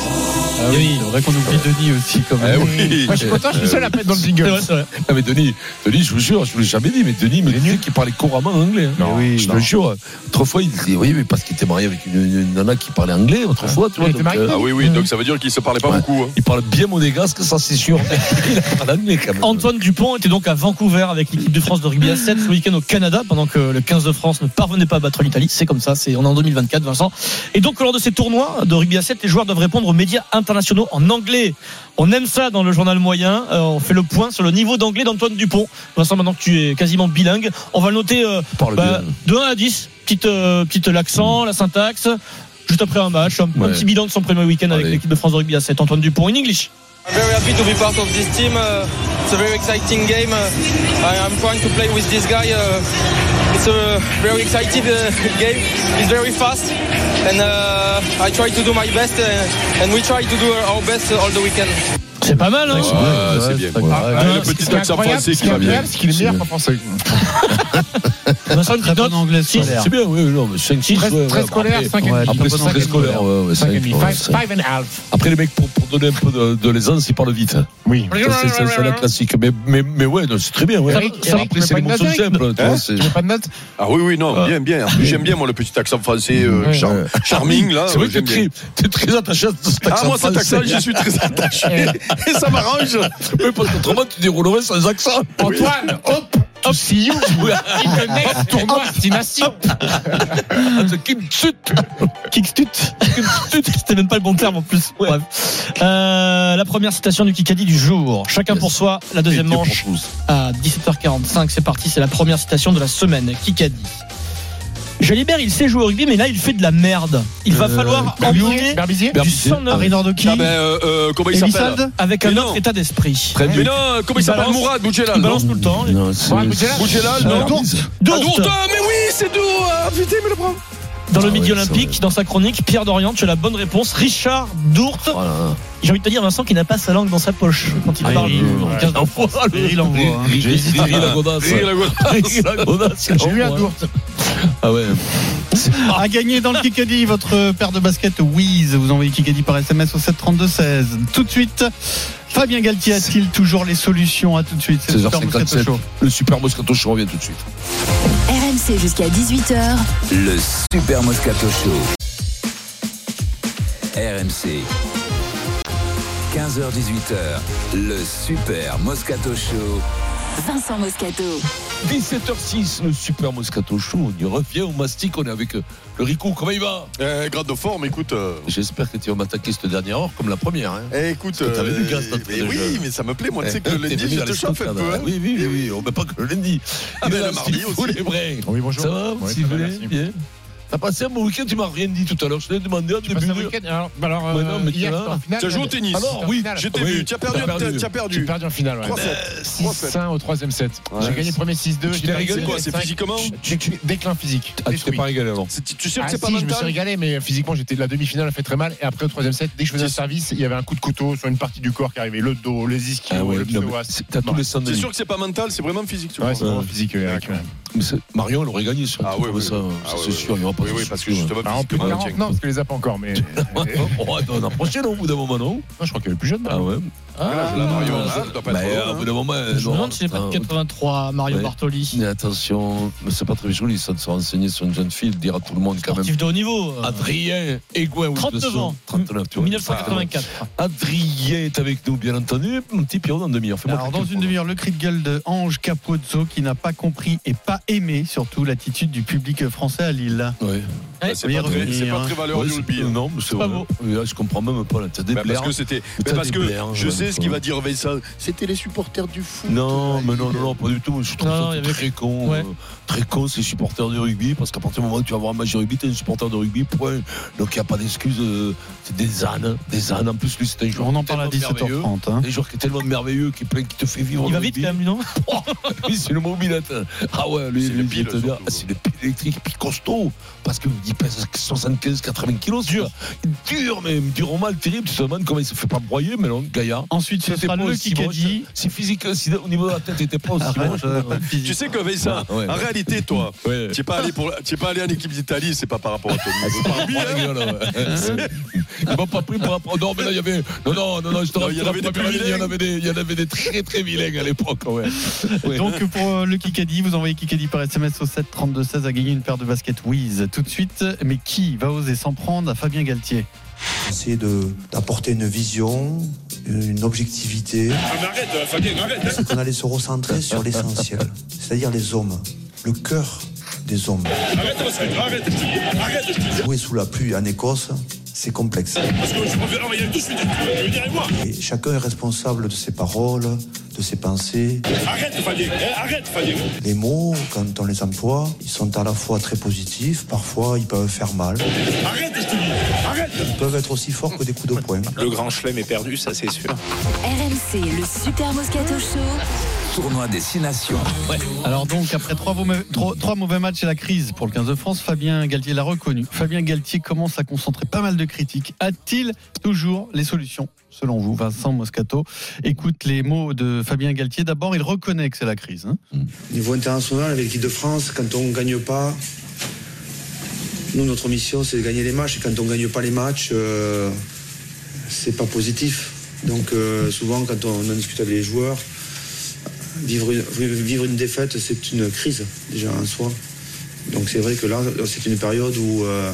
Speaker 7: Ah oui, c'est vrai qu'on oublie Denis aussi quand
Speaker 4: Eh oui.
Speaker 11: Moi, je suis content, je suis le seul à
Speaker 4: mettre
Speaker 11: mettre dans le jingle.
Speaker 4: Ah mais Denis, Denis, je vous jure, je vous l'ai jamais dit, mais Denis me disait qu'il parlait couramment anglais. hein. je te jure. Autrefois, il disait, oui, mais parce qu'il était marié avec une, une nana qui parlait anglais, autrefois, tu vois. donc, euh,
Speaker 22: Ah oui,
Speaker 7: Mmh.
Speaker 22: oui, donc ça veut dire qu'il se parlait pas beaucoup. hein.
Speaker 4: Il parle bien monégasque, ça c'est sûr. il parle anglais quand même.
Speaker 6: Antoine Dupont était donc à Vancouver avec l'équipe de France de rugby à 7 ce week-end au Canada pendant que le 15 de France ne parvenait pas à battre l'Italie. C'est comme ça, c'est on est en 2024, Vincent. Et donc lors de ces tournois de rugby à 7, les joueurs doivent répondre aux médias internationaux en anglais. On aime ça dans le journal moyen. Euh, on fait le point sur le niveau d'anglais d'Antoine Dupont. Vincent, maintenant que tu es quasiment bilingue, on va le noter euh, bah, de 1 à 10. Petite, euh, petite l'accent, la syntaxe. Juste après un match, un, un
Speaker 22: Ouais.
Speaker 6: petit bilan de son premier week-end avec l'équipe de France de rugby à 7. Antoine Dupont, in English.
Speaker 9: I'm very happy to be part of this team. Uh, it's a very exciting game. Uh, I, I'm trying to play with this guy. Uh, it's a very exciting uh, game. It's very fast, and uh, I try to do my best, uh, and we try to do our best all the weekend.
Speaker 6: C'est pas mal, hein
Speaker 22: Ah, c'est bien. Ah,
Speaker 5: Ah,
Speaker 22: le
Speaker 5: ce qui
Speaker 22: petit
Speaker 5: est
Speaker 22: accent
Speaker 5: incroyable,
Speaker 22: français
Speaker 5: ce
Speaker 22: qui va
Speaker 5: incroyable,
Speaker 22: bien.
Speaker 5: C'est qu'il est meilleur qu'en français.
Speaker 6: Vincent, une petite note
Speaker 4: C'est
Speaker 6: Six.
Speaker 4: c'est bien, oui, non, mais 5, 6,
Speaker 5: Très- très scolaire, cinq et demi.
Speaker 4: Après, c'est
Speaker 5: Cinq
Speaker 4: très
Speaker 5: et
Speaker 4: scolaire,
Speaker 5: demi.
Speaker 4: ouais, ouais,
Speaker 5: Cinq et
Speaker 4: cinq,
Speaker 5: demi.
Speaker 4: ouais,
Speaker 5: Five-
Speaker 4: cinq.
Speaker 5: five and a half.
Speaker 4: Après, les mecs, pour, pour donner un peu de, de l'aisance, ils parlent vite. Oui. C'est c'est- c'est la classique. Mais, mais, mais ouais, non, c'est très bien. Ouais.
Speaker 5: Eric,
Speaker 4: Alors
Speaker 5: Eric,
Speaker 4: après,
Speaker 5: tu
Speaker 4: c'est
Speaker 5: mets pas de
Speaker 4: l'émotion
Speaker 5: notes, Eric
Speaker 4: simple. tu vois,
Speaker 22: Hein
Speaker 4: c'est-
Speaker 22: Tu mets pas de notes Ah oui, oui, non, bien, bien. En plus, J'aime bien, moi, le petit accent français euh, char- charming, là.
Speaker 4: C'est vrai
Speaker 22: euh,
Speaker 4: que
Speaker 22: j'aime
Speaker 4: t'es
Speaker 22: bien.
Speaker 4: très, t'es très attaché à cet accent.
Speaker 22: Ah, moi, cet accent,
Speaker 4: français.
Speaker 22: j'y suis très attaché. Et ça m'arrange.
Speaker 4: Oui, parce qu'autrement, tu déroulerais sans accent.
Speaker 5: Antoine, hop
Speaker 4: Hop, see you.
Speaker 5: In the next tournoi
Speaker 6: destination.
Speaker 22: Ah,
Speaker 6: Kimstut. Kimstut. Kimstut. C'était même pas le bon terme en plus. Bref. Euh, la première citation du Kikadi du jour. Chacun pour soi. La deuxième
Speaker 4: Et Dieu
Speaker 6: manche
Speaker 4: pour tous.
Speaker 6: à 17h45. C'est parti. C'est la première citation de la semaine. Kikadi. Jalibert, il sait jouer au rugby, mais là, il fait de la merde. Il va
Speaker 22: Euh,
Speaker 6: falloir
Speaker 22: Berbizier,
Speaker 6: emmener
Speaker 22: Berbizier,
Speaker 6: du
Speaker 22: Berbizier.
Speaker 6: 109
Speaker 22: Harry Nordoki. Ah ben, euh, euh, comment il s'appelle
Speaker 6: Elissalde, Avec un
Speaker 22: Mais
Speaker 6: autre
Speaker 22: non.
Speaker 6: état d'esprit.
Speaker 22: Près de Mais lui. non, comment il s'appelle
Speaker 6: balance-
Speaker 22: Mourad Boudjelal,
Speaker 6: Il balance
Speaker 22: non
Speaker 6: tout le temps.
Speaker 4: Non, c'est-
Speaker 6: Mourad Boudjelal.
Speaker 22: Boudjelal, non
Speaker 6: Dourte.
Speaker 22: Ah, Dourte, ah, mais oui, c'est Dourte. Ah, putain, mais le bras.
Speaker 6: Dans
Speaker 4: Ah,
Speaker 6: le Midi Olympique, dans sa chronique, Pierre Dorian, tu as la bonne réponse. Richard Dourte. J'ai envie de te dire, Vincent, qui n'a pas sa langue dans sa poche quand il
Speaker 4: Oh Ah,
Speaker 6: parle.
Speaker 4: il-
Speaker 6: du 15 de France. Il envoie, hein.
Speaker 4: J'ai hésité. Rire la godasse.
Speaker 22: Rire la godasse.
Speaker 4: Rire la godasse.
Speaker 7: J'ai eu un dourte.
Speaker 4: Ah ouais.
Speaker 7: À gagner dans le Kikadi, votre paire de baskets Wiz. Vous envoyez Kikadi par SMS au 732-16. Tout de suite, Fabien Galtier a-t-il toujours les solutions À tout de suite. C'est le Super Moscato
Speaker 4: 16h57.
Speaker 7: Show.
Speaker 4: Le Super Moscato Show revient tout de suite.
Speaker 18: RMC jusqu'à 18h.
Speaker 3: Le Super Moscato Show. RMC. 15h, 15h-18h, le Super Moscato Show.
Speaker 18: Vincent Moscato.
Speaker 4: 17h06, le super Moscato Show. On y revient au mastic. On est avec euh, le Rico. Comment il va
Speaker 21: Grade Eh, de forme, écoute. euh,
Speaker 4: J'espère que tu vas m'attaquer cette dernière heure comme la première. Hein.
Speaker 21: Eh, écoute,
Speaker 4: Parce que t'avais
Speaker 21: euh,
Speaker 4: du gaz dans ton
Speaker 21: mais
Speaker 4: jeu.
Speaker 21: oui, mais ça me plaît, moi, tu sais que
Speaker 4: Eh,
Speaker 21: le
Speaker 4: t'es
Speaker 21: lundi,
Speaker 4: venu
Speaker 21: je
Speaker 4: à
Speaker 21: te
Speaker 4: l'escouade,
Speaker 21: chauffe
Speaker 4: là.
Speaker 21: un peu, hein.
Speaker 4: Oui, oui, oui, oui, on met pas que le lundi.
Speaker 21: Ah, ben,
Speaker 4: là,
Speaker 21: le mardi
Speaker 4: Steve Foul
Speaker 21: aussi.
Speaker 4: est vrai.
Speaker 21: Oui, bonjour.
Speaker 4: Ça va,
Speaker 21: Oui,
Speaker 4: petit
Speaker 21: ça va,
Speaker 4: Voulet
Speaker 21: merci.
Speaker 4: Bien. T'as passé un bon week-end, tu m'as rien dit tout à l'heure. Je t'ai demandé en début.
Speaker 21: passes un
Speaker 4: de-
Speaker 21: week-end Alors, bah alors, euh,
Speaker 4: Ouais, non, mais
Speaker 21: hier,
Speaker 4: tu
Speaker 21: j'étais
Speaker 4: vois.
Speaker 21: en finale. T'as joué au tennis.
Speaker 4: Alors,
Speaker 21: En
Speaker 4: oui,
Speaker 21: finale.
Speaker 4: je t'ai
Speaker 21: Oui,
Speaker 4: vu. Tu as perdu.
Speaker 21: t'as
Speaker 4: t'as-
Speaker 21: perdu.
Speaker 4: t'as perdu.
Speaker 21: J'ai perdu en finale, ouais.
Speaker 4: 3-7.
Speaker 21: Euh, 6-1 au troisième set.
Speaker 4: Ouais.
Speaker 21: J'ai gagné premier 6-2.
Speaker 4: Tu
Speaker 21: j'ai
Speaker 4: t'es
Speaker 21: perdu
Speaker 4: régalé, quoi,
Speaker 21: 7-5.
Speaker 4: c'est physiquement
Speaker 21: Je- je- Déclin physique.
Speaker 4: Ah, tu t'es pas régalé alors.
Speaker 21: Tu
Speaker 4: sûr que c'est pas
Speaker 21: si, Je me
Speaker 4: mental
Speaker 21: suis régalé, mais euh, physiquement, j'étais de la demi-finale, a fait très mal. Et après, au troisième set, dès que je faisais un service, il y avait un coup de couteau sur une partie du corps qui arrivait. Le dos, les ischios,
Speaker 4: Ah ouais,
Speaker 21: le
Speaker 4: non, mais
Speaker 21: psoas.
Speaker 4: c'est- t'as tous les sons de
Speaker 21: C'est
Speaker 4: vie.
Speaker 21: sûr que c'est pas mental, c'est vraiment physique. Ouais, c'est vraiment physique. euh, Eric, ouais.
Speaker 4: Mais c'est- Marion, elle aurait gagné sur
Speaker 21: Ah oui, oui,
Speaker 4: ça. hein.
Speaker 21: oui.
Speaker 4: ça,
Speaker 21: Ah
Speaker 4: c'est
Speaker 21: oui,
Speaker 4: sûr,
Speaker 21: oui.
Speaker 4: il n'y aura pas de
Speaker 21: Oui, oui,
Speaker 4: souci.
Speaker 21: parce que justement,
Speaker 4: Ah, en plus,
Speaker 21: physiquement,
Speaker 4: Marion,
Speaker 21: tiens.
Speaker 4: non.
Speaker 21: Parce que les a pas encore, mais.
Speaker 4: Oh, On va en approcher, non, au bout d'un moment, non
Speaker 21: Je crois qu'elle est plus jeune.
Speaker 4: Ah ouais
Speaker 21: Ah,
Speaker 4: là,
Speaker 21: Marion,
Speaker 4: là,
Speaker 21: elle doit pas être
Speaker 4: mais,
Speaker 21: loin,
Speaker 4: euh,
Speaker 21: hein.
Speaker 4: Au bout d'un moment,
Speaker 21: Je me demande s'il est pas de
Speaker 4: 83, Mario Bartoli. Mais attention, mais c'est pas très joli, ça de se renseigner sur une jeune fille, de dire à tout le monde quand même.
Speaker 6: Sportif de haut niveau. euh,
Speaker 4: Adrien Egouin,
Speaker 6: 39 ans.
Speaker 4: 39, tu vois. Ah.
Speaker 6: 1984.
Speaker 4: Adrien est avec nous, bien entendu. Mon petit Pierrot, dans une demi-heure. Fais-moi
Speaker 7: Alors,
Speaker 4: quelques
Speaker 7: dans une demi-heure, le cri de gueule de Ange Capozzo qui n'a pas compris et pas aimé surtout l'attitude du public français à Lille.
Speaker 4: Oui.
Speaker 21: Bah, c'est pas très- c'est pas très valeureux,
Speaker 4: Ouais,
Speaker 21: Yolbi,
Speaker 4: c'est-
Speaker 21: hein.
Speaker 4: Non, mais c'est
Speaker 21: C'est pas
Speaker 4: vrai.
Speaker 21: beau.
Speaker 4: Mais là, je comprends même pas. là, T'as des
Speaker 21: Bah, parce
Speaker 4: blaires.
Speaker 21: que c'était.
Speaker 4: Mais
Speaker 21: mais
Speaker 4: t'as
Speaker 21: parce
Speaker 4: des
Speaker 21: que
Speaker 4: blaires,
Speaker 21: je
Speaker 4: ouais,
Speaker 21: sais ce
Speaker 4: ouais.
Speaker 21: qu'il va dire Vincent. C'était les supporters du foot.
Speaker 4: Non, mais non, non, non, pas du tout. Je trouve ça très con. euh, Très con, ces supporters de rugby, parce qu'à partir du moment où tu vas voir un match de rugby, t'es un supporter de rugby, point. Donc il n'y a pas d'excuse. euh, C'est des ânes, des ânes. En plus, lui, c'est un joueur.
Speaker 7: On en parle à
Speaker 4: tellement
Speaker 7: 17h30,
Speaker 4: merveilleux,
Speaker 7: hein.
Speaker 4: Un joueur qui est tellement merveilleux, qui, plein, qui te fait vivre.
Speaker 6: Il
Speaker 4: le
Speaker 6: va vite
Speaker 4: rugby.
Speaker 6: quand même, non
Speaker 4: Lui, c'est le mobilette. Ah ouais, lui, lui, il te dit, ah, c'est le pile électrique, puis costaud. Parce qu'il pèse 75-80 kilos. Dur. Dur, mais dur au mal, terrible. Tu te demandes comment il se fait pas broyer, mais non, Gaillard.
Speaker 7: Ensuite, ce
Speaker 4: C'était
Speaker 7: sera
Speaker 4: pas
Speaker 7: le
Speaker 4: aussi moche.
Speaker 7: Kikadi.
Speaker 4: Si physique, si au niveau de la tête, il était pas aussi
Speaker 21: Arrête,
Speaker 4: moche.
Speaker 21: euh, pas de physique. Tu sais que Vincent,
Speaker 4: Ouais, ouais.
Speaker 21: en réalité, toi,
Speaker 4: Ouais. Ah,
Speaker 21: tu n'es pas, allé pour- tu es pas allé en équipe d'Italie, c'est pas par rapport à toi. C'est par rapport à lui, hein.
Speaker 4: Ils m'ont pas pris pour apprendre. Non, mais là, il y avait. Non, non, non, non je te
Speaker 21: Non, il y en
Speaker 4: rassure,
Speaker 21: avait des
Speaker 4: la première
Speaker 21: plus
Speaker 4: année, il y en avait des- Il y en avait des très, très vilains à l'époque, ouais. Ouais.
Speaker 7: Donc pour euh, le Kikadi, vous envoyez Kikadi par SMS au 7 32 16 à gagner une paire de baskets Wiz tout de suite. Mais qui va oser s'en prendre à Fabien Galtier
Speaker 15: Essayer de- d'apporter une vision, une objectivité.
Speaker 22: arrête, Fabien, arrête.
Speaker 15: C'est qu'on allait se recentrer sur l'essentiel, c'est-à-dire les hommes, le cœur des hommes.
Speaker 22: Arrête, arrête, arrête.
Speaker 15: Jouer sous la pluie en Écosse, c'est complexe.
Speaker 22: Parce que je préfère envoyer tout de suite. moi
Speaker 15: Et chacun est responsable de ses paroles, de ses pensées.
Speaker 22: Arrête, Fabien, Eh, arrête, Fabien.
Speaker 15: Les mots, quand on les emploie, ils sont à la fois très positifs, parfois ils peuvent faire mal.
Speaker 22: Arrête, je te dis. Arrête.
Speaker 15: Ils peuvent être aussi forts que des coups de poing.
Speaker 22: Le grand chelem est perdu, ça c'est sûr.
Speaker 18: RMC, le Super Moscato Show.
Speaker 3: Tournoi des Six Nations.
Speaker 7: Alors donc après trois mauvais, trois- trois mauvais matchs et la crise pour le 15 de France, Fabien Galtier l'a reconnu. Fabien Galtier commence à concentrer pas mal de critiques. A-t-il toujours les solutions selon vous Vincent Moscato écoute les mots de Fabien Galtier. D'abord, il reconnaît que c'est la crise. hein.
Speaker 15: Niveau international, avec l'équipe de France, quand on ne gagne pas, nous, notre mission, c'est de gagner les matchs. Et quand on ne gagne pas les matchs, euh, c'est pas positif. Donc, euh, souvent, quand on en discute avec les joueurs, vivre une, vivre une défaite, c'est une crise, déjà en soi. Donc, c'est vrai que là, c'est une période où, euh,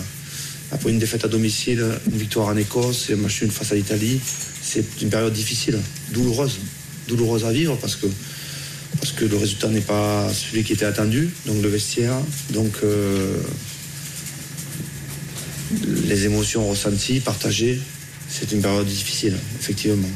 Speaker 15: après une défaite à domicile, une victoire en Écosse et un match nul face à l'Italie, c'est une période difficile, douloureuse. Douloureuse à vivre parce que parce que le résultat n'est pas celui qui était attendu, donc le vestiaire, donc euh, les émotions ressenties, partagées. C'est une période difficile, effectivement.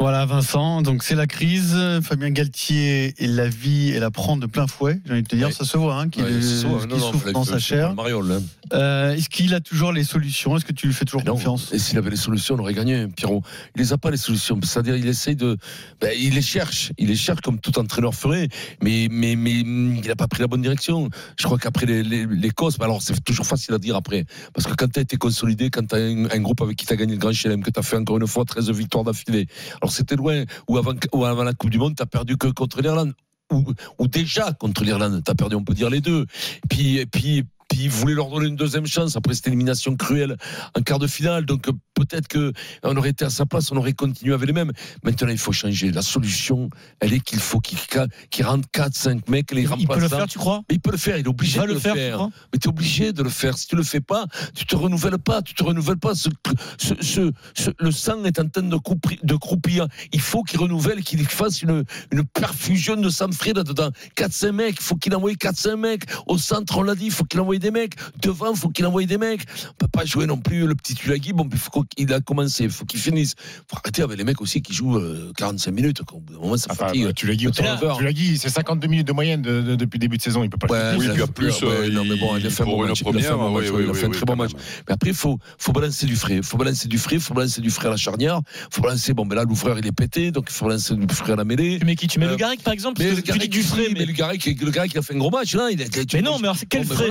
Speaker 7: Voilà Vincent, donc c'est la crise. Fabien Galtier, il la vit et la prend de plein fouet. J'ai envie de te dire, ça se voit hein, qu'il
Speaker 4: Ouais, c'est ça,
Speaker 7: qu'il
Speaker 4: ouais, non, non,
Speaker 7: souffre
Speaker 4: là,
Speaker 7: dans
Speaker 4: je-
Speaker 7: sa
Speaker 4: je-
Speaker 7: chair.
Speaker 4: Mariole, là.
Speaker 7: Euh, Est-ce qu'il a toujours les solutions Est-ce que tu lui fais toujours confiance
Speaker 4: Et s'il avait les solutions, on aurait gagné, Pierrot. Il les a pas les solutions. C'est-à-dire, il essaye de, ben, il les cherche. Il les cherche comme tout entraîneur ferait. Mais, mais, mais, hum, il a pas pris la bonne direction. Je crois qu'après les, les, l'Écosse, ben alors c'est toujours facile à dire après. Parce que quand t'as été consolidé, quand t'as un, un groupe avec qui t'as gagné le Grand Chelem, que t'as fait encore une fois 13 victoires d'affilée. Alors c'était loin. Ou avant, ou avant la Coupe du Monde, t'as perdu que contre l'Irlande. Ou, ou déjà contre l'Irlande, t'as perdu, on peut dire les deux. Puis, et puis, Puis il voulait leur donner une deuxième chance après cette élimination cruelle en quart de finale. Donc euh, peut-être que on aurait été à sa place, on aurait continué avec les mêmes. Maintenant, il faut changer. La solution, elle est qu'il faut qu'il ca- qu'il rentre 4, 5 mecs, les remplaçants.
Speaker 6: Il peut le faire, tu crois
Speaker 4: Mais il peut le faire, il est obligé
Speaker 6: Il va
Speaker 4: de le
Speaker 6: le faire,
Speaker 4: faire.
Speaker 6: tu crois
Speaker 4: Mais tu es obligé de le faire. Si tu le fais pas, tu te renouvelles pas, tu te renouvelles pas. Ce- ce- ce- ce- le sang est en train de, croupir- de croupir. Il faut qu'il renouvelle, qu'il fasse une, une perfusion de sang frais là-dedans. 4-5 mecs, il faut qu'il envoie 4-5 mecs. Au centre, on l'a dit, il faut qu'il envoie des mecs. Devant, il faut qu'il envoie des mecs. On peut pas jouer non plus le petit Tulagi. Bon, il faut qu'il a commencé, il faut qu'il finisse. faut arrêter avec les mecs aussi qui jouent euh, 45 minutes. quoi. Au bout d'un moment, ça fatigue.
Speaker 5: tu l'as dit, au turnover. tu l'as dit, c'est 52 minutes de moyenne de- de- depuis le début de saison. Il peut pas.
Speaker 4: Ouais,
Speaker 5: le
Speaker 4: il
Speaker 5: faire.
Speaker 4: a fait- ouais, non, mais bon, euh, il a fait un bon match. Il a fait un bon match, ouais, il a fait un très bon match. Mais après, il faut, faut balancer du frais. Il faut balancer du frais, il faut balancer du frais à la charnière. Il faut balancer, bon, mais là, l'ouvreur, il est pété, donc il faut balancer du frais à la mêlée. Euh,
Speaker 6: Mais qui, tu mets le Garrick, par exemple
Speaker 4: Mais
Speaker 6: Parce
Speaker 4: le
Speaker 6: que tu dis
Speaker 4: Garrick,
Speaker 6: du frais,
Speaker 4: oui, mais le Garrick, le Garrick, il a fait un gros match, là. Il a,
Speaker 6: Mais non, mais alors, c'est quel frais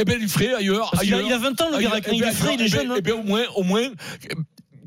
Speaker 4: Eh bien, du frais ailleurs.
Speaker 6: Parce qu'il a-
Speaker 4: ailleurs.
Speaker 6: il a 20 ans, le
Speaker 4: Ailleurs,
Speaker 6: Garrick,
Speaker 4: eh
Speaker 6: il est
Speaker 4: ben,
Speaker 6: frais, il est
Speaker 4: eh ben,
Speaker 6: jeune, hein.
Speaker 4: Eh bien, au moins, au moins. eh,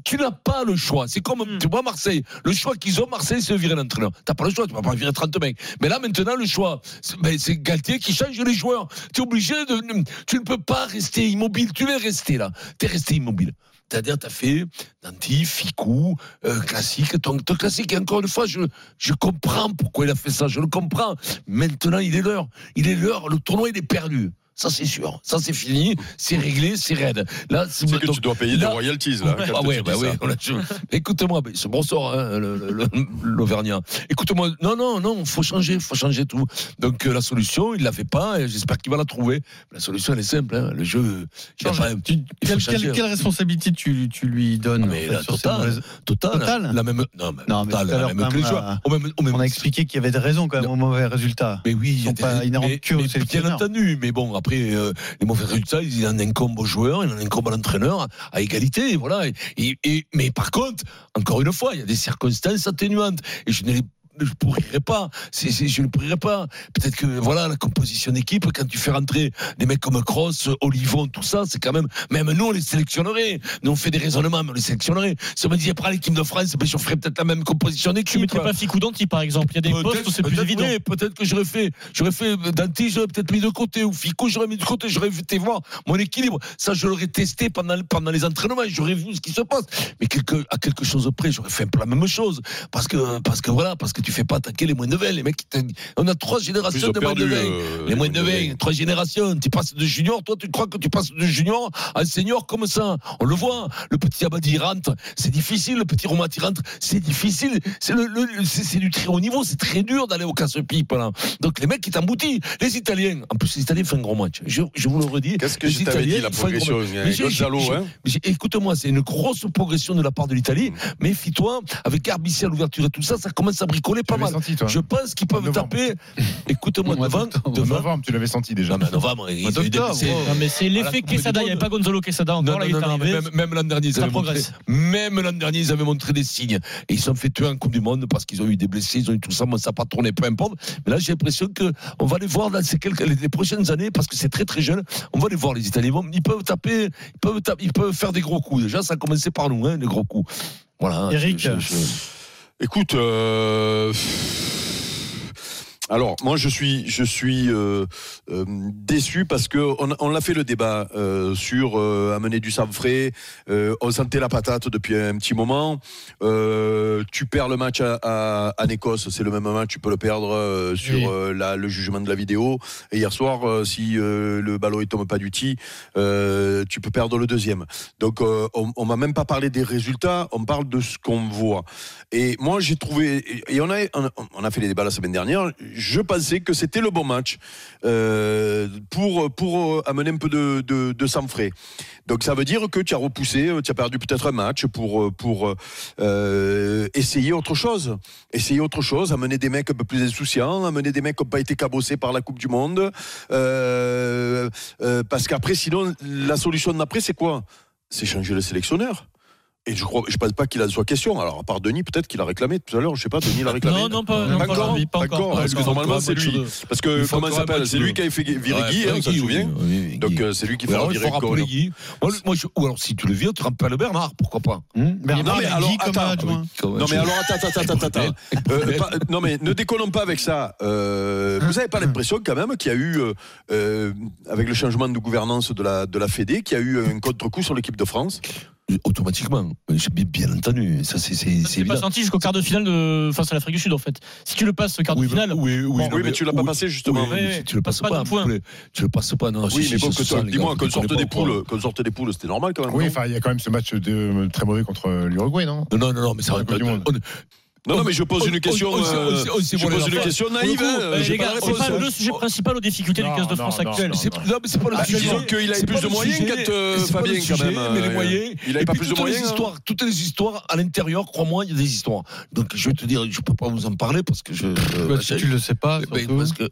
Speaker 4: Tu n'as pas le choix. C'est comme, tu vois, Marseille. Le choix qu'ils ont, Marseille, c'est de virer l'entraîneur. T'as pas le choix, tu vas pas virer 30 mecs. Mais là, maintenant, le choix, c'est ben, c'est Galtier qui change les joueurs. Tu es obligé de, tu ne peux pas rester immobile. Tu es resté là. Tu es resté immobile. C'est-à-dire, t'as fait Danti, Ficou, euh, classique. Ton, ton classique, et encore une fois, je, je comprends pourquoi il a fait ça. Je le comprends. Maintenant, il est l'heure. Il est l'heure. Le tournoi, il est perdu. Ça, c'est sûr. Ça, c'est fini. C'est réglé. C'est raide. Là, c'est
Speaker 20: que tu dois payer des royalties, là, quand
Speaker 4: Ah
Speaker 20: tu
Speaker 4: ouais,
Speaker 20: dis
Speaker 4: bah
Speaker 20: ça.
Speaker 4: ouais. on a- je- Écoute-moi, mais c'est bonsoir, hein, le- le- le- l'Auvergnat. Écoute-moi, non, non, non, faut changer, faut changer tout. Donc, euh, la solution, il l'avait pas, et j'espère qu'il va la trouver. La solution, elle est simple, hein. Le jeu, euh, il a pas- il faut
Speaker 7: Quelle,
Speaker 4: changer.
Speaker 7: quelle- quelle responsabilité tu, tu lui donnes
Speaker 4: Mais
Speaker 7: en fait,
Speaker 4: la
Speaker 7: sur ces
Speaker 4: totale,
Speaker 7: mauvaises-
Speaker 4: totale,
Speaker 7: Totale
Speaker 4: la même, non, mais,
Speaker 7: Non,
Speaker 4: totale,
Speaker 7: mais tout à
Speaker 4: la
Speaker 7: l'heure,
Speaker 4: même
Speaker 7: quand
Speaker 4: que les
Speaker 7: même,
Speaker 4: joueurs.
Speaker 7: euh,
Speaker 4: Au même- au même
Speaker 7: on a expliqué qu'il y avait des raisons quand même aux mauvais résultats.
Speaker 4: Mais oui, il
Speaker 7: sont pas inhérents
Speaker 4: mais-
Speaker 7: que au
Speaker 4: mais Bien
Speaker 7: sélectionneur.
Speaker 4: entendu, mais bon, après, euh, les mauvais résultats, il en incombe aux joueurs, il en incombe à l'entraîneur, à, à égalité, voilà. Et, et- et- mais par contre, encore une fois, il y a des circonstances atténuantes. Et je ne les je pourrirai pas, C'est- c'est- je ne pourrirai pas. Peut-être que voilà la composition d'équipe quand tu fais rentrer des mecs comme Cross, Olivon, tout ça, c'est quand même même nous on les sélectionnerait. Nous on fait des raisonnements, mais on les sélectionnerait. Si on me disait après l'équipe de France, ben je ferais peut-être la même composition d'équipe.
Speaker 6: Tu mettrais
Speaker 4: quoi.
Speaker 6: pas Ficou Danti, par exemple Il y a des postes où c'est plus
Speaker 4: peut-être,
Speaker 6: évident.
Speaker 4: oui, peut-être que j'aurais fait, j'aurais fait Danti, j'aurais peut-être mis de côté ou Fico, j'aurais mis de côté, j'aurais été voir mon équilibre. Ça, je l'aurais testé pendant pendant les entraînements, j'aurais vu ce qui se passe. Mais quelque, à quelque chose près, j'aurais fait un peu la même chose parce que parce que voilà, parce que tu fais pas attaquer les moins de 20. Les mecs, qui t'aiment. on a trois générations
Speaker 20: ont
Speaker 4: de moins de
Speaker 20: perdu,
Speaker 4: 20.
Speaker 20: euh,
Speaker 4: les moins de 20, trois générations. Tu passes de junior, toi, tu crois que tu passes de junior à senior comme ça. On le voit. Le petit Abadi il rentre, c'est difficile. Le petit Romat il rentre, c'est difficile. C'est le, le- c'est c'est du très haut niveau. C'est très dur d'aller au casse-pipe. là. Donc les mecs qui t'emboutissent. Les Italiens. En plus, les Italiens font un gros match. Je, je vous le redis.
Speaker 20: Qu'est-ce que
Speaker 4: les
Speaker 20: je t'avais
Speaker 4: Italiens,
Speaker 20: dit, la
Speaker 4: ils font un gros
Speaker 20: progression,
Speaker 4: match.
Speaker 20: il y a
Speaker 4: Mais j'ai-
Speaker 20: Gonzalo,
Speaker 4: j'ai-
Speaker 20: hein.
Speaker 4: mais j'ai- Écoute-moi, c'est une grosse progression de la part de l'Italie.
Speaker 5: Mm.
Speaker 4: Méfie-toi, avec Garbici à l'ouverture et tout ça, ça commence à bricoler pas mal.
Speaker 5: hein
Speaker 4: Je pense qu'ils peuvent taper. Écoute-moi, devant. Devant
Speaker 5: novembre, tu l'avais senti déjà.
Speaker 4: Non, mais novembre, il- il- c'est-
Speaker 6: Non, mais c'est
Speaker 4: à
Speaker 6: l'effet
Speaker 4: la Coupe du
Speaker 6: Quesada. Il n'y avait pas
Speaker 4: Monde.
Speaker 6: Gonzalo Quesada
Speaker 4: Non,
Speaker 6: encore. Là, il
Speaker 4: non,
Speaker 6: est
Speaker 4: non,
Speaker 6: arrivé.
Speaker 4: mais même, même l'an dernier, ils
Speaker 6: Ça
Speaker 4: avaient montré,
Speaker 6: progresse.
Speaker 4: même l'an dernier, ils avaient montré des signes. Et ils se sont fait tuer en Coupe du Monde parce qu'ils ont eu des blessés, ils ont eu tout ça, moi, ça n'a pas tourné, peu importe. Mais là, j'ai l'impression que on va les voir dans ces quelques, les, les prochaines années, parce que c'est très très jeune, on va les voir, les Italiens. Ils vont- Ils peuvent taper, ils peuvent, taper, ils peuvent faire des gros coups. Déjà, ça a commencé par nous, hein, les gros coups. Voilà. hein,
Speaker 7: Eric.
Speaker 20: Écoute, euh, alors moi je suis je suis euh, euh, déçu parce que on, on l'a fait le débat euh, sur euh, amener du sang frais, euh, on sentait la patate depuis un petit moment. Euh, tu perds le match à, à- en Écosse, c'est le même match, tu peux le perdre euh, sur
Speaker 25: Oui.
Speaker 20: euh, la- le jugement de la vidéo. Et hier soir, euh, si euh, le ballon ne tombe pas du tee, euh, tu peux perdre le deuxième. Donc euh, on, on va même pas parler des résultats, on parle de ce qu'on voit. Et moi j'ai trouvé, et et on a, on a- on a fait les débats la semaine dernière, je pensais que c'était le bon match euh, pour, pour euh, amener un peu de, de, de sang frais. Donc ça veut dire que tu as repoussé, euh, tu as perdu peut-être un match pour, euh, pour euh, euh, essayer autre chose. Essayer autre chose, amener des mecs un peu plus insouciants, amener des mecs qui n'ont pas été cabossés par la Coupe du Monde. Euh, euh, parce qu'après, sinon, la solution d'après, c'est quoi C'est changer le sélectionneur.
Speaker 22: Et je crois, je pense pas qu'il en soit question. Alors, à part Denis, peut-être qu'il a réclamé tout à l'heure. Je sais pas, Denis l'a réclamé.
Speaker 6: Non, non, pas- non, pas
Speaker 22: encore.
Speaker 6: aujourd'hui, pas encore.
Speaker 22: D'accord,
Speaker 6: Ouais,
Speaker 22: parce que
Speaker 6: encore,
Speaker 22: normalement,
Speaker 6: encore un
Speaker 22: c'est
Speaker 6: match
Speaker 22: lui.
Speaker 6: de-
Speaker 22: Parce
Speaker 6: Il
Speaker 22: que,
Speaker 6: faut
Speaker 22: comment il
Speaker 6: encore un
Speaker 22: s'appelle
Speaker 6: match
Speaker 22: C'est
Speaker 6: de-
Speaker 22: lui qui avait fait virer
Speaker 4: Ouais,
Speaker 22: Guy, hein,
Speaker 4: Guy,
Speaker 22: ça te
Speaker 4: oui,
Speaker 22: souvient
Speaker 4: oui, oui, Guy.
Speaker 22: Donc, euh, c'est lui qui
Speaker 4: Ou
Speaker 22: fait
Speaker 4: alors, il
Speaker 22: virer
Speaker 4: faut rappeler
Speaker 22: Cohen.
Speaker 4: Guy. Moi, le- moi, je- ou alors, si tu le viens, tu rappelles Bernard, pourquoi pas
Speaker 22: non mais alors attends,
Speaker 4: Ah
Speaker 22: non mais alors attends, attends, attends, attends. Euh, pas- non mais ne décollons pas avec ça. Euh, vous n'avez pas l'impression quand même qu'il y a eu euh, euh, avec le changement de gouvernance de la de la Fédé, qu'il y a eu un contre-coup sur l'équipe de France
Speaker 4: Automatiquement, j'ai bien- bien entendu. Ça, c'est c'est- c'est
Speaker 6: J'ai pas
Speaker 4: évident.
Speaker 6: senti jusqu'au quart de finale de face à l'Afrique du Sud en fait. Si tu le passes ce quart de finale,
Speaker 4: oui, oui, non, oui, oui,
Speaker 6: Ouais, ouais.
Speaker 4: tu le passes pas,
Speaker 6: de points.
Speaker 4: tu le- tu le passes pas. Non,
Speaker 22: Oui,
Speaker 4: si,
Speaker 22: mais
Speaker 4: si,
Speaker 22: bon,
Speaker 4: ce
Speaker 22: que-
Speaker 4: soir, les
Speaker 22: dis-moi
Speaker 4: gars,
Speaker 22: qu'on
Speaker 4: vous
Speaker 22: sorte
Speaker 4: comprenez
Speaker 22: des
Speaker 4: pas pourquoi.
Speaker 22: poules, qu'on sorte des poules, c'était normal quand même.
Speaker 5: Oui,
Speaker 22: non
Speaker 5: enfin, il y a quand même ce match de, très mauvais contre l'Uruguay, non
Speaker 4: Non, non, non, mais ça
Speaker 5: va pas du monde.
Speaker 22: Non, non, mais je pose une question.
Speaker 4: on- on- on-
Speaker 22: euh,
Speaker 4: on- on-
Speaker 22: Je
Speaker 4: on-
Speaker 22: pose
Speaker 4: on-
Speaker 22: une
Speaker 4: on-
Speaker 22: question
Speaker 4: on-
Speaker 22: naïve.
Speaker 4: on-
Speaker 22: hein,
Speaker 4: on-
Speaker 22: j'ai
Speaker 6: les
Speaker 22: pas
Speaker 6: gars,
Speaker 22: la
Speaker 6: c'est pas
Speaker 22: réponse.
Speaker 6: le sujet principal aux difficultés du
Speaker 22: Non,
Speaker 6: 15 de
Speaker 22: non,
Speaker 6: France
Speaker 22: non,
Speaker 6: actuelle.
Speaker 22: non,
Speaker 4: C'est- non, mais c'est pas le
Speaker 22: Ah,
Speaker 4: sujet.
Speaker 22: disons qu'il avait
Speaker 4: C'est
Speaker 22: plus
Speaker 4: pas
Speaker 22: de
Speaker 4: le
Speaker 22: moyens
Speaker 4: sujet,
Speaker 22: qu'être, euh,
Speaker 4: c'est pas
Speaker 22: Fabien,
Speaker 4: le
Speaker 22: quand
Speaker 4: sujet,
Speaker 22: même,
Speaker 4: Mais les
Speaker 22: euh,
Speaker 4: moyens.
Speaker 22: il avait
Speaker 4: et
Speaker 22: pas
Speaker 4: puis
Speaker 22: plus de
Speaker 4: toutes
Speaker 22: moyens,
Speaker 4: les
Speaker 22: hein.
Speaker 4: histoires, Toutes les histoires à l'intérieur, crois-moi, il y a des histoires. Donc je vais te dire, je peux pas vous en parler parce que je.
Speaker 7: Bah, si tu le sais pas,
Speaker 4: Eh ben, parce que.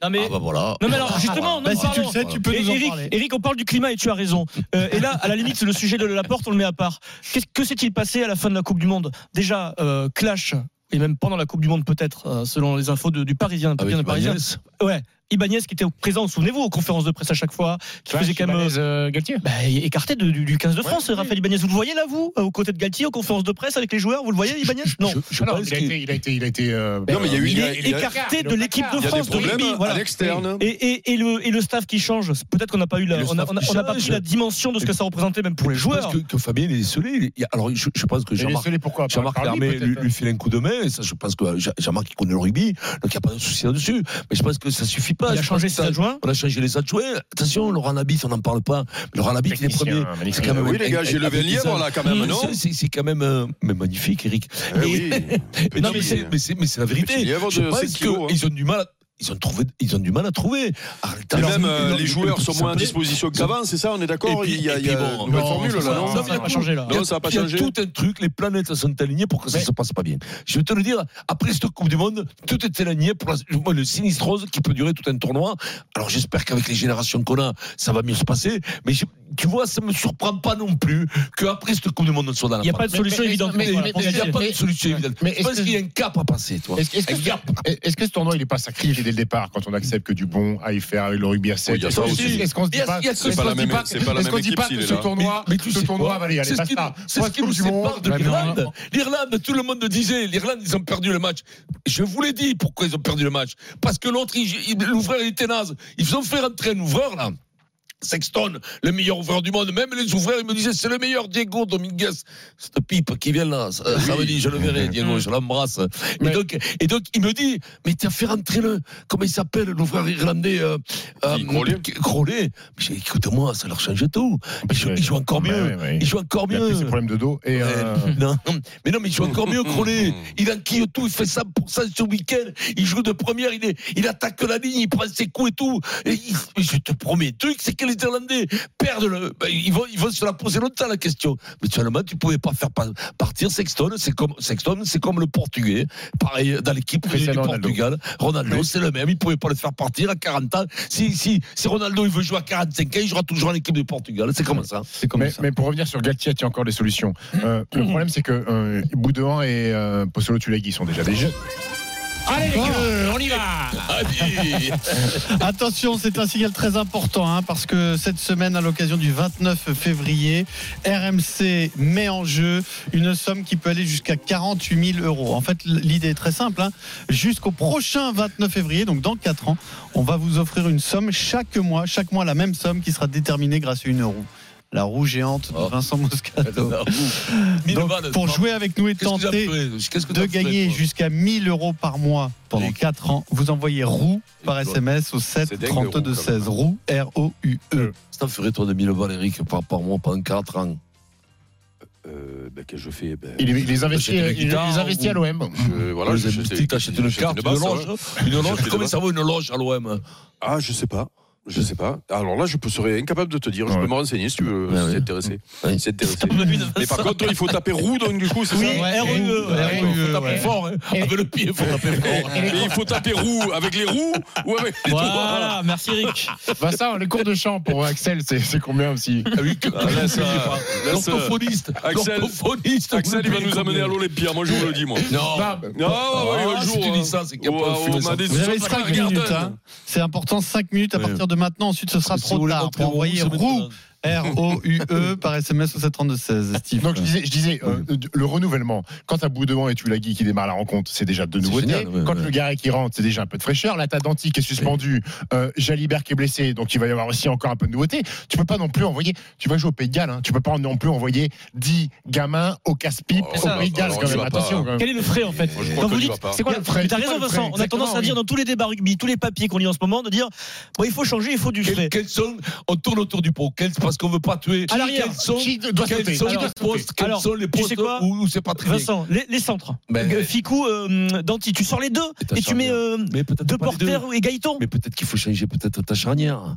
Speaker 6: Non mais,
Speaker 4: ah bah voilà.
Speaker 6: Non mais alors justement,
Speaker 22: Bah,
Speaker 5: Bah,
Speaker 4: Voilà.
Speaker 6: nous parlons- Et- Eric, Eric, on parle du climat et tu as raison. Euh, et là, à la limite, le sujet de la porte, on le met à part. Qu'est-ce- que s'est-il passé à la fin de la Coupe du Monde Déjà, euh, clash. Et même pendant la Coupe du Monde, peut-être, euh, selon les infos de- du Parisien,
Speaker 4: Avec
Speaker 6: Parisien, Parisien.
Speaker 4: Ibanez.
Speaker 6: Ouais, Ibanez qui était présent, souvenez-vous, aux conférences de presse à chaque fois, qui faisait quand même euh, bah,
Speaker 21: Galtier.
Speaker 6: écarté de- du, du 15 de France, Raphaël Ibanez. Vous le voyez là, vous, euh, aux côtés de Galtier, aux conférences de presse avec les joueurs, vous le voyez, Ibanez Non.
Speaker 5: Ah non, il, a été, il a été, il a été. euh,
Speaker 6: Non, mais il y a eu-
Speaker 5: euh,
Speaker 6: il est écarté de l'équipe de France de rugby, voilà. Et, et- et le, et le staff qui change. Peut-être qu'on n'a pas eu la,
Speaker 4: Le
Speaker 6: on a,
Speaker 4: staff
Speaker 6: on a-
Speaker 4: qui
Speaker 6: on n'a pas
Speaker 4: change.
Speaker 6: pris la dimension de ce que ça représentait même pour les
Speaker 4: Je pense
Speaker 6: joueurs.
Speaker 4: que, que Fabien il est décelé. Il- il- Alors, je, je pense que
Speaker 5: Il est
Speaker 4: Jean-Marc
Speaker 5: décelé, pourquoi Par-
Speaker 4: Jean-Marc
Speaker 5: par lui,
Speaker 4: Lermé lui,
Speaker 5: peut-être.
Speaker 4: lui file un coup de main. et ça, je pense que Jean- Jean-Marc il connaît le rugby, donc il n'y a pas de souci là-dessus. Mais je pense que ça suffit
Speaker 6: Il a
Speaker 4: pas. Je pense
Speaker 6: changé
Speaker 4: que
Speaker 6: ses
Speaker 4: ça-
Speaker 6: adjoints
Speaker 4: On a changé les adjoints. Attention, Laurent Labitte, on n'en parle pas. Mais Laurent Labitte, il est
Speaker 5: Technicien,
Speaker 4: premier.
Speaker 5: magnifique.
Speaker 4: C'est quand même
Speaker 5: Oui,
Speaker 4: un-
Speaker 5: les gars,
Speaker 4: un-
Speaker 5: j'ai
Speaker 4: un-
Speaker 5: levé
Speaker 4: un
Speaker 5: le lièvre,
Speaker 4: paysage.
Speaker 5: là, quand même,
Speaker 4: Mmh,
Speaker 5: non
Speaker 4: c'est- C'est c'est quand même euh, mais magnifique, Eric.
Speaker 22: Eh
Speaker 4: Et-
Speaker 22: oui.
Speaker 4: Mais non, mais c'est- mais c'est mais c'est la
Speaker 22: Petit
Speaker 4: vérité.
Speaker 22: lièvre
Speaker 4: Je
Speaker 22: de
Speaker 4: pense
Speaker 22: 7 kilos, hein.
Speaker 4: qu'ils ont du mal. à- Ils ont, trouvé, ils ont du mal à trouver. Ah, Arrête,
Speaker 22: Et
Speaker 4: alors,
Speaker 22: même
Speaker 4: ils
Speaker 22: euh,
Speaker 4: ont-
Speaker 22: les
Speaker 4: ils ont-
Speaker 22: joueurs sont
Speaker 4: ils ont-
Speaker 22: moins à disposition qu'avant, c'est ça On est d'accord
Speaker 4: et puis-
Speaker 22: Il y a,
Speaker 4: et
Speaker 22: il y a
Speaker 4: puis bon,
Speaker 22: une nouvelle
Speaker 4: non,
Speaker 22: formule
Speaker 4: c'est ça,
Speaker 22: là, non
Speaker 4: ça, il y a tout- il y a-
Speaker 22: Non, ça n'a pas
Speaker 4: il y a
Speaker 22: changé.
Speaker 4: tout un truc, les planètes sont alignées pour que ça se passe pas bien. Je vais te le dire, après cette Coupe du Monde, tout est aligné pour la- moi, le sinistrose qui peut durer tout un tournoi. Alors j'espère qu'avec les générations qu'on a, ça va mieux se passer. Mais je- tu vois, ça me surprend pas non plus qu'après cette Coupe du Monde, on soit dans la
Speaker 6: Il y a pas
Speaker 4: panne.
Speaker 6: de solution
Speaker 4: Mais-
Speaker 6: évidente.
Speaker 4: mais-
Speaker 6: Voilà,
Speaker 4: mais-
Speaker 6: pour
Speaker 4: Il n'y a
Speaker 6: gagner.
Speaker 4: pas de solution évidente.
Speaker 5: Mais
Speaker 4: Je
Speaker 5: est-ce
Speaker 4: pense
Speaker 5: que-
Speaker 4: qu'il y a un cap à passer, toi.
Speaker 5: Est-ce est-ce que,
Speaker 4: Un cap.
Speaker 5: est-ce que ce tournoi il est pas sacrifié dès le départ quand on accepte que du bon à y faire avec le rugby à 7
Speaker 22: Oui, il y a ça aussi.
Speaker 5: Est-ce qu'on se dit
Speaker 4: Il y a-
Speaker 5: pas
Speaker 4: il y a-
Speaker 5: est-ce
Speaker 4: c'est pas
Speaker 5: qu'on
Speaker 4: la
Speaker 5: se
Speaker 4: même-
Speaker 5: dit pas
Speaker 22: c'est pas la
Speaker 5: est-ce qu'on
Speaker 22: même
Speaker 5: dit pas
Speaker 22: équipe,
Speaker 5: que
Speaker 22: s'il
Speaker 5: ce
Speaker 22: est là.
Speaker 5: tournoi
Speaker 4: Mais- mais tu
Speaker 5: ce
Speaker 4: sais
Speaker 5: tournoi
Speaker 4: quoi
Speaker 5: va aller
Speaker 4: C'est
Speaker 5: allez
Speaker 4: ce qui,
Speaker 5: basta.
Speaker 4: c'est
Speaker 5: Moi,
Speaker 4: ce qui
Speaker 5: Coupe
Speaker 4: nous
Speaker 5: du
Speaker 4: sépare
Speaker 5: Monde,
Speaker 4: de
Speaker 5: mais non,
Speaker 4: l'Irlande.
Speaker 5: non.
Speaker 4: L'Irlande, tout le monde disait, l'Irlande, ils ont perdu le match. Je vous l'ai dit pourquoi ils ont perdu le match. Parce que l'autre, il- il- l'ouvreur, il était naze. Ils ont fait rentrer un ouvreur, là. Sexton, le meilleur ouvreur du monde. Même les ouvreurs, ils me disaient, c'est le meilleur Diego Dominguez. Cette pipe qui vient là, ça, ça me dit, je le verrai,
Speaker 5: Hum.
Speaker 4: Diego, je l'embrasse. Et, donc, et donc, il me dit, mais t'as fait rentrer le, comment il s'appelle, l'ouvreur irlandais, euh, euh,
Speaker 22: Crowley
Speaker 4: qui- Crowley. Mais j'ai dit, écoute-moi, ça leur change tout. Ils jouent, ils jouent encore
Speaker 5: Ouais,
Speaker 4: mieux.
Speaker 5: ouais, ouais.
Speaker 4: Ils jouent encore
Speaker 5: Il a
Speaker 4: mieux.
Speaker 5: plus ses problèmes de dos et euh,
Speaker 4: Ouais, non. Mais non, mais il joue encore mieux, Crowley. Il enquille tout, il fait ça pour ça ce week-end. Il joue de première, il, est, il attaque la ligne, il prend ses coups et tout. Et il- je te promets, un truc, c'est que les Irlandais perdent le. ben, ils, vont, ils vont se la poser longtemps, la question. Mais seulement, tu pouvais pas faire pa- partir Sexton. C'est comme, Sexton, c'est comme le Portugais. Pareil, dans l'équipe du, du
Speaker 5: Cristiano Ronaldo.
Speaker 4: Portugal. Ronaldo, c'est le même. Il pouvait pas le faire partir à 40 ans. Si, si, si Ronaldo, il veut jouer à 45 ans, il jouera toujours en équipe du Portugal. C'est comme ça. Mm. C'est
Speaker 5: mais, mais pour revenir sur Galtier, il y a encore des solutions. Euh, le problème, c'est que euh, Boudouin et euh, Possolo Tulagi sont déjà des jeunes.
Speaker 8: Allez,
Speaker 4: Oh.
Speaker 8: les gueux, Euh, on y va
Speaker 7: Attention, c'est un signal très important hein, parce que cette semaine, à l'occasion du 29 février, RMC met en jeu une somme qui peut aller jusqu'à 48 000 euros. En fait, l'idée est très simple. hein. Jusqu'au prochain 29 février, donc dans 4 ans, on va vous offrir une somme chaque mois, chaque mois la même somme qui sera déterminée grâce à une euro. La roue géante de
Speaker 4: Oh.
Speaker 7: Vincent Moscato. Donc, pour jouer avec nous et
Speaker 4: Qu'est-ce que t'as
Speaker 7: tenter
Speaker 4: fait Qu'est-ce que
Speaker 7: de
Speaker 4: t'as fait,
Speaker 7: gagner
Speaker 4: toi
Speaker 7: jusqu'à 1000 euros par mois pendant 4 ans, vous envoyez roue par SMS au 7
Speaker 4: dingue,
Speaker 7: 32
Speaker 4: le roux, quand même. hein.
Speaker 7: 16. Roue, R-O-U-E.
Speaker 4: Ça ferait toi de 1000 balles, Eric, par, par mois pendant 4 ans.
Speaker 22: Euh,
Speaker 20: bah,
Speaker 22: ben, Qu'est-ce que je fais Ben,
Speaker 5: Il, il les investit, euh,
Speaker 4: T'achètes une
Speaker 5: il les
Speaker 4: guitare
Speaker 5: investit à
Speaker 4: ou-
Speaker 5: l'OM.
Speaker 22: je- voilà,
Speaker 4: Les
Speaker 22: j'ai
Speaker 4: investis,
Speaker 22: acheté-
Speaker 4: t'achètes
Speaker 22: j'ai
Speaker 4: une
Speaker 22: acheté
Speaker 20: hein.
Speaker 4: carte,
Speaker 22: des
Speaker 5: hein.
Speaker 4: une
Speaker 22: basses,
Speaker 4: loge.
Speaker 22: ouais.
Speaker 4: Une
Speaker 22: J'ai acheté
Speaker 4: loge,
Speaker 22: des
Speaker 4: comment
Speaker 22: basses.
Speaker 4: ça vaut une loge à l'OM
Speaker 22: Ah, je sais pas.
Speaker 20: Je sais pas. Alors là, je peux- serais incapable de te dire. Je peux me renseigner si tu veux, si t'es intéressé. Si t'es intéressé. Mais par contre, il faut taper roue dans du coup, c'est
Speaker 4: Oui, E
Speaker 20: ça
Speaker 5: E
Speaker 4: RUE,
Speaker 20: D'accord.
Speaker 4: RUE, faut taper fort, hein. Avec le pied, faut taper fort.
Speaker 20: Mais il faut taper roue avec les roues ou avec les doigts.
Speaker 5: Voilà,
Speaker 6: merci Eric.
Speaker 5: Bah ça, les cours de chant pour Axel, c'est c'est combien aussi
Speaker 20: Ah, laisse, euh, laisse, euh, Axel, Axel, il va nous amener à l'Olympia. Moi, je vous le dis, moi.
Speaker 4: Non.
Speaker 20: Non, ouais, ouais, un
Speaker 4: bah, ah, si
Speaker 20: jour,
Speaker 4: tu dis
Speaker 20: hein.
Speaker 4: ça, c'est qu'il y a
Speaker 20: Ouais,
Speaker 4: pas de fumée
Speaker 20: on a
Speaker 4: sans
Speaker 20: des
Speaker 4: feu.
Speaker 7: Vous avez
Speaker 20: Sur
Speaker 7: 5
Speaker 20: Garden.
Speaker 7: minutes. hein. C'est important, 5 minutes à partir de maintenant. Ensuite, ce sera
Speaker 4: Si vous
Speaker 7: trop
Speaker 4: voulez
Speaker 7: tard
Speaker 4: rentrer
Speaker 7: pour
Speaker 4: en
Speaker 7: envoyer
Speaker 4: roue, c'est
Speaker 7: roue. R-O-U-E E, par SMS au 732-16. Steve.
Speaker 5: Donc je disais, je disais, euh, le renouvellement. Quand t'as Boudouin et Tulagi qui démarrent la rencontre, c'est déjà deux nouveautés.
Speaker 4: génial, ouais,
Speaker 5: Quand
Speaker 4: ouais.
Speaker 5: le Garret qui rentre, c'est déjà un peu de fraîcheur. Là, t'as Danti qui est suspendu, euh, Jalibert qui est blessé, donc il va y avoir aussi encore un peu de nouveauté. Tu peux pas non plus envoyer. Tu vas jouer au Pays de Galles, hein, tu peux pas non plus envoyer 10 gamins au casse-pipe
Speaker 6: C'est
Speaker 5: au
Speaker 6: Oh, ça.
Speaker 5: Pays de Galles
Speaker 6: Alors,
Speaker 5: quand
Speaker 6: on y
Speaker 5: même.
Speaker 6: va
Speaker 5: Attention.
Speaker 6: pas. hein.
Speaker 5: quand même.
Speaker 6: Quel est le frais en fait
Speaker 5: Moi, je crois
Speaker 6: Quand
Speaker 5: qu'on
Speaker 6: vous
Speaker 5: y
Speaker 6: dites,
Speaker 5: va pas.
Speaker 6: c'est quoi le frais
Speaker 5: Mais
Speaker 6: T'as raison Vincent, on a tendance à dire dans tous les débats rugby, tous les papiers qu'on lit en ce moment, de dire bon il faut changer, il faut du frais.
Speaker 4: Quels sont On tourne autour du pot. Quels- Parce qu'on veut pas tuer.
Speaker 6: À l'arrière.
Speaker 4: Quels sont
Speaker 6: Qui doit
Speaker 4: quels
Speaker 6: sauter
Speaker 4: sont
Speaker 6: Alors,
Speaker 4: les postes Quels
Speaker 6: alors,
Speaker 4: sont les
Speaker 6: tu sais
Speaker 4: postes
Speaker 6: quoi
Speaker 4: où où c'est pas très bien
Speaker 6: Vincent, les, les centres.
Speaker 4: Ben,
Speaker 6: Euh, Ficou, euh, Danti, tu sors les deux
Speaker 4: t'as
Speaker 6: et tu
Speaker 4: changé.
Speaker 6: mets euh,
Speaker 4: Mais peut-être
Speaker 6: deux
Speaker 4: pas les deux.
Speaker 6: porteurs et Gaëton.
Speaker 4: Mais peut-être qu'il faut changer peut-être ta charnière.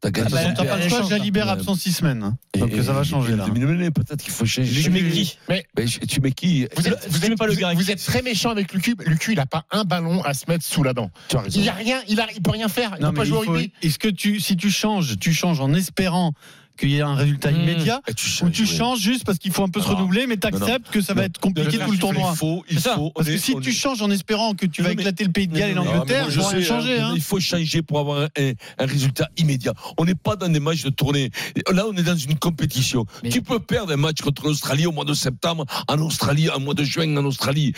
Speaker 4: Ta
Speaker 7: Ah bah, t'as pas le choix, Jalibert absent 6 semaines. hein. Donc ça va changer là.
Speaker 4: Peut-être qu'il faut changer.
Speaker 6: Tu mets qui
Speaker 5: Mais-
Speaker 4: Mais je- Tu mets qui
Speaker 5: Vous êtes, vous, êtes,
Speaker 6: pas le
Speaker 5: vous- vous êtes très méchant avec Lucu. Lucu, il a pas un ballon à se mettre sous la dent.
Speaker 4: Tu as raison.
Speaker 5: Il a rien, il, a, il peut rien faire. Il
Speaker 7: Non,
Speaker 5: peut
Speaker 7: mais
Speaker 5: pas jouer au
Speaker 7: il faut-
Speaker 5: rugby.
Speaker 7: Est-ce que tu, si tu changes, tu changes en espérant qu'il y ait un résultat
Speaker 6: Hmm.
Speaker 7: immédiat ou tu changes juste parce qu'il faut un peu se
Speaker 4: Non, non.
Speaker 7: renouveler mais
Speaker 4: Non, non.
Speaker 7: t'acceptes que ça va
Speaker 4: Non.
Speaker 7: être compliqué
Speaker 4: Non,
Speaker 7: tout le
Speaker 4: non,
Speaker 7: tournoi
Speaker 4: Il faut, il
Speaker 7: C'est ça.
Speaker 4: faut.
Speaker 7: parce
Speaker 4: on
Speaker 7: que
Speaker 4: est-
Speaker 7: si
Speaker 4: on
Speaker 7: tu
Speaker 4: est-
Speaker 7: changes en espérant que tu vas
Speaker 4: Non, mais-
Speaker 7: éclater le pays de
Speaker 4: Non,
Speaker 7: Galles et
Speaker 4: mais-
Speaker 7: l'Angleterre
Speaker 4: Ah, mais moi,
Speaker 7: il faut rien changer
Speaker 4: hein.
Speaker 7: hein.
Speaker 4: Il faut changer pour avoir un, un- un résultat immédiat. On n'est pas dans des matchs de tournée. Là, on est dans une compétition. Tu peux perdre un match contre l'Australie au mois de septembre, en Australie, en mois de juin, en Australie.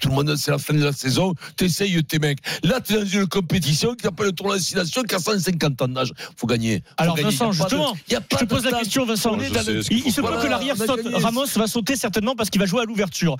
Speaker 4: Tout le monde, c'est la fin de la saison. T'essayes tes mecs. Là, tu es dans une compétition qui s'appelle le tournoi de six nations qui a 150 ans d'âge. Faut gagner. Faut
Speaker 6: Alors
Speaker 4: gagner.
Speaker 6: Vincent,
Speaker 4: Y a pas de-
Speaker 6: justement,
Speaker 4: y a pas
Speaker 6: je te
Speaker 4: de
Speaker 6: pose la
Speaker 4: table.
Speaker 6: question Vincent.
Speaker 4: On est dans le-
Speaker 6: Il, il se peut que l'arrière
Speaker 4: on a
Speaker 6: saute.
Speaker 4: gagné.
Speaker 6: Ramos va sauter certainement parce qu'il va jouer à l'ouverture.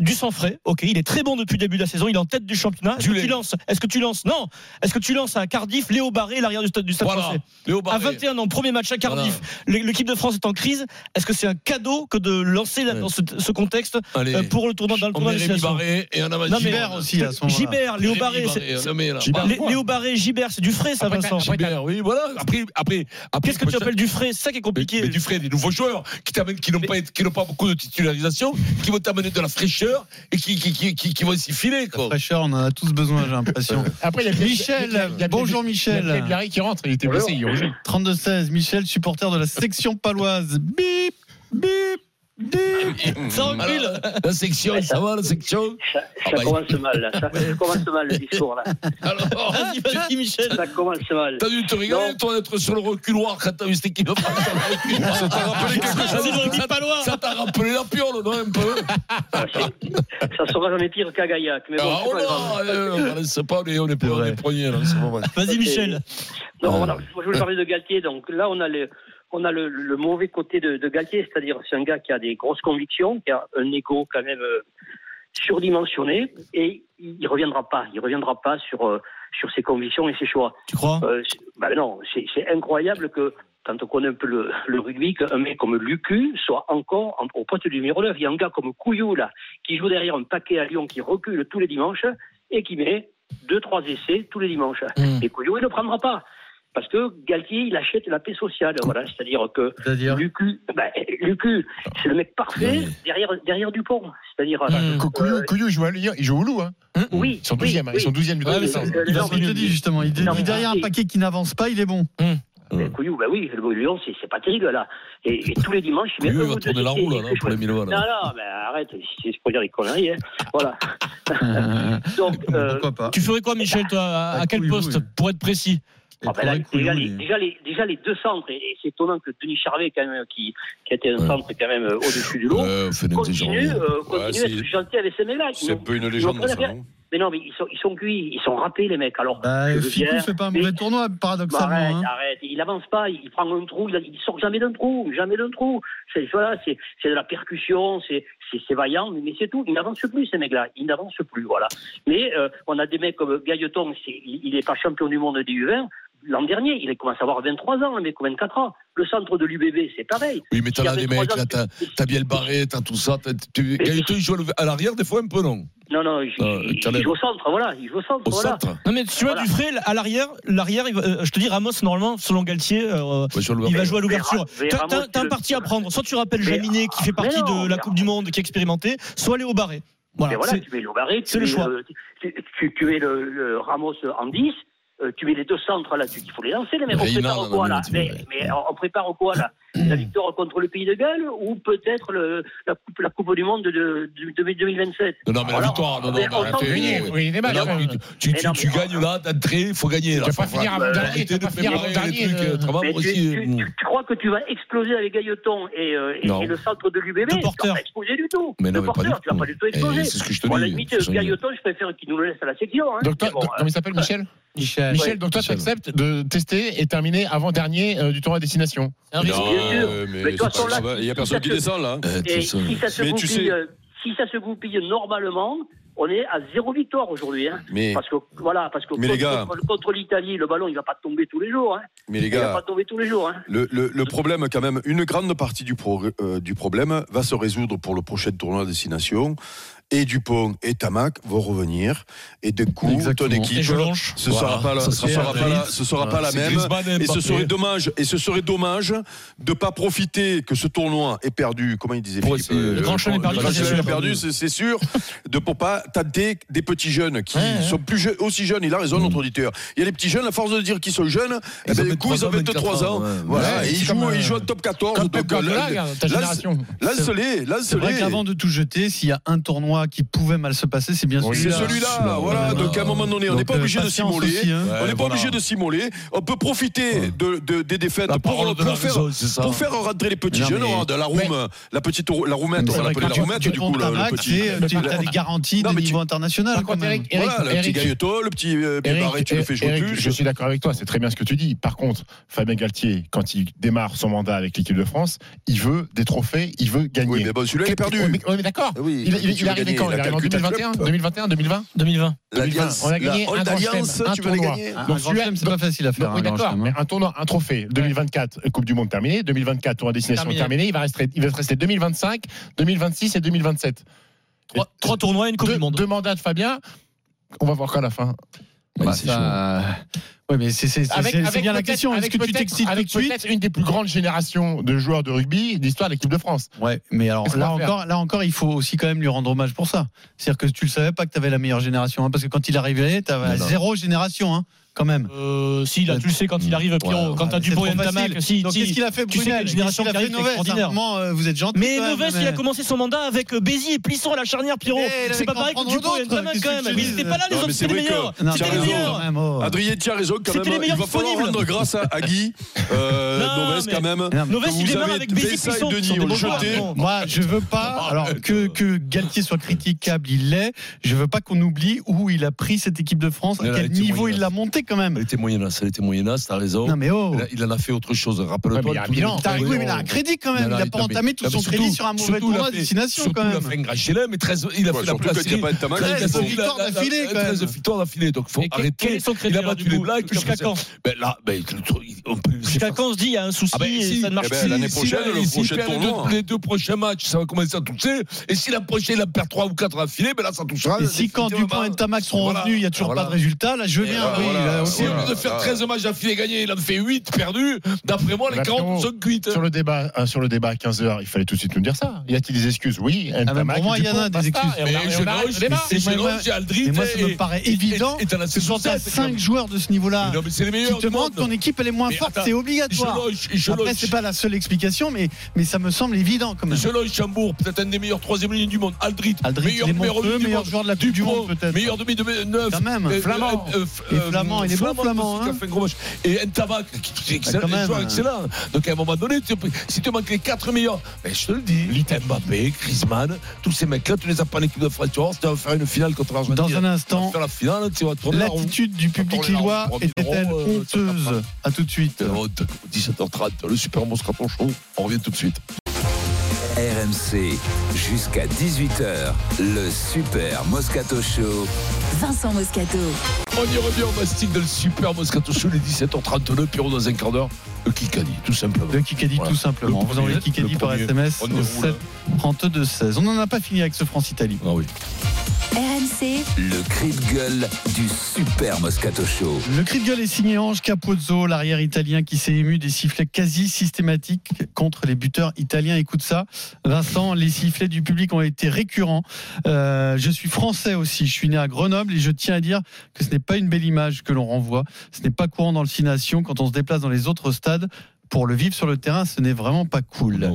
Speaker 6: Du sang frais, ok, il est très bon depuis le début de la saison, il est en tête du championnat. Est-ce que tu lances Est-ce que tu lances Non Est-ce que tu lances à Cardiff, Léo Barré, l'arrière du stade du stade
Speaker 4: Voilà.
Speaker 6: français
Speaker 4: Léo Barré.
Speaker 6: À 21 ans, premier match à Cardiff, l'équipe de France est en crise. Est-ce que c'est un cadeau que de lancer là, dans ce, ce contexte
Speaker 4: Allez.
Speaker 6: euh, pour le tournoi dans le
Speaker 4: On
Speaker 6: tournoi
Speaker 4: met
Speaker 6: des
Speaker 4: Rémi
Speaker 6: nations
Speaker 4: Barré et on a
Speaker 6: Non, mais- euh,
Speaker 4: Gilbert aussi, à ce moment-là.
Speaker 6: Gilbert, Léo
Speaker 4: Rémi
Speaker 6: Barré, c'est-
Speaker 4: Barré, on
Speaker 6: c'est-
Speaker 4: le met là.
Speaker 6: Gilbert,
Speaker 4: Bah,
Speaker 6: Léo Barré, Gilbert, c'est du frais ça
Speaker 4: Après,
Speaker 6: Vincent.
Speaker 4: t'as Gilbert, oui, voilà. Après, après, après
Speaker 6: Qu'est-ce que tu appelles du frais C'est ça qui est compliqué.
Speaker 4: Mais du frais des nouveaux joueurs qui t'amènent, qui n'ont pas, été- qui n'ont pas beaucoup de titularisation, qui vont t'amener de la fraîcheur et qui, qui, qui, qui, qui vont s'y filer, quoi.
Speaker 7: fraîcheur on en a tous besoin j'ai l'impression
Speaker 5: Après, il y a Pierre-
Speaker 7: Michel,
Speaker 5: il y a- il y a-
Speaker 7: bonjour
Speaker 5: il y a-
Speaker 7: Michel.
Speaker 5: Il y a Pierre Larry qui rentre, il était blessé, il rejoue.
Speaker 7: 32-16 Michel supporter de la section paloise bip bip bip
Speaker 20: Ah,
Speaker 6: Ça recule
Speaker 4: Alors, La section, ça va, la section
Speaker 21: Ça commence mal, là. Ça, ça commence mal, le discours, là.
Speaker 6: Vas-y, vas-y, Michel.
Speaker 21: Ça commence mal.
Speaker 4: T'as dû te
Speaker 21: Non.
Speaker 4: régaler, toi, d'être sur le reculoir quand t'as vu cette équipe de France sur le reculoir. Ça t'a rappelé quelque
Speaker 6: C'est
Speaker 4: chose
Speaker 6: le rugby palois.
Speaker 4: Ça t'a rappelé Ah, la piole, non, un peu
Speaker 21: Ah, Ça sera jamais pire qu'à Gaillac. Mais bon,
Speaker 4: Ah,
Speaker 21: c'est
Speaker 4: oh
Speaker 21: pas grave.
Speaker 4: là euh, On ne sait pas, on est, on est, on est premiers, là, en ce moment.
Speaker 6: Vas-y Michel.
Speaker 21: Non,
Speaker 6: Ah.
Speaker 21: voilà, moi, je voulais parler de Galtier. Donc là, on a le, on a le, le mauvais côté de, de Galtier, c'est-à-dire c'est un gars qui a des grosses convictions, qui a un ego quand même euh, surdimensionné, et il il reviendra pas. Il reviendra pas sur euh, sur ses convictions et ses choix.
Speaker 6: Tu crois
Speaker 21: Euh, c'est- bah non, c'est c'est incroyable que quand on connaît un peu le, le rugby, qu'un mec comme Lucu soit encore en- au poste du numéro 9. Il y a un gars comme Couillou, là, qui joue derrière un paquet à Lyon, qui recule tous les dimanches et qui met deux, trois essais tous les dimanches.
Speaker 7: Hmm.
Speaker 21: Et Couillou, il ne prendra pas. Parce que Galtier, il achète la paix sociale. Voilà, c'est-à-dire que
Speaker 7: C'est-à-dire
Speaker 21: Lucu, bah, Lucu, c'est le mec parfait derrière, derrière Dupont. C'est-à-dire.
Speaker 7: Hmm.
Speaker 21: euh, Hmm.
Speaker 5: Couillou, Couillou, il joue à Lyon, il joue au loup. Hein.
Speaker 21: oui.
Speaker 5: Ils sont
Speaker 21: oui,
Speaker 5: 12e, hein, ils
Speaker 21: oui.
Speaker 5: sont 12e du
Speaker 21: Ouais,
Speaker 5: top
Speaker 21: mais
Speaker 5: 100.
Speaker 21: c'est-
Speaker 7: il
Speaker 21: non, mais-
Speaker 7: te dit justement il dit
Speaker 21: Non, mais-
Speaker 7: derrière Hmm. un paquet qui n'avance pas il est bon
Speaker 5: Hum.
Speaker 21: Mais Couillou, bah oui, le Lyon, c'est, c'est pas terrible, là. Et, et tous les dimanches, il met
Speaker 4: Lui,
Speaker 21: un
Speaker 4: il va
Speaker 21: ou deux
Speaker 4: tourner la
Speaker 21: essais,
Speaker 4: roue, là,
Speaker 21: il
Speaker 4: là,
Speaker 21: fait
Speaker 4: pour les Milois,
Speaker 21: chouette.
Speaker 4: là.
Speaker 21: Non, non, mais arrête, c'est c'est pour dire des conneries, hein. Voilà. Donc, euh,
Speaker 7: pas
Speaker 6: Tu ferais quoi Michel toi à, à quel poste pour être précis
Speaker 21: ah, ben là,
Speaker 7: Faudrait que
Speaker 21: déjà,
Speaker 7: Couillou,
Speaker 21: les, déjà, les, déjà, les deux centres, et, et c'est étonnant que Denis Charvet, quand même, qui, qui était un centre quand même euh, au-dessus du lot,
Speaker 4: Ouais, on fait des
Speaker 21: continue,
Speaker 4: gens.
Speaker 21: euh,
Speaker 20: Ouais,
Speaker 21: continue à
Speaker 20: c'est-
Speaker 21: être gentil avec ces mecs-là. Ils
Speaker 20: C'est un
Speaker 21: n'ont-
Speaker 20: peu une
Speaker 21: ils n'ont
Speaker 20: légende,
Speaker 21: rien à
Speaker 20: ça,
Speaker 21: faire.
Speaker 20: non
Speaker 21: Mais non, mais ils sont, ils sont cuits, ils sont râpés, les mecs. Alors,
Speaker 7: Bah,
Speaker 21: je
Speaker 7: Ficou
Speaker 21: viens,
Speaker 7: fait pas un
Speaker 21: mais-
Speaker 7: mauvais tournoi,
Speaker 21: Bah,
Speaker 7: paradoxalement.
Speaker 21: arrête,
Speaker 7: hein.
Speaker 21: arrête. Il avance pas, il prend un trou, il, il sort jamais d'un trou, jamais d'un trou. C'est voilà, c'est c'est de la percussion, c'est c'est- c'est vaillant, mais, mais c'est tout. Ils n'avancent plus ces mecs-là, ils n'avancent plus, voilà. Mais euh, on a des mecs comme Gailleton, c'est- il, il est pas champion du monde des U20. l'an dernier, il commence à avoir 23 ans, mais 24 ans. Le centre de l'UBB, c'est pareil.
Speaker 4: Oui, mais t'as
Speaker 21: Il y
Speaker 4: là
Speaker 21: a
Speaker 4: des
Speaker 21: 23
Speaker 4: mecs,
Speaker 21: ans,
Speaker 4: là, t'as t'as bien le barré, t'as tout ça. t'as- tu- Gaëtan, il joue à l'ou- à l'arrière des fois un peu, non Euh,
Speaker 21: Non, non, il,
Speaker 4: Non,
Speaker 21: il-
Speaker 4: quand même.
Speaker 21: il joue au centre, voilà. Il joue au centre,
Speaker 4: Au
Speaker 21: voilà.
Speaker 4: centre
Speaker 6: Euh, Non mais tu vois
Speaker 21: Voilà.
Speaker 6: Dufray à l'arrière, l'arrière, il va- euh, je te dis Ramos normalement selon Galtier, euh, il va jouer à l'ouverture.
Speaker 21: Mais Ra- mais
Speaker 6: T'as-
Speaker 21: Ramos,
Speaker 6: T'as t'as un
Speaker 21: le-
Speaker 6: parti à prendre. Soit tu rappelles
Speaker 21: Mais-
Speaker 6: Jaminet qui fait
Speaker 21: mais
Speaker 6: partie
Speaker 21: non,
Speaker 6: de la
Speaker 21: mais-
Speaker 6: Coupe du Monde, qui est expérimenté, soit aller au barré.
Speaker 21: Mais
Speaker 6: Voilà.
Speaker 21: voilà,
Speaker 6: c'est-
Speaker 21: tu mets Lobaré,
Speaker 6: c'est
Speaker 21: tu,
Speaker 6: le
Speaker 21: mets,
Speaker 6: choix.
Speaker 21: euh, tu, tu- tu mets le, le Ramos en 10, euh, tu mets les deux centres là, tu, il faut les lancer, les mecs. On
Speaker 4: Reina,
Speaker 21: prépare
Speaker 4: on en a
Speaker 21: au quoi
Speaker 4: mis
Speaker 21: là
Speaker 4: un
Speaker 21: mais,
Speaker 4: petit
Speaker 21: mais on prépare quoi là La victoire contre le pays de Galles ou peut-être le- la, coupe, la Coupe du Monde de, de- de 2027
Speaker 4: Non, non, mais la
Speaker 21: Voilà.
Speaker 4: victoire, non, non,
Speaker 21: Mais
Speaker 4: non,
Speaker 21: on
Speaker 4: mais
Speaker 21: s'en
Speaker 4: t'es-
Speaker 21: fout.
Speaker 4: oui,
Speaker 5: oui, les matchs,
Speaker 4: Non,
Speaker 5: quand
Speaker 4: mais
Speaker 5: même.
Speaker 4: tu,
Speaker 21: hein. Mais
Speaker 4: tu,
Speaker 21: non,
Speaker 4: tu
Speaker 21: mais-
Speaker 4: gagnes là, d'entrée, il faut gagner. Là,
Speaker 5: Tu vas pas finir avant-dernier,
Speaker 4: arrêtez
Speaker 5: tu vas
Speaker 4: de
Speaker 5: pas finir
Speaker 4: mémorer les
Speaker 5: avant-dernier,
Speaker 4: trucs,
Speaker 5: euh,
Speaker 4: euh, Travaux
Speaker 21: Mais tu,
Speaker 4: aussi,
Speaker 21: tu-
Speaker 4: euh,
Speaker 21: tu crois que tu vas exploser avec Gailleton et, euh, et-
Speaker 4: Non.
Speaker 21: et le centre de l'UBB
Speaker 6: De
Speaker 21: Tu vas
Speaker 6: porteur.
Speaker 21: pas exploser du tout.
Speaker 4: Mais non,
Speaker 21: de
Speaker 4: mais pas
Speaker 21: porteur,
Speaker 4: du
Speaker 21: tu vas pas
Speaker 4: tout.
Speaker 21: du tout exploser.
Speaker 4: Eh, c'est ce que je te
Speaker 21: Bon, à la
Speaker 4: dis,
Speaker 21: limite,
Speaker 4: c'est ce que je dis.
Speaker 21: Gailleton, je préfère qu'il nous le laisse à la section. hein.
Speaker 5: Donc, toi,
Speaker 21: Mais bon,
Speaker 5: donc-
Speaker 21: euh,
Speaker 5: comment il s'appelle Michel
Speaker 7: Michel.
Speaker 5: Euh, Michel, donc toi, tu
Speaker 4: Michel.
Speaker 5: acceptes de tester et terminer avant-dernier euh, du tournoi à destination.
Speaker 21: Bien sûr. Mais de toute façon, là,
Speaker 20: Il n'y a
Speaker 21: si
Speaker 20: personne
Speaker 21: ça
Speaker 20: qui
Speaker 21: se-
Speaker 20: descend là.
Speaker 4: euh,
Speaker 21: Et
Speaker 4: tout ça.
Speaker 21: si ça se
Speaker 20: Mais tu
Speaker 21: goupille,
Speaker 20: sais-
Speaker 21: euh, si ça se goupille normalement, on est à zéro victoire aujourd'hui. hein.
Speaker 20: Mais-
Speaker 21: parce que voilà, parce que
Speaker 20: Mais les
Speaker 21: contre,
Speaker 20: gars-
Speaker 21: contre- contre l'Italie, le ballon il va pas tomber tous les jours. hein.
Speaker 20: Mais les
Speaker 21: il va
Speaker 20: gars,
Speaker 21: pas tomber tous les jours. hein.
Speaker 20: Le, le- le problème, quand même, une grande partie du, progr- euh, du problème va se résoudre pour le prochain tournoi à destination. Et Dupont et Tamac vont revenir. Et de coup,
Speaker 7: Exactement.
Speaker 20: ton équipe,
Speaker 6: Et Jelonche.
Speaker 20: ce
Speaker 4: Voilà.
Speaker 20: sera pas la,
Speaker 4: Ça
Speaker 20: ce
Speaker 4: sera
Speaker 20: sera
Speaker 4: pas
Speaker 20: pas
Speaker 4: la-
Speaker 20: la- ce sera
Speaker 4: Voilà.
Speaker 20: pas la
Speaker 4: C'est
Speaker 20: même.
Speaker 4: Griezmann et
Speaker 20: Et ce
Speaker 4: Mbappé.
Speaker 20: serait dommage, et ce serait dommage de pas profiter que ce tournoi ait perdu, comment il disait
Speaker 4: Pour
Speaker 20: Philippe,
Speaker 4: essayer-
Speaker 20: euh,
Speaker 4: le grand
Speaker 6: chelem est perdu,
Speaker 20: le grand
Speaker 6: ça, c'est
Speaker 20: chelem est
Speaker 6: sûr.
Speaker 20: perdu, c'est c'est sûr, de pour pas tâter des petits jeunes qui
Speaker 4: hein.
Speaker 20: sont plus jeunes, aussi jeunes, il a raison notre auditeur. Il y a les petits jeunes, à force de dire qu'ils sont jeunes,
Speaker 4: Ils
Speaker 20: eh ben,
Speaker 4: ont
Speaker 20: du coup, ils ont 23 ans.
Speaker 4: ouais.
Speaker 20: Voilà,
Speaker 4: Ouais,
Speaker 20: et ils
Speaker 4: c'est comme,
Speaker 20: jouent,
Speaker 4: euh,
Speaker 20: ils jouent en top 14.
Speaker 5: Comme
Speaker 20: donc,
Speaker 5: Pep Guardiola,
Speaker 20: euh,
Speaker 5: regarde, ta
Speaker 20: lance-
Speaker 5: génération.
Speaker 20: Lance-les,
Speaker 7: C'est vrai
Speaker 20: lance-les.
Speaker 7: qu'avant de tout jeter, s'il y a un tournoi qui pouvait mal se passer, c'est bien
Speaker 4: Oui,
Speaker 7: celui-là.
Speaker 20: C'est celui-là, voilà. Donc à un moment donné, on
Speaker 7: Donc,
Speaker 20: n'est pas
Speaker 7: euh,
Speaker 20: obligé de
Speaker 7: patience
Speaker 20: s'immoler.
Speaker 7: aussi, hein.
Speaker 20: On n'est pas
Speaker 4: voilà.
Speaker 20: obligé de s'immoler. On peut profiter de, de- des défaites
Speaker 4: La
Speaker 20: pour,
Speaker 4: parole de la
Speaker 20: pour faire,
Speaker 4: raison, c'est ça.
Speaker 20: pour faire rentrer les petits
Speaker 7: Non,
Speaker 20: jeunes.
Speaker 7: mais-
Speaker 20: on aura de la room,
Speaker 5: Mais-
Speaker 20: la petite rou- la roumette, on l'appelle la roumette du coup, le, le petit.
Speaker 7: euh, Tu as des garanties
Speaker 20: Non,
Speaker 7: de
Speaker 20: mais tu-
Speaker 7: niveau international.
Speaker 5: Par contre,
Speaker 7: quand même.
Speaker 5: Eric-
Speaker 20: Voilà, le petit
Speaker 5: Eric-
Speaker 20: Gailletot, le petit euh, Bibarré, tu le fais jouer
Speaker 5: Eric,
Speaker 20: plus.
Speaker 5: je suis d'accord avec toi, c'est très bien ce que tu dis. Par contre, Fabien Galtier, quand il démarre son mandat avec l'équipe de France, il veut des trophées, il veut gagner. Oh,
Speaker 20: Oui, mais bon, celui-là, il est perdu.
Speaker 5: On est- on est d'accord.
Speaker 20: Eh oui,
Speaker 5: il,
Speaker 20: mais
Speaker 5: il,
Speaker 20: tu
Speaker 5: il
Speaker 20: veux
Speaker 5: arrive
Speaker 20: gagner,
Speaker 5: quand
Speaker 20: la
Speaker 5: Il arrive en
Speaker 20: Calcutta
Speaker 5: 2021,
Speaker 20: Cup.
Speaker 5: 2021, 2020
Speaker 6: 2020.
Speaker 20: L'Alliance,
Speaker 5: On a gagné
Speaker 20: la
Speaker 5: un
Speaker 20: Old
Speaker 5: grand chelem,
Speaker 20: Alliance,
Speaker 5: un
Speaker 20: tu vas les
Speaker 5: tournoi.
Speaker 20: gagner.
Speaker 7: Un
Speaker 5: Donc,
Speaker 7: grand
Speaker 5: celui-là-
Speaker 7: chelem, c'est pas facile à
Speaker 5: Donc,
Speaker 7: faire.
Speaker 5: oui,
Speaker 7: un grand
Speaker 5: d'accord,
Speaker 7: chelem, hein.
Speaker 5: mais un tournoi, un trophée, 2024, Coupe du Monde terminée, 2024, tour à destination
Speaker 6: Terminé.
Speaker 5: terminée, il, va rester, il va se rester 2025, 2026 et 2027.
Speaker 6: Trois, trois tournois et une Coupe
Speaker 5: deux,
Speaker 6: du Monde.
Speaker 5: deux mandats de Fabien, on va voir quand la fin.
Speaker 7: Bah,
Speaker 4: c'est
Speaker 7: ça- euh, Ouais, mais c'est c'est-
Speaker 5: Avec-
Speaker 7: c'est- c'est
Speaker 5: avec
Speaker 7: bien la
Speaker 5: peut-être-
Speaker 7: question. Est-ce
Speaker 5: avec
Speaker 7: que tu
Speaker 5: peut-être-
Speaker 7: t'excites tout
Speaker 5: avec
Speaker 7: de suite
Speaker 5: peut-être une des plus grandes générations de joueurs de rugby d'histoire de l'équipe de France.
Speaker 7: Ouais, mais alors
Speaker 5: Qu'est-ce
Speaker 7: là
Speaker 5: qu'on va faire
Speaker 7: encore, là encore, il faut aussi quand même lui rendre hommage pour ça. C'est-à-dire que tu le savais pas que tu avais la meilleure génération, hein, parce que quand il arrivait, tu
Speaker 4: Non, non.
Speaker 7: zéro génération, hein, quand même. Ah,
Speaker 6: Euh, si là, tu le sais quand il arrive, Pierrot,
Speaker 4: Ouais,
Speaker 6: quand t'as
Speaker 7: C'est
Speaker 6: Dupont
Speaker 7: trop
Speaker 6: et Tamac,
Speaker 7: facile.
Speaker 6: si,
Speaker 7: Donc,
Speaker 6: si.
Speaker 7: qu'est-ce qu'il a fait,
Speaker 6: tu sais
Speaker 7: Brunel
Speaker 6: quelle génération
Speaker 7: Qu'est-ce qu'il a
Speaker 6: qui
Speaker 7: fait,
Speaker 6: arrive,
Speaker 7: Novès
Speaker 6: extraordinaire.
Speaker 7: Évidemment, euh, vous êtes gentil.
Speaker 6: Mais
Speaker 7: quand même,
Speaker 6: Novès,
Speaker 7: mais-
Speaker 6: il a commencé son mandat avec euh, Bézi et Plisson à la charnière, Pierrot.
Speaker 7: Mais Eh, il
Speaker 6: C'est
Speaker 7: avait
Speaker 6: pas
Speaker 7: qu'en
Speaker 6: pareil que
Speaker 7: prendre
Speaker 6: Dupont et
Speaker 7: d'autres,
Speaker 6: Tamac
Speaker 7: qu'est-ce
Speaker 6: quand
Speaker 7: que tu
Speaker 6: même. Ils
Speaker 7: dis
Speaker 6: étaient pas là, les
Speaker 20: Non, mais
Speaker 6: autres,
Speaker 20: c'est
Speaker 6: c'était les
Speaker 20: vrai que-
Speaker 6: meilleurs.
Speaker 7: Non,
Speaker 6: C'était
Speaker 7: t'as
Speaker 6: les
Speaker 7: raison,
Speaker 6: meilleurs.
Speaker 7: quand même, oh.
Speaker 20: Adrien, tu as raison quand
Speaker 6: C'était
Speaker 20: même. hein.
Speaker 6: les
Speaker 20: Il
Speaker 6: meilleurs
Speaker 20: va falloir
Speaker 6: disponibles.
Speaker 20: rendre grâce à, à Guy, euh,
Speaker 6: Non,
Speaker 20: Novès
Speaker 6: mais-
Speaker 20: quand même.
Speaker 7: Non, mais-
Speaker 6: Novès,
Speaker 20: Vous
Speaker 6: il démarre
Speaker 20: avez
Speaker 6: avec Bézi
Speaker 20: Bessa et
Speaker 6: Plisson.
Speaker 20: Denis
Speaker 6: Sont des
Speaker 20: au
Speaker 6: bons joueurs.
Speaker 20: jeté.
Speaker 6: Bon.
Speaker 7: Moi, je veux
Speaker 4: Ah,
Speaker 7: pas. Alors que, que Galtier soit critiquable, il l'est. Je veux pas qu'on oublie où il a pris cette équipe de France, à
Speaker 4: Mais là,
Speaker 7: quel
Speaker 4: il était
Speaker 7: niveau
Speaker 4: moyen.
Speaker 7: il l'a montée quand
Speaker 4: Elle
Speaker 7: même.
Speaker 4: était moyennasse, elle était moyennasse, t'as raison.
Speaker 7: Non mais oh.
Speaker 4: Il a- Il en a fait autre chose,
Speaker 5: Ouais, mais
Speaker 4: rappelle-toi.
Speaker 5: il y a
Speaker 4: tout le
Speaker 5: Milan.
Speaker 4: monde-
Speaker 7: T'as- oui, mais il a un crédit quand même.
Speaker 4: Non, non,
Speaker 7: Il a
Speaker 4: non,
Speaker 7: pas
Speaker 4: mais-
Speaker 7: entamé tout
Speaker 4: non, mais
Speaker 7: son
Speaker 4: surtout-
Speaker 7: crédit sur un mauvais
Speaker 4: surtout, il a
Speaker 7: tournoi
Speaker 4: fait-
Speaker 7: destination quand
Speaker 4: Surtout, il a fait
Speaker 7: même.
Speaker 4: un grand chelem, mais 13, il a
Speaker 20: Ouais,
Speaker 4: fait la
Speaker 20: surtout quand
Speaker 4: place.
Speaker 20: il n'y a pas de Tamac.
Speaker 7: 13
Speaker 4: Gaston,
Speaker 7: victoires
Speaker 4: il a-
Speaker 7: d'affilée,
Speaker 4: il a-
Speaker 7: quand même.
Speaker 4: 13 victoires d'affilée, donc faut
Speaker 6: Et quel-
Speaker 4: arrêter.
Speaker 6: quel est son crédit,
Speaker 4: il a
Speaker 6: alors,
Speaker 4: battu
Speaker 6: du
Speaker 4: les
Speaker 6: coup
Speaker 4: Blacks.
Speaker 6: Jusqu'à quand
Speaker 4: Ben là, ben, le truc, on peut
Speaker 6: Jusqu'à quand on se dit, il y a un souci
Speaker 4: Ah ben,
Speaker 6: et
Speaker 4: si.
Speaker 6: ça ne marche
Speaker 20: Eh ben,
Speaker 6: plus.
Speaker 20: l'année prochaine,
Speaker 4: s'il a-
Speaker 20: le
Speaker 4: s'il
Speaker 20: prochain
Speaker 4: perd les
Speaker 20: tournoi.
Speaker 4: deux- Les deux prochains matchs, ça va commencer à toucher. Et si la prochaine, il en perd trois ou quatre affilés, ben là, ça touchera.
Speaker 7: Et si quand
Speaker 4: définitivement.
Speaker 7: Dupont et Tamac seront
Speaker 4: Voilà.
Speaker 7: revenus, il n'y a toujours
Speaker 4: Voilà.
Speaker 7: pas de résultat, là je veux bien.
Speaker 20: voilà,
Speaker 7: oui,
Speaker 20: voilà,
Speaker 7: là, ok.
Speaker 4: Si au lieu de faire
Speaker 20: Ah.
Speaker 4: 13 matchs affilés gagnés, il en fait 8 perdus, d'après moi, les
Speaker 5: Bah,
Speaker 4: 40
Speaker 5: Pierrot,
Speaker 4: sont cuites. hein
Speaker 5: Sur le débat, euh, sur le débat à 15h, il fallait tout de suite nous dire ça. Y a-t-il des excuses Oui,
Speaker 7: Ah, mais
Speaker 5: Ntamak,
Speaker 7: pour moi, il y en a
Speaker 5: Dupont,
Speaker 7: des
Speaker 5: basta.
Speaker 7: excuses.
Speaker 5: Et on
Speaker 4: Mais
Speaker 5: arrête-
Speaker 4: je
Speaker 5: on arrête
Speaker 4: lâche,
Speaker 5: le débat.
Speaker 4: mais c'est
Speaker 7: Et moi,
Speaker 4: Génome, j'ai eh, Aldrit.
Speaker 7: Et moi, ça me
Speaker 4: et-
Speaker 7: paraît
Speaker 4: et-
Speaker 7: évident.
Speaker 4: et- et eh, t'en as
Speaker 7: C'est quand t'as
Speaker 4: 67,
Speaker 7: 5
Speaker 4: comme-
Speaker 7: joueurs de ce niveau-là.
Speaker 4: Mais Non, mais c'est les
Speaker 7: Tu
Speaker 4: meilleurs.
Speaker 7: te
Speaker 4: du
Speaker 7: demandes
Speaker 4: monde.
Speaker 7: ton équipe elle est moins
Speaker 4: Mais
Speaker 7: forte,
Speaker 4: attends,
Speaker 7: c'est obligatoire.
Speaker 4: Jelonche, et Jelonche.
Speaker 7: Après c'est pas la seule explication, mais mais ça me semble évident quand même.
Speaker 4: Selon Chambourg, peut-être un des meilleurs troisième lignes du monde. Aldrit,
Speaker 7: Aldrit, il est monstrueux,
Speaker 4: milieu du
Speaker 7: meilleur
Speaker 4: monde.
Speaker 7: joueur de la Coupe du
Speaker 4: Dupont,
Speaker 7: Monde, peut-être.
Speaker 4: Meilleur demi de neuf. Euh,
Speaker 7: Quand même.
Speaker 5: Flamand.
Speaker 7: Et Flamand, il est bon, Flamand,
Speaker 4: aussi, qui a
Speaker 7: hein.
Speaker 4: euh, fait un gros match. Et Ntamak, qui- qui est excellent,
Speaker 7: quand même,
Speaker 4: un joueur
Speaker 7: hein.
Speaker 4: excellent. Donc à un moment donné, tu- si tu manques les quatre meilleurs, ben, je te le dis, Mbappé, Griezmann, tous ces mecs-là, tu les as pas en équipe de France. Tu vas voir, tu vas faire une finale contre l'Argentine.
Speaker 7: Dans un
Speaker 4: Tu vas
Speaker 7: instant,
Speaker 4: faire la finale, tu vas tourner la roue.
Speaker 7: l'attitude du public
Speaker 4: Attends, là, on
Speaker 7: lillois
Speaker 4: prend
Speaker 7: était-elle
Speaker 4: numéro, euh,
Speaker 7: honteuse À tout de suite.
Speaker 4: Euh, 17h30, le Super Moscaton Show. On revient tout de suite.
Speaker 3: RMC jusqu'à 18h, le Super Moscato Show.
Speaker 1: Vincent Moscato.
Speaker 4: On y revient au mastic de le super Moscato Show, les 17h39, Pierrot dans un quart d'heure. Le Kikadi, tout simplement.
Speaker 7: Le Kikadi, tout simplement. Vous envoyez Kikadi par SMS au 7 32 16. On n'en a pas fini avec ce France-Italie.
Speaker 4: Ah oui.
Speaker 1: RMC,
Speaker 3: Le cri de gueule du super Moscato Show.
Speaker 7: Le cri de gueule est signé Ange Capozzo, l'arrière italien qui s'est ému des sifflets quasi systématiques contre les buteurs italiens. Écoute ça, Vincent, les sifflets du public ont été récurrents. Euh, je suis français aussi, je suis né à Grenoble et je tiens à dire que ce n'est pas une belle image que l'on renvoie. Ce n'est pas courant dans le Six Nations quand on se déplace dans les autres stades. Pour le vivre sur le terrain, ce n'est vraiment pas cool.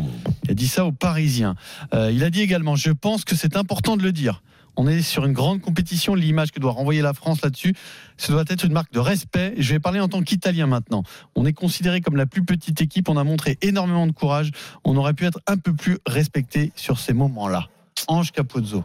Speaker 7: Il a dit ça aux Parisiens. Euh, il a dit également, je pense que c'est important de le dire. On est sur une grande compétition. L'image que doit renvoyer la France là-dessus, ce doit être une marque de respect. Et je vais parler en tant qu'Italien maintenant. On est considéré comme la plus petite équipe. On a montré énormément de courage. On aurait pu être un peu plus respecté sur ces moments-là. Ange Capozzo.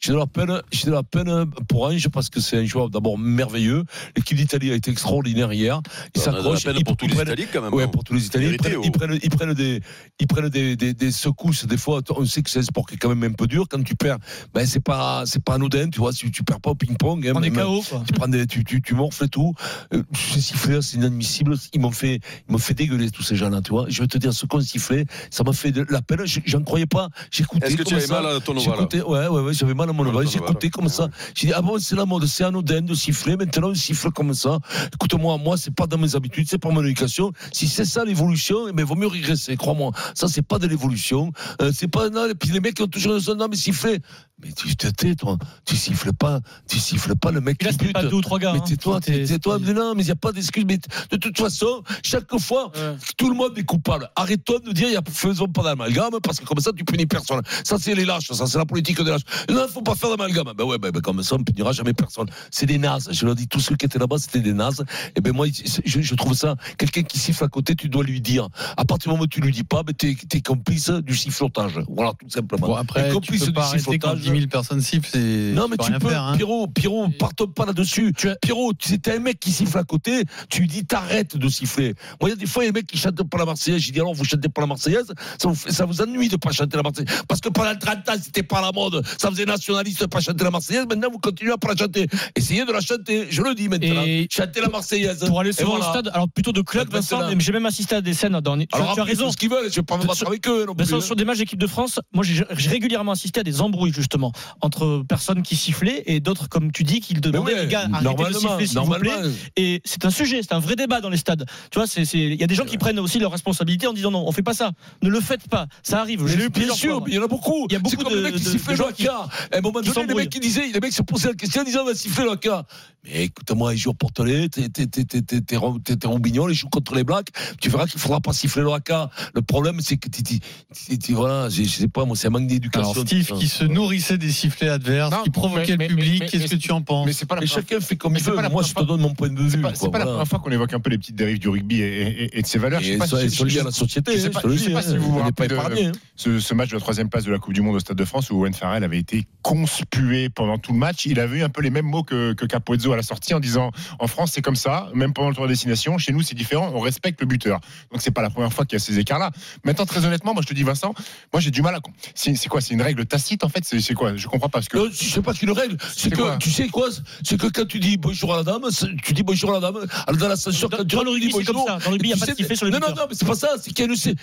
Speaker 4: J'ai de la peine, j'ai de la peine pour Ange parce que c'est un joueur d'abord merveilleux. L'équipe d'Italie a été extraordinaire hier. Il
Speaker 20: On a de la
Speaker 4: s'accroche.
Speaker 20: peine
Speaker 4: ils-
Speaker 20: pour tous
Speaker 4: ils
Speaker 20: les
Speaker 4: prennent-
Speaker 20: Italiens, quand même,
Speaker 4: Ouais,
Speaker 20: hein.
Speaker 4: pour tous les Italiens. Ils
Speaker 20: Vérité,
Speaker 4: prennent,
Speaker 20: oh.
Speaker 4: ils prennent- ils prennent des, ils prennent des, des- des secousses. Des fois, on sait que c'est un sport qui est quand même un peu dur. Quand tu perds, ben c'est pas, c'est pas anodin. Tu vois, tu, tu perds pas au ping-pong. hein,
Speaker 6: On est
Speaker 4: même-
Speaker 6: KO, quoi.
Speaker 4: tu prends des, tu, tu, tu morfles et tout. Euh, Ces sifflets, c'est inadmissible. Ils m'ont fait, ils m'ont fait dégueuler tous ces gens-là, tu vois. Je vais te dire, ce qu'on sifflait, ça m'a fait de la peine. J'- J'en croyais pas. J'écoutais.
Speaker 20: Est-ce que
Speaker 4: comme
Speaker 20: tu avais
Speaker 4: ça.
Speaker 20: mal à ton
Speaker 4: J'écoutais- Ouais, ouais, ouais, j'avais mal à mon oreille. J'écoutais comme ça. J'ai dit, ah bon, c'est la mode, c'est anodin de siffler. Maintenant, on siffle comme ça. Écoute-moi, moi, c'est pas dans mes habitudes, c'est pas mon éducation. Si c'est ça l'évolution, eh ben, vaut mieux régresser, crois-moi. Ça, c'est pas de l'évolution. Euh, c'est pas, non, et puis les mecs qui ont toujours le son, non, mais siffler. Mais tu te tais, toi. Tu siffles pas, tu siffles pas le mec
Speaker 6: Là,
Speaker 4: qui
Speaker 6: c'était
Speaker 4: bute.
Speaker 6: pas deux ou trois gars,
Speaker 4: Mais
Speaker 6: hein.
Speaker 4: tais-toi,
Speaker 6: C'était-
Speaker 4: tais-toi. Mais non, mais il n'y a pas d'excuse. Mais t- de toute façon, chaque fois, tout le monde est coupable. Arrêtons de dire, y a, faisons pas d'amalgame, parce que comme ça, tu punis personne. Ça, c'est les lâches, ça, c'est la politique des lâches. Non, il faut pas faire d'amalgame. Ben ouais, ben, ben, comme ça, on punira jamais personne. C'est des nazes. Je leur dis, tous ceux qui étaient là-bas, c'était des nazes. Et ben moi, je, je trouve ça, quelqu'un qui siffle à côté, tu dois lui dire. À partir du moment où tu lui dis pas, ben t'es t'es complice du sifflotage. Voilà, tout simplement.
Speaker 7: Bon, après,
Speaker 4: Et
Speaker 7: tu peux pas arrêter quand 10 000 personnes sifflent. c'est-
Speaker 4: non, mais
Speaker 7: peux
Speaker 4: tu
Speaker 7: rien
Speaker 4: peux,
Speaker 7: faire, hein.
Speaker 4: Pierrot, Pierrot, partons pas là-dessus. Pierrot, tu sais, t'as un mec qui siffle à côté, tu lui dis t'arrêtes de siffler. Moi, il y a des fois, il y a des mecs qui chantent pas la Marseillaise. J'ai dit alors, vous chantez pas la Marseillaise, ça vous, fait- ça vous ennuie de pas chanter la Marseillaise. Parce que pendant 30 ans, c'était pas la mode. Ça faisait nationaliste de pas chanter la Marseillaise. Maintenant, vous continuez à pas la chanter. Essayez de la chanter. Je le dis maintenant.
Speaker 6: Et-
Speaker 4: Chantez la Marseillaise.
Speaker 6: Pour aller
Speaker 4: Et
Speaker 6: souvent
Speaker 4: voilà.
Speaker 6: au stade, alors plutôt de club, Vincent,
Speaker 4: Maintenant.
Speaker 6: mais j'ai même assisté à des scènes dans. tu-
Speaker 4: Alors
Speaker 6: tu as
Speaker 4: après, ils font
Speaker 6: raison.
Speaker 4: ce qu'ils veulent, je vais pas me battre
Speaker 6: Sur-
Speaker 4: avec eux non
Speaker 6: Vincent,
Speaker 4: plus, hein.
Speaker 6: sur des matchs d'équipe de France, moi j'ai j'ai régulièrement assisté à des embrouilles justement entre personnes qui sifflaient et d'autres, comme tu dis, qui demandaient
Speaker 4: ouais,
Speaker 6: les gars arrêtez de
Speaker 4: normalement,
Speaker 6: siffler s'il vous plaît.
Speaker 4: normalement.
Speaker 6: Et c'est un sujet, c'est un vrai débat dans les stades. Tu vois, c'est- c'est- il y a des gens qui prennent aussi leurs responsabilités en disant non, on fait pas ça, ne le faites pas, ça arrive.
Speaker 4: Mais
Speaker 6: J'ai eu
Speaker 4: bien
Speaker 6: plusieurs
Speaker 4: sûr,
Speaker 6: fois.
Speaker 4: mais il y en a beaucoup.
Speaker 6: Il y a
Speaker 4: C'est
Speaker 6: beaucoup
Speaker 4: comme
Speaker 6: de,
Speaker 4: les mecs qui
Speaker 6: de-
Speaker 4: sifflaient
Speaker 6: de gens
Speaker 4: le cas. À un moment
Speaker 6: qui
Speaker 4: donné, les
Speaker 6: s'embrouillent.
Speaker 4: mecs qui disaient, les mecs se posaient la question en disant, on va siffler le cas. Mais écoute-moi, les joueurs portelais, t'es, t'es, t'es, t'es, t'es, t'es, Ro- t'es, t'es Rombignon, les joues contre les Blacks, tu verras qu'il faudra pas siffler le haka. Le problème, c'est que, tu, tu, tu- tu- voilà, je, je sais pas, moi, c'est un manque d'éducation. Hein.
Speaker 7: Alors, Steve, qui
Speaker 4: Euh,
Speaker 7: se nourrissait des sifflets adverses,
Speaker 4: Non,
Speaker 7: qui provoquait
Speaker 4: mais-
Speaker 7: le
Speaker 4: mais-
Speaker 7: public,
Speaker 4: mais-
Speaker 7: qu'est-ce que
Speaker 4: mais-
Speaker 7: tu en penses
Speaker 4: Mais c'est pas la Mais première- chacun fait comme il veut. Moi, je te donne mon point de
Speaker 5: C'est
Speaker 4: vue,
Speaker 5: pas,
Speaker 4: quoi,
Speaker 5: c'est pas la
Speaker 4: voilà.
Speaker 5: première fois qu'on évoque un peu les petites dérives du rugby et, et- et de ses valeurs.
Speaker 4: Et
Speaker 5: Je sais pas
Speaker 4: ça,
Speaker 5: si-
Speaker 4: elles sont liées à la société,
Speaker 5: Je sais
Speaker 4: hein,
Speaker 5: pas,
Speaker 4: je te le
Speaker 5: je sais
Speaker 4: dis,
Speaker 5: pas
Speaker 4: hein.
Speaker 5: si vous vous
Speaker 4: On n'est pas
Speaker 5: rappelez de-
Speaker 4: épargnés, hein.
Speaker 5: ce, ce match de la troisième place de la Coupe du Monde au Stade de France où Owen Farrell avait été conspué pendant tout le match. Il avait eu un peu les mêmes mots que, que Capozzo à la sortie en disant en France c'est comme ça, même pendant le tour de destination, chez nous c'est différent, on respecte le buteur. Donc c'est pas la première fois qu'il y a ces écarts-là. Maintenant très honnêtement, moi je te dis Vincent, moi j'ai du mal à. com- C'est c'est quoi C'est une règle tacite en fait C'est c'est quoi Je comprends pas parce que.
Speaker 4: Non, je sais pas qu'une règle. C'est que, tu sais quoi C'est que quand tu dis bonjour à la dame, c'est- tu dis bonjour à la dame. Alors dans l'ascenseur,
Speaker 6: Dans-
Speaker 4: quand tu
Speaker 6: dans
Speaker 4: rentres,
Speaker 6: le
Speaker 4: tu
Speaker 6: rugby,
Speaker 4: dis
Speaker 6: c'est comme
Speaker 4: bonjour.
Speaker 6: ça. Dans le rugby, il y a
Speaker 4: Tu
Speaker 6: pas de
Speaker 4: sais,
Speaker 6: sifflet sur les
Speaker 4: Non, non,
Speaker 6: buteurs.
Speaker 4: non, mais c'est pas ça. C'est qu'il y a le, si-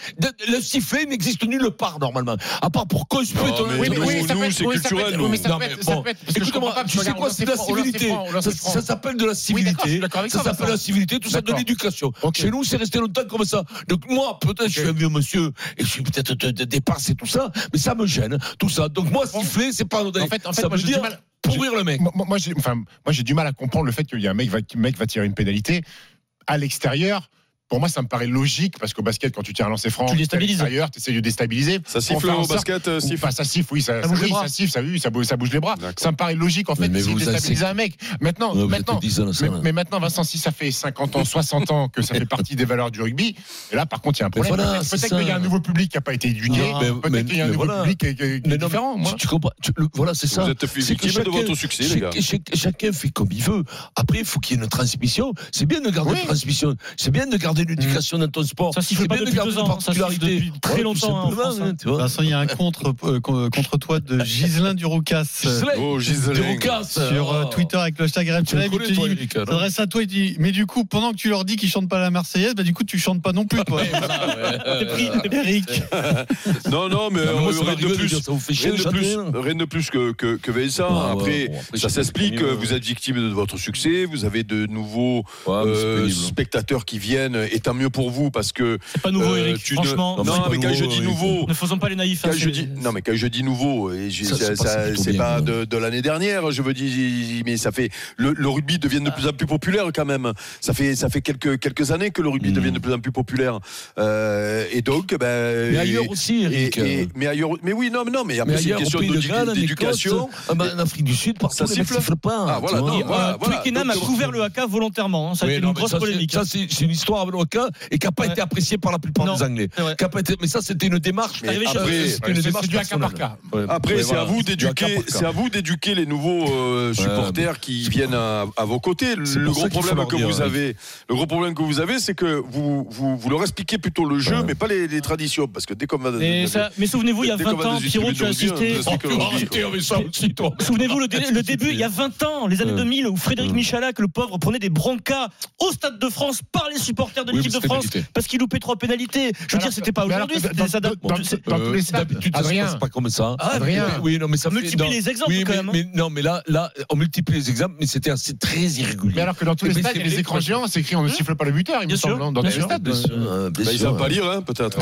Speaker 4: le sifflet n'existe nulle part, normalement. À part pour conspuer
Speaker 20: Non,
Speaker 4: ton
Speaker 20: Ah, mais nous, nous, c'est culturel, nous.
Speaker 5: Non, mais bon.
Speaker 4: Écoute-moi, tu sais quoi C'est de la civilité. Ça ça s'appelle de la civilité. Ça s'appelle la civilité, tout ça de l'éducation. Chez nous, c'est resté longtemps comme ça. Donc moi, peut-être, je suis un vieux monsieur et je suis peut-être de- de- dépassé tout ça, mais ça me gêne, tout ça. Donc moi, siffler, c'est pas anodin.
Speaker 5: En fait, en fait,
Speaker 4: Ça
Speaker 5: moi,
Speaker 4: veut
Speaker 5: j'ai du
Speaker 4: dire
Speaker 5: mal-
Speaker 4: pourrir le mec.
Speaker 5: Moi, moi, j'ai, enfin, moi, j'ai du mal à comprendre le fait qu'il y a un mec va, mec va tirer une pénalité à l'extérieur. Pour moi, ça me paraît logique parce qu'au basket, quand tu tires un lancer franc,
Speaker 20: Tu déstabilises.
Speaker 5: t'es à l'extérieur, tu essaies de déstabiliser.
Speaker 20: Ça
Speaker 5: Pour
Speaker 20: siffle
Speaker 5: faire en
Speaker 20: au
Speaker 5: sorte-
Speaker 20: basket, euh,
Speaker 5: ou-
Speaker 20: siffle.
Speaker 5: enfin, ça siffle, oui, ça,
Speaker 20: Ça bouge
Speaker 5: oui,
Speaker 20: les bras.
Speaker 5: ça siffle, ça, oui, ça bouge, ça bouge les bras. Ça me paraît logique en fait.
Speaker 4: Oui, mais
Speaker 5: d'essayer de
Speaker 4: vous
Speaker 5: déstabiliser
Speaker 4: avez-
Speaker 5: un mec. Maintenant,
Speaker 4: Ouais, vous
Speaker 5: maintenant,
Speaker 4: êtes des dix ans, ça,
Speaker 5: mais,
Speaker 4: ouais.
Speaker 5: mais maintenant, Vincent, si ça fait 50 ans, 60 ans que ça fait partie des valeurs du rugby, et là, par contre, il y a un
Speaker 4: Mais
Speaker 5: problème.
Speaker 4: voilà,
Speaker 5: peut-être
Speaker 4: c'est
Speaker 5: peut-être
Speaker 4: ça.
Speaker 5: qu'il y a un nouveau public qui n'a pas été éduqué.
Speaker 4: Non, mais- mais-
Speaker 5: Peut-être qu'il y a un
Speaker 4: mais
Speaker 5: nouveau
Speaker 4: voilà.
Speaker 5: public qui est- qui est qui
Speaker 4: Mais
Speaker 5: est
Speaker 4: non,
Speaker 5: différent.
Speaker 4: mais
Speaker 5: moi.
Speaker 4: tu, tu comprends tu- le- Voilà, c'est
Speaker 5: Vous
Speaker 4: ça.
Speaker 5: êtes
Speaker 4: C'est
Speaker 5: victime
Speaker 4: que
Speaker 5: de votre succès, les gars.
Speaker 4: chaque- chaque- chacun fait comme il veut. Après, il faut qu'il y ait une transmission. C'est bien de garder
Speaker 5: Oui.
Speaker 4: une transmission. C'est bien de garder de l'éducation dans ton sport.
Speaker 6: Ça siffle
Speaker 4: C'est
Speaker 6: pas
Speaker 4: bien de
Speaker 6: depuis
Speaker 4: garder
Speaker 6: deux
Speaker 4: une
Speaker 6: ans, ça siffle
Speaker 4: particularité.
Speaker 6: depuis très
Speaker 4: Ouais, tout
Speaker 6: longtemps, hein, en
Speaker 4: simplement,
Speaker 6: France,
Speaker 4: hein,
Speaker 6: hein.
Speaker 4: tu vois.
Speaker 7: Vincent, il y a un contre, euh, con- contre toi de Giselin Durocas.
Speaker 4: Ghislain. Oh, Ghislain. Durocas.
Speaker 7: Sur euh,
Speaker 4: Oh.
Speaker 7: Twitter avec le hashtag
Speaker 4: Tu le
Speaker 7: RMC
Speaker 4: connais, toi, Eric, alors
Speaker 7: s'adresse à toi, il dit Mais du coup, pendant que tu leur dis qu'ils chantent pas la Marseillaise, bah du coup, tu chantes pas non plus, toi.
Speaker 4: T'es
Speaker 7: pris, t'es pris. Eric.
Speaker 20: Euh, Non, non, mais
Speaker 4: Non, mais
Speaker 20: euh,
Speaker 4: moi, ça
Speaker 20: rien,
Speaker 4: m'arrive
Speaker 20: de
Speaker 4: de dire,
Speaker 20: plus,
Speaker 4: ça vous fait chier,
Speaker 20: rien, de
Speaker 4: jamais,
Speaker 20: plus,
Speaker 4: hein.
Speaker 20: rien de plus que, que, que Vélsa.
Speaker 4: Ouais, ouais,
Speaker 20: après,
Speaker 4: bon, après,
Speaker 20: ça
Speaker 4: c'est
Speaker 20: s'explique,
Speaker 4: pénible,
Speaker 20: euh, vous êtes victime de votre succès, vous avez de nouveaux
Speaker 4: Ouais, mais c'est
Speaker 20: euh,
Speaker 4: pénible.
Speaker 20: spectateurs qui viennent, et tant mieux pour vous, parce que...
Speaker 6: C'est pas nouveau,
Speaker 20: euh,
Speaker 6: Eric.
Speaker 20: tu ne-
Speaker 6: Franchement,
Speaker 20: Non,
Speaker 6: c'est
Speaker 20: mais
Speaker 6: pas
Speaker 20: quand je
Speaker 6: nouveau,
Speaker 20: dis
Speaker 6: Eric.
Speaker 20: nouveau...
Speaker 6: Ne faisons pas les naïfs. hein,
Speaker 20: Quand je
Speaker 6: c'est-
Speaker 20: dis, non, mais quand je dis nouveau, et j'ai-
Speaker 4: Ça, c'est
Speaker 20: ça-
Speaker 4: pas- c'est
Speaker 20: ça-
Speaker 4: plutôt
Speaker 20: c'est
Speaker 4: bien,
Speaker 20: pas,
Speaker 4: ouais.
Speaker 20: de, de l'année dernière, je veux dire, mais ça fait. Le, le rugby devient de plus en plus populaire quand même. Ça fait, ça fait quelques, quelques années que le
Speaker 4: Hmm.
Speaker 20: rugby devient de plus en plus populaire. Euh, et donc, ben.
Speaker 4: Mais ailleurs
Speaker 20: et-
Speaker 4: aussi,
Speaker 20: et-
Speaker 4: Eric.
Speaker 20: et- mais ailleurs. Mais oui, non, mais non, mais après,
Speaker 4: Mais
Speaker 20: c'est une
Speaker 4: ailleurs, au
Speaker 20: question
Speaker 4: Pays de
Speaker 20: d'édu-
Speaker 4: Galles, en
Speaker 20: d'éducation.
Speaker 4: Écosse, ah ben, en Afrique du Sud, partout,
Speaker 20: Ça
Speaker 4: les mecs
Speaker 20: siffle
Speaker 4: sifflent
Speaker 6: hein.
Speaker 4: pas.
Speaker 20: Ah,
Speaker 4: tu
Speaker 20: voilà,
Speaker 4: vois.
Speaker 20: non,
Speaker 4: Et,
Speaker 20: voilà,
Speaker 4: euh,
Speaker 20: voilà.
Speaker 6: Twickenham a
Speaker 20: Donc,
Speaker 6: couvert le haka volontairement. hein. Ça a
Speaker 4: Oui,
Speaker 6: été
Speaker 4: non,
Speaker 6: une
Speaker 4: mais
Speaker 6: grosse
Speaker 4: ça, c'est-
Speaker 6: polémique.
Speaker 5: hein.
Speaker 4: Ça, c'est c'est une histoire avec le hockey et qui n'a pas été appréciée par la plupart
Speaker 6: Non.
Speaker 4: des Anglais.
Speaker 6: C'est vrai.
Speaker 4: Qui a pas été- Mais ça, c'était une démarche.
Speaker 20: Mais
Speaker 4: Arrivé chez-
Speaker 20: après,
Speaker 4: c'était
Speaker 5: ouais,
Speaker 4: une
Speaker 5: c'est-
Speaker 4: démarche
Speaker 5: c'est du haka
Speaker 4: personnelle.
Speaker 5: par
Speaker 4: Ouais.
Speaker 20: Après,
Speaker 4: Ouais,
Speaker 20: c'est
Speaker 4: voilà,
Speaker 20: à vous
Speaker 4: du haka
Speaker 20: d'éduquer,
Speaker 4: par
Speaker 20: c'est à vous d'éduquer les nouveaux euh, supporters qui viennent à, à vos côtés. Le,
Speaker 4: C'est pour ça
Speaker 20: gros
Speaker 4: qu'il faut
Speaker 20: problème
Speaker 4: leur
Speaker 20: que
Speaker 4: dire,
Speaker 20: vous
Speaker 4: hein.
Speaker 20: avez, le gros problème que vous avez, c'est que vous, vous vous leur expliquez plutôt le jeu, mais pas les, les traditions, parce que dès qu'on va dans
Speaker 6: Mais, ça- mais souvenez-vous, il y a
Speaker 20: Dès qu'on
Speaker 6: 20
Speaker 20: va
Speaker 6: ans,
Speaker 20: dans une
Speaker 6: Pierrot, tu as
Speaker 20: tribune de
Speaker 6: assisté.
Speaker 20: rugby, on explique le
Speaker 4: Oh,
Speaker 20: rugby,
Speaker 4: arrêtez
Speaker 20: quoi.
Speaker 4: avec ça aussi, toi.
Speaker 6: Souvenez-vous, le, dé- le début, il y a 20 ans, les années
Speaker 4: Ouais.
Speaker 6: 2000, où Frédéric
Speaker 4: Ouais.
Speaker 6: Michalak, le pauvre, prenait des broncas au Stade de France par les supporters de
Speaker 4: Oui,
Speaker 6: l'équipe
Speaker 4: mais
Speaker 6: de
Speaker 4: c'était
Speaker 6: France
Speaker 4: mérité.
Speaker 6: parce qu'il loupait trois pénalités. Je veux
Speaker 5: Alors,
Speaker 6: dire, c'était pas
Speaker 5: mais alors,
Speaker 6: aujourd'hui,
Speaker 5: dans-
Speaker 6: c'était ça date-
Speaker 5: dans-
Speaker 6: tu sais-
Speaker 5: dans tous les stades,
Speaker 4: euh, D'habitude, ça se
Speaker 5: Adrien.
Speaker 4: passe pas comme ça.
Speaker 6: Ah,
Speaker 5: Adrien.
Speaker 4: Oui, non, mais ça fait-
Speaker 6: Multiplie
Speaker 4: non.
Speaker 6: les exemples,
Speaker 4: Oui,
Speaker 6: quand
Speaker 4: mais-
Speaker 6: même, hein.
Speaker 4: mais- Non, mais là, là, on multiplie les exemples, mais c'était assez très irrégulier.
Speaker 5: Mais alors que dans tous les
Speaker 4: Mais
Speaker 5: stades,
Speaker 4: c'est
Speaker 5: il y a les
Speaker 4: vrai,
Speaker 5: écrans
Speaker 4: parce que-
Speaker 5: géants, c'est écrit on ne
Speaker 6: Hein
Speaker 5: siffle pas le buteur, il me
Speaker 6: Bien
Speaker 5: semble, hein,
Speaker 6: sûr,
Speaker 5: dans tous
Speaker 6: bien
Speaker 5: les
Speaker 6: sûr.
Speaker 5: stades.
Speaker 4: Bien sûr, euh, bien
Speaker 20: Bah, ils
Speaker 4: sûr,
Speaker 20: savent pas
Speaker 4: euh.
Speaker 20: lire, hein, peut-être.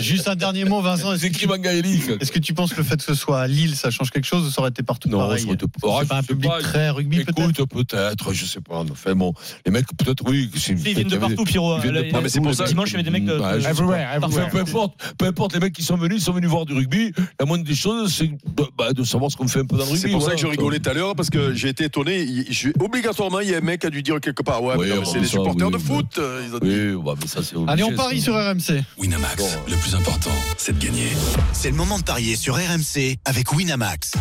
Speaker 7: Juste un dernier mot, Vincent. Est-ce
Speaker 4: C'est
Speaker 7: que,
Speaker 4: qui
Speaker 7: tu,
Speaker 4: Mangaeli quoi.
Speaker 7: est-ce que tu penses que le fait que ce soit à Lille, ça change quelque chose ou ça aurait été partout
Speaker 4: Non,
Speaker 7: pareil
Speaker 4: ça aurait été- Ah,
Speaker 7: C'est pas un
Speaker 4: je sais
Speaker 7: public
Speaker 4: pas.
Speaker 7: très rugby, peut-être
Speaker 4: Écoute, peut-être, je sais pas. Enfin bon, les mecs, peut-être, oui. c'est-
Speaker 6: Ils viennent de partout, Pierrot.
Speaker 4: Ils viennent de
Speaker 6: Là, il y a-
Speaker 4: partout.
Speaker 20: mais c'est pour ça-
Speaker 6: Dimanche, il y avait des mecs de.
Speaker 4: Bah,
Speaker 6: de-
Speaker 4: je-
Speaker 5: Everywhere,
Speaker 4: Enfin,
Speaker 5: everywhere.
Speaker 4: peu importe, peu importe les mecs qui sont venus, ils sont venus voir du rugby. La moindre des choses, c'est de, bah, de savoir ce qu'on fait un peu dans le rugby.
Speaker 20: C'est pour ça
Speaker 4: voilà.
Speaker 20: que je rigolais tout à l'heure parce que j'ai été étonné. Il- je- obligatoirement, il y a un mec qui a dû dire quelque part. Ouais,
Speaker 4: Oui,
Speaker 20: mais non, mais
Speaker 4: on
Speaker 20: c'est les
Speaker 4: ça,
Speaker 20: supporters
Speaker 4: oui,
Speaker 20: de
Speaker 4: oui.
Speaker 20: foot. euh, Ils ont dit.
Speaker 4: Oui, bah, mais ça, c'est obligé,
Speaker 7: Allez, on
Speaker 4: ça.
Speaker 7: parie sur RMC.
Speaker 26: Winamax, le plus important, c'est de gagner.
Speaker 15: C'est le moment de parier sur RMC avec Winamax.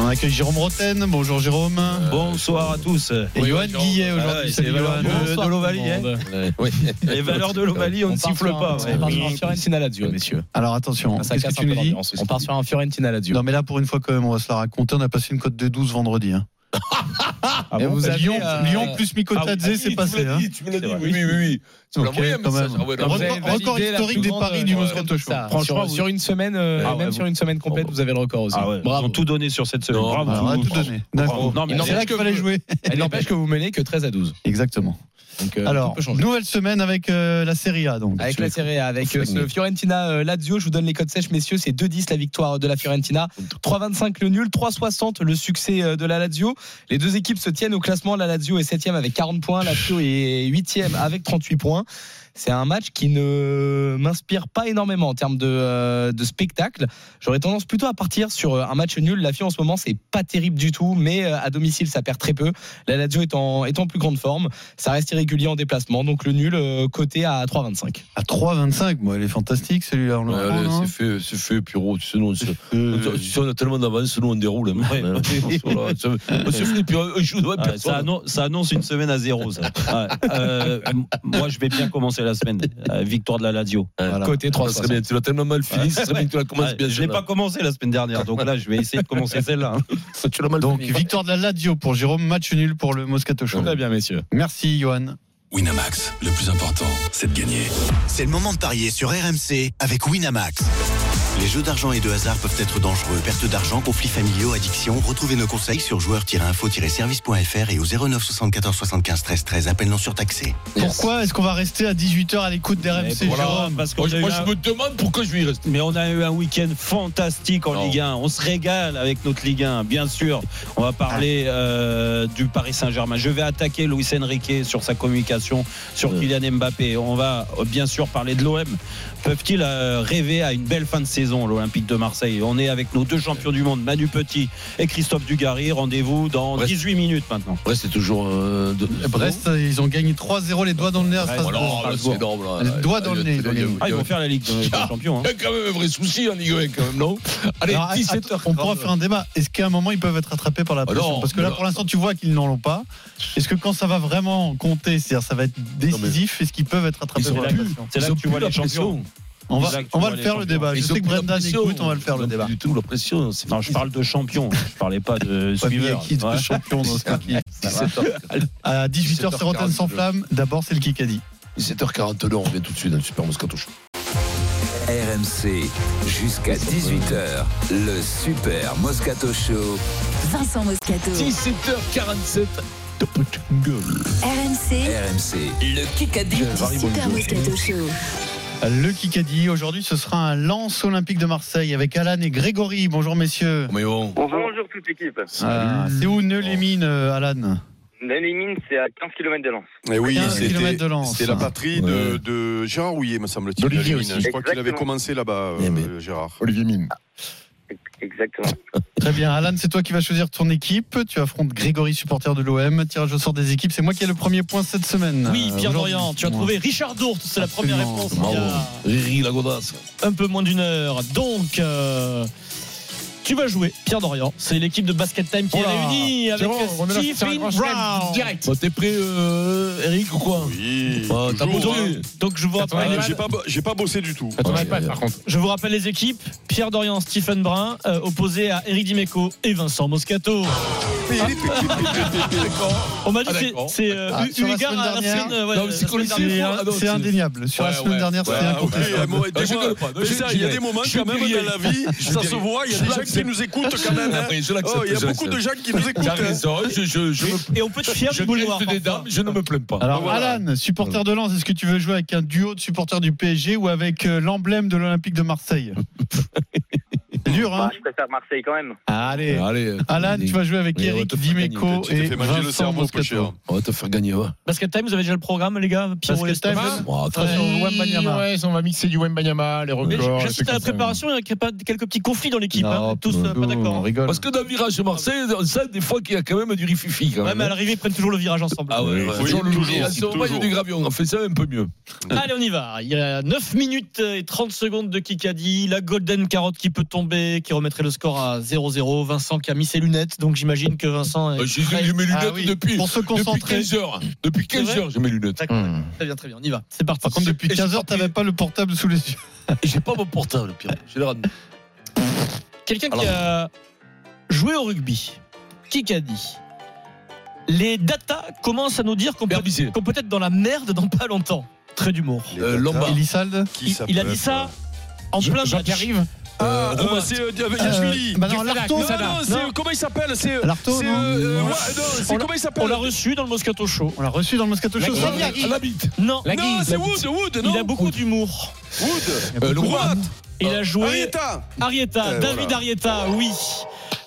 Speaker 7: On accueille Jérôme Roten. Bonjour Jérôme.
Speaker 6: Euh, Bonsoir à tous.
Speaker 7: Et Johan Guillet
Speaker 6: Ah ouais,
Speaker 7: aujourd'hui.
Speaker 6: c'est les
Speaker 7: Salut
Speaker 6: valeurs
Speaker 7: Johan.
Speaker 6: de, de l'Ovalie. hein.
Speaker 4: Ouais, ouais.
Speaker 6: Les valeurs de l'Ovalie, on ne
Speaker 19: part
Speaker 6: siffle
Speaker 19: sur un-
Speaker 6: pas. ouais.
Speaker 19: On part sur un Fiorentina Lazio, messieurs.
Speaker 7: Alors attention,
Speaker 19: Ça
Speaker 7: qu'est-ce que
Speaker 19: casse un
Speaker 7: tu
Speaker 19: peu
Speaker 7: nous dis
Speaker 19: l'ambiance. On part sur un Fiorentina Lazio.
Speaker 7: Non mais là pour une fois quand même on va se la raconter, on a passé une cote de 12 vendredi. hein.
Speaker 19: Et
Speaker 7: Bon,
Speaker 19: vous
Speaker 4: bah,
Speaker 19: avez,
Speaker 7: Lyon,
Speaker 19: euh,
Speaker 7: Lyon plus Mikotadze,
Speaker 4: Ah oui,
Speaker 7: c'est
Speaker 4: tu
Speaker 7: passé.
Speaker 4: me l'as
Speaker 7: hein.
Speaker 4: dit, Tu me l'as dit,
Speaker 19: C'est vrai.
Speaker 4: oui, oui, oui. Tu me l'as
Speaker 7: Ok,
Speaker 4: envoyé un
Speaker 7: quand
Speaker 4: message.
Speaker 7: même.
Speaker 4: Ah ouais, non,
Speaker 7: Record-
Speaker 19: vous avez validé
Speaker 7: record
Speaker 19: la
Speaker 7: historique
Speaker 19: plus
Speaker 7: des
Speaker 19: grande,
Speaker 7: paris du
Speaker 19: euh,
Speaker 7: Moscato Show.
Speaker 19: ça.
Speaker 7: Franchement,
Speaker 19: sur, sur une semaine, euh,
Speaker 4: Ah ouais,
Speaker 19: même sur une semaine complète, vous avez le record aussi.
Speaker 6: Ah ouais, ah, Ils
Speaker 19: Bravo.
Speaker 6: ont tout donné sur cette semaine.
Speaker 4: Non,
Speaker 6: Bravo.
Speaker 7: Alors, on a tout donné. D'accord.
Speaker 19: Non, mais
Speaker 7: C'est là
Speaker 19: n'empêche
Speaker 7: qu'il
Speaker 19: que,
Speaker 7: fallait
Speaker 19: vous-
Speaker 7: jouer.
Speaker 19: n'empêche que vous menez que 13 à 12.
Speaker 7: Exactement.
Speaker 19: Donc, euh, tout
Speaker 7: Alors,
Speaker 19: peut changer.
Speaker 7: nouvelle semaine avec euh, la Serie A donc.
Speaker 19: Avec la Serie A, avec
Speaker 4: Faut
Speaker 19: euh,
Speaker 4: gagner.
Speaker 19: ce Fiorentina euh, Lazio, je vous donne les codes sèches, messieurs. C'est 2-10 la victoire de la Fiorentina, 3-25 le nul, 3-60 le succès euh, de la Lazio. Les deux équipes se tiennent au classement. La Lazio est 7 avec 40 points, la Lazio est 8 avec 38 points. C'est un match qui ne m'inspire pas énormément en termes de, euh, de spectacle. J'aurais tendance plutôt à partir sur euh, un match nul. La Fio en ce moment, c'est pas terrible du tout, mais euh, à domicile, ça perd très peu. La Lazio est en, est en plus grande forme. Ça reste irrégulier en déplacement, donc le nul euh, coté à 3,25.
Speaker 7: À 3,25, moi, elle est fantastique celui-là. On le
Speaker 4: Ouais,
Speaker 7: reprend,
Speaker 4: allez,
Speaker 7: non
Speaker 4: c'est fait, c'est fait, Pierrot. Tu sais, nous, on, se-
Speaker 7: Euh,
Speaker 4: on- tu sais, on a tellement d'avance, nous, on déroule. hein,
Speaker 6: Ouais.
Speaker 4: hein. Voilà, ça- on se fait, puis on on joue devant
Speaker 6: Ah, ça,
Speaker 4: personne.
Speaker 6: annon- ça annonce une semaine à zéro. Ça. Ah, euh, m- moi, je vais bien commencer la semaine. Euh, victoire de la Lazio.
Speaker 7: voilà.
Speaker 19: Côté
Speaker 4: Ça serait
Speaker 19: 3,60.
Speaker 4: bien, tu l'as tellement mal fini, ça serait bien que tu la commences
Speaker 6: Ah,
Speaker 4: bien.
Speaker 6: je l'ai pas
Speaker 4: celle-là.
Speaker 6: commencé la semaine dernière, donc là, je vais essayer de commencer celle-là.
Speaker 4: Tu l'as mal
Speaker 7: hein. Donc,
Speaker 4: fini.
Speaker 7: victoire de la Lazio pour Jérôme, match nul pour le Moscato Show.
Speaker 19: Très bien, messieurs.
Speaker 7: Merci, Johan.
Speaker 26: Winamax, le plus important, c'est de gagner.
Speaker 15: C'est le moment de parier sur RMC avec Winamax. Les jeux d'argent et de hasard peuvent être dangereux. Perte d'argent, conflits familiaux, addiction. Retrouvez nos conseils sur joueurs-info-service.fr et au 09 74 75 13 13. Appel non surtaxé.
Speaker 7: Pourquoi est-ce qu'on va rester à 18h à l'écoute des RMC,
Speaker 6: voilà.
Speaker 7: Jérôme
Speaker 6: Parce qu'on a
Speaker 4: Moi, je
Speaker 6: eu
Speaker 4: moi,
Speaker 6: un-
Speaker 4: je me demande pourquoi je vais y rester.
Speaker 6: Mais on a eu un week-end fantastique en
Speaker 4: Non.
Speaker 6: Ligue 1. On se régale avec notre Ligue 1, bien sûr. On va parler
Speaker 4: Ah.
Speaker 6: euh, du Paris Saint-Germain. Je vais attaquer Luis Enrique sur sa communication, sur
Speaker 4: Ouais.
Speaker 6: Kylian Mbappé. On va euh, bien sûr parler de l'OM. Peuvent-ils euh, rêver à une belle fin de saison
Speaker 1: saison, l'Olympique de Marseille. On est avec nos deux champions du monde, Manu Petit et Christophe Dugarry. Rendez-vous dans
Speaker 4: Brest.
Speaker 1: 18 minutes maintenant.
Speaker 4: Brest, c'est toujours. euh, de-
Speaker 7: Brest, ils ont gagné 3-0 les doigts dans le nez à
Speaker 4: Ouais,
Speaker 7: Strasbourg.
Speaker 4: voilà, là, c'est énorme, là.
Speaker 7: Les doigts dans le nez.
Speaker 4: Il y a-
Speaker 7: Ah,
Speaker 4: il
Speaker 7: ils ont
Speaker 4: y a-
Speaker 7: gagné.
Speaker 4: il y a-
Speaker 1: faire la Ligue des Champions, hein.
Speaker 4: Il y a quand même un vrai souci en Ligue 1, quand même, non Allez,
Speaker 7: Alors,
Speaker 4: 17 h
Speaker 7: On pourra faire un débat. Est-ce qu'à un moment ils peuvent être attrapés par la
Speaker 4: Ah
Speaker 7: pression
Speaker 4: non,
Speaker 7: Parce que là,
Speaker 4: mais-
Speaker 7: pour l'instant, tu vois qu'ils n'en l'ont pas. Est-ce que quand ça va vraiment compter, c'est-à-dire ça va être décisif, est-ce qu'ils peuvent être attrapés
Speaker 1: Ils
Speaker 7: par
Speaker 1: ont
Speaker 7: la
Speaker 1: plus-
Speaker 7: pression
Speaker 1: c'est là
Speaker 7: Ils ont
Speaker 1: que tu
Speaker 7: plus
Speaker 1: vois
Speaker 7: la
Speaker 1: les
Speaker 7: pression.
Speaker 1: champions.
Speaker 7: On va,
Speaker 1: C'est là que tu
Speaker 7: on va
Speaker 1: vois
Speaker 7: le
Speaker 1: les
Speaker 7: faire le
Speaker 1: champions.
Speaker 7: débat. Je
Speaker 1: Ils ont
Speaker 7: sais que
Speaker 1: plus la
Speaker 7: Brendan
Speaker 1: pression.
Speaker 7: écoute, on va le faire le débat.
Speaker 4: Du tout, la pression. c'est-
Speaker 1: Non, je parle de champions. Je parlais pas de
Speaker 7: hein. Ouais, mais il y a
Speaker 1: suiveurs.
Speaker 7: qui de
Speaker 1: Ouais.
Speaker 7: champion dans ce kick À 18h, c'est Rotten
Speaker 4: 17h40,
Speaker 7: sans
Speaker 4: je-
Speaker 7: flamme. D'abord, c'est le Kikadi.
Speaker 4: 17h42, on revient tout de suite dans le Super Moscato Show.
Speaker 3: RMC jusqu'à 18h, le Super Moscato Show.
Speaker 18: Vincent Moscato.
Speaker 4: 17h47, top de gueule.
Speaker 18: RMC.
Speaker 3: RMC, le Kikadi.
Speaker 18: du Super Moscato Show.
Speaker 7: Le Kikadi, aujourd'hui, ce sera un lance olympique de Marseille avec Alan et Grégory. Bonjour, messieurs.
Speaker 4: Mais bon,
Speaker 17: Bonjour toute l'équipe.
Speaker 7: Ah, c'est où Neulémine, euh, Alan
Speaker 17: Nanémine, c'est à 15 km de Lens.
Speaker 22: Eh oui,
Speaker 7: 15
Speaker 22: c'était
Speaker 7: kilomètres de Lens.
Speaker 22: c'était la patrie de, de Gérard Rouillet, me semble-t-il.
Speaker 21: D'Olivier
Speaker 22: Lamine.
Speaker 21: aussi.
Speaker 22: Je crois qu'il avait
Speaker 17: Exactement.
Speaker 22: commencé là-bas, euh, Gérard.
Speaker 21: Olivier Mine.
Speaker 17: Exactement.
Speaker 7: Très bien. Alan, c'est toi qui vas choisir ton équipe. Tu affrontes Grégory, supporter de l'OM. Tirage au sort des équipes. C'est moi qui ai le premier point cette semaine.
Speaker 6: Oui,
Speaker 7: Euh,
Speaker 6: Pierre
Speaker 7: aujourd'hui.
Speaker 6: Dorian, tu as
Speaker 7: Moi.
Speaker 6: trouvé Richard Dourte, c'est la première
Speaker 7: Absolument.
Speaker 6: réponse.
Speaker 7: Bravo.
Speaker 6: Il y a-
Speaker 4: Riri la godasse.
Speaker 6: un peu moins d'une heure. Donc, euh, tu vas jouer, Pierre Dorian. C'est l'équipe de Basket Time qui est
Speaker 4: Oh là,
Speaker 6: réunie avec
Speaker 4: Jérôme, remets-la, c'est un
Speaker 6: Stephen
Speaker 4: grand chelem
Speaker 6: Brown.
Speaker 4: direct. Bon, Bah, T'es prêt, euh, Eric, ou quoi
Speaker 22: Oui.
Speaker 4: Ah, T'as
Speaker 22: toujours,
Speaker 4: bossé
Speaker 22: hein.
Speaker 6: Donc, je vous
Speaker 22: Ah,
Speaker 6: rappelle.
Speaker 22: J'ai pas, bo- j'ai pas bossé du tout.
Speaker 21: Attends,
Speaker 4: Ouais,
Speaker 21: pas,
Speaker 4: ouais,
Speaker 21: par contre.
Speaker 6: Je vous rappelle les équipes Pierre Dorian, Stephen Brun, euh, opposé à Eric Dimeco et Vincent Moscato. On m'a dit
Speaker 4: Ah,
Speaker 6: que
Speaker 4: d'accord.
Speaker 6: c'est c'est, euh,
Speaker 7: Ah,
Speaker 6: eu-
Speaker 7: sur
Speaker 6: eu
Speaker 7: la
Speaker 6: égard
Speaker 7: semaine
Speaker 6: à la
Speaker 7: dernière.
Speaker 6: semaine, euh, ouais,
Speaker 4: Non, mais
Speaker 6: la
Speaker 4: c'est
Speaker 6: semaine
Speaker 4: qu'on le sait,
Speaker 6: dernière.
Speaker 4: Ah, non,
Speaker 7: C'est
Speaker 4: c'est-
Speaker 7: indéniable. Sur la
Speaker 4: Ouais,
Speaker 7: semaine
Speaker 4: ouais.
Speaker 7: dernière,
Speaker 4: Ouais,
Speaker 7: c'est
Speaker 4: ouais.
Speaker 7: incontestable.
Speaker 22: Eh, moi, des
Speaker 4: Je
Speaker 22: fois-
Speaker 4: rigole pas, non,
Speaker 22: mais
Speaker 4: euh, je
Speaker 22: ça,
Speaker 4: suis
Speaker 22: il y a
Speaker 4: viré.
Speaker 22: des moments
Speaker 4: Je suis
Speaker 22: quand même
Speaker 4: viré.
Speaker 22: dans la vie,
Speaker 4: Je suis
Speaker 22: ça
Speaker 4: viré.
Speaker 22: se voit, il y a
Speaker 4: Je
Speaker 22: des gens qui
Speaker 4: l'accepte.
Speaker 22: nous écoutent quand même. hein.
Speaker 4: Oui, je l'accepte,
Speaker 22: Oh, Il y
Speaker 4: je
Speaker 22: a beaucoup de gens
Speaker 4: l'accepte.
Speaker 22: qui nous écoutent. hein.
Speaker 4: T'as raison, je, je, je, me-
Speaker 6: Et on peut être fier
Speaker 4: je
Speaker 6: du boulevard.
Speaker 4: gâte des dames, je ne me plains pas.
Speaker 7: Alors,
Speaker 4: Voilà.
Speaker 7: Alan, supporter de Lens, est-ce que tu veux jouer avec un duo de supporters du PSG ou avec euh, l'emblème de l'Olympique de Marseille C'est dur, hein
Speaker 17: Bah, je préfère Marseille quand même.
Speaker 7: Allez.
Speaker 4: Allez,
Speaker 7: Alan, tu vas jouer avec
Speaker 4: Oui, on va
Speaker 7: Eric
Speaker 4: te faire gagner,
Speaker 7: Dimeco
Speaker 22: Tu t'es
Speaker 7: et
Speaker 22: fait manger le
Speaker 7: Vincent
Speaker 22: cerveau, ce
Speaker 7: Moscato.
Speaker 22: cochon.
Speaker 4: on va te faire gagner, va.
Speaker 6: Basket Time, vous avez déjà le programme, les gars Pierrot et
Speaker 7: Basket Time,
Speaker 6: Stéphane
Speaker 4: Bon,
Speaker 7: Ouais,
Speaker 4: très-
Speaker 7: sur Wembanyama.
Speaker 21: Ouais, on va mixer du Wembanyama, les
Speaker 6: Mais
Speaker 21: records. les
Speaker 6: J'assiste
Speaker 21: trucs
Speaker 6: à la
Speaker 21: comme ça.
Speaker 6: préparation, il y a pas- quelques petits conflits dans l'équipe.
Speaker 7: Non,
Speaker 6: hein. Tous euh, pas d'accord.
Speaker 7: on
Speaker 6: hein.
Speaker 7: rigole.
Speaker 4: Parce que dans le virage de Marseille, on sait des fois qu'il y a quand même du rififi. Quand
Speaker 6: Ouais,
Speaker 4: même,
Speaker 6: mais à
Speaker 4: hein.
Speaker 6: l'arrivée, ils prennent toujours le virage ensemble.
Speaker 4: Ah ouais, ouais.
Speaker 22: Oui,
Speaker 4: Jean Lelouch,
Speaker 22: toujours,
Speaker 4: à ce moment, il y a
Speaker 22: toujours.
Speaker 4: des gravions. On fait ça un peu mieux.
Speaker 6: Allez, on y va. Il y a 9 minutes et 30 secondes de Kikadi. La Golden Carotte qui peut tomber, qui remettrait le score à 0-0. Vincent qui a mis ses lunettes, donc j'imagine que Vincent. Est
Speaker 4: Euh, J'ai
Speaker 6: prêt.
Speaker 4: j'ai mes
Speaker 7: Ah
Speaker 4: lunettes
Speaker 7: oui,
Speaker 4: depuis,
Speaker 7: Pour se
Speaker 4: depuis
Speaker 7: concentrer.
Speaker 4: 15 heures. Depuis 15
Speaker 6: vrai
Speaker 4: heures, j'ai mes lunettes.
Speaker 6: D'accord, Très bien, très bien, on y va. C'est parti.
Speaker 7: Par contre, depuis
Speaker 4: Et j'ai
Speaker 7: 15 heures,
Speaker 4: pas pris-
Speaker 7: t'avais pas le portable sous les yeux.
Speaker 4: Et J'ai pas mon portable, Pierre. Je le rends.
Speaker 6: Quelqu'un qui
Speaker 4: Alors.
Speaker 6: a joué au rugby, Kikadi. Les data commencent à nous dire qu'on peut,
Speaker 4: Herbicier.
Speaker 6: qu'on peut être dans la merde dans pas longtemps. Très d'humour.
Speaker 4: Euh, Lombard.
Speaker 7: Elisalde
Speaker 22: Qui
Speaker 6: Il,
Speaker 22: ça
Speaker 6: il a
Speaker 22: peut
Speaker 6: dit
Speaker 22: être,
Speaker 6: ça en plein
Speaker 21: Jean
Speaker 6: match.
Speaker 21: qui arrive
Speaker 22: Ah, euh,
Speaker 4: Robin.
Speaker 22: c'est euh, Yashvili.
Speaker 7: bah non,
Speaker 22: Qui-
Speaker 7: Lartaud,
Speaker 22: non,
Speaker 7: ça
Speaker 22: non,
Speaker 7: va.
Speaker 22: c'est,
Speaker 7: Non.
Speaker 22: euh, comment il s'appelle C'est euh,
Speaker 7: Lartaud,
Speaker 22: c'est,
Speaker 7: non.
Speaker 22: euh, ouais,
Speaker 7: Non.
Speaker 22: non, c'est comment il
Speaker 6: On
Speaker 22: s'appelle
Speaker 6: l'a reçu dans le Moscato Show.
Speaker 7: On l'a reçu dans le Moscato Show.
Speaker 4: Ah,
Speaker 7: Sonia.
Speaker 4: La bite.
Speaker 6: Non,
Speaker 22: Non, c'est Wood, Wood, non
Speaker 6: il a beaucoup d'humour.
Speaker 22: Wood.
Speaker 4: Euh, le roi.
Speaker 22: Rouat.
Speaker 6: Il a joué.
Speaker 22: Arietta.
Speaker 6: Arietta,
Speaker 22: Euh,
Speaker 6: David
Speaker 22: voilà.
Speaker 6: Arietta, oui.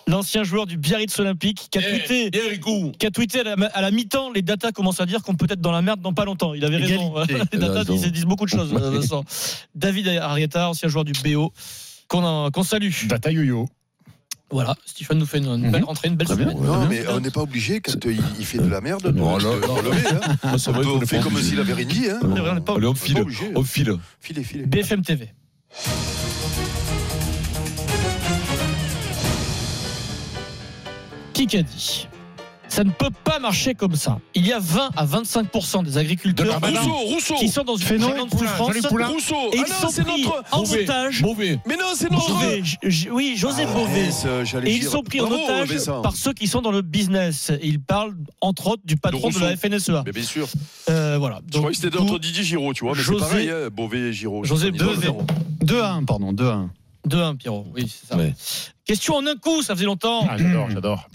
Speaker 6: L'ancien joueur du Biarritz Olympique qui a tweeté,
Speaker 4: Eh, Erico.
Speaker 6: qui a tweeté à la, à la mi-temps, les datas commencent à dire qu'on peut être dans la merde dans pas longtemps. Il avait raison. Les datas
Speaker 4: Raison.
Speaker 6: disent, disent beaucoup de choses, Vincent. David Arietta, ancien joueur du BO, qu'on a- qu'on salue.
Speaker 21: Data Yo-Yo.
Speaker 6: Voilà, Stéphane nous fait une,
Speaker 20: Mhm.
Speaker 6: une belle rentrée, une belle semaine.
Speaker 22: Non, mais on n'est pas obligé quand euh, il- il fait de la merde de
Speaker 4: Non,
Speaker 22: de-
Speaker 4: non,
Speaker 22: de
Speaker 4: non.
Speaker 22: relever. hein.
Speaker 4: Ah, c'est vrai qu'on
Speaker 22: On
Speaker 4: est
Speaker 22: fait
Speaker 4: pas
Speaker 22: comme
Speaker 4: obligé.
Speaker 22: s'il avait rien dit. hein.
Speaker 6: Non, on n'est pas
Speaker 4: Allez, on
Speaker 22: On
Speaker 4: file.
Speaker 22: est pas obligé.
Speaker 4: On file.
Speaker 22: Filez, filez.
Speaker 6: BFM TV. Qui qu'a dit Ça ne peut pas marcher comme ça. Il y a 20 à 25% des agriculteurs
Speaker 21: De la
Speaker 6: qui-
Speaker 22: Bah Rousseau, Rousseau.
Speaker 6: qui sont dans une
Speaker 7: Phénomène
Speaker 6: grande
Speaker 21: Poulain,
Speaker 6: souffrance.
Speaker 21: Jean-Luc Poulain.
Speaker 22: Rousseau.
Speaker 6: Et
Speaker 22: Ah
Speaker 6: ils
Speaker 22: non,
Speaker 6: sont
Speaker 22: c'est
Speaker 6: pris
Speaker 22: notre.
Speaker 6: en
Speaker 4: Mauvais.
Speaker 6: otage.
Speaker 4: Mauvais.
Speaker 22: Mais non, c'est notre.
Speaker 6: Beauvais, J- J- oui, José
Speaker 22: Ah,
Speaker 6: Beauvais.
Speaker 22: yes, euh, j'allais
Speaker 6: Et ils
Speaker 22: dire.
Speaker 6: sont pris en
Speaker 22: Bravo,
Speaker 6: otage
Speaker 22: Vincent.
Speaker 6: par ceux qui sont dans le business. Et ils parlent entre autres du patron de,
Speaker 22: Rousseau.
Speaker 6: la FNSEA.
Speaker 22: Mais bien sûr.
Speaker 6: E Euh, voilà.
Speaker 22: Je
Speaker 6: Donc,
Speaker 22: croyais que c'était
Speaker 6: du
Speaker 22: d'autres
Speaker 6: coup,
Speaker 22: Didier Giraud, tu vois. Mais c'est
Speaker 6: José-
Speaker 22: pareil, hein, Beauvais et Giraud.
Speaker 6: José
Speaker 22: Ils sont
Speaker 6: Beauvais.
Speaker 22: numéro zéro.
Speaker 7: 2-1, pardon, 2-1.
Speaker 6: 2-1, Pierrot. Oui, c'est ça.
Speaker 4: Ouais.
Speaker 6: Question en un coup, ça faisait longtemps.
Speaker 21: Ah, j'adore, j'adore.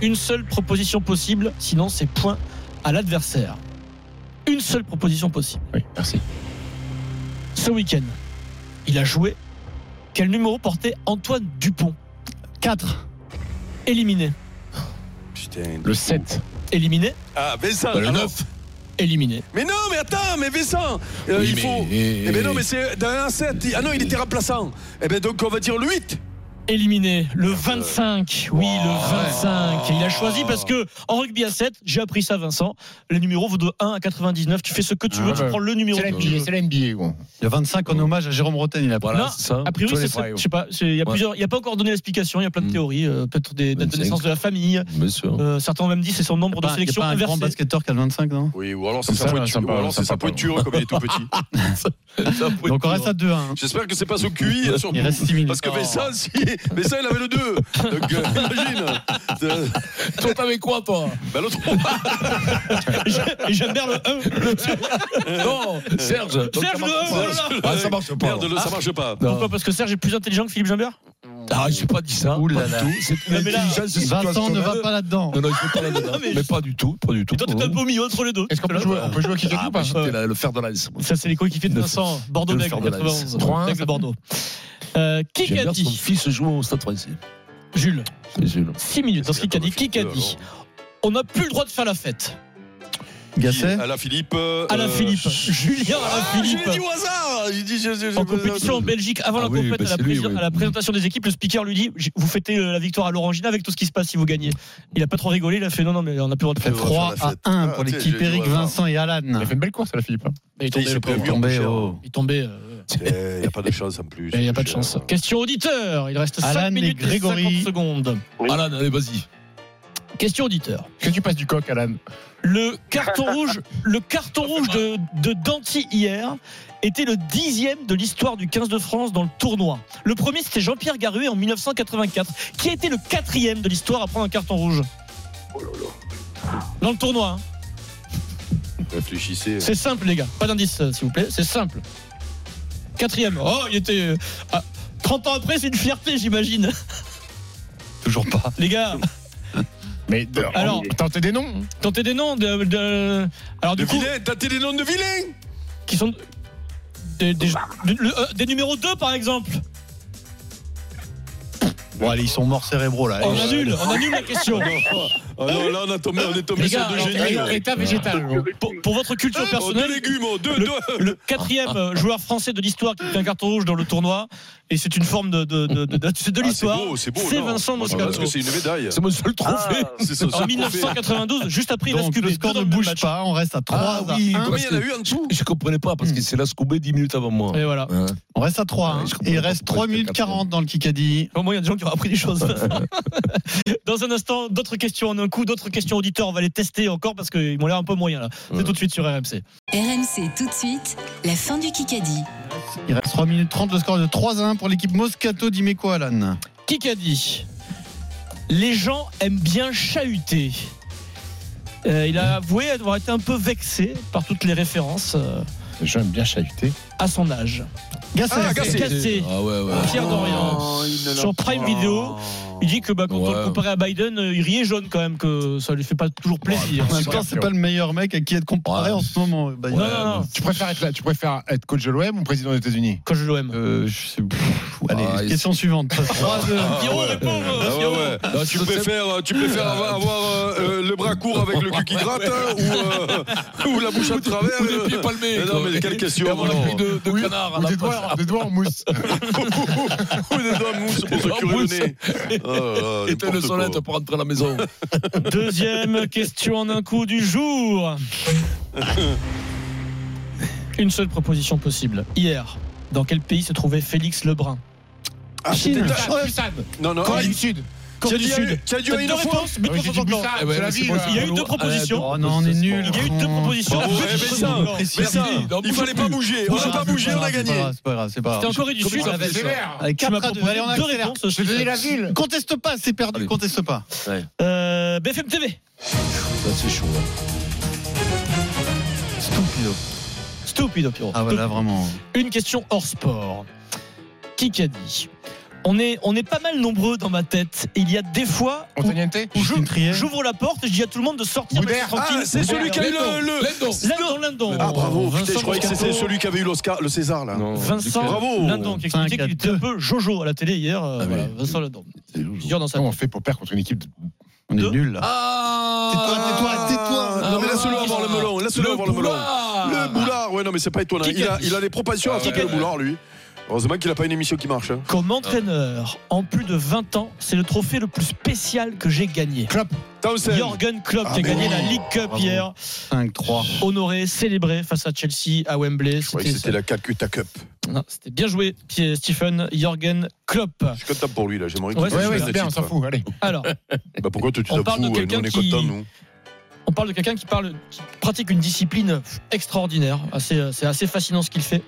Speaker 6: une seule proposition possible, sinon c'est point à l'adversaire. Une seule proposition possible.
Speaker 21: Oui, merci.
Speaker 6: Ce week-end, il a joué. Quel numéro portait Antoine Dupont
Speaker 7: 4.
Speaker 6: Éliminé.
Speaker 22: Putain.
Speaker 21: Le 7.
Speaker 6: Éliminé.
Speaker 22: Ah, Vincent.
Speaker 4: Bah, le
Speaker 22: alors,
Speaker 4: 9.
Speaker 6: éliminé.
Speaker 20: Mais non, mais attends, mais Vincent, euh,
Speaker 4: Oui,
Speaker 20: il
Speaker 4: mais-
Speaker 20: faut. Eh ben non, mais c'est dans un 7. Ah non, il était remplaçant. Eh ben donc on va dire le 8.
Speaker 6: Éliminé le 25, oui le 25. Et il a choisi parce que en rugby à 7, j'ai appris ça Vincent, les numéros vont de 1 à 99, tu fais ce que
Speaker 21: Ah,
Speaker 6: tu veux, tu prends le numéro
Speaker 21: C'est
Speaker 6: que tu
Speaker 21: l'NBA,
Speaker 6: veux.
Speaker 21: c'est l'NBA, gros.
Speaker 7: Le 25 en hommage à Jérôme Roten, il
Speaker 6: Non,
Speaker 7: a
Speaker 6: a priori, c'est ça. Je sais pas. c'est- Il y a plusieurs. Il y a pas encore donné l'explication. Il y a plein de théories. euh, Peut-être des dates de
Speaker 7: 25.
Speaker 6: naissance de la famille. Euh, certains ont même dit c'est son nombre de
Speaker 7: Il n'y a
Speaker 6: sélections
Speaker 7: pas un grand
Speaker 6: inversées.
Speaker 7: basketteur qui a le 25, non
Speaker 20: Oui, ou alors
Speaker 7: c'est Comme sa ça, pointure, ça me ou parle, alors ça hein, c'est me sa parle. pointure,
Speaker 20: comme il est tout petit.
Speaker 7: Donc on reste à 2-1. hein.
Speaker 20: J'espère que c'est pas son QI, hein, surtout.
Speaker 7: Il reste six minutes.
Speaker 20: Parce que
Speaker 7: Oh.
Speaker 20: Vincent, si, Vincent, il avait le 2. Donc, euh, imagine.
Speaker 4: Toi, t'avais quoi, toi
Speaker 20: Ben, l'autre.
Speaker 6: J'aime bien le 1.
Speaker 4: non, Serge.
Speaker 6: Serge,
Speaker 4: Donc, ça marche
Speaker 6: le 1.
Speaker 4: pas.
Speaker 6: voilà.
Speaker 4: Ah, ça marche pas.
Speaker 20: Merde, le- ça marche pas.
Speaker 6: Pourquoi Parce que Serge est plus intelligent que Philippe Jambert
Speaker 4: Ah, j'ai pas dit ça.
Speaker 6: Ouh là
Speaker 4: pas
Speaker 6: là.
Speaker 4: du tout. C'est une
Speaker 6: Non, mais là,
Speaker 4: intelligence
Speaker 6: Vincent ne
Speaker 4: situationnelle.
Speaker 6: va pas
Speaker 7: là-dedans.
Speaker 4: Non, non, il faut pas là-dedans.
Speaker 6: Non, mais-
Speaker 4: mais, pas du tout, pas du tout. Oh.
Speaker 6: Et toi, t'es un peu au milieu entre les deux.
Speaker 4: Est-ce qu'on
Speaker 6: peut jouer- on peut jouer au kick-out ou pas
Speaker 4: Le fer de lance.
Speaker 6: Ça, c'est les coéquipiers de
Speaker 4: Le-
Speaker 6: Vincent. Bordeaux
Speaker 4: le
Speaker 6: Nègre,
Speaker 4: fer de lance.
Speaker 6: 91.
Speaker 4: 3-1,
Speaker 6: Nègre de Bordeaux. Euh, Qui
Speaker 4: J'aime
Speaker 6: a
Speaker 4: bien son
Speaker 6: dit
Speaker 4: fils joue au stade français.
Speaker 6: Jules.
Speaker 4: C'est Jules.
Speaker 6: 6 minutes dans ce qu'il a dit. Qui a dit On n'a plus le droit de faire la fête.
Speaker 20: Gasset. Alain Philippe. euh,
Speaker 6: Alain Philippe. Julien Alain Philippe.
Speaker 20: Je l'ai dit au hasard. Il dit, je, je, je-
Speaker 6: En compétition en Belgique, avant
Speaker 4: Ah
Speaker 6: la
Speaker 4: oui,
Speaker 6: compétition,
Speaker 4: bah
Speaker 6: à, la
Speaker 4: c'est lui,
Speaker 6: prés-
Speaker 4: oui.
Speaker 6: à la présentation des équipes, le speaker lui dit J- Vous fêtez euh, la victoire à l'Orangina avec tout ce qui se passe si vous gagnez. Il a pas trop rigolé, il a fait Non, non, mais on n'a plus le droit de
Speaker 7: Ça fait
Speaker 6: faire
Speaker 7: 3 à 1 pour
Speaker 20: Ah, tu sais,
Speaker 7: l'équipe
Speaker 20: j'ai-
Speaker 7: Eric,
Speaker 20: j'ai-
Speaker 7: Vincent et Alan. Il a fait
Speaker 21: une belle course, la Philippe.
Speaker 6: Mais il
Speaker 20: Il
Speaker 6: tombait,
Speaker 20: s'est
Speaker 6: le
Speaker 20: pris un
Speaker 6: pauvre.
Speaker 20: mur
Speaker 7: tombé,
Speaker 20: cher.
Speaker 7: oh.
Speaker 6: Il tombait, euh,
Speaker 20: Il n'y Eh, a pas de chance en plus.
Speaker 6: mais il n'y Eh, a pas de chance. Question auditeur, il reste
Speaker 7: Alan
Speaker 6: 5
Speaker 7: et
Speaker 6: minutes et
Speaker 7: Grégory.
Speaker 6: 50 secondes.
Speaker 4: Alan, allez, Eh, vas-y.
Speaker 6: Question auditeur.
Speaker 21: Que tu passes du coq, Alan.
Speaker 6: Le carton rouge, le carton rouge de, de Danty hier était le dixième de l'histoire du 15 de France dans le tournoi. Le premier, c'était Jean-Pierre Garuet en 1984. Qui a été le quatrième de l'histoire à prendre un carton rouge Dans le tournoi. hein.
Speaker 20: Réfléchissez.
Speaker 6: C'est simple, les gars. Pas d'indice, euh, s'il vous plaît. C'est simple. Quatrième. Oh, il était. euh, ah, 30 ans après, c'est une fierté, j'imagine.
Speaker 4: Toujours pas.
Speaker 6: Les gars,
Speaker 21: Mais de-
Speaker 6: Alors-
Speaker 21: tentez des noms. hein.
Speaker 6: tentez des noms de. de- Alors,
Speaker 20: De
Speaker 6: du coup,
Speaker 20: vilain, t'as t'es des noms de vilain
Speaker 6: qui sont. Des,
Speaker 21: Oh,
Speaker 6: des,
Speaker 21: bah.
Speaker 6: de- le- euh, des numéros 2, par exemple.
Speaker 7: Bon, allez, ils sont morts cérébraux
Speaker 21: Bah,
Speaker 7: là.
Speaker 6: On
Speaker 7: Allez.
Speaker 6: annule, on annule la question.
Speaker 20: Oh non, là on, a tombé, on est tombé
Speaker 6: Les
Speaker 20: sur
Speaker 6: gars,
Speaker 20: deux
Speaker 6: alors,
Speaker 20: génies.
Speaker 6: alors,
Speaker 21: État végétal. gros.
Speaker 6: Pour, pour votre culture
Speaker 20: Eh, oh, deux
Speaker 6: personnelle,
Speaker 20: légumes, oh, deux, Ah.
Speaker 6: le-
Speaker 20: deux.
Speaker 6: le quatrième euh, joueur français de l'histoire qui prend un carton rouge dans le tournoi, et c'est une forme de, de, de, de- de- de
Speaker 20: Ah, c'est
Speaker 6: l'histoire,
Speaker 20: beau, c'est beau.
Speaker 6: c'est
Speaker 20: non.
Speaker 6: Vincent
Speaker 20: Moi, je
Speaker 6: Moscato.
Speaker 20: pense que c'est une médaille. Ah,
Speaker 4: C'est mon seul trophée.
Speaker 20: C'est son
Speaker 6: En
Speaker 20: seul trophée.
Speaker 6: 1992, juste après, il a
Speaker 7: Donc
Speaker 6: scubé.
Speaker 7: le score ne bouge pas, on reste à 3 à 1.
Speaker 4: parce
Speaker 20: Combien il y en a
Speaker 4: que
Speaker 20: eu en dessous
Speaker 4: Je comprenais pas
Speaker 6: Hmm.
Speaker 4: parce que c'est la Scoubé 10 minutes avant moi.
Speaker 6: Et voilà.
Speaker 4: Hein.
Speaker 7: On reste à 3
Speaker 4: Ouais,
Speaker 7: hein.
Speaker 4: je comprends
Speaker 7: Et il
Speaker 4: pas
Speaker 7: reste
Speaker 4: pourquoi
Speaker 7: 3
Speaker 4: il fait
Speaker 7: minutes
Speaker 4: quatre.
Speaker 7: 40 dans le Kikadi.
Speaker 6: Au moins, il y a des gens qui ont appris des choses. Dans un instant, d'autres questions en un coup, d'autres questions auditeurs. On va les tester encore parce qu'ils m'ont l'air un peu moyens là. C'est
Speaker 4: Ouais.
Speaker 6: tout de suite sur RMC.
Speaker 18: RMC tout de suite, la fin du Kikadi.
Speaker 7: Il reste 3 minutes 30, le score est de 3 à 1 pour l'équipe Moscato d'Imeco Alan.
Speaker 6: Qui qu'a dit Les gens aiment bien chahuter. Euh, il a avoué avoir été un peu vexé par toutes les références euh,
Speaker 21: J'aime bien chahuter.
Speaker 6: à son âge.
Speaker 7: Gasset.
Speaker 20: Ah, Gasset.
Speaker 6: Cassé,
Speaker 4: Ah ouais, ouais.
Speaker 6: Pierre Dorian.
Speaker 20: Oh, il ne l'a
Speaker 6: Sur Prime
Speaker 20: pas.
Speaker 6: Video, il dit que bah, quand on le
Speaker 4: Ouais.
Speaker 6: comparait à Biden, euh, il riait jaune quand même, que ça lui fait pas toujours plaisir.
Speaker 7: En même temps, c'est pas le meilleur mec à qui être comparé
Speaker 4: Ouais.
Speaker 7: en ce moment. Bah,
Speaker 6: non, non, non.
Speaker 21: Tu préfères être là, tu préfères être coach de l'OM ou président des États-Unis
Speaker 6: Quand je l'OM.
Speaker 7: Euh, je sais- pff, Allez,
Speaker 4: Ah, il-
Speaker 7: question suivante. 3 2.
Speaker 6: Pierrot répond, euh,
Speaker 20: Ah ouais,
Speaker 6: Pierrot.
Speaker 20: ouais.
Speaker 4: Non, je
Speaker 20: tu,
Speaker 4: sais-
Speaker 20: préfères, tu préfères
Speaker 6: Ah.
Speaker 20: avoir, avoir, euh, euh, le bras court avec le cul qui gratte hein, ou, euh, ou la bouche à travers
Speaker 4: Ou des
Speaker 20: euh,
Speaker 4: pieds palmés.
Speaker 20: Mais non, mais quelle question,
Speaker 4: Et avoir la
Speaker 20: alors.
Speaker 4: grille de, de canard à
Speaker 21: Ou
Speaker 4: la
Speaker 21: des
Speaker 4: place.
Speaker 21: doigts, des doigts en mousse.
Speaker 20: ou des doigts de mousse pour se
Speaker 4: doigts en
Speaker 20: curer le
Speaker 4: mousse.
Speaker 20: nez. Oh là là,
Speaker 4: Éteins le
Speaker 20: n'importe quoi.
Speaker 4: sonnette pour rentrer à la maison.
Speaker 6: Deuxième question en un coup du jour. Une seule proposition possible. Hier, dans quel pays se trouvait Félix Lebrun
Speaker 20: Ah, c'était- Non, oh. non,
Speaker 21: Corée
Speaker 20: il-
Speaker 21: du Sud.
Speaker 6: Corée
Speaker 20: Tu as
Speaker 6: du
Speaker 20: dit-
Speaker 6: Sud.
Speaker 20: tu as dit
Speaker 6: T'as
Speaker 20: une
Speaker 6: deux
Speaker 20: fois Ah
Speaker 6: réponses, mais
Speaker 21: Oui,
Speaker 6: tu
Speaker 21: j'ai
Speaker 6: penses
Speaker 21: vu
Speaker 6: encore.
Speaker 21: ça,
Speaker 4: Eh ben,
Speaker 21: c'est la
Speaker 4: c'est
Speaker 21: vie.
Speaker 4: bon,
Speaker 21: là.
Speaker 4: c'est
Speaker 6: Il y a eu
Speaker 4: bon.
Speaker 6: deux propositions.
Speaker 7: Oh non, on est nul.
Speaker 6: Il y a eu deux propositions.
Speaker 20: Bravo, eh, Vincent, Vincent, il fallait pas bouger. On n'a pas bougé, on a gagné.
Speaker 7: C'est pas grave, c'est pas
Speaker 6: C'était en
Speaker 7: grave.
Speaker 6: Corée du
Speaker 21: Comment
Speaker 6: Sud.
Speaker 21: ça fait sévère
Speaker 7: Allez,
Speaker 6: Tu
Speaker 7: 4
Speaker 6: m'as
Speaker 7: à 2.
Speaker 6: proposé
Speaker 7: Allez, on
Speaker 6: deux
Speaker 7: accélère.
Speaker 6: réponses.
Speaker 21: Je te dis la ville.
Speaker 7: Conteste pas, c'est perdu,
Speaker 4: Allez.
Speaker 7: conteste pas.
Speaker 6: Euh, BFM TV.
Speaker 4: Ça, c'est chaud. hein.
Speaker 7: Stupido.
Speaker 6: Stupido, Pierrot.
Speaker 7: Ah voilà, vraiment.
Speaker 6: Une question hors sport. Qui qui a dit on est, on est pas mal nombreux dans ma tête. Il y a des fois
Speaker 21: On
Speaker 6: où
Speaker 21: t'a nienté
Speaker 6: où je-
Speaker 7: Justine Trier.
Speaker 6: j'ouvre la porte et je dis à tout le monde de sortir.
Speaker 21: Boudère.
Speaker 6: rester tranquille.
Speaker 20: Ah, c'est celui qui a eu le. le-
Speaker 4: Lendo.
Speaker 6: Lindon, Lindon.
Speaker 20: Ah, bravo,
Speaker 6: Vincent
Speaker 20: putain, je croyais que c'était
Speaker 6: Moscato.
Speaker 20: celui qui avait eu l'Oscar, le César, là.
Speaker 6: Vincent
Speaker 20: Bravo.
Speaker 6: Lindon qui expliquait
Speaker 7: Cinq à
Speaker 6: qu'il était un peu Jojo à la télé hier. euh,
Speaker 4: Ah,
Speaker 6: voilà,
Speaker 4: oui.
Speaker 6: Vincent Lindon.
Speaker 4: C'est lourd.
Speaker 6: Plusieurs dans sa
Speaker 21: Comment on fait pour perdre contre une équipe de-
Speaker 7: On est
Speaker 6: Deux.
Speaker 7: nul là.
Speaker 4: Ah
Speaker 7: Tais-toi, tais-toi, tais-toi.
Speaker 20: Non, mais laisse-le avoir le melon, laisse-le avoir le melon. Le boulard, ouais, non, mais c'est pas étonnant.
Speaker 6: Qui
Speaker 20: Il a,
Speaker 6: gagne
Speaker 20: il a les propensions à
Speaker 6: Qui Ah.
Speaker 20: frapper le
Speaker 6: gagne
Speaker 20: boulard, lui. Heureusement qu'il a pas une émission qui marche. hein.
Speaker 6: Comme entraîneur, en plus de 20 ans, c'est le trophée le plus spécial que j'ai gagné.
Speaker 20: Klopp.
Speaker 6: Jorgen Klopp
Speaker 20: Ah,
Speaker 6: qui a
Speaker 20: mais
Speaker 6: gagné
Speaker 20: oui.
Speaker 6: la League Cup
Speaker 20: Bravo.
Speaker 6: hier.
Speaker 20: 5-3.
Speaker 6: Honoré, célébré face à Chelsea, à Wembley.
Speaker 20: Je croyais que c'était la Calcutta Cup.
Speaker 6: Non, c'était bien joué, Pierre- Stephen Jorgen Klopp.
Speaker 20: Je suis content pour lui, là. J'aimerais qu'il
Speaker 6: Ouais,
Speaker 20: qu'il
Speaker 6: ouais,
Speaker 20: gagne
Speaker 6: ouais,
Speaker 20: le
Speaker 6: c'est bien,
Speaker 20: titre.
Speaker 6: on s'en fout, allez. Alors,
Speaker 20: Bah pourquoi toi, tu
Speaker 6: On
Speaker 20: t'en fous
Speaker 6: parle de
Speaker 20: ouais, Nous,
Speaker 6: quelqu'un
Speaker 20: on est
Speaker 6: qui-
Speaker 20: contents, nous.
Speaker 6: on parle de quelqu'un qui parle, qui pratique une discipline extraordinaire. Assez- C'est assez fascinant ce qu'il fait.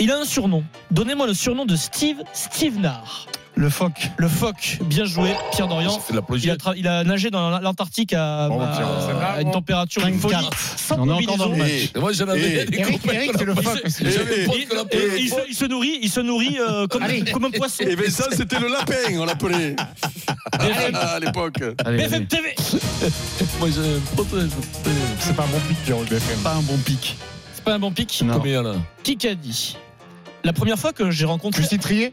Speaker 6: Il a un surnom. Donnez-moi le surnom de Steve Stevenard.
Speaker 7: Le phoque.
Speaker 6: Le phoque, bien joué, Pierre Dorian.
Speaker 7: Ça fait de la plaisir.
Speaker 6: il, a tra- il a nagé dans l'Antarctique à,
Speaker 7: Bravo,
Speaker 6: à-
Speaker 7: Pierre, ça va,
Speaker 6: à une
Speaker 7: bon.
Speaker 6: température une folie.
Speaker 7: 34.
Speaker 6: Sans
Speaker 7: On est encore
Speaker 6: combinaison.
Speaker 7: dans le match. Et moi, j'en avais- Et- Eric, Eric, c'est le
Speaker 6: Il se-
Speaker 7: phoque aussi.
Speaker 6: il-
Speaker 7: J'avais pas que la
Speaker 6: il-
Speaker 7: poule.
Speaker 6: il se- Il se nourrit, il se nourrit euh, comme,
Speaker 7: Allez.
Speaker 6: comme un poisson.
Speaker 20: Et Vincent, Eh ben, c'était le lapin, on l'appelait. Ah, à l'époque.
Speaker 6: BFM TV.
Speaker 20: Moi, je
Speaker 27: C'est pas un bon pic, Jérôme BFM.
Speaker 7: Pas un bon pic.
Speaker 6: C'est pas un bon pic.
Speaker 7: Non.
Speaker 6: Combien, Qui qu'a dit La première fois que j'ai rencontré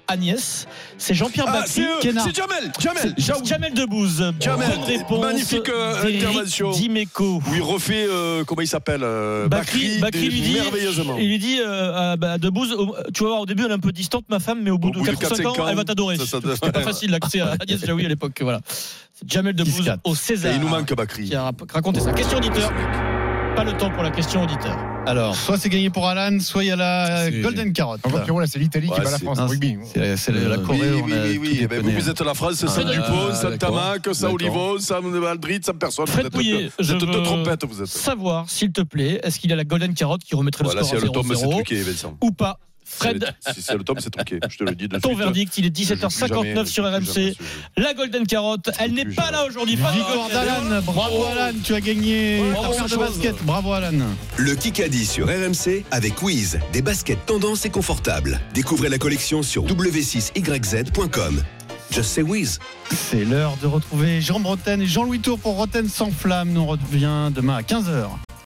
Speaker 6: Agnès, c'est Jean-Pierre
Speaker 20: Ah,
Speaker 6: Bacri.
Speaker 20: c'est eux,
Speaker 6: Kenard.
Speaker 20: c'est Jamel, Jamel.
Speaker 6: Jamel, Debbouze.
Speaker 20: Jamel,
Speaker 6: Bonne réponse.
Speaker 20: magnifique euh,
Speaker 6: d'Éric
Speaker 20: intervention.
Speaker 6: Dimeco.
Speaker 20: Où il refait, euh, comment il s'appelle euh,
Speaker 6: Bakri,
Speaker 20: Bakri,
Speaker 6: Bakri
Speaker 20: des-
Speaker 6: lui dit,
Speaker 20: merveilleusement.
Speaker 6: il lui dit euh, à- bah, à Debbouze, au- tu vas voir, au début, elle est un peu distante, ma femme, mais au bout de
Speaker 20: bout de
Speaker 6: 4 ou 5 ans,
Speaker 20: 4-5 ans,
Speaker 6: elle va t'adorer.
Speaker 20: ça, ça doit-
Speaker 6: C'était pas facile l'accès à Agnès Jaoui à l'époque. Voilà. C'est Jamel Debbouze au César.
Speaker 20: Et il nous manque Bakri.
Speaker 6: Qui a rap- raconté ça. Question auditeur. Pas le temps pour la question auditeur.
Speaker 7: Alors, soit c'est gagné pour Alan, soit il y a la Golden Carrot.
Speaker 27: En fait, Pierrot, là, c'est l'Italie qui
Speaker 7: Ouais,
Speaker 27: bat la
Speaker 7: c'est-
Speaker 27: France en
Speaker 7: non,
Speaker 27: rugby. Euh,
Speaker 7: C'est c'est Euh, la
Speaker 20: Oui,
Speaker 7: Corée.
Speaker 20: oui,
Speaker 7: on
Speaker 20: oui,
Speaker 7: a
Speaker 20: oui,
Speaker 7: tout
Speaker 20: Eh ben,
Speaker 7: déconné,
Speaker 20: vous, vous
Speaker 7: hein.
Speaker 20: êtes à la France, c'est
Speaker 7: Ah,
Speaker 20: Sam Dupont,
Speaker 7: d'accord.
Speaker 20: Sam Tamac, Sam Olivon, Sam Aldrit, Sam personne. Vous
Speaker 6: Fred
Speaker 20: êtes
Speaker 6: Pouillet,
Speaker 20: deux- vous
Speaker 6: je
Speaker 20: êtes
Speaker 6: veux
Speaker 20: deux trompettes, vous êtes.
Speaker 6: savoir, s'il te plaît, est-ce qu'il y a la Golden Carotte qui remettrait
Speaker 20: Voilà,
Speaker 6: le
Speaker 20: si
Speaker 6: score
Speaker 20: elle
Speaker 6: à
Speaker 20: tombe, c'est
Speaker 6: 0-0
Speaker 20: truqué, Vincent.
Speaker 6: ou pas
Speaker 20: Si elle est-
Speaker 6: Fred,
Speaker 20: Si c'est le top, c'est truqué. Je te le dis de
Speaker 6: ton
Speaker 20: suite.
Speaker 6: verdict, il est
Speaker 20: Je joue plus
Speaker 6: 17h59 sur
Speaker 20: jamais, je joue plus
Speaker 6: RMC. La Golden Carotte, elle n'est pas là aujourd'hui. Pas de
Speaker 7: Victoire
Speaker 6: Golden Carotte.
Speaker 7: d'Alan. Bravo Alan, tu as gagné
Speaker 6: Bravo,
Speaker 7: ta paire de
Speaker 6: chose.
Speaker 7: basket. Bravo Alan.
Speaker 28: Le Kikadi sur RMC avec Wiz, des baskets tendance et confortables. Découvrez la collection sur w6yz.com. Just say Wiz.
Speaker 7: C'est l'heure de retrouver Jean Bretagne et Jean-Louis Tour pour Rotten sans flamme. Nous on revient demain à 15h.